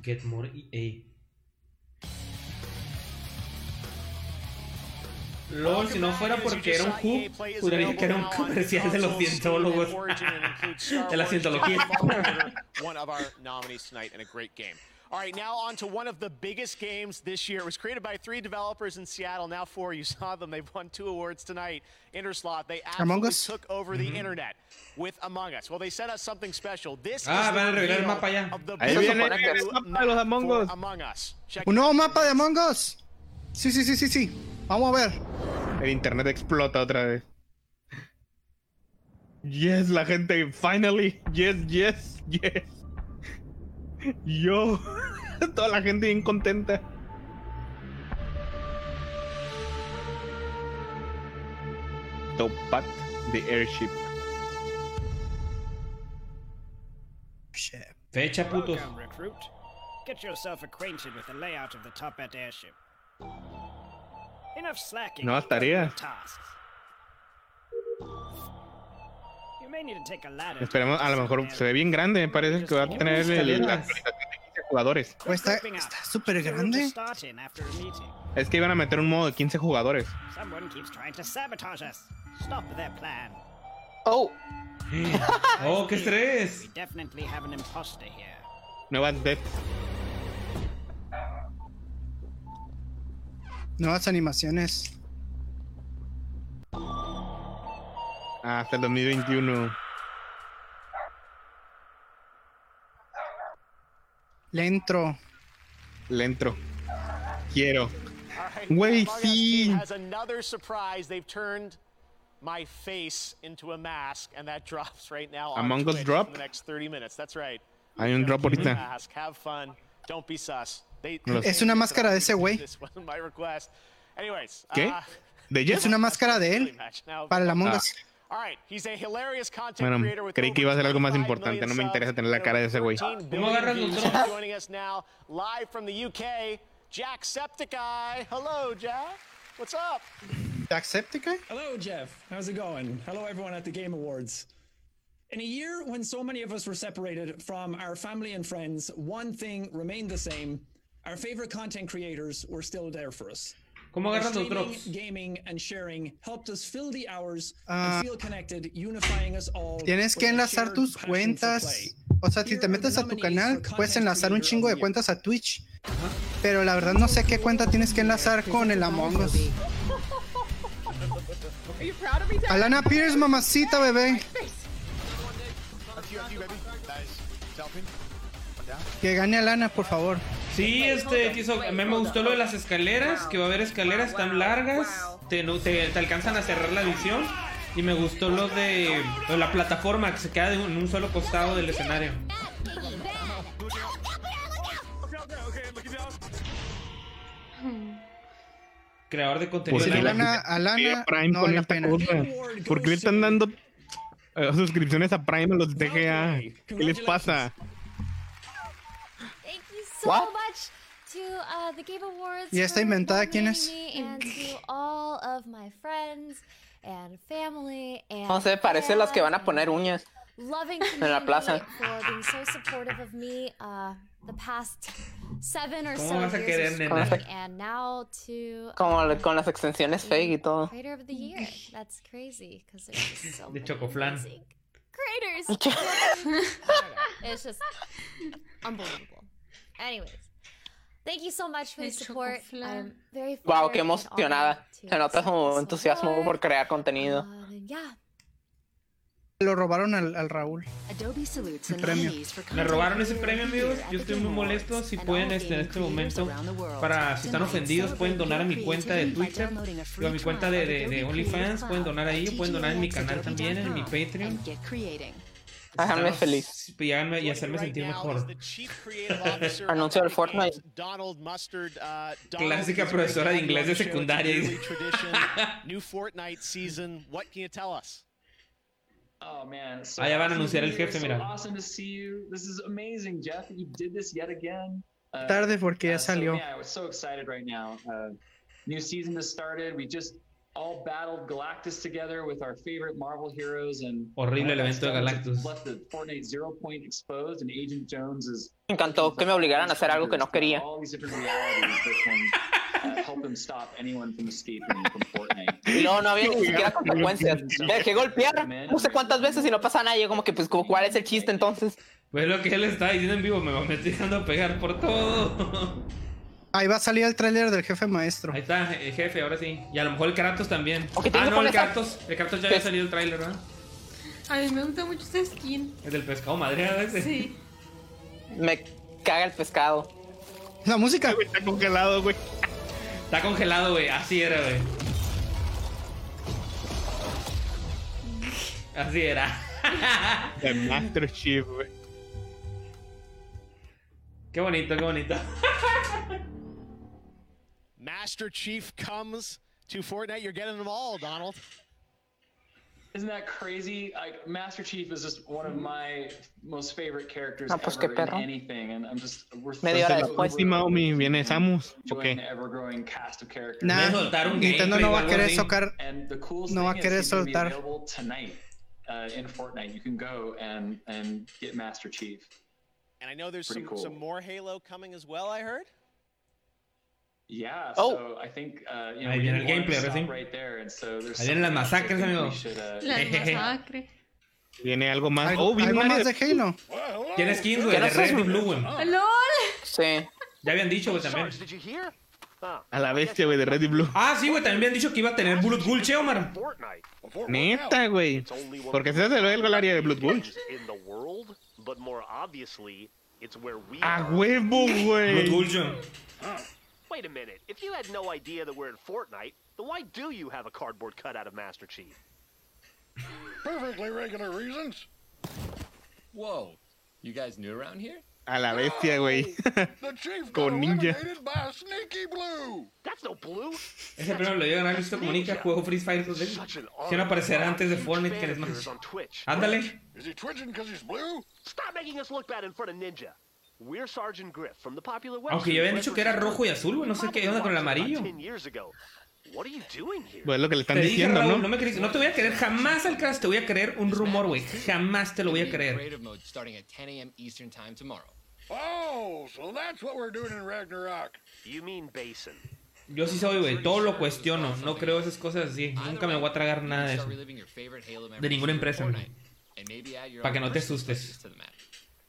Speaker 1: Get more E EA. LOL, si no fuera porque era un hook, juraría que era un comercial de los cientólogos. de la cientología.
Speaker 4: one of our nominees tonight and a great game. All right, now on to one of the biggest games this year. It was created by three developers in Seattle, now four. You saw them. They've won two awards tonight. Interslot, they
Speaker 2: Among
Speaker 4: absolutely
Speaker 2: Us?
Speaker 4: took over the internet with Among Us. Well, they sent us something special. This
Speaker 1: Ah,
Speaker 4: is
Speaker 1: van a
Speaker 4: the
Speaker 1: revelar el
Speaker 4: reveal
Speaker 1: mapa ya.
Speaker 4: of the brand
Speaker 1: Ahí viene
Speaker 4: new
Speaker 1: el
Speaker 2: mapa de los
Speaker 4: map
Speaker 2: Among
Speaker 4: for
Speaker 2: Us.
Speaker 4: Among Us. Check
Speaker 2: ¿Un nuevo mapa de Among Us? Sí, sí, sí, sí, sí. Vamos a ver.
Speaker 5: El internet explota otra vez. Yes, la gente, finally. Yes, yes, yes. Yo. Toda la gente bien contenta. Topat the airship.
Speaker 1: Fecha, putos.
Speaker 14: Welcome, recruit. Get yourself acquainted with the layout of the top at airship. Enough slacking.
Speaker 5: Nuevas tareas.
Speaker 14: Tasks. You may need to take a ladder.
Speaker 5: Esperemos, a lo mejor se ve bien grande, me parece que va a tener el, la actualización de 15 jugadores.
Speaker 2: Pues está está súper grande.
Speaker 14: Start in after a meeting.
Speaker 5: Es que iban a meter un modo de 15 jugadores.
Speaker 14: Someone keeps trying to sabotage us. Stop their plan.
Speaker 3: Oh.
Speaker 1: Oh, qué estrés.
Speaker 14: We definitely have an imposter here.
Speaker 5: Nuevas dev.
Speaker 2: Nuevas animaciones.
Speaker 5: Ah, hasta el 2021.
Speaker 2: Le entro.
Speaker 5: Le entro. Quiero.
Speaker 4: Wait,
Speaker 5: Güey,
Speaker 4: team
Speaker 5: sí.
Speaker 4: Has another surprise. They've turned my face into a mask, and that drops right now. on
Speaker 5: Among Us
Speaker 4: Twitch
Speaker 5: drop?
Speaker 4: in the next 30 minutes. That's right.
Speaker 5: Hay un drop
Speaker 4: Keep a
Speaker 5: ahorita.
Speaker 4: mask. Have fun. Don't be sus. They,
Speaker 5: Los-
Speaker 2: Es una máscara de ese güey.
Speaker 4: This wasn't my request. Anyways.
Speaker 5: ¿Qué?
Speaker 4: uh,
Speaker 5: ¿De Jeff?
Speaker 2: Es una máscara de él. Para la Among Us.
Speaker 4: All right, he's a hilarious content creator
Speaker 5: Bueno,
Speaker 4: with
Speaker 5: creí que
Speaker 4: over
Speaker 5: iba a ser algo más
Speaker 4: 25
Speaker 5: importante. No me
Speaker 4: million
Speaker 5: interesa
Speaker 4: subs
Speaker 5: tener la cara de ese güey.
Speaker 2: Pues
Speaker 4: 13
Speaker 1: ¿Cómo agarras
Speaker 4: billion
Speaker 1: los
Speaker 4: views.
Speaker 1: dos?
Speaker 4: Joining us now live from the UK, Jacksepticeye. Hello, Jack. What's up?
Speaker 2: Jacksepticeye?
Speaker 15: Hello, Jeff. How's it going? Hello, everyone at the Game Awards. In a year when so many of us were separated from our family and friends, one thing remained the same. Our favorite content creators were still there for us.
Speaker 1: ¿Cómo
Speaker 15: Our
Speaker 1: agarran los
Speaker 15: streaming,
Speaker 1: drops?
Speaker 15: gaming, and sharing helped us fill the hours
Speaker 2: Ah.
Speaker 15: and feel connected, unifying us all.
Speaker 14: Pues,
Speaker 2: Tienes que
Speaker 15: with a
Speaker 2: enlazar
Speaker 15: shared
Speaker 2: tus
Speaker 15: passion for play.
Speaker 2: cuentas. O sea, si te metes a tu canal, puedes enlazar un chingo de cuentas a Twitch. Pero la verdad no sé qué cuenta tienes que enlazar con el Among Us.
Speaker 16: Are you proud of me, Dad?
Speaker 2: Alana Pierce, mamacita, bebé. Que gane Alana, por favfavor.
Speaker 1: Sí, este, quiso, a mí me gustó lo de las escaleras, que va a haber escaleras tan largas, te, no- te, te alcanzan a cerrar la visión. Y me gustó lo de, lo de la plataforma que se queda de un- en un solo costado del escenario. Creador de contenido.
Speaker 5: ¿Por qué Pues la
Speaker 2: Alana-
Speaker 5: gente pide
Speaker 2: Alana
Speaker 5: Prime
Speaker 2: no
Speaker 5: con
Speaker 2: vale la
Speaker 5: esta
Speaker 2: pena.
Speaker 5: cosa? ¿Por qué le están dando eh, suscripciones a Prime a los de TGA? ¿Qué les pasa?
Speaker 17: Thank you so
Speaker 5: What?
Speaker 17: much to uh, the Game Awards.
Speaker 2: ¿Y esta
Speaker 17: for
Speaker 2: inventada quién es?
Speaker 17: nominating me And to all of my friends and family and
Speaker 3: No sé, parece las que van a poner uñas.
Speaker 17: loving
Speaker 3: En la
Speaker 17: community
Speaker 3: plaza.
Speaker 17: for being so supportive of me uh, the past seven or
Speaker 3: ¿Cómo
Speaker 17: so
Speaker 3: vas a
Speaker 17: years
Speaker 3: querer,
Speaker 17: of
Speaker 3: nena?
Speaker 17: streaming, and now to
Speaker 3: Como la- con las extensiones fake y todo.
Speaker 17: Creator of the Year. That's crazy because there's just so
Speaker 3: De
Speaker 17: many
Speaker 3: chocoflan.
Speaker 17: amazing creators. I don't know. it's just unbelievable. Anyways, thank you so much for the support.
Speaker 18: um,
Speaker 17: I'm very
Speaker 3: Wow,
Speaker 17: flattered
Speaker 3: qué
Speaker 17: and
Speaker 3: emocionada.
Speaker 17: honored
Speaker 3: Se
Speaker 17: to
Speaker 3: nota su entusiasmo por crear contenido.
Speaker 17: And yeah,
Speaker 2: Lo robaron al, al Raúl.
Speaker 18: Adobe salutes
Speaker 2: El
Speaker 18: the
Speaker 2: premio.
Speaker 18: nominees for
Speaker 1: Me
Speaker 18: content
Speaker 1: robaron ese
Speaker 18: creator
Speaker 1: premio,
Speaker 18: of the year
Speaker 1: amigos.
Speaker 18: at
Speaker 1: Yo
Speaker 18: the
Speaker 1: estoy
Speaker 18: Game
Speaker 1: muy
Speaker 18: Awards.
Speaker 1: molesto. Si
Speaker 18: And
Speaker 1: pueden,
Speaker 18: all
Speaker 1: este, en este
Speaker 18: gaming creators
Speaker 1: momento,
Speaker 18: around the world.
Speaker 1: para si están
Speaker 18: Tonight,
Speaker 1: ofendidos, pueden donar a mi
Speaker 18: celebrate
Speaker 1: cuenta de
Speaker 18: creativity by
Speaker 1: Twitter,
Speaker 18: downloading
Speaker 1: digo,
Speaker 18: a
Speaker 1: a
Speaker 18: free
Speaker 1: mi
Speaker 18: trial
Speaker 1: cuenta de, de- de
Speaker 18: of Adobe
Speaker 1: OnlyFans.
Speaker 18: Creative
Speaker 1: Pueden donar ahí,
Speaker 18: Cloud,
Speaker 1: pueden donar en mi canal
Speaker 18: TGIX,
Speaker 1: también, en mi
Speaker 18: adobe.com,
Speaker 1: Patreon.
Speaker 18: and get creating.
Speaker 3: Déjame
Speaker 1: Estarnos-
Speaker 3: feliz.
Speaker 1: Y, háganme- y hacerme sentir mejor.
Speaker 3: Anuncio del Fortnite.
Speaker 4: Donald Mustard. Uh, Donald
Speaker 1: Clásica
Speaker 4: is
Speaker 1: profesora de
Speaker 4: breaking
Speaker 1: inglés de
Speaker 4: down the show. It's a
Speaker 1: secundaria.
Speaker 4: yearly tradition. New Fortnite season. What can you tell us?
Speaker 24: Oh man.
Speaker 1: Ah, ya van a anunciar
Speaker 24: awesome to
Speaker 1: el
Speaker 24: be here.
Speaker 1: jefe,
Speaker 24: so
Speaker 1: mira.
Speaker 24: Awesome to see you. This is amazing, Jeff. You did this yet again. Uh,
Speaker 2: Tarde porque ya
Speaker 24: uh, so,
Speaker 2: salió.
Speaker 24: yeah, I was so excited right now. Uh, new season has started. We just all battled Galactus together with our favorite Marvel heroes and
Speaker 1: Horrible
Speaker 24: one of
Speaker 1: evento
Speaker 24: our
Speaker 1: de
Speaker 24: studs
Speaker 1: Galactus.
Speaker 24: left the Fortnite zero point exposed and Agent Jones is
Speaker 3: Me encantó que me obligaran a hacer algo que no quería.
Speaker 24: all these different realities that can uh, help him stop anyone from escaping from Fortnite.
Speaker 3: No, no había ni siquiera consecuencias. Dejé golpear no sé cuántas veces y no pasa nada. Yo como que, pues, como, ¿cuál es el chiste entonces?
Speaker 1: Pues lo que él está diciendo en vivo, me, me estoy dejando pegar por todo.
Speaker 2: Ahí va a salir el tráiler del jefe maestro.
Speaker 1: Ahí está, el jefe, ahora sí. Y a lo mejor el Kratos también.
Speaker 2: tiene que
Speaker 1: ah, no, el
Speaker 2: poner esa-
Speaker 1: Kratos. El Kratos ya había salido el tráiler, ¿verdad?
Speaker 2: Ah.
Speaker 6: A mí me gusta mucho esa skin.
Speaker 1: El del pescado madre, a veces.
Speaker 6: Sí.
Speaker 3: Me caga el pescado.
Speaker 2: La música.
Speaker 1: Está congelado, güey. Está congelado, güey. Así era, güey. Así era.
Speaker 5: The Master Chief, güey.
Speaker 1: Qué bonito, qué bonito.
Speaker 4: Master Chief comes to Fortnite. You're getting them all, Donald.
Speaker 24: Isn't that crazy? Like Master Chief is just one of my most favorite characters
Speaker 5: Ah, pues,
Speaker 24: ever
Speaker 5: qué
Speaker 24: in
Speaker 5: perro.
Speaker 24: anything, and I'm just we're
Speaker 5: Entonces, la próxima, Omi, viene Samus. ¿O
Speaker 24: enjoying
Speaker 5: qué?
Speaker 24: the ever-growing cast of characters.
Speaker 2: Nah, Nintendo no va a querer socar.
Speaker 24: And the coolest
Speaker 2: No va a
Speaker 24: thing is
Speaker 2: querer
Speaker 24: it's gonna be
Speaker 2: soltar.
Speaker 24: available tonight. uh, in Fortnite. You can go and and get Master Chief.
Speaker 4: And I know there's
Speaker 24: Pretty
Speaker 4: some,
Speaker 24: cool.
Speaker 4: some more Halo coming as well, I heard.
Speaker 24: Yeah.
Speaker 2: Oh.
Speaker 24: So I think uh, you know
Speaker 1: Ahí
Speaker 24: we
Speaker 1: viene
Speaker 24: didn't
Speaker 1: el
Speaker 24: want to
Speaker 1: gameplay, ahora
Speaker 24: stop
Speaker 1: sí.
Speaker 24: right there, and so there's
Speaker 1: Ahí vienen las
Speaker 24: something else I
Speaker 1: masacres,
Speaker 24: think we
Speaker 1: amigo.
Speaker 24: should, uh,
Speaker 6: La
Speaker 24: take-
Speaker 6: masacre.
Speaker 5: Viene algo más.
Speaker 2: Al-
Speaker 5: oh, viene
Speaker 2: algo
Speaker 5: una
Speaker 2: más de Halo.
Speaker 1: Tiene skins, güey,
Speaker 5: ¿Qué
Speaker 1: de Red
Speaker 5: razas,
Speaker 1: y
Speaker 5: güey?
Speaker 1: Blue, güey.
Speaker 17: Oh.
Speaker 6: ¡Lol!
Speaker 1: Sí. Ya habían dicho, güey, también.
Speaker 4: Did you hear? Huh.
Speaker 5: A la bestia, güey, de Red y Blue.
Speaker 1: Ah, sí, güey, también habían dicho que iba a tener Bullet Bull, che, Omar.
Speaker 5: Neta, güey. Porque se hace luego el área de Blood Bowl.
Speaker 16: in the world, but more obviously, it's where we
Speaker 5: A
Speaker 16: are.
Speaker 5: huevo, güey.
Speaker 16: Wait a minute. If you had no idea that we're in Fortnite, then why do you have a cardboard cutout of Master Chief?
Speaker 28: Perfectly regular reasons.
Speaker 18: Whoa, you guys new around here?
Speaker 5: A la bestia, güey. Con ninja.
Speaker 28: by Sneaky Blue.
Speaker 16: That's no blue.
Speaker 1: Ese primero lo dio a ganar Luisito Comunica, juego Free Fire dos veces. Quisieron aparecer antes de Fortnite, que les más. Ándale.
Speaker 16: Is he twitching because he's blue? Stop making us look bad in front of Ninja. We're Sergeant Griff from the popular web.
Speaker 1: Aunque ya habían dicho que era rojo y azul, güey, no sé qué onda con el amarillo.
Speaker 16: What are you doing here?
Speaker 5: Pues es lo que le están
Speaker 1: Te dije,
Speaker 5: diciendo,
Speaker 1: Raúl,
Speaker 5: ¿no?
Speaker 1: no, me creíste. No te voy a creer jamás, Alcaraz, te voy a creer un rumor, güey. Jamás te lo voy a creer.
Speaker 18: Creative mode starting at 10 a.m. Eastern time tomorrow.
Speaker 28: Oh, so that's what we're doing in Ragnarok.
Speaker 16: You mean Basin.
Speaker 1: Yo sí soy, güey, todo lo cuestiono. No creo esas cosas así. Nunca me voy a tragar nada de eso. De ninguna empresa. güey. Para que no te asustes.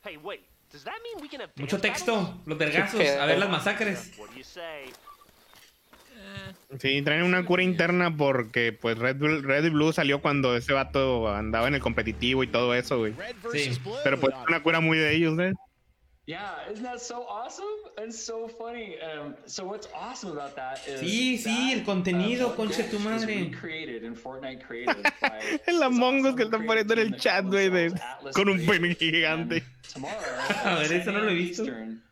Speaker 16: Hey, wait. Does that mean we can have
Speaker 1: Mucho
Speaker 16: dance
Speaker 1: texto, los vergazos,
Speaker 16: Qué
Speaker 1: a ver
Speaker 16: pedo.
Speaker 1: las masacres.
Speaker 16: battles? What do you say?
Speaker 5: Sí, traen una cura interna porque pues Red, Bull- Red y Blue salió cuando ese vato andaba en el competitivo y todo eso, güey.
Speaker 1: Sí.
Speaker 5: Pero pues es una cura muy de ellos, ¿eh?
Speaker 24: Yeah, isn't that so awesome and so funny? Um, so what's awesome about that um, is
Speaker 1: Sí, sí, el contenido, concha de tu madre.
Speaker 24: created in Fortnite Creative by
Speaker 5: El Among Us que están poniendo en el chat, güey, de- con un pene gigante.
Speaker 1: A ver, eso no lo he visto.
Speaker 5: En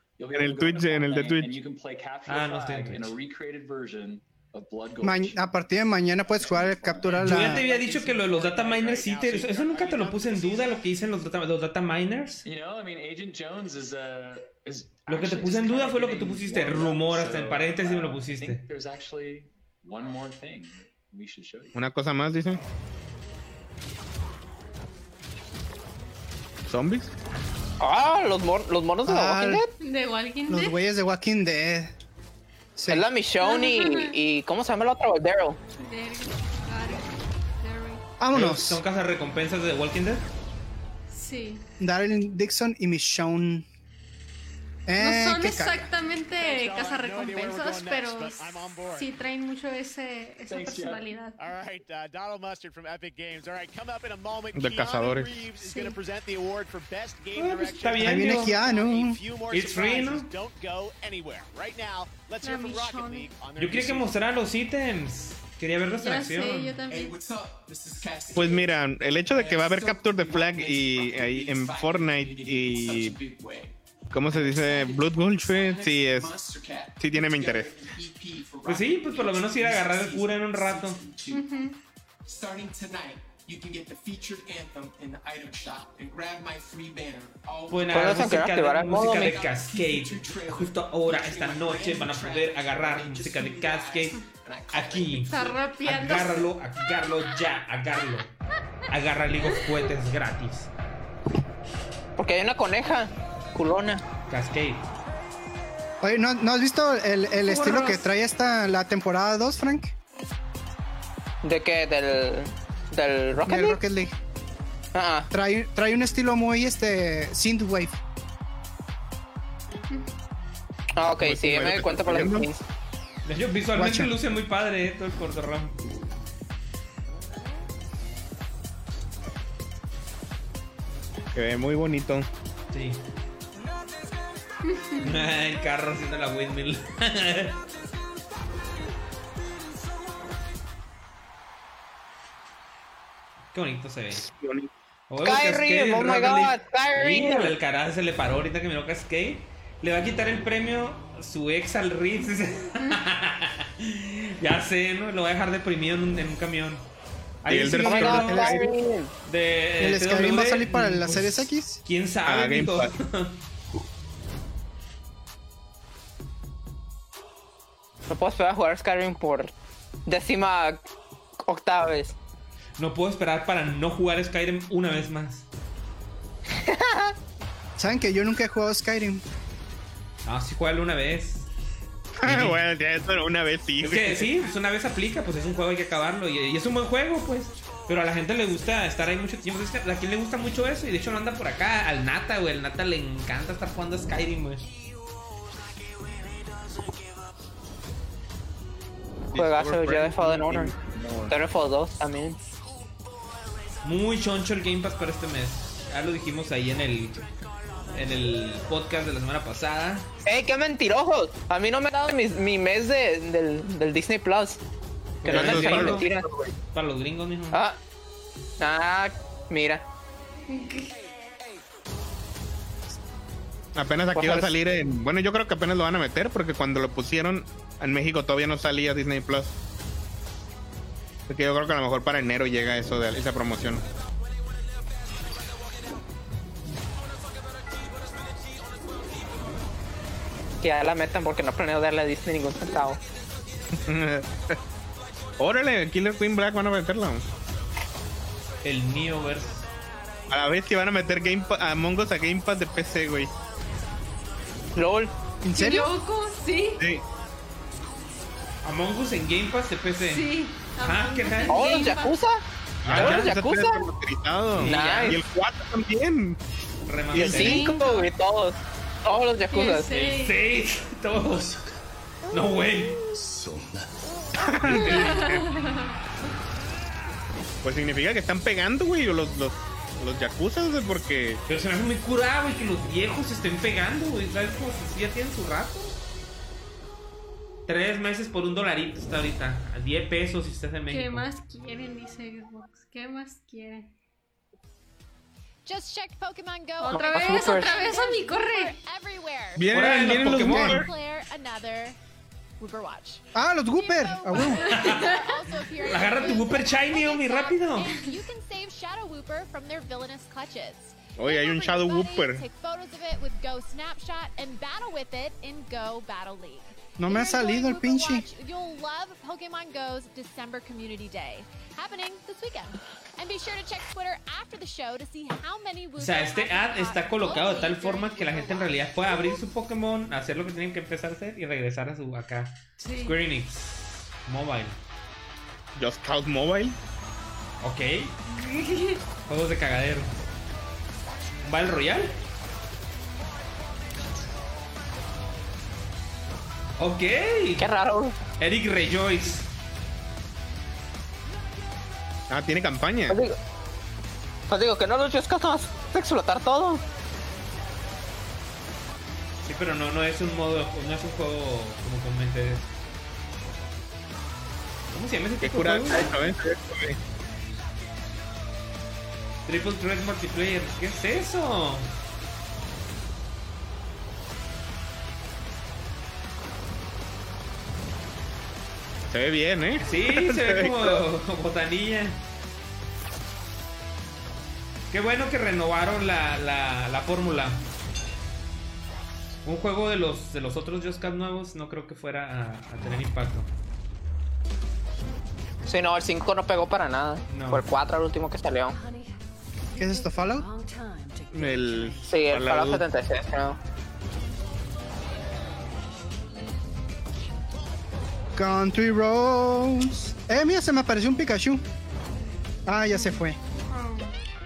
Speaker 5: el Twitch, en el de
Speaker 24: and
Speaker 5: Twitch.
Speaker 24: you can play capture
Speaker 1: Ah,
Speaker 24: the
Speaker 1: no está en
Speaker 24: flag in a recreated version of Blood Gold.
Speaker 2: Ma- a partir de mañana puedes jugar el capturar
Speaker 1: Yo ya te
Speaker 2: la.
Speaker 1: había dicho que lo de los data miners sí te- eso, eso nunca te lo puse en duda, lo que dicen los data, los data miners.
Speaker 24: You know, I mean, Agent Jones is uh, is
Speaker 1: Lo que te
Speaker 24: actually
Speaker 1: puse en
Speaker 24: just
Speaker 1: duda
Speaker 24: kinda
Speaker 1: fue lo que tú
Speaker 24: getting
Speaker 1: pusiste,
Speaker 24: warmed up,
Speaker 1: rumor, hasta en
Speaker 24: so,
Speaker 1: paréntesis me lo
Speaker 24: uh, I think
Speaker 1: pusiste.
Speaker 24: There's actually one more thing we should show you.
Speaker 5: Una cosa más, dicen. ¿Zombies?
Speaker 3: Ah, los, mor- los monos de
Speaker 2: Ah,
Speaker 3: la Walking Dead.
Speaker 6: De Walking
Speaker 2: Los
Speaker 6: Dead.
Speaker 2: güeyes de Walking Dead.
Speaker 3: Es la Michonne y, y- ¿Cómo se llama el otro? Daryl.
Speaker 2: Vámonos.
Speaker 1: Son casas recompensas de Walking Dead.
Speaker 6: Sí.
Speaker 2: Darren Dixon y Michonne. Eh,
Speaker 6: no son
Speaker 2: qué ca-
Speaker 6: exactamente cazarrecompensas, pero sí traen mucho ese, esa personalidad.
Speaker 4: All right, uh, Donald Mustard from Epic Games. All right, come up in a moment.
Speaker 5: Del cazadores.
Speaker 4: Reeves is going to present the award for best game
Speaker 1: Ah, pues,
Speaker 4: direction.
Speaker 1: está bien, Ahí viene digo. Keanu.
Speaker 4: A few more
Speaker 1: It's free, ¿no?
Speaker 4: surprises. Don't go anywhere. Right now, let's hear from Rocket League on their
Speaker 1: Yo quería que mostraran los ítems. Quería verlos en acción.
Speaker 18: Hey, what's up? This is Cassidy.
Speaker 5: Pues mira, el hecho de que va a haber Capture the Flag y ahí en Fortnite y. ¿Cómo se dice? Blood Bowl, güey, sí es. Sí tiene mi interés.
Speaker 18: E
Speaker 1: Pues sí, pues por lo menos ir a agarrar el cura en un rato.
Speaker 18: Starting tonight, you can get the featured anthem in the item shop and grab my free banner. All
Speaker 1: Pueden
Speaker 18: Por
Speaker 1: agarrar
Speaker 18: eso
Speaker 1: música,
Speaker 18: quiero activar
Speaker 1: de,
Speaker 18: el modo
Speaker 1: música de
Speaker 18: mi-
Speaker 1: Cascade. Justo ahora, esta noche, van a poder agarrar música de Cascade aquí.
Speaker 6: Está rapeando.
Speaker 1: Agárralo, agárralo ya, agárralo. Agarra League of Cohetes gratis.
Speaker 3: Porque hay una coneja. Culona.
Speaker 1: Cascade.
Speaker 2: Oye, ¿no, no has visto el, el estilo que trae esta la temporada 2, Frank?
Speaker 3: ¿De qué? ¿Del, del Rocket
Speaker 2: Del
Speaker 3: League?
Speaker 2: Rocket League. Trae, trae un estilo muy este synthwave.
Speaker 3: Ah, ok, sí, me doy cuenta por las skins.
Speaker 1: De hecho, visualmente
Speaker 2: Guacha.
Speaker 1: luce muy padre eh, todo el cortorrón.
Speaker 5: Se ve muy bonito.
Speaker 1: Sí. el carro haciendo la windmill. Qué bonito se ve. Huevo, Cascade,
Speaker 3: Skyrim, oh my
Speaker 1: Rocket League.
Speaker 3: god, Skyrim.
Speaker 1: Híjole, el carajo se le paró ahorita que miró Cascade. Le va a quitar el premio su ex al Ritz. dice. ya sé, ¿no? Lo va a dejar deprimido en un, en un camión.
Speaker 5: Y el
Speaker 1: sí
Speaker 5: del
Speaker 1: me
Speaker 5: Skyrim.
Speaker 1: acuerdo
Speaker 5: El
Speaker 3: Skyrim.
Speaker 5: Eh,
Speaker 1: de-
Speaker 2: ¿El
Speaker 1: de
Speaker 2: Skyrim va a salir para
Speaker 5: Mm,
Speaker 1: TW,
Speaker 2: las
Speaker 1: pues,
Speaker 2: series X?
Speaker 1: ¿Quién sabe,
Speaker 5: Ah, Game
Speaker 1: mijo?
Speaker 5: Pass.
Speaker 3: No puedo esperar a jugar Skyrim por décima octava vez.
Speaker 1: No puedo esperar para no jugar Skyrim una vez más.
Speaker 2: Saben que yo nunca he jugado Skyrim.
Speaker 1: No, sí, juégalo una vez.
Speaker 5: bueno, ya eso una vez sí.
Speaker 1: Es que sí, pues una vez aplica, pues es un juego, hay que acabarlo. Y, y es un buen juego, pues. Pero a la gente le gusta estar ahí mucho tiempo. Es que a quien le gusta mucho eso. Y de hecho no anda por acá. Al Nata, güey. Al Nata le encanta estar jugando a Skyrim, güey.
Speaker 3: Juegazo, ya de Fallen Honor. Titanfall 2 también.
Speaker 1: Muy choncho el Game Pass para este mes. Ya lo dijimos ahí en el en el podcast de la semana pasada.
Speaker 3: ¡Ey, Eh, qué mentirojos! A mí no me ha dado mi, mi mes de, del, del Disney Plus. Que
Speaker 1: Pero
Speaker 3: no me
Speaker 1: los
Speaker 3: echando
Speaker 1: gringos,
Speaker 3: mentiras.
Speaker 1: Para los gringos, mijo.
Speaker 3: Ah, ah, mira.
Speaker 5: Apenas aquí
Speaker 3: Pues,
Speaker 5: va
Speaker 3: a
Speaker 5: a
Speaker 3: ver.
Speaker 5: salir en. Bueno, yo creo que apenas lo van a meter porque cuando lo pusieron en México todavía no salía Disney Plus. Así que yo creo que a lo mejor para enero llega eso de esa promoción.
Speaker 3: Que ya la metan porque no planeo darle a Disney ningún centavo.
Speaker 5: Órale, Killer Queen Black van a meterlo.
Speaker 1: El Neoverse.
Speaker 5: A la vez que van a meter Game Pa- a Among Us a Game Pass de PC, güey.
Speaker 3: LOL.
Speaker 5: ¿En
Speaker 6: Loco, sí.
Speaker 5: Sí.
Speaker 1: Among Us en Game Pass de PC.
Speaker 6: Sí.
Speaker 1: Ah, ¿qué tal?
Speaker 3: ¡Oh, los Yakuza!
Speaker 5: Ah,
Speaker 3: ¡Oh, los
Speaker 5: ya,
Speaker 3: Yakuza!
Speaker 5: está remasterizado.
Speaker 3: Nice.
Speaker 5: Y el 4 también.
Speaker 3: Y el 5 y todos. Todos los Yakuza.
Speaker 1: El 6, todos. No, güey.
Speaker 5: Pues significa que están pegando, güey, los, los, los Yakuza, güey, porque.
Speaker 1: Pero se me hace muy curado, güey, que los viejos se estén pegando, güey. ¿Sabes cómo se ya tienen su rato? Tres meses por un dolarito está ahorita. A 10 pesos si estás en México.
Speaker 6: ¿Qué más quieren? Dice Xbox. ¿Qué más quieren?
Speaker 17: Just check Pokemon Go.
Speaker 6: Otra vez, otra vez a mi corre.
Speaker 5: Vienen,
Speaker 1: Órale,
Speaker 5: vienen los
Speaker 1: Pokémon.
Speaker 5: Goober.
Speaker 17: Player another Wooper Watch.
Speaker 2: Ah, los Gooper. Ah, huevo.
Speaker 17: Also, if you're-
Speaker 1: Agarra tu Wooper Shiny, homie, rápido.
Speaker 17: You can save Shadow Wooper from their villainous clutches.
Speaker 5: Oye, hay un Shadow Whooper.
Speaker 17: Take photos of it with Go Snapshot and battle with it in Go Battle League.
Speaker 2: No me ha salido el pinche.
Speaker 17: Watch, you'll love Pokemon Go's December Community Day, happening this weekend. And be sure to check Twitter after the show to see how many
Speaker 1: O sea, este ad está colocado de tal forma que la gente en realidad pueda abrir su Pokémon, hacer lo que tienen que empezar a hacer y regresar a su acá.
Speaker 6: Sí.
Speaker 1: Square Enix. Mobile.
Speaker 5: Just Cause Mobile.
Speaker 1: Ok. Juegos de cagadero. ¿Battle Royale? Ok. Qué
Speaker 3: raro.
Speaker 1: Eric Rejoice.
Speaker 5: Ah, tiene campaña.
Speaker 3: Pues digo, pues digo que no los Just Cause no vas a explotar todo.
Speaker 1: Sí, pero no, no es un modo, no es un juego como comenté. ¿Cómo se llama ese
Speaker 5: Qué
Speaker 1: tipo de
Speaker 5: cura.
Speaker 1: juego? Triple Threat Multiplayer, ¿qué es eso?
Speaker 5: Se ve bien, ¿eh?
Speaker 1: Sí, se ve como botanilla. Qué bueno que renovaron la, la, la fórmula. Un juego de los, de los otros Just Cause nuevos no creo que fuera a, a tener impacto.
Speaker 3: Sí, no, el 5 no pegó para nada.
Speaker 1: No.
Speaker 3: Fue el 4 el último que salió.
Speaker 2: ¿Qué es esto, Fallout?
Speaker 5: El.
Speaker 3: Sí, el
Speaker 5: Fallout.
Speaker 3: Fallout 76, creo.
Speaker 2: Country Roads. Eh, mira, se me apareció un Pikachu. Ah, ya se fue.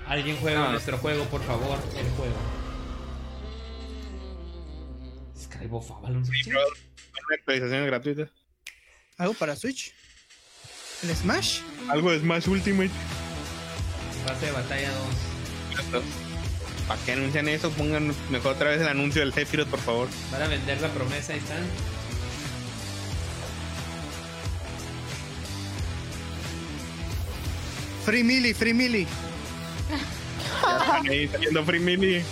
Speaker 1: Alguien juega nuestro juego, por favor. El juego. Skybof Avalon.
Speaker 5: Actualizaciones gratuitas.
Speaker 2: ¿Algo para Switch? ¿El Smash?
Speaker 5: Algo de Smash Ultimate.
Speaker 1: Pase de Este batalla
Speaker 5: 2. Para que anuncian eso, pongan mejor otra vez el anuncio del Sephiroth, por favor.
Speaker 1: Van a vender la promesa, ahí están.
Speaker 2: Free Milly, Free Milly.
Speaker 5: Ahí saliendo Free Mini.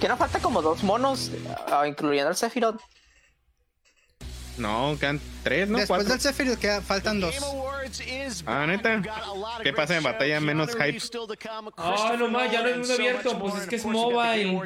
Speaker 3: Que no falta como dos monos, ah, incluyendo el Sephiroth.
Speaker 5: No, quedan Tres, ¿no?
Speaker 2: Después
Speaker 5: Cuatro.
Speaker 2: del Sephiroth queda- faltan dos.
Speaker 5: Ah, neta. ¿Qué pasa en batalla menos hype?
Speaker 1: Ah, no más, ya lo he abierto. Pues es que es mobile.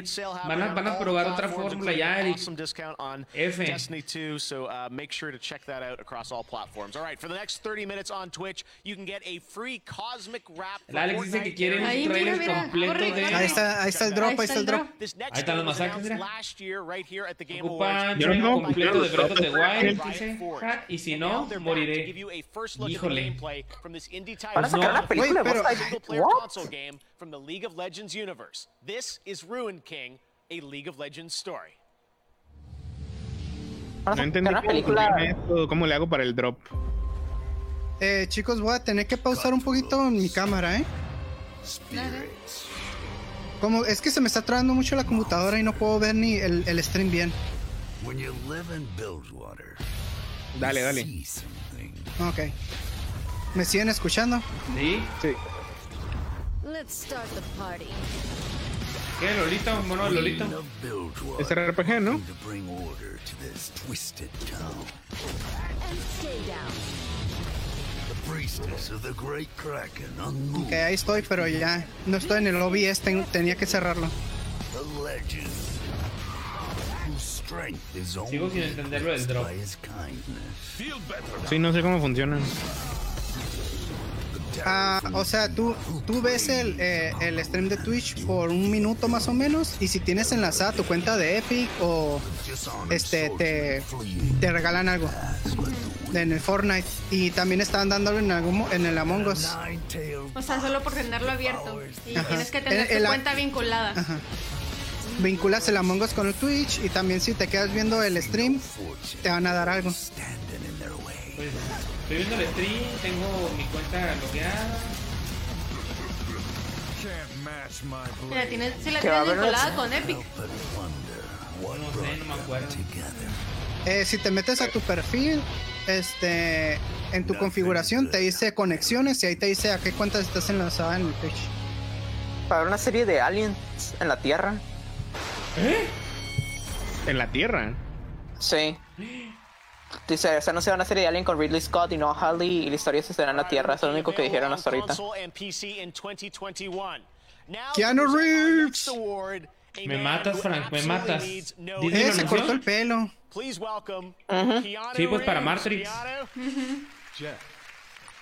Speaker 1: Van a, van a probar otra fórmula ya, Eric.
Speaker 4: Awesome discount on
Speaker 1: F.
Speaker 4: Destiny 2, so uh, make sure to check that out across all platforms. All right, for the next 30 minutes on Twitch, you can get a free Cosmic Wrap.
Speaker 1: El Alex dice que quiere un
Speaker 4: Ahí, mira,
Speaker 1: trailer
Speaker 4: mira,
Speaker 1: completo
Speaker 4: corre,
Speaker 1: de.
Speaker 4: corre. Ahí está- ahí está el drop, Ahí ahí está está el el drop. drop.
Speaker 1: Ahí están los masacres, mira.
Speaker 4: Last year, right here at the Game
Speaker 1: Ocupa
Speaker 4: Awards.
Speaker 1: trailer completo de Breath of the Wild.
Speaker 4: Riot
Speaker 1: dice.
Speaker 4: Forge.
Speaker 1: Ja, Y si no, moriré. Híjole.
Speaker 4: Ahora
Speaker 1: Pues no.
Speaker 4: sacaron la película de
Speaker 1: Güey, pero-
Speaker 4: Boss Fight. single-player
Speaker 1: What?
Speaker 4: console game from the League of Legends universe. This is Ruined King, a League of Legends story.
Speaker 5: No entendí
Speaker 4: una
Speaker 5: cómo,
Speaker 4: película.
Speaker 5: funciona esto, cómo le hago para el drop.
Speaker 2: Eh, chicos, voy a tener que pausar un poquito mi cámara, ¿eh? Como, es que se me está trabando mucho la computadora y no puedo ver ni el, el stream bien.
Speaker 28: When you live in Bilgewater,
Speaker 5: Dale,
Speaker 28: you
Speaker 5: dale.
Speaker 28: see something.
Speaker 2: Ok. ¿Me siguen escuchando?
Speaker 1: Sí.
Speaker 5: Sí.
Speaker 22: Let's start the party.
Speaker 1: ¿Qué, Lolita? Un mono de Lolita.
Speaker 5: Es RPG, ¿no?
Speaker 28: To bring order to this twisted town.
Speaker 22: And stay down.
Speaker 28: The priestess of the great kraken unmoved.
Speaker 2: Ok, ahí estoy, pero ya no estoy en el lobby, es, ten- tenía que cerrarlo.
Speaker 28: The legend whose strength is only
Speaker 1: Sigo sin entenderlo del
Speaker 28: increased
Speaker 1: drop.
Speaker 28: by his kindness.
Speaker 5: Sí, no sé cómo funciona.
Speaker 2: Ah, o sea, tú, tú ves el, eh, el stream de Twitch por un minuto más o menos y si tienes enlazada tu cuenta de Epic o este te, te regalan algo en el Fortnite y también estaban dándolo en, algún, mo- en el Among Us.
Speaker 6: O sea, solo por tenerlo abierto. Y
Speaker 2: Ajá.
Speaker 6: tienes que tener
Speaker 2: El- el-
Speaker 6: tu cuenta vinculada.
Speaker 2: Ajá. Vinculas el Among Us con el Twitch y también si te quedas viendo el stream te van a dar algo.
Speaker 1: Pues, estoy viendo el stream, tengo mi cuenta bloqueada.
Speaker 7: Can't match my
Speaker 6: Si la tienes, si la
Speaker 2: Que va a
Speaker 6: tienes
Speaker 2: haber
Speaker 6: vinculada
Speaker 2: una-
Speaker 6: con Epic.
Speaker 2: Eh, si te metes a tu perfil, este, en tu configuración te dice conexiones y ahí te dice a qué cuentas estás enlazada en el Twitch.
Speaker 3: Para una serie de aliens en la Tierra.
Speaker 5: ¿Eh? En la Tierra.
Speaker 3: Sí. Dice, se anunció una serie de Alien con Ridley Scott y Noah Hawley y la historia se será en la Tierra. Es lo único que dijeron hasta ahorita.
Speaker 4: Console and PC in 2021.
Speaker 2: Keanu Reeves.
Speaker 4: Award. a
Speaker 1: Me
Speaker 4: man
Speaker 1: matas,
Speaker 4: who
Speaker 1: Frank, me
Speaker 4: absolutely
Speaker 1: matas.
Speaker 4: needs no
Speaker 1: Disney lo
Speaker 2: Eh, se
Speaker 1: anunció.
Speaker 2: cortó el pelo.
Speaker 4: Please welcome
Speaker 1: Ujú.
Speaker 3: Mm-hmm.
Speaker 4: Keanu
Speaker 1: Sí, pues, para
Speaker 4: Reeves.
Speaker 1: Matrix.
Speaker 4: Keanu.
Speaker 12: Jeff,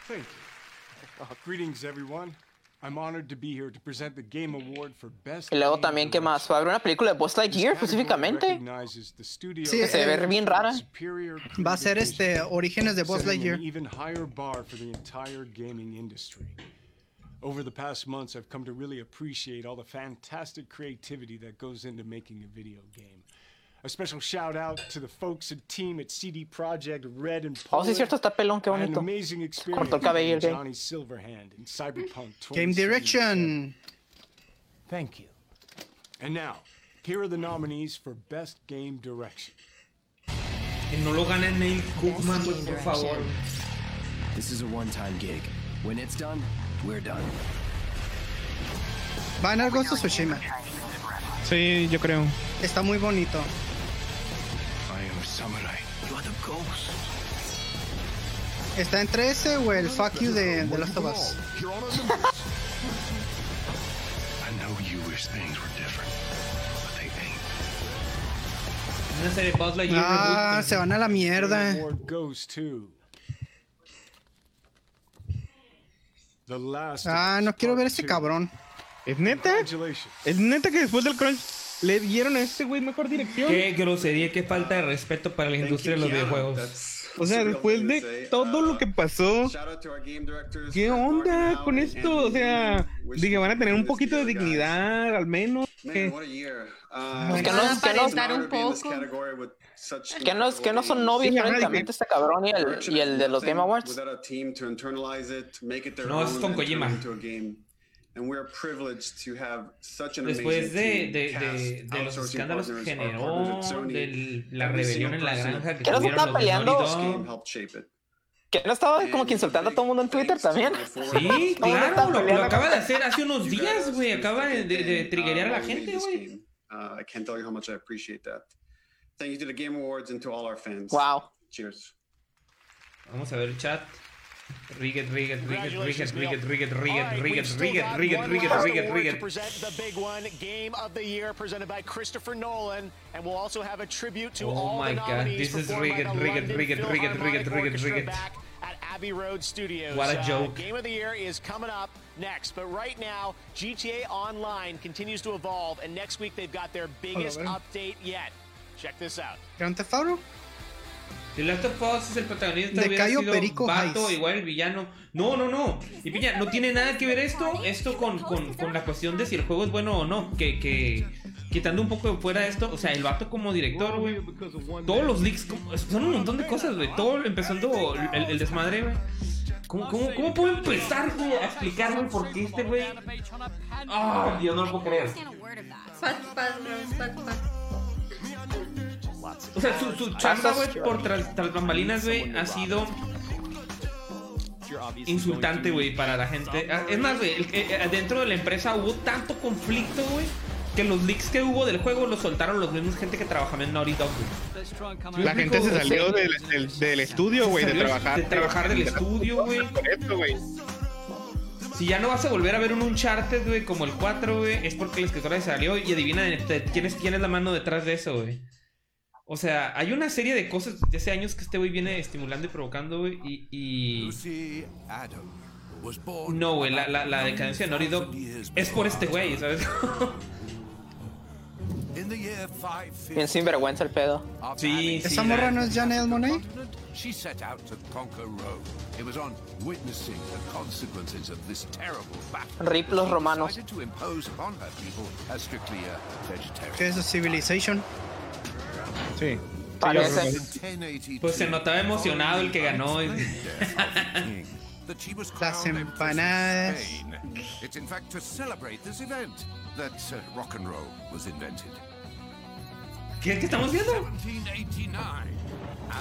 Speaker 12: thank you. Uh, greetings, everyone. I'm honored to be here to present the Game Award for Best
Speaker 3: Y luego también, ¿qué más? Va a haber una película de Buzz Lightyear específicamente.
Speaker 12: recognizes the studio
Speaker 2: Sí,
Speaker 3: que se ve
Speaker 2: eh,
Speaker 3: bien rara.
Speaker 2: Va a ser este Orígenes de Boss
Speaker 12: setting
Speaker 2: Lightyear.
Speaker 12: an even higher bar for the entire gaming industry. Over the past months, I've come to really appreciate all the fantastic creativity that goes into making a video game. A special shout out to the folks and team at CD Projekt Red and
Speaker 3: Oh,
Speaker 12: Poland.
Speaker 3: sí, cierto, está pelón, qué
Speaker 12: I had an
Speaker 3: bonito.
Speaker 12: amazing
Speaker 3: Se cortó el
Speaker 12: experience
Speaker 3: cabello el
Speaker 12: meeting
Speaker 3: game.
Speaker 12: Johnny Silverhand in Cyberpunk 2077.
Speaker 2: Game Direction.
Speaker 12: Thank you. And now, here are the nominees for Best Game Direction.
Speaker 1: Que no lo gane Neil Cookman, güey, por favor.
Speaker 19: This is a one-time gig. When it's done, we're done.
Speaker 2: Va en Ghost of Tsushima.
Speaker 5: Sí, yo creo.
Speaker 2: Está muy bonito.
Speaker 19: I am a samurai. You are the ghost.
Speaker 2: Está entre ese o el Fuck You de, de Last of Us.
Speaker 19: I know you wish things were different, but they ain't.
Speaker 1: Una serie de Buzz Lightyear.
Speaker 2: Ah,
Speaker 1: reboot.
Speaker 2: se van a la mierda.
Speaker 12: Award goes to The Last of
Speaker 2: Ah, no quiero ver a ese cabrón.
Speaker 5: ¿Es neta? ¿Es neta que después del crunch le dieron a este güey mejor dirección?
Speaker 1: Qué grosería, qué falta de respeto para la industria de los videojuegos.
Speaker 5: O sea, después de todo lo que pasó, ¿qué onda con esto? O sea, dije, van a tener un poquito de dignidad, al menos. que-
Speaker 20: Uh,
Speaker 3: Es que no- es que no- Que no, que no son novios,
Speaker 5: Sí, ajá,
Speaker 3: prácticamente, este cabrón y el, y el de los Game Awards.
Speaker 1: No, es con Kojima. Después de, de, de, de los escándalos que generó, de la rebelión en la granja que
Speaker 3: ¿Qué nos
Speaker 1: tuvieron
Speaker 3: están
Speaker 1: los de Naughty
Speaker 3: peleando?
Speaker 1: Dog.
Speaker 3: Que no estaba como que insultando a todo el mundo en Twitter también.
Speaker 1: Sí,
Speaker 3: Todo el mundo
Speaker 1: claro,
Speaker 3: estaba
Speaker 1: lo, lo
Speaker 3: peleando.
Speaker 1: acaba de hacer hace unos días, güey. Acaba de, de, de triggerear a la gente, güey.
Speaker 20: Uh, I can't tell you how much I appreciate that. Thank you to the Game Awards and to all our fans.
Speaker 3: Wow.
Speaker 20: Cheers.
Speaker 1: Vamos a ver el chat. Riget, Riget, Riget, Riget, Riget, Riget, Riget, Riget, Riget, Riget, Riget, Riget,
Speaker 4: To
Speaker 1: Riget.
Speaker 4: present the big one, Game of the Year, presented by Christopher Nolan, and we'll also have a tribute to
Speaker 1: Oh
Speaker 4: all
Speaker 1: my
Speaker 4: the
Speaker 1: God,
Speaker 4: nominees
Speaker 1: this is
Speaker 4: performed by the
Speaker 1: rigged, rigged,
Speaker 4: London
Speaker 1: rigged, rigged, rigged,
Speaker 4: Philharmonic
Speaker 1: rigged,
Speaker 4: Orchestra
Speaker 1: rigged.
Speaker 4: back at Abbey Road Studios.
Speaker 1: What a
Speaker 4: Uh,
Speaker 1: joke.
Speaker 4: Game of the Year is coming up next, but right now GTA Online continues to evolve, and next week they've got their biggest
Speaker 2: bueno.
Speaker 4: update yet. Check this out.
Speaker 2: Grand Theft Auto.
Speaker 1: The Last of Us es el protagonista
Speaker 2: De
Speaker 1: hubiera
Speaker 2: Cayo
Speaker 1: sido
Speaker 2: Perico
Speaker 1: Vato,
Speaker 2: Hayes.
Speaker 1: igual el villano. No, no, no. Y piña, no tiene nada que ver esto, esto con, con, con la cuestión de si el juego es bueno o no. Que, que quitando un poco de fuera esto, o sea, el vato como director, güey. Todos los leaks como- son un montón de cosas, güey. Todo empezando el, el desmadre, güey. ¿Cómo, cómo, cómo puedo empezar, güey, a explicarme por qué este güey? Ah, Dios, no lo puedo creer.
Speaker 6: Fat, fat, bros, fat, fat.
Speaker 1: O sea, su, su chamba, güey, por tras, tras bambalinas, güey, ha sido insultante, güey, para la gente. Ah, Es más, güey, el- eh, eh, dentro de la empresa hubo tanto conflicto, güey, que los leaks que hubo del juego los soltaron los mismos gente que trabajaban en Naughty Dog, güey.
Speaker 5: La gente se salió del, del- del estudio, güey, de
Speaker 1: salió
Speaker 5: trabajar.
Speaker 1: de trabajar del estudio, güey.
Speaker 5: Correcto, güey.
Speaker 1: Si ya no vas a volver a ver un Uncharted, güey, como el 4, güey, es porque la escritora se salió y adivina de- de- quién es, quién es la mano detrás de eso, güey. O sea, hay una serie de cosas de hace años que este güey viene estimulando y provocando, güey, y... y- No, güey, la, la, la decadencia de Naughty Dog es por este güey, ¿sabes?
Speaker 3: Bien sinvergüenza el pedo.
Speaker 1: Sí,
Speaker 2: ¿Esa morra no es Janelle Monet?
Speaker 28: She set out to conquer Rome. It was on witnessing the consequences of this terrible battle.
Speaker 3: Rip los
Speaker 28: that she
Speaker 3: romanos.
Speaker 28: decided to impose upon her people a strictly a vegetarian.
Speaker 2: ¿Qué es eso, Civilization?
Speaker 5: Sí.
Speaker 1: Pues se notaba emocionado el que ganó. güey.
Speaker 2: Las empanadas.
Speaker 28: Spain. It's in fact to celebrate this event that uh, rock and roll was invented.
Speaker 1: ¿Qué, qué estamos viendo?
Speaker 28: 1789,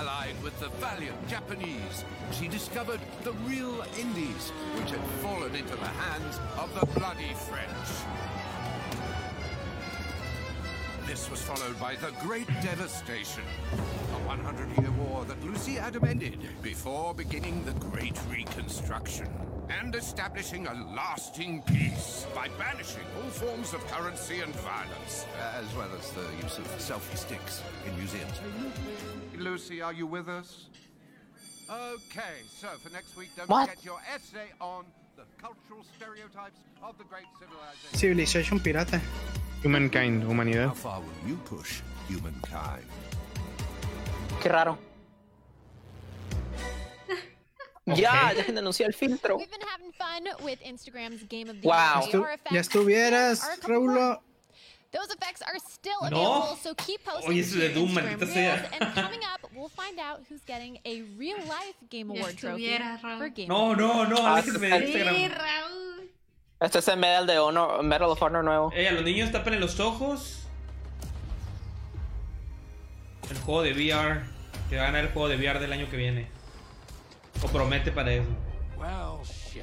Speaker 28: allied with the valiant Japanese, she discovered the real Indies, which had fallen into the hands of the bloody French. This was followed by the Great Devastation, a 100-year war that Lucy Adam ended before beginning the Great Reconstruction and establishing a lasting peace by banishing all forms of currency and violence, as well as the use of selfie sticks in museums. Lucy, are you with us? Okay, so for next week, don't
Speaker 2: What?
Speaker 28: forget your essay on the cultural stereotypes of the great civilization.
Speaker 2: Civilization pirata.
Speaker 5: Humankind, humanidad.
Speaker 3: Qué raro. Ya, ya denuncié el filtro.
Speaker 17: We've been having fun with Instagram's Game of the
Speaker 3: Wow.
Speaker 17: Year. They are
Speaker 2: Ya
Speaker 17: effects.
Speaker 2: estuvieras, Raulo.
Speaker 17: Those effects are still
Speaker 2: No.
Speaker 17: available, so keep posting
Speaker 1: Oye, eso de
Speaker 17: your
Speaker 1: Doom,
Speaker 17: Instagram
Speaker 1: maldita
Speaker 17: reels,
Speaker 1: sea.
Speaker 17: And coming up, we'll find out who's getting a real-life Game
Speaker 6: Ya
Speaker 17: Award trophy
Speaker 6: estuvieras, Raúl.
Speaker 17: for Game
Speaker 1: No, no, no, a
Speaker 3: Ah,
Speaker 1: veces me da
Speaker 3: sí,
Speaker 1: Instagram.
Speaker 3: Este es el Medal, de Honor, Medal of Honor nuevo.
Speaker 1: Ey, Eh, a los niños tapen los ojos. El juego de VR. Que va a ganar el juego de VR del año que viene. O promete para eso.
Speaker 16: Well, shit.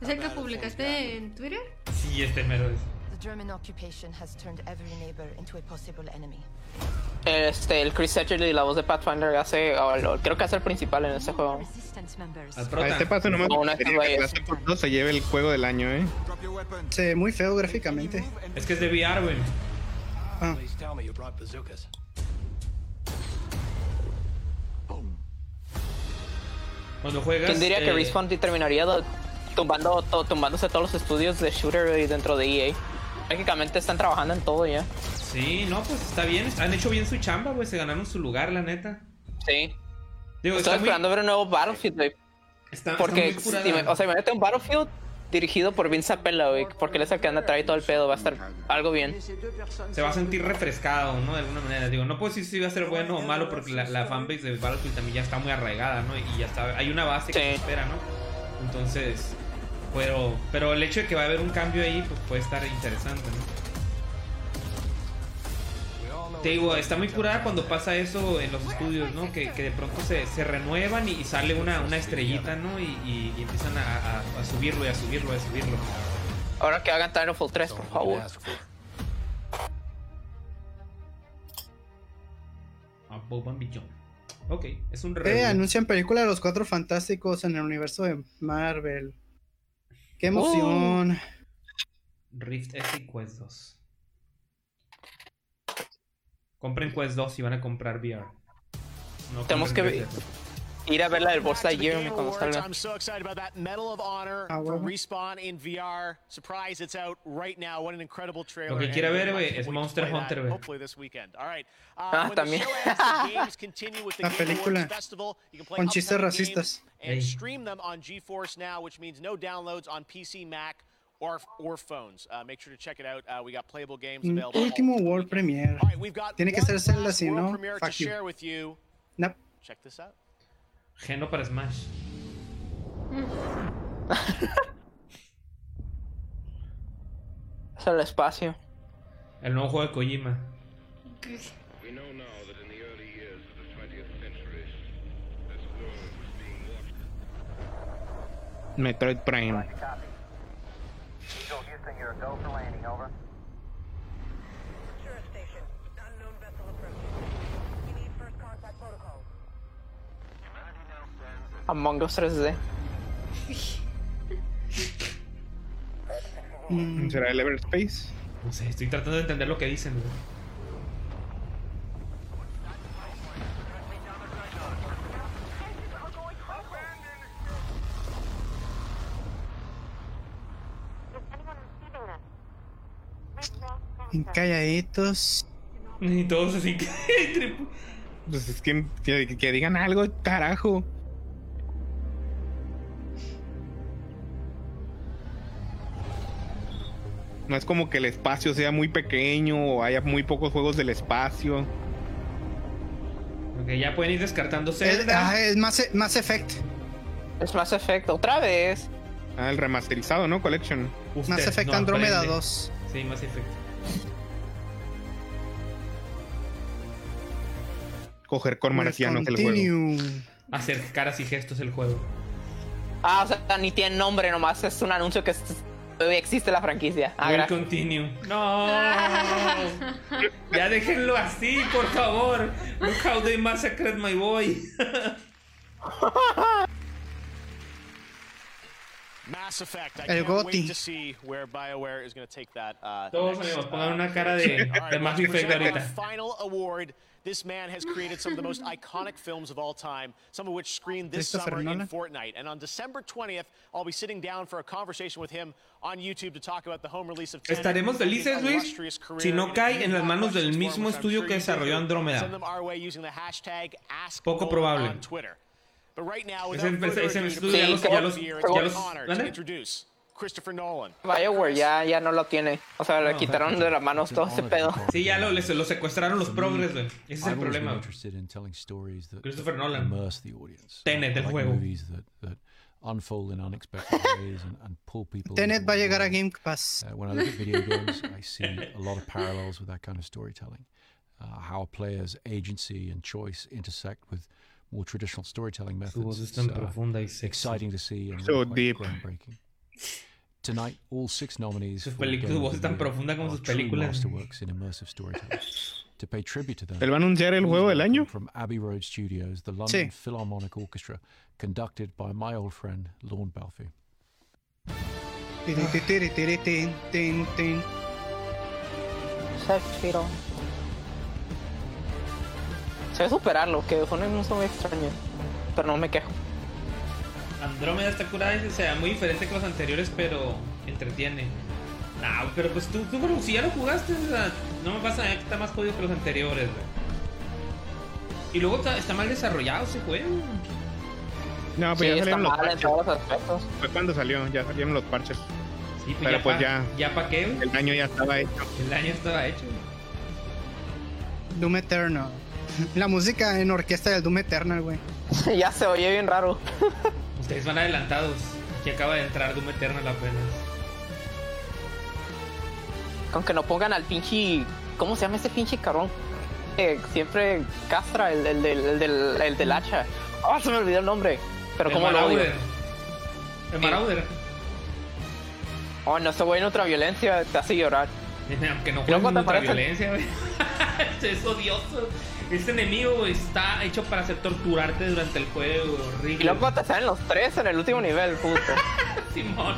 Speaker 6: ¿Es el que publicaste en Twitter?
Speaker 1: Sí, este mero es.
Speaker 9: The German occupation has turned every neighbor into a possible enemy.
Speaker 3: Este, el Chris Edgerly y la voz de Pathfinder hace, o lo- creo que hace el principal en este juego.
Speaker 9: Resistance members.
Speaker 5: A este paso nomás me gustaría que Last of Us 2 se lleve el juego del año, eh.
Speaker 2: Se ve muy feo gráficamente.
Speaker 1: Es que es de VR, güey. Ah.
Speaker 16: Please tell me you brought bazookas.
Speaker 1: Cuando juegas.
Speaker 3: ¿Quién diría que
Speaker 1: eh,
Speaker 3: Respawn te terminaría do- tumbando, to- tumbándose todos los estudios de shooter y dentro de EA? Prácticamente están trabajando en todo ya.
Speaker 1: Sí, no, pues está bien. Han hecho bien su chamba, güey. Se ganaron su lugar, la neta.
Speaker 3: Sí.
Speaker 1: Digo,
Speaker 3: Estoy
Speaker 1: está muy-
Speaker 3: esperando ver un nuevo Battlefield, güey.
Speaker 1: Está-
Speaker 3: Porque,
Speaker 1: está muy curada.
Speaker 3: si me- o sea, imagínate un Battlefield dirigido por Vince Appella, güey. Porque él es el que anda trae todo el pedo. Va a estar algo bien.
Speaker 1: se va a sentir refrescado, ¿no? De alguna manera. Digo, no puedo decir si va a ser bueno o malo porque la, la fanbase de Battlefield también ya está muy arraigada, ¿no? Y ya está, hay una base que se espera, ¿no? Entonces, pero, pero el hecho de que va a haber un cambio ahí, pues puede estar interesante, ¿no? Te digo, está muy curada cuando pasa eso en los estudios, ¿no? Que, que de pronto se, se renuevan y, y sale una, una estrellita, ¿no? Y, y- y empiezan a, a- a subirlo y a subirlo y a subirlo.
Speaker 3: Ahora que hagan Titanfall 3, por favor.
Speaker 1: A Boban Billón. Ok, es un
Speaker 2: Eh, anuncian película de los cuatro fantásticos en el universo de Marvel. ¡Qué emoción!
Speaker 1: Rift S y Quest 2. Compren Quest 2 si van a comprar VR. No
Speaker 3: Tenemos
Speaker 1: compren
Speaker 3: que-
Speaker 1: PlayStation.
Speaker 3: Ir a ver la del Boss
Speaker 4: Back to the
Speaker 3: Lightyear
Speaker 4: Game
Speaker 3: cuando
Speaker 4: Awards.
Speaker 3: salga.
Speaker 4: I'm so excited about that Medal of Honor from Respawn in VR. Surprise, it's out right now. What an incredible trailer.
Speaker 1: Lo que
Speaker 4: and
Speaker 1: quiere ver,
Speaker 4: I
Speaker 1: güey,
Speaker 4: can't
Speaker 1: es Oh.
Speaker 4: wait to
Speaker 1: Monster
Speaker 4: play that,
Speaker 1: Hunter, güey.
Speaker 4: Hopefully this weekend. All right. Uh,
Speaker 1: Ah,
Speaker 4: when the
Speaker 1: también.
Speaker 4: show ends, the games continue with the
Speaker 2: La
Speaker 4: Game Awards
Speaker 2: película.
Speaker 4: Festival. You can play
Speaker 2: Con chistes
Speaker 4: upcoming games
Speaker 2: racistas.
Speaker 4: and
Speaker 2: Ey.
Speaker 4: stream them on GeForce Now, which means no downloads on PC, Mac, or or phones. Uh, make sure to check it out. Uh, we got playable games available.
Speaker 2: Mm, Último World Premiere. Tiene que ser Zelda, si
Speaker 4: World
Speaker 2: no.
Speaker 4: premiere to
Speaker 2: Fuck you.
Speaker 4: share with you.
Speaker 2: Nope.
Speaker 4: Check this out.
Speaker 1: Geno para Smash.
Speaker 3: Es el espacio.
Speaker 1: El nuevo juego de Kojima.
Speaker 19: We know now that in the early years of the 20th century, this world was being watched.
Speaker 5: Metroid Prime.
Speaker 3: Among Us 3D.
Speaker 5: ¿Será el Everspace?
Speaker 1: No sé, estoy tratando de entender lo que dicen, güey.
Speaker 2: Bien Calladitos.
Speaker 1: Y todos así que.
Speaker 5: Pues es que, que, que digan algo, carajo. No es como que el espacio sea muy pequeño o haya muy pocos juegos del espacio.
Speaker 1: Ok, ya pueden ir descartando
Speaker 2: Es,
Speaker 1: Zelda.
Speaker 2: ah, es más, más Effect.
Speaker 3: Es más efecto. Otra vez.
Speaker 5: Ah, el remasterizado, ¿no? Collection.
Speaker 1: Usted
Speaker 2: Mass Effect
Speaker 1: no
Speaker 2: Andromeda
Speaker 1: aprende.
Speaker 2: 2.
Speaker 1: Sí, Mass Effect.
Speaker 5: Coger con marcianos el juego.
Speaker 2: Continue.
Speaker 1: Hacer caras y gestos el juego.
Speaker 3: Ah, o sea, ni tiene nombre nomás. Es un anuncio que es- todavía existe la franquicia. Ah,
Speaker 1: Will
Speaker 3: gracias.
Speaker 1: continue. No. ya déjenlo así, por favor. Look how they massacred my boy.
Speaker 4: Mass Effect. I
Speaker 1: El
Speaker 4: can't
Speaker 1: Goti.
Speaker 4: wait to see where BioWare is going to take that. Uh,
Speaker 1: Todos,
Speaker 4: next,
Speaker 1: amigos,
Speaker 4: uh,
Speaker 1: pongan una cara de-
Speaker 4: direction.
Speaker 1: de
Speaker 4: Alright,
Speaker 1: Mass
Speaker 4: let's
Speaker 1: Effect
Speaker 4: present our
Speaker 1: ahorita.
Speaker 4: Final award. This man has created some of the most iconic films of all time, some of which screened this
Speaker 2: Christopher
Speaker 4: summer in
Speaker 2: Nolan.
Speaker 4: Fortnite. And on December 20th, I'll be sitting down for a conversation with him on YouTube to talk about the home release of Tenet,
Speaker 1: Estaremos felices,
Speaker 4: his
Speaker 1: Luis,
Speaker 4: illustrious career.
Speaker 1: si no
Speaker 4: And if
Speaker 1: cae
Speaker 4: you've
Speaker 1: en las
Speaker 4: got
Speaker 1: manos del
Speaker 4: questions for him,
Speaker 1: mismo
Speaker 4: which I'm
Speaker 1: estudio
Speaker 4: sure
Speaker 1: que
Speaker 4: you
Speaker 1: desarrolló
Speaker 4: do,
Speaker 1: Andrómeda.
Speaker 4: send them our way using the hashtag
Speaker 1: Poco
Speaker 4: AskGold
Speaker 1: probable.
Speaker 4: on Twitter. But right now,
Speaker 1: Ese-
Speaker 4: without
Speaker 1: ese-
Speaker 4: further
Speaker 1: ese
Speaker 4: ado, to
Speaker 1: estudio ya los-
Speaker 4: present
Speaker 1: ya
Speaker 4: our
Speaker 1: los-
Speaker 4: year, it's
Speaker 1: ya los-
Speaker 4: an honor
Speaker 1: ¿vale?
Speaker 4: to introduce Christopher Nolan.
Speaker 3: BioWare ya, ya no lo tiene. O sea, le quitaron de las manos todo ese pedo.
Speaker 1: Sí, ya lo, les- lo secuestraron los progres, güey. Ese es el
Speaker 10: I've always been
Speaker 1: problema. güey.
Speaker 10: interested in telling stories that,
Speaker 1: Christopher
Speaker 10: that
Speaker 1: Nolan.
Speaker 10: immerse the audience.
Speaker 1: Tenet,
Speaker 10: I
Speaker 1: el
Speaker 10: like
Speaker 1: juego.
Speaker 10: movies that, that unfold in unexpected ways and, and pull people. into
Speaker 2: Tenet
Speaker 10: the
Speaker 2: va a
Speaker 10: world.
Speaker 2: llegar a Game Pass.
Speaker 10: Uh, when I look at video games, I see a lot of parallels with that kind of storytelling. Uh, how a player's agency and choice intersect with more traditional storytelling methods.
Speaker 1: voz es
Speaker 10: It's,
Speaker 1: tan
Speaker 10: uh,
Speaker 1: profunda y sexy.
Speaker 10: exciting to see and
Speaker 1: So
Speaker 10: really quite
Speaker 1: deep.
Speaker 10: groundbreaking. Tonight, all six nominees
Speaker 1: Sus
Speaker 10: for
Speaker 1: pelic-
Speaker 10: Game
Speaker 1: su
Speaker 10: of
Speaker 1: voz
Speaker 10: the
Speaker 1: es tan
Speaker 10: Year
Speaker 1: profunda como
Speaker 10: are
Speaker 1: sus
Speaker 10: true
Speaker 1: películas.
Speaker 10: masterworks in immersive storytelling. To pay tribute to them,
Speaker 5: Él va a anunciar el juego del año.
Speaker 10: from Abbey Road Studios, the London Philharmonic Orchestra, conducted by my old friend Lorne Balfe.
Speaker 2: Tiri, tiri, tiri, tiri, tin, tin, tin.
Speaker 3: Se debe superarlo, que fue un anuncio muy extraño. Pero no me quejo.
Speaker 1: Andrómeda está curada y se ve muy diferente que los anteriores, pero entretiene. Ah, pero pues tú, tú bueno, si ya lo jugaste, o sea, no me pasa nada que está más jodido que los anteriores, güey. Y luego está, está mal desarrollado ese juego.
Speaker 5: No,
Speaker 1: Sí,
Speaker 5: pues ya
Speaker 1: está
Speaker 5: salieron los
Speaker 1: mal en
Speaker 5: parches. Fue cuando salió, ya salieron los parches.
Speaker 1: Sí, pues
Speaker 5: Pero
Speaker 1: ya
Speaker 5: pues
Speaker 1: pa-
Speaker 5: ya.
Speaker 1: ¿Ya para qué?
Speaker 5: El daño ya estaba hecho.
Speaker 1: El daño estaba hecho.
Speaker 2: Doom Eternal. La música en orquesta del Doom Eternal, güey.
Speaker 3: ya se oye bien raro.
Speaker 1: Ustedes van adelantados. Aquí acaba de entrar Doom Eternal apenas.
Speaker 3: Con que no pongan al pinche. ¿Cómo se llama ese pinche cabrón? Eh, siempre castra el, el del- el del, el del hacha. Ah, se me olvidó el nombre. Pero
Speaker 1: El
Speaker 3: cómo lo odio.
Speaker 1: Marauder. El Marauder.
Speaker 3: Oh, no, se voy en otra violencia, te hace llorar.
Speaker 1: Aunque no
Speaker 3: Luego
Speaker 1: juegues
Speaker 3: te
Speaker 1: otra
Speaker 3: aparece-
Speaker 1: violencia, güey. es odioso. Este enemigo güey, está hecho para hacer torturarte durante el juego, horrible.
Speaker 3: Y luego te salen los tres en el último nivel, puto.
Speaker 1: Simón.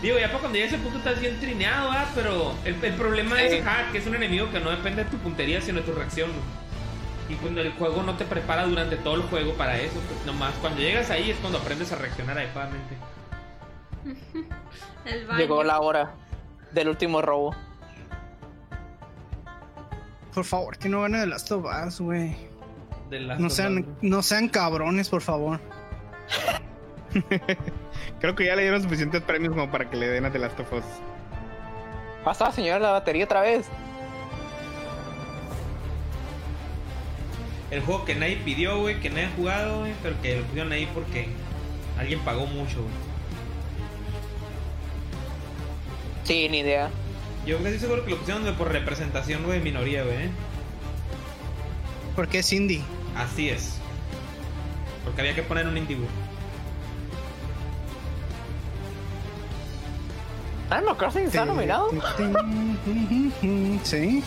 Speaker 1: Digo, ya para cuando llegue a ese punto estás bien trineado, ¿verdad? Pero el, el problema
Speaker 3: Sí.
Speaker 1: es hack, que es un enemigo que no depende de tu puntería, sino de tu reacción. güey. Y cuando el juego no te prepara durante todo el juego para eso, pues nomás cuando llegas ahí es cuando aprendes a reaccionar adecuadamente.
Speaker 6: El baño.
Speaker 3: Llegó la hora del último robo.
Speaker 2: Por favor, que no gane de las tobas, güey.
Speaker 1: De las
Speaker 2: No
Speaker 1: otras-
Speaker 2: sean, no sean cabrones, por favor.
Speaker 5: Creo que ya le dieron suficientes premios como para que le den a The Last of Us.
Speaker 3: Pasa, señora, la batería otra vez.
Speaker 1: El juego que nadie pidió, güey, que nadie ha jugado, güey, pero que lo pusieron ahí porque alguien pagó mucho, güey.
Speaker 3: Sí, ni idea.
Speaker 1: Yo casi seguro que lo pusieron de- por representación, güey, de minoría, güey. ¿eh?
Speaker 2: Porque es indie.
Speaker 1: Así es. Porque había que poner un indie, güey.
Speaker 3: Animal Crossing Ah, está nominado.
Speaker 2: Sí.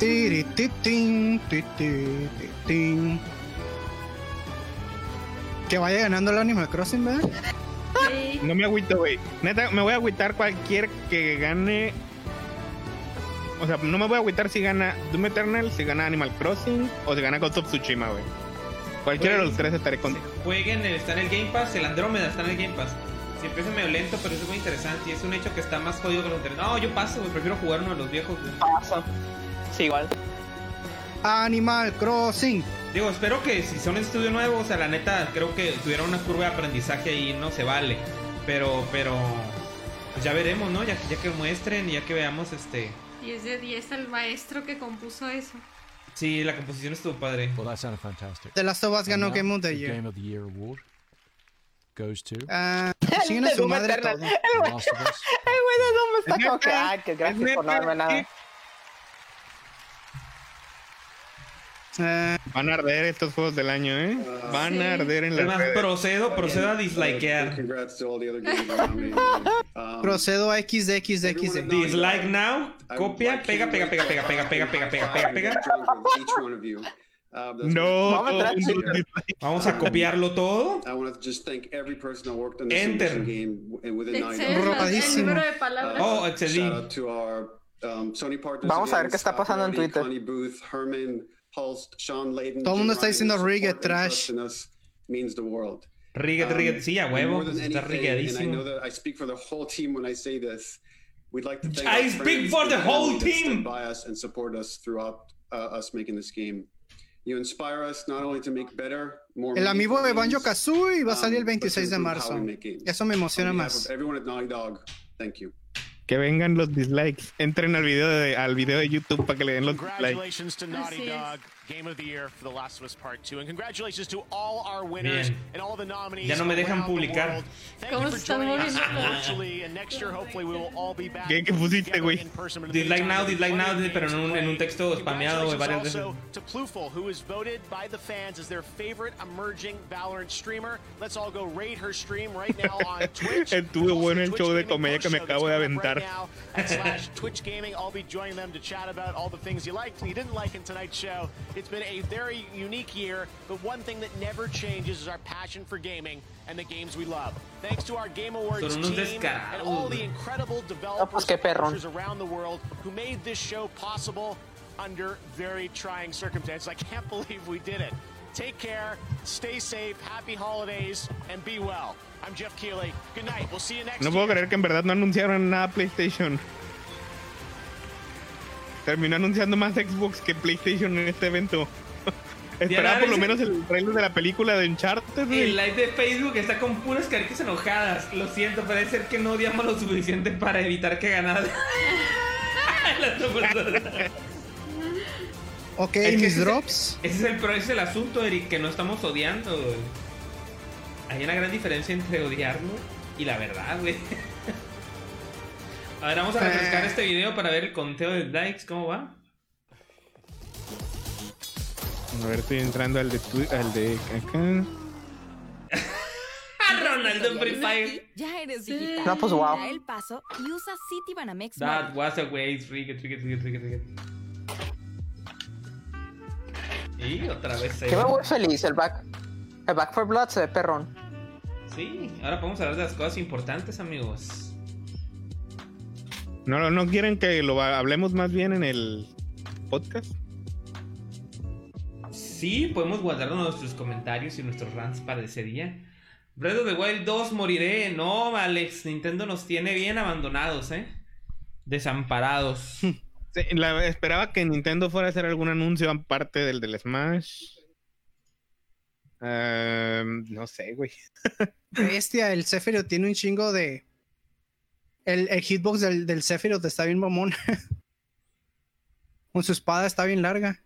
Speaker 2: Tiri, ti, tin, ti, ti, ti, tin. Que vaya ganando el Animal Crossing, ¿verdad?
Speaker 5: No me agüito, güey. Neta, me voy a agüitar cualquier que gane. O sea, no me voy a agüitar si gana Doom Eternal, si gana Animal Crossing o si gana Ghost of Tsushima, güey. Cualquiera de los tres estaré contento.
Speaker 1: Jueguen, el- está en el Game Pass, el Andrómeda está en el Game Pass. Siempre es medio lento, pero eso es muy interesante y es un hecho que está más jodido que los anteriores. No, yo paso, güey, prefiero jugar uno de los viejos. güey.
Speaker 3: Sí, igual.
Speaker 2: Animal Crossing.
Speaker 1: Digo, espero que si son estudio nuevo, o sea, la neta, creo que tuvieron una curva de aprendizaje ahí, no se vale. Pero, pero, pues ya veremos, ¿no? Ya, ya que muestren y ya que veamos, este...
Speaker 6: 10 de 10 al maestro que compuso eso.
Speaker 1: Sí, la composición estuvo padre.
Speaker 10: Well, that sounded fantastic.
Speaker 2: The Last of Us ganó
Speaker 10: And now,
Speaker 2: Game of the
Speaker 10: the
Speaker 2: Year.
Speaker 10: Game of the Year award goes to
Speaker 2: Ah, chinguen a su madre todo.
Speaker 10: The Last of Us.
Speaker 3: Ay, güey, no, no me está como que, ay, que gracias por no darme nada.
Speaker 5: Van a arder estos juegos del año, ¿eh? Van
Speaker 1: Sí.
Speaker 5: a arder en
Speaker 1: Es
Speaker 5: las
Speaker 1: más,
Speaker 5: redes.
Speaker 1: procedo, procedo a dislikear.
Speaker 2: Procedo a XDXDXD.
Speaker 1: Dislike now, copia, pega, pega, pega, pega, pega, pega, pega, pega, pega, pega.
Speaker 8: Um,
Speaker 5: No, Vamos a entrar.
Speaker 1: Vamos a copiarlo todo.
Speaker 8: I want to just thank every person that worked on the
Speaker 1: Enter.
Speaker 8: simulation game w- within
Speaker 6: Te
Speaker 8: Nine
Speaker 6: excedes
Speaker 8: Hours.
Speaker 6: el- el número de palabras.
Speaker 1: Oh, excedí.
Speaker 8: Shout out to our, um, Sony partners
Speaker 3: Vamos a ver
Speaker 8: again,
Speaker 3: qué está
Speaker 8: Scott
Speaker 3: pasando en
Speaker 8: Rowdy,
Speaker 3: Twitter.
Speaker 8: Connie Booth, Herman, Pulse, Sean Layden,
Speaker 2: Todo el mundo está
Speaker 8: Jim Ryan,
Speaker 2: diciendo
Speaker 8: your
Speaker 2: Riga
Speaker 8: support and
Speaker 2: trash.
Speaker 8: trust in us means the world.
Speaker 1: Riga,
Speaker 8: Um,
Speaker 1: riga, sí, a
Speaker 8: and
Speaker 1: huevo,
Speaker 8: more
Speaker 1: pues
Speaker 8: than
Speaker 1: está
Speaker 8: anything, and I know
Speaker 1: rigadísimo.
Speaker 8: that I speak for the whole team when I say this. We'd like to thank
Speaker 1: I
Speaker 8: our
Speaker 1: speak
Speaker 8: friends
Speaker 1: for
Speaker 8: and
Speaker 1: the
Speaker 8: family
Speaker 1: whole
Speaker 8: that stood
Speaker 1: team.
Speaker 8: by us and support us throughout uh, us making this game. You inspire us not only to make better, more
Speaker 2: El amigo de
Speaker 8: meaningful games,
Speaker 2: Banjo Kazooie va a salir el
Speaker 8: um, but to
Speaker 2: 26 de
Speaker 8: improve how
Speaker 2: marzo.
Speaker 8: we make games.
Speaker 2: Eso me emociona
Speaker 8: On behalf
Speaker 2: más.
Speaker 8: of Everyone at Naughty Dog, thank you.
Speaker 5: Que vengan los dislikes. Entren al video de, al video de YouTube para que le den los dislikes.
Speaker 4: Congratulations to Naughty Dog, Game of the Year for The Last of Us Part 2. And congratulations to all our winners
Speaker 1: Bien.
Speaker 4: and all the nominees.
Speaker 1: Ya no me dejan
Speaker 4: around the
Speaker 1: publicar.
Speaker 4: world. Thank
Speaker 6: ¿Cómo
Speaker 4: you for
Speaker 6: se están
Speaker 4: joining us
Speaker 6: moviendo?
Speaker 4: virtually. And next year, hopefully, we will all be back.
Speaker 1: ¿Qué, qué pusiste, güey?
Speaker 4: in person. But in the
Speaker 1: Dislike
Speaker 4: meantime,
Speaker 1: now, dislike now, pero en un, en un texto spameado, güey, varias
Speaker 4: Congratulations
Speaker 1: veces.
Speaker 4: also to Pluful, who is voted by the fans as their favorite emerging Valorant streamer. Let's all go raid her stream right now on Twitch.
Speaker 5: Estuvo bueno el show de comedia que me acabo de aventar.
Speaker 4: now at slash Twitch Gaming. I'll be joining them to chat about all the things you liked and you didn't like in tonight's show. It's been a very unique year, but one thing that never changes is our passion for gaming and the games we love. Thanks to our Game Awards
Speaker 1: Son unos
Speaker 4: team and all the incredible
Speaker 3: pues,
Speaker 4: developers
Speaker 3: qué
Speaker 4: and
Speaker 3: perrón.
Speaker 4: publishers around the world who made this show possible under very trying circumstances. I can't believe we did it. Take care, stay safe, happy holidays, and be well. I'm Jeff Keeley. Good night. We'll see you next
Speaker 5: No puedo creer que en verdad no anunciaron nada PlayStation. Terminó anunciando más Xbox que PlayStation en este evento. Esperaba por lo menos el trailer de la película de Uncharted. güey.
Speaker 1: El live de Facebook está con puras caritas enojadas. Lo siento, parece ser que no odiamos lo suficiente para evitar que ganara. La otra persona.
Speaker 2: Ok,
Speaker 1: Es que
Speaker 2: mis
Speaker 1: ese es el-
Speaker 2: drops.
Speaker 1: Ese es el, pro- ese es el asunto, Eric, que no estamos odiando. güey. Hay una gran diferencia entre odiarlo y la verdad, güey. A ver, vamos a refrescar este video para ver el conteo de likes, ¿cómo va?
Speaker 5: A ver, estoy entrando al de, Twi- al de acá.
Speaker 1: ¡Ah, Ronaldo en Free Fire.
Speaker 11: Ya eres
Speaker 1: Sí.
Speaker 11: digital.
Speaker 1: No, pues, wow.
Speaker 11: Da el paso y usa City Banamex.
Speaker 1: That
Speaker 11: Money.
Speaker 1: was a way, Ricket, Ricket, Ricket, Ricket, Ricket. Y otra vez se
Speaker 3: Yo me voy feliz. El back, el back for blood se ve perrón.
Speaker 1: Sí, ahora podemos hablar de las cosas importantes, amigos.
Speaker 5: No, no, no quieren que lo ha- hablemos más bien en el podcast.
Speaker 1: Sí, podemos guardar nuestros comentarios y nuestros rants para ese día. Breath of the Wild 2 moriré. No, Alex, Nintendo nos tiene bien abandonados, ¿eh? Desamparados.
Speaker 5: Sí, la- esperaba que Nintendo fuera a hacer algún anuncio aparte del del Smash. Ehm, no sé, güey.
Speaker 2: Bestia, el Sephiroth tiene un chingo de. El, el hitbox del, del Sephiroth está bien mamón. Con su espada está bien larga.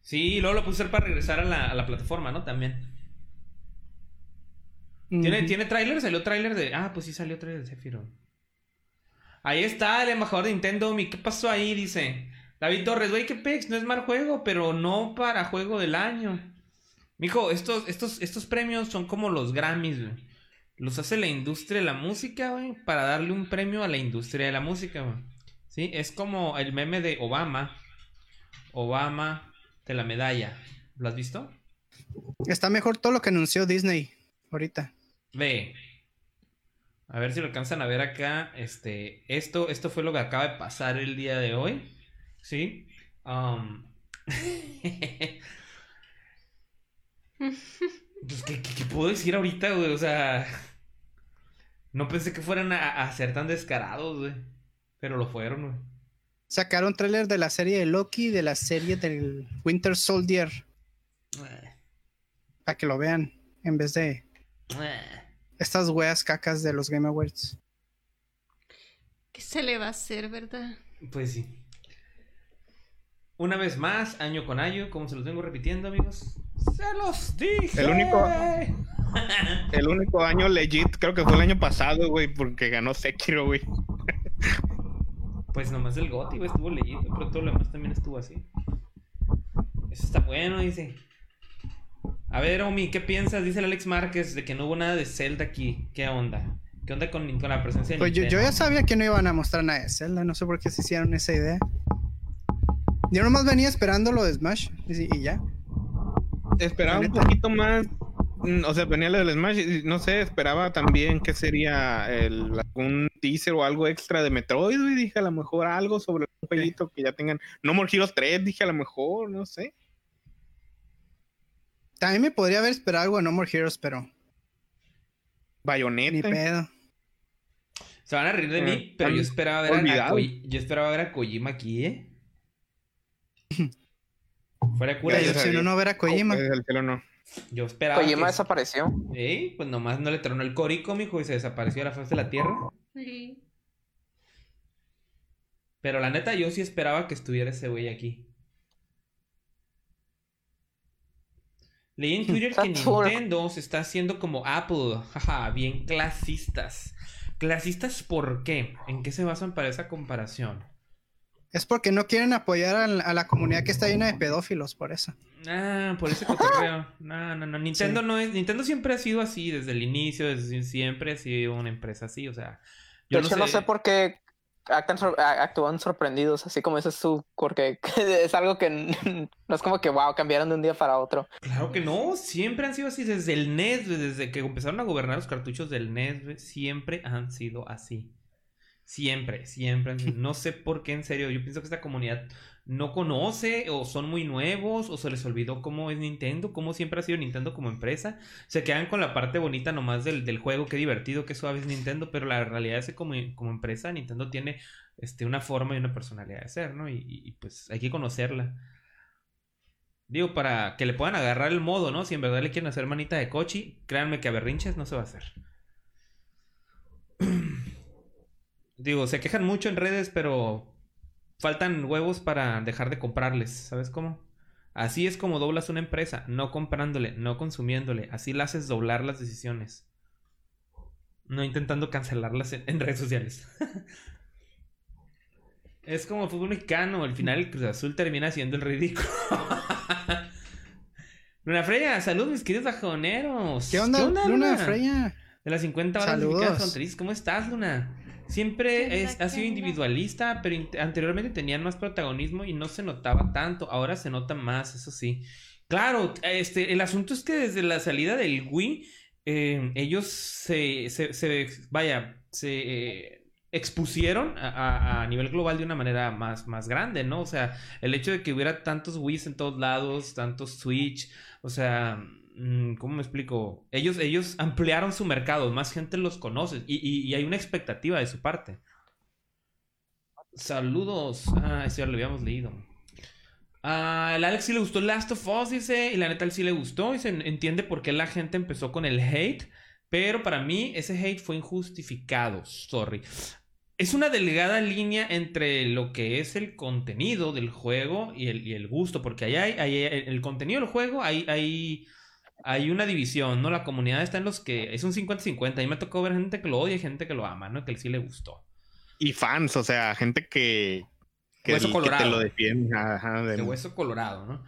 Speaker 1: Sí, y luego lo puse para regresar a la, a la plataforma, ¿no? También. ¿Tiene,
Speaker 2: Ujú.
Speaker 1: ¿Tiene tráiler? ¿Salió tráiler de...? Ah, pues sí salió tráiler de Sephiroth. Ahí está el embajador de Nintendo. Mi, ¿Qué pasó ahí? Dice. David Torres, güey, qué pex. No es mal juego, pero no para juego del año. Mijo, estos, estos, estos premios son como los Grammys, güey. Los hace la industria de la música, güey, para darle un premio a la industria de la música, güey. ¿Sí? Es como el meme de Obama. Obama de la medalla. ¿Lo has visto?
Speaker 2: Está mejor todo lo que anunció Disney ahorita.
Speaker 1: Ve. A ver si lo alcanzan a ver acá. Este, esto, esto fue lo que acaba de pasar el día de hoy. Sí. Um, Am, pues, ¿qué, qué- qué puedo decir ahorita, güey? O sea, no pensé que fueran a, a ser tan descarados, güey. Pero lo fueron, güey.
Speaker 2: Sacaron tráiler de la serie de Loki, de la serie del Winter Soldier. Para que lo vean. En vez de estas weas cacas de los Game Awards.
Speaker 6: ¿Qué se le va a hacer, verdad?
Speaker 1: Pues sí. Una vez más, año con año, como se los vengo repitiendo, amigos. ¡Se los dije!
Speaker 5: El único- El único año legit creo que fue el año pasado, güey, porque ganó Sekiro, güey.
Speaker 1: Pues nomás el Goti, güey, estuvo leyendo, pero todo lo demás también estuvo así. Eso está bueno, dice. A ver, Omi, ¿qué piensas? Dice el Alex Márquez de que no hubo nada de Zelda aquí. ¿Qué onda? ¿Qué onda con, con la presencia de
Speaker 2: Pues yo, yo
Speaker 1: Nintendo?
Speaker 2: ya sabía que no iban a mostrar nada de Zelda, no sé por qué se hicieron esa idea. Yo nomás venía esperando lo de Smash y, y ya.
Speaker 5: Esperaba un poquito más. mm, O sea, venía lo del Smash. y No sé, esperaba también que sería el, algún teaser o algo extra de Metroid. Y dije a lo mejor algo sobre un jueguito que ya tengan. No More Heroes 3, dije a lo mejor, no sé.
Speaker 2: También me podría haber esperado algo de No More Heroes, pero
Speaker 5: Bayonetta.
Speaker 2: ni pedo.
Speaker 1: Se van a reír de
Speaker 2: Eh,
Speaker 1: mí, pero yo
Speaker 2: han
Speaker 1: esperaba ver a,
Speaker 2: olvidado.
Speaker 1: Koji- yo esperaba ver a Kojima aquí, ¿eh? Fuera de cura,
Speaker 2: Pero si no, no ver a Kojima.
Speaker 1: Yo esperaba.
Speaker 3: Kojima
Speaker 1: desapareció. ¿Eh? Pues nomás no le tronó el corico, mijo, y se desapareció de la faz de la tierra. Pero la neta, yo sí esperaba que estuviera ese güey aquí. Leí en Twitter que Nintendo se está haciendo como Apple. Jaja, bien clasistas. ¿Clasistas por qué? ¿En qué se basan para esa comparación?
Speaker 2: Es porque no quieren apoyar al- a, la comunidad que está llena de pedófilos, por eso.
Speaker 1: Ah, por ese cotorreo. No, no, no. Nintendo no es. Nintendo siempre ha sido así, desde el inicio, desde siempre ha sido una empresa así. O sea,
Speaker 3: Yo de hecho, no sé por qué actan sor- a- actúan sorprendidos, así como dices tú, porque es algo que n- no es como que, wow, cambiaron de un día para otro.
Speaker 1: Claro que no, siempre han sido así desde el NES, güey, desde que empezaron a gobernar los cartuchos del NES, güey, siempre han sido así. Siempre, siempre. han sido- No sé por qué, en serio, yo pienso que esta comunidad no conoce o son muy nuevos o se les olvidó cómo es Nintendo, cómo siempre ha sido Nintendo como empresa. Se quedan con la parte bonita nomás del, del juego, qué divertido, qué suave es Nintendo, pero la realidad es que como, como empresa Nintendo tiene este, una forma y una personalidad de ser, ¿no? Y- y- y pues hay que conocerla. Digo, para que le puedan agarrar el modo, ¿no? Si en verdad le quieren hacer manita de cochi, créanme que a berrinches no se va a hacer. Digo, se quejan mucho en redes, pero faltan huevos para dejar de comprarles, ¿sabes cómo? Así es como doblas una empresa, no comprándole, no consumiéndole. Así la haces doblar las decisiones. No intentando cancelarlas en, en redes sociales. es como el fútbol mexicano, al final el Cruz Azul termina siendo el ridículo. Luna Freya, salud mis queridos bajoneros.
Speaker 2: ¿Qué onda, Luna Freya?
Speaker 1: de las 50 horas
Speaker 2: Saludos.
Speaker 1: dedicadas fronterizas. ¿Cómo estás, Luna? Siempre es- ha sido individualista, pero in- anteriormente tenían más protagonismo y no se notaba tanto. Ahora se nota más, eso sí. Claro, este, el asunto es que desde la salida del Wii, eh, ellos se, se- se- vaya, se eh, expusieron a, a- a nivel global de una manera más, más grande, ¿no? O sea, el hecho de que hubiera tantos Wii's en todos lados, tantos Switch, o sea, mm, ¿cómo me explico? Ellos, ellos ampliaron su mercado, más gente los conoce y, y- y hay una expectativa de su parte. Saludos. Ah, ese ya lo habíamos leído. Ah, el Alex sí le gustó Last of Us, dice. Y la neta, él sí le gustó. Y se en- entiende por qué la gente empezó con el hate. Pero para mí, ese hate fue injustificado. Sorry. Es una delgada línea entre lo que es el contenido del juego y el, y el gusto. Porque ahí hay, ahí hay- el contenido del juego, hay, hay, hay una división, ¿no? La comunidad está en los que. Es un 50-50. A mí me tocó ver gente que lo odia y gente que lo ama, ¿no? Que él sí le gustó.
Speaker 5: Y fans, o sea, gente que. Que,
Speaker 1: Hueso
Speaker 5: que
Speaker 1: colorado.
Speaker 5: te lo defiende. Ajá, de,
Speaker 1: De hueso colorado, ¿no?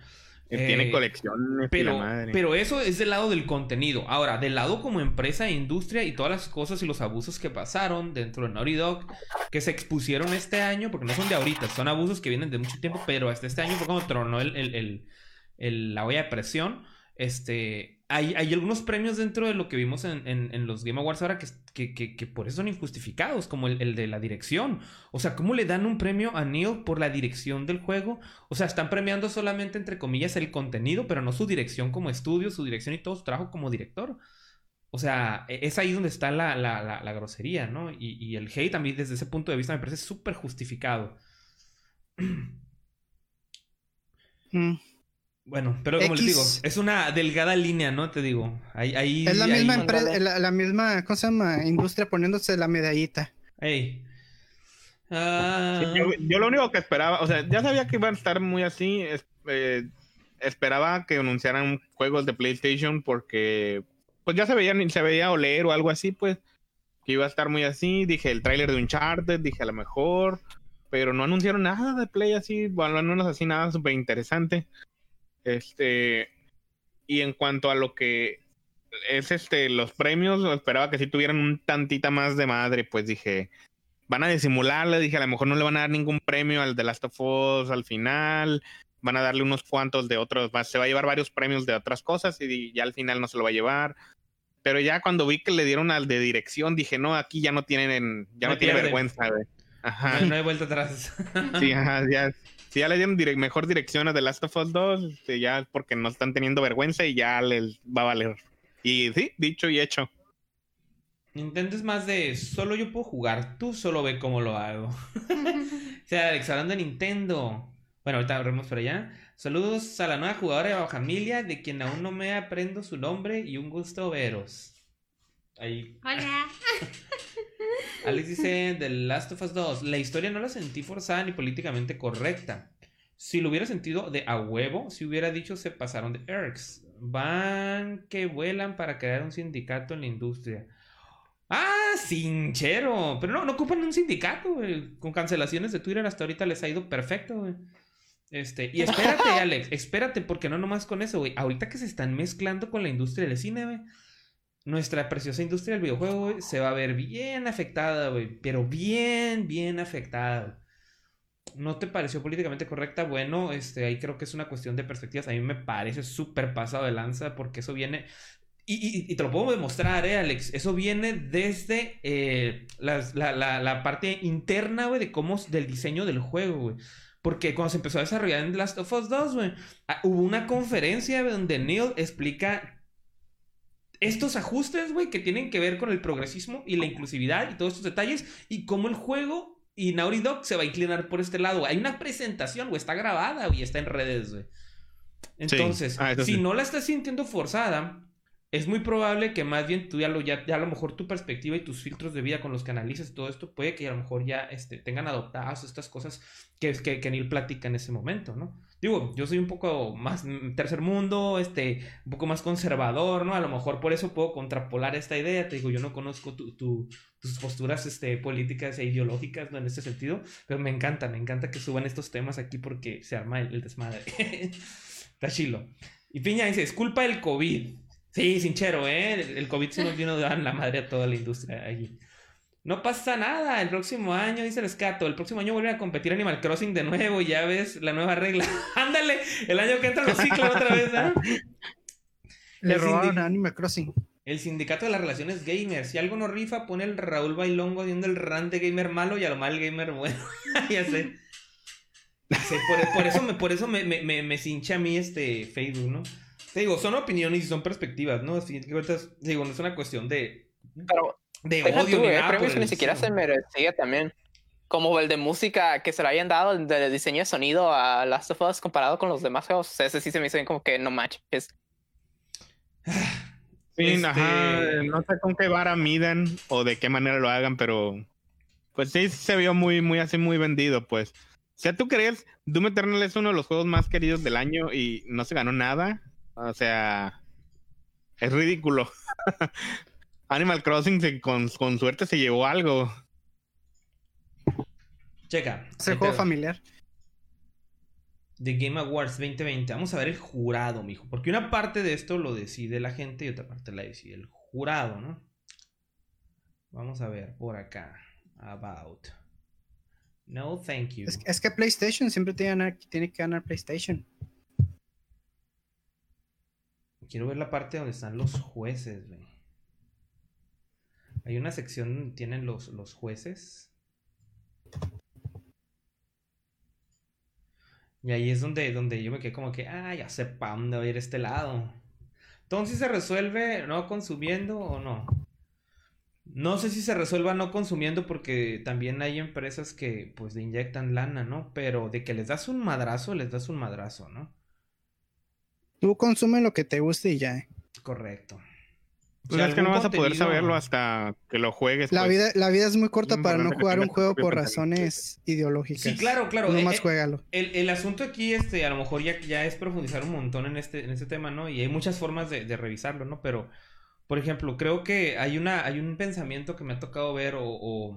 Speaker 5: que tiene
Speaker 1: Eh,
Speaker 5: colecciones. y la
Speaker 1: Pero,
Speaker 5: madre.
Speaker 1: pero eso es del lado del contenido. Ahora, del lado como empresa e industria y todas las cosas y los abusos que pasaron dentro de Naughty Dog, que se expusieron este año, porque no son de ahorita, son abusos que vienen de mucho tiempo, pero hasta este año fue cuando tronó el, el- el- el- la olla de presión. Este, hay, hay algunos premios dentro de lo que vimos en, en- en los Game Awards ahora que, que- que- que por eso son injustificados, como el, el de la dirección. O sea, ¿cómo le dan un premio a Neil por la dirección del juego? O sea, están premiando solamente, entre comillas, el contenido, pero no su dirección como estudio, su dirección y todo su trabajo como director. O sea, e- es ahí donde está la, la- la- la grosería, ¿no? Y, y el hate también desde ese punto de vista me parece súper justificado.
Speaker 2: Mm.
Speaker 1: Bueno, pero como les
Speaker 2: X.
Speaker 1: digo, es una delgada línea, ¿no? Te digo. Ahí, ahí-
Speaker 2: Es la
Speaker 1: ahí-
Speaker 2: misma, empre- la, la misma, ¿cómo se llama? Industria poniéndose la medallita.
Speaker 1: Ey.
Speaker 5: Sí,
Speaker 1: Ah,
Speaker 5: yo, yo lo único que esperaba, o sea, ya sabía que iban a estar muy así. es- eh, esperaba que anunciaran juegos de PlayStation porque, pues ya se veía, se veía oler o algo así, pues que iba a estar muy así. Dije el tráiler de Uncharted, dije a lo mejor, pero no anunciaron nada de Play así, bueno, al menos así nada súper interesante. Este, y en cuanto a lo que es este, los premios, esperaba que sí tuvieran un tantita más de madre, pues dije van a disimularle, dije, a lo mejor no le van a dar ningún premio al de Last of Us al final, van a darle unos cuantos de otros, va- se va a llevar varios premios de otras cosas y ya al final no se lo va a llevar. Pero ya cuando vi que le dieron al de dirección, dije, no, aquí ya no tienen, ya
Speaker 1: No
Speaker 5: no, tiene
Speaker 1: pierden.
Speaker 5: vergüenza, güey. Ajá.
Speaker 1: no, no hay vuelta atrás.
Speaker 5: Sí, ajá, ya. Si ya le dieron direc- mejor dirección a The Last of Us 2, este, ya es porque no están teniendo vergüenza y ya les va a valer. Y sí, dicho y hecho.
Speaker 1: Nintendo es más de solo yo puedo jugar, tú solo ve cómo lo hago. o sea, Alex, hablando de Nintendo. Bueno, ahorita hablamos por allá. Saludos a la nueva jugadora de la familia, de quien aún no me aprendo su nombre y un gusto veros. Ahí.
Speaker 6: Hola.
Speaker 1: Alex dice The Last of Us 2. La historia no la sentí forzada ni políticamente correcta. Si lo hubiera sentido de a huevo, si hubiera dicho se pasaron de Erks. Van que vuelan para crear un sindicato en la industria. Ah, sinchero. Pero no, no ocupan un sindicato, güey. Con cancelaciones de Twitter hasta ahorita les ha ido perfecto, güey. Este, y espérate, Alex, espérate, porque no nomás con eso, güey. Ahorita que se están mezclando con la industria del cine, güey. Nuestra preciosa industria del videojuego, güey, se va a ver bien afectada, güey. Pero bien, bien afectada. ¿No te pareció políticamente correcta? Bueno, este, ahí creo que es una cuestión de perspectivas. A mí me parece súper pasado de lanza porque eso viene... Y, y- y te lo puedo demostrar, ¿eh, Alex? Eso viene desde eh, las- la, la- la parte interna, güey, de cómo... del diseño del juego, güey. Porque cuando se empezó a desarrollar en Last of Us 2, güey, ah, hubo una conferencia güey, donde Neil explica estos ajustes, güey, que tienen que ver con el progresismo y la inclusividad y todos estos detalles y cómo el juego y Naughty Dog se va a inclinar por este lado. güey. Hay una presentación, güey, está grabada, güey, está en redes, güey. Entonces,
Speaker 5: Ah, eso
Speaker 1: si
Speaker 5: sí.
Speaker 1: no la estás sintiendo forzada, es muy probable que más bien tú ya, lo, ya, ya a lo mejor tu perspectiva y tus filtros de vida con los que analizas todo esto puede que a lo mejor ya este, tengan adoptadas estas cosas que, que, que Neil platica en ese momento, ¿no? Digo, yo soy un poco más mm, tercer mundo, este, un poco más conservador, ¿no? A lo mejor por eso puedo contrapolar esta idea. Te digo, yo no conozco tu- tu- tus posturas este, políticas e ideológicas, ¿no? En este sentido, pero me encanta, me encanta que suban estos temas aquí porque se arma el, el desmadre. Está chilo. Y Piña dice, es culpa del COVID. Sí, sinchero, ¿eh? El, el COVID sí nos vino a dar la madre a toda la industria allí. No pasa nada, el próximo año, dice el escato, el próximo año vuelve a competir Animal Crossing de nuevo y ya ves la nueva regla. Ándale, el año que entra los ciclos otra vez, ¿ah?
Speaker 2: Le
Speaker 1: El
Speaker 2: robaron
Speaker 1: sindi-
Speaker 2: a Animal Crossing.
Speaker 1: El sindicato de las relaciones gamers. Si algo no rifa, pone el Raúl Bailongo haciendo el rant de gamer malo y a lo mal gamer bueno. ya sé. Ya sé, por, por eso, me, por eso me, me, me, me cincha a mí este Facebook, ¿no? Te digo, son opiniones y son perspectivas, ¿no? Así que ahorita, es- digo, no es una cuestión de, de
Speaker 3: Deja
Speaker 1: odio
Speaker 3: tú,
Speaker 1: ni
Speaker 3: eh,
Speaker 1: nada pues. por
Speaker 3: premios que
Speaker 1: el
Speaker 3: ni siquiera
Speaker 1: estilo.
Speaker 3: se merecía también. Como el de música que se le hayan dado el de diseño de sonido a Last of Us comparado con los demás juegos. O sea, ese sí se me hizo bien como que no manches.
Speaker 5: Sí,
Speaker 3: Este-
Speaker 5: ajá, no sé con qué vara midan o de qué manera lo hagan, pero pues sí se vio muy, muy así, muy vendido, pues. O sea, ¿tú crees? Doom Eternal es uno de los juegos más queridos del año y no se ganó nada. O sea, es ridículo. Animal Crossing se- con, con suerte se llevó algo.
Speaker 1: Checa.
Speaker 2: Ese
Speaker 1: ahí
Speaker 2: juego
Speaker 1: te va.
Speaker 2: familiar.
Speaker 1: The Game Awards 2020. Vamos a ver el jurado, mijo. Porque una parte de esto lo decide la gente y otra parte la decide el jurado, ¿no? Vamos a ver por acá. About. No, thank you.
Speaker 2: Es, es que PlayStation siempre tiene, ganar- tiene que ganar PlayStation.
Speaker 1: Quiero ver la parte donde están los jueces, güey. Hay una sección donde tienen los, los jueces. Y ahí es donde, donde yo me quedé como que, ah, ya sé para dónde va a ir este lado. Entonces se resuelve no consumiendo o no. No sé si se resuelva no consumiendo porque también hay empresas que pues le inyectan lana, ¿no? Pero de que les das un madrazo, les das un madrazo, ¿no?
Speaker 2: Tú consume lo que te guste y ya. eh.
Speaker 1: Correcto.
Speaker 5: Pues
Speaker 1: Si
Speaker 5: es que no
Speaker 1: algún
Speaker 5: vas a poder
Speaker 1: contenido-
Speaker 5: saberlo hasta que lo juegues.
Speaker 2: La,
Speaker 5: pues.
Speaker 2: vida, la vida es muy corta para no
Speaker 5: importante que
Speaker 2: jugar un
Speaker 5: tengas tu
Speaker 2: juego
Speaker 5: propio
Speaker 2: por
Speaker 5: pensamiento.
Speaker 2: razones ideológicas.
Speaker 1: Sí, claro, claro.
Speaker 2: No
Speaker 1: Eh,
Speaker 2: más
Speaker 1: eh,
Speaker 2: juégalo.
Speaker 1: El, el asunto aquí, este, a lo mejor ya, ya es profundizar un montón en este, en este tema, ¿no? Y hay muchas formas de, de revisarlo, ¿no? Pero, por ejemplo, creo que hay, una, hay un pensamiento que me ha tocado ver o, o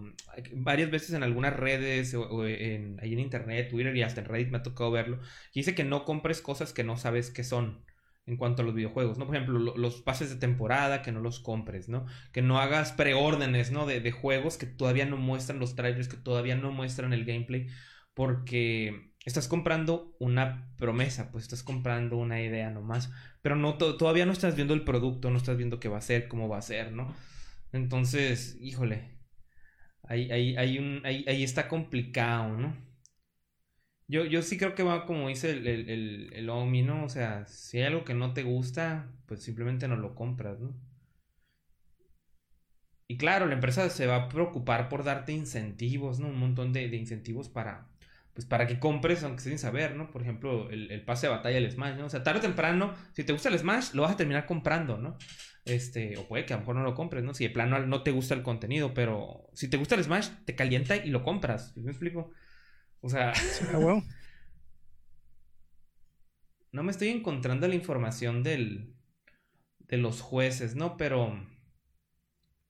Speaker 1: varias veces en algunas redes, o, o en, ahí en internet, Twitter y hasta en Reddit me ha tocado verlo, que dice que no compres cosas que no sabes que son. En cuanto a los videojuegos, ¿no? Por ejemplo, lo- los pases de temporada, que no los compres, ¿no? Que no hagas preórdenes, ¿no? De, de juegos que todavía no muestran los trailers, que todavía no muestran el gameplay porque estás comprando una promesa, pues estás comprando una idea nomás, pero no to- todavía no estás viendo el producto, no estás viendo qué va a ser, cómo va a ser, ¿no? Entonces, híjole, ahí, ahí, ahí, un, ahí, ahí está complicado, ¿no? Yo, yo sí creo que va como dice el, el, el, el Omi, ¿no? O sea, si hay algo que no te gusta, pues simplemente no lo compras, ¿no? Y claro, la empresa se va a preocupar por darte incentivos, ¿no? Un montón de, de incentivos para, pues para que compres, aunque sea sin saber, ¿no? Por ejemplo, el, el pase de batalla del Smash, ¿no? O sea, tarde o temprano, si te gusta el Smash, lo vas a terminar comprando, ¿no? Este, o puede que a lo mejor no lo compres, ¿no? Si de plano no te gusta el contenido, pero si te gusta el Smash, te calienta y lo compras. ¿Me explico? O sea,
Speaker 2: Ah, huevo.
Speaker 1: no me estoy encontrando la información del, de los jueces, ¿no? Pero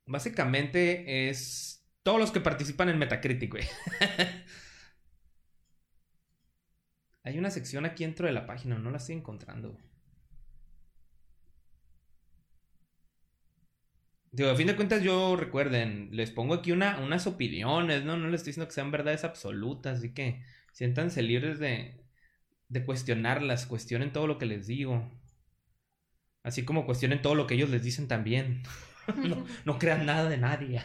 Speaker 1: básicamente es todos los que participan en Metacritic, güey. Hay una sección aquí dentro de la página, no la estoy encontrando. güey. Digo, a fin de cuentas yo recuerden, les pongo aquí una, unas opiniones, ¿no? No les estoy diciendo que sean verdades absolutas, así que siéntanse libres de, de cuestionarlas, cuestionen todo lo que les digo. Así como cuestionen todo lo que ellos les dicen también. No, no crean nada de nadie.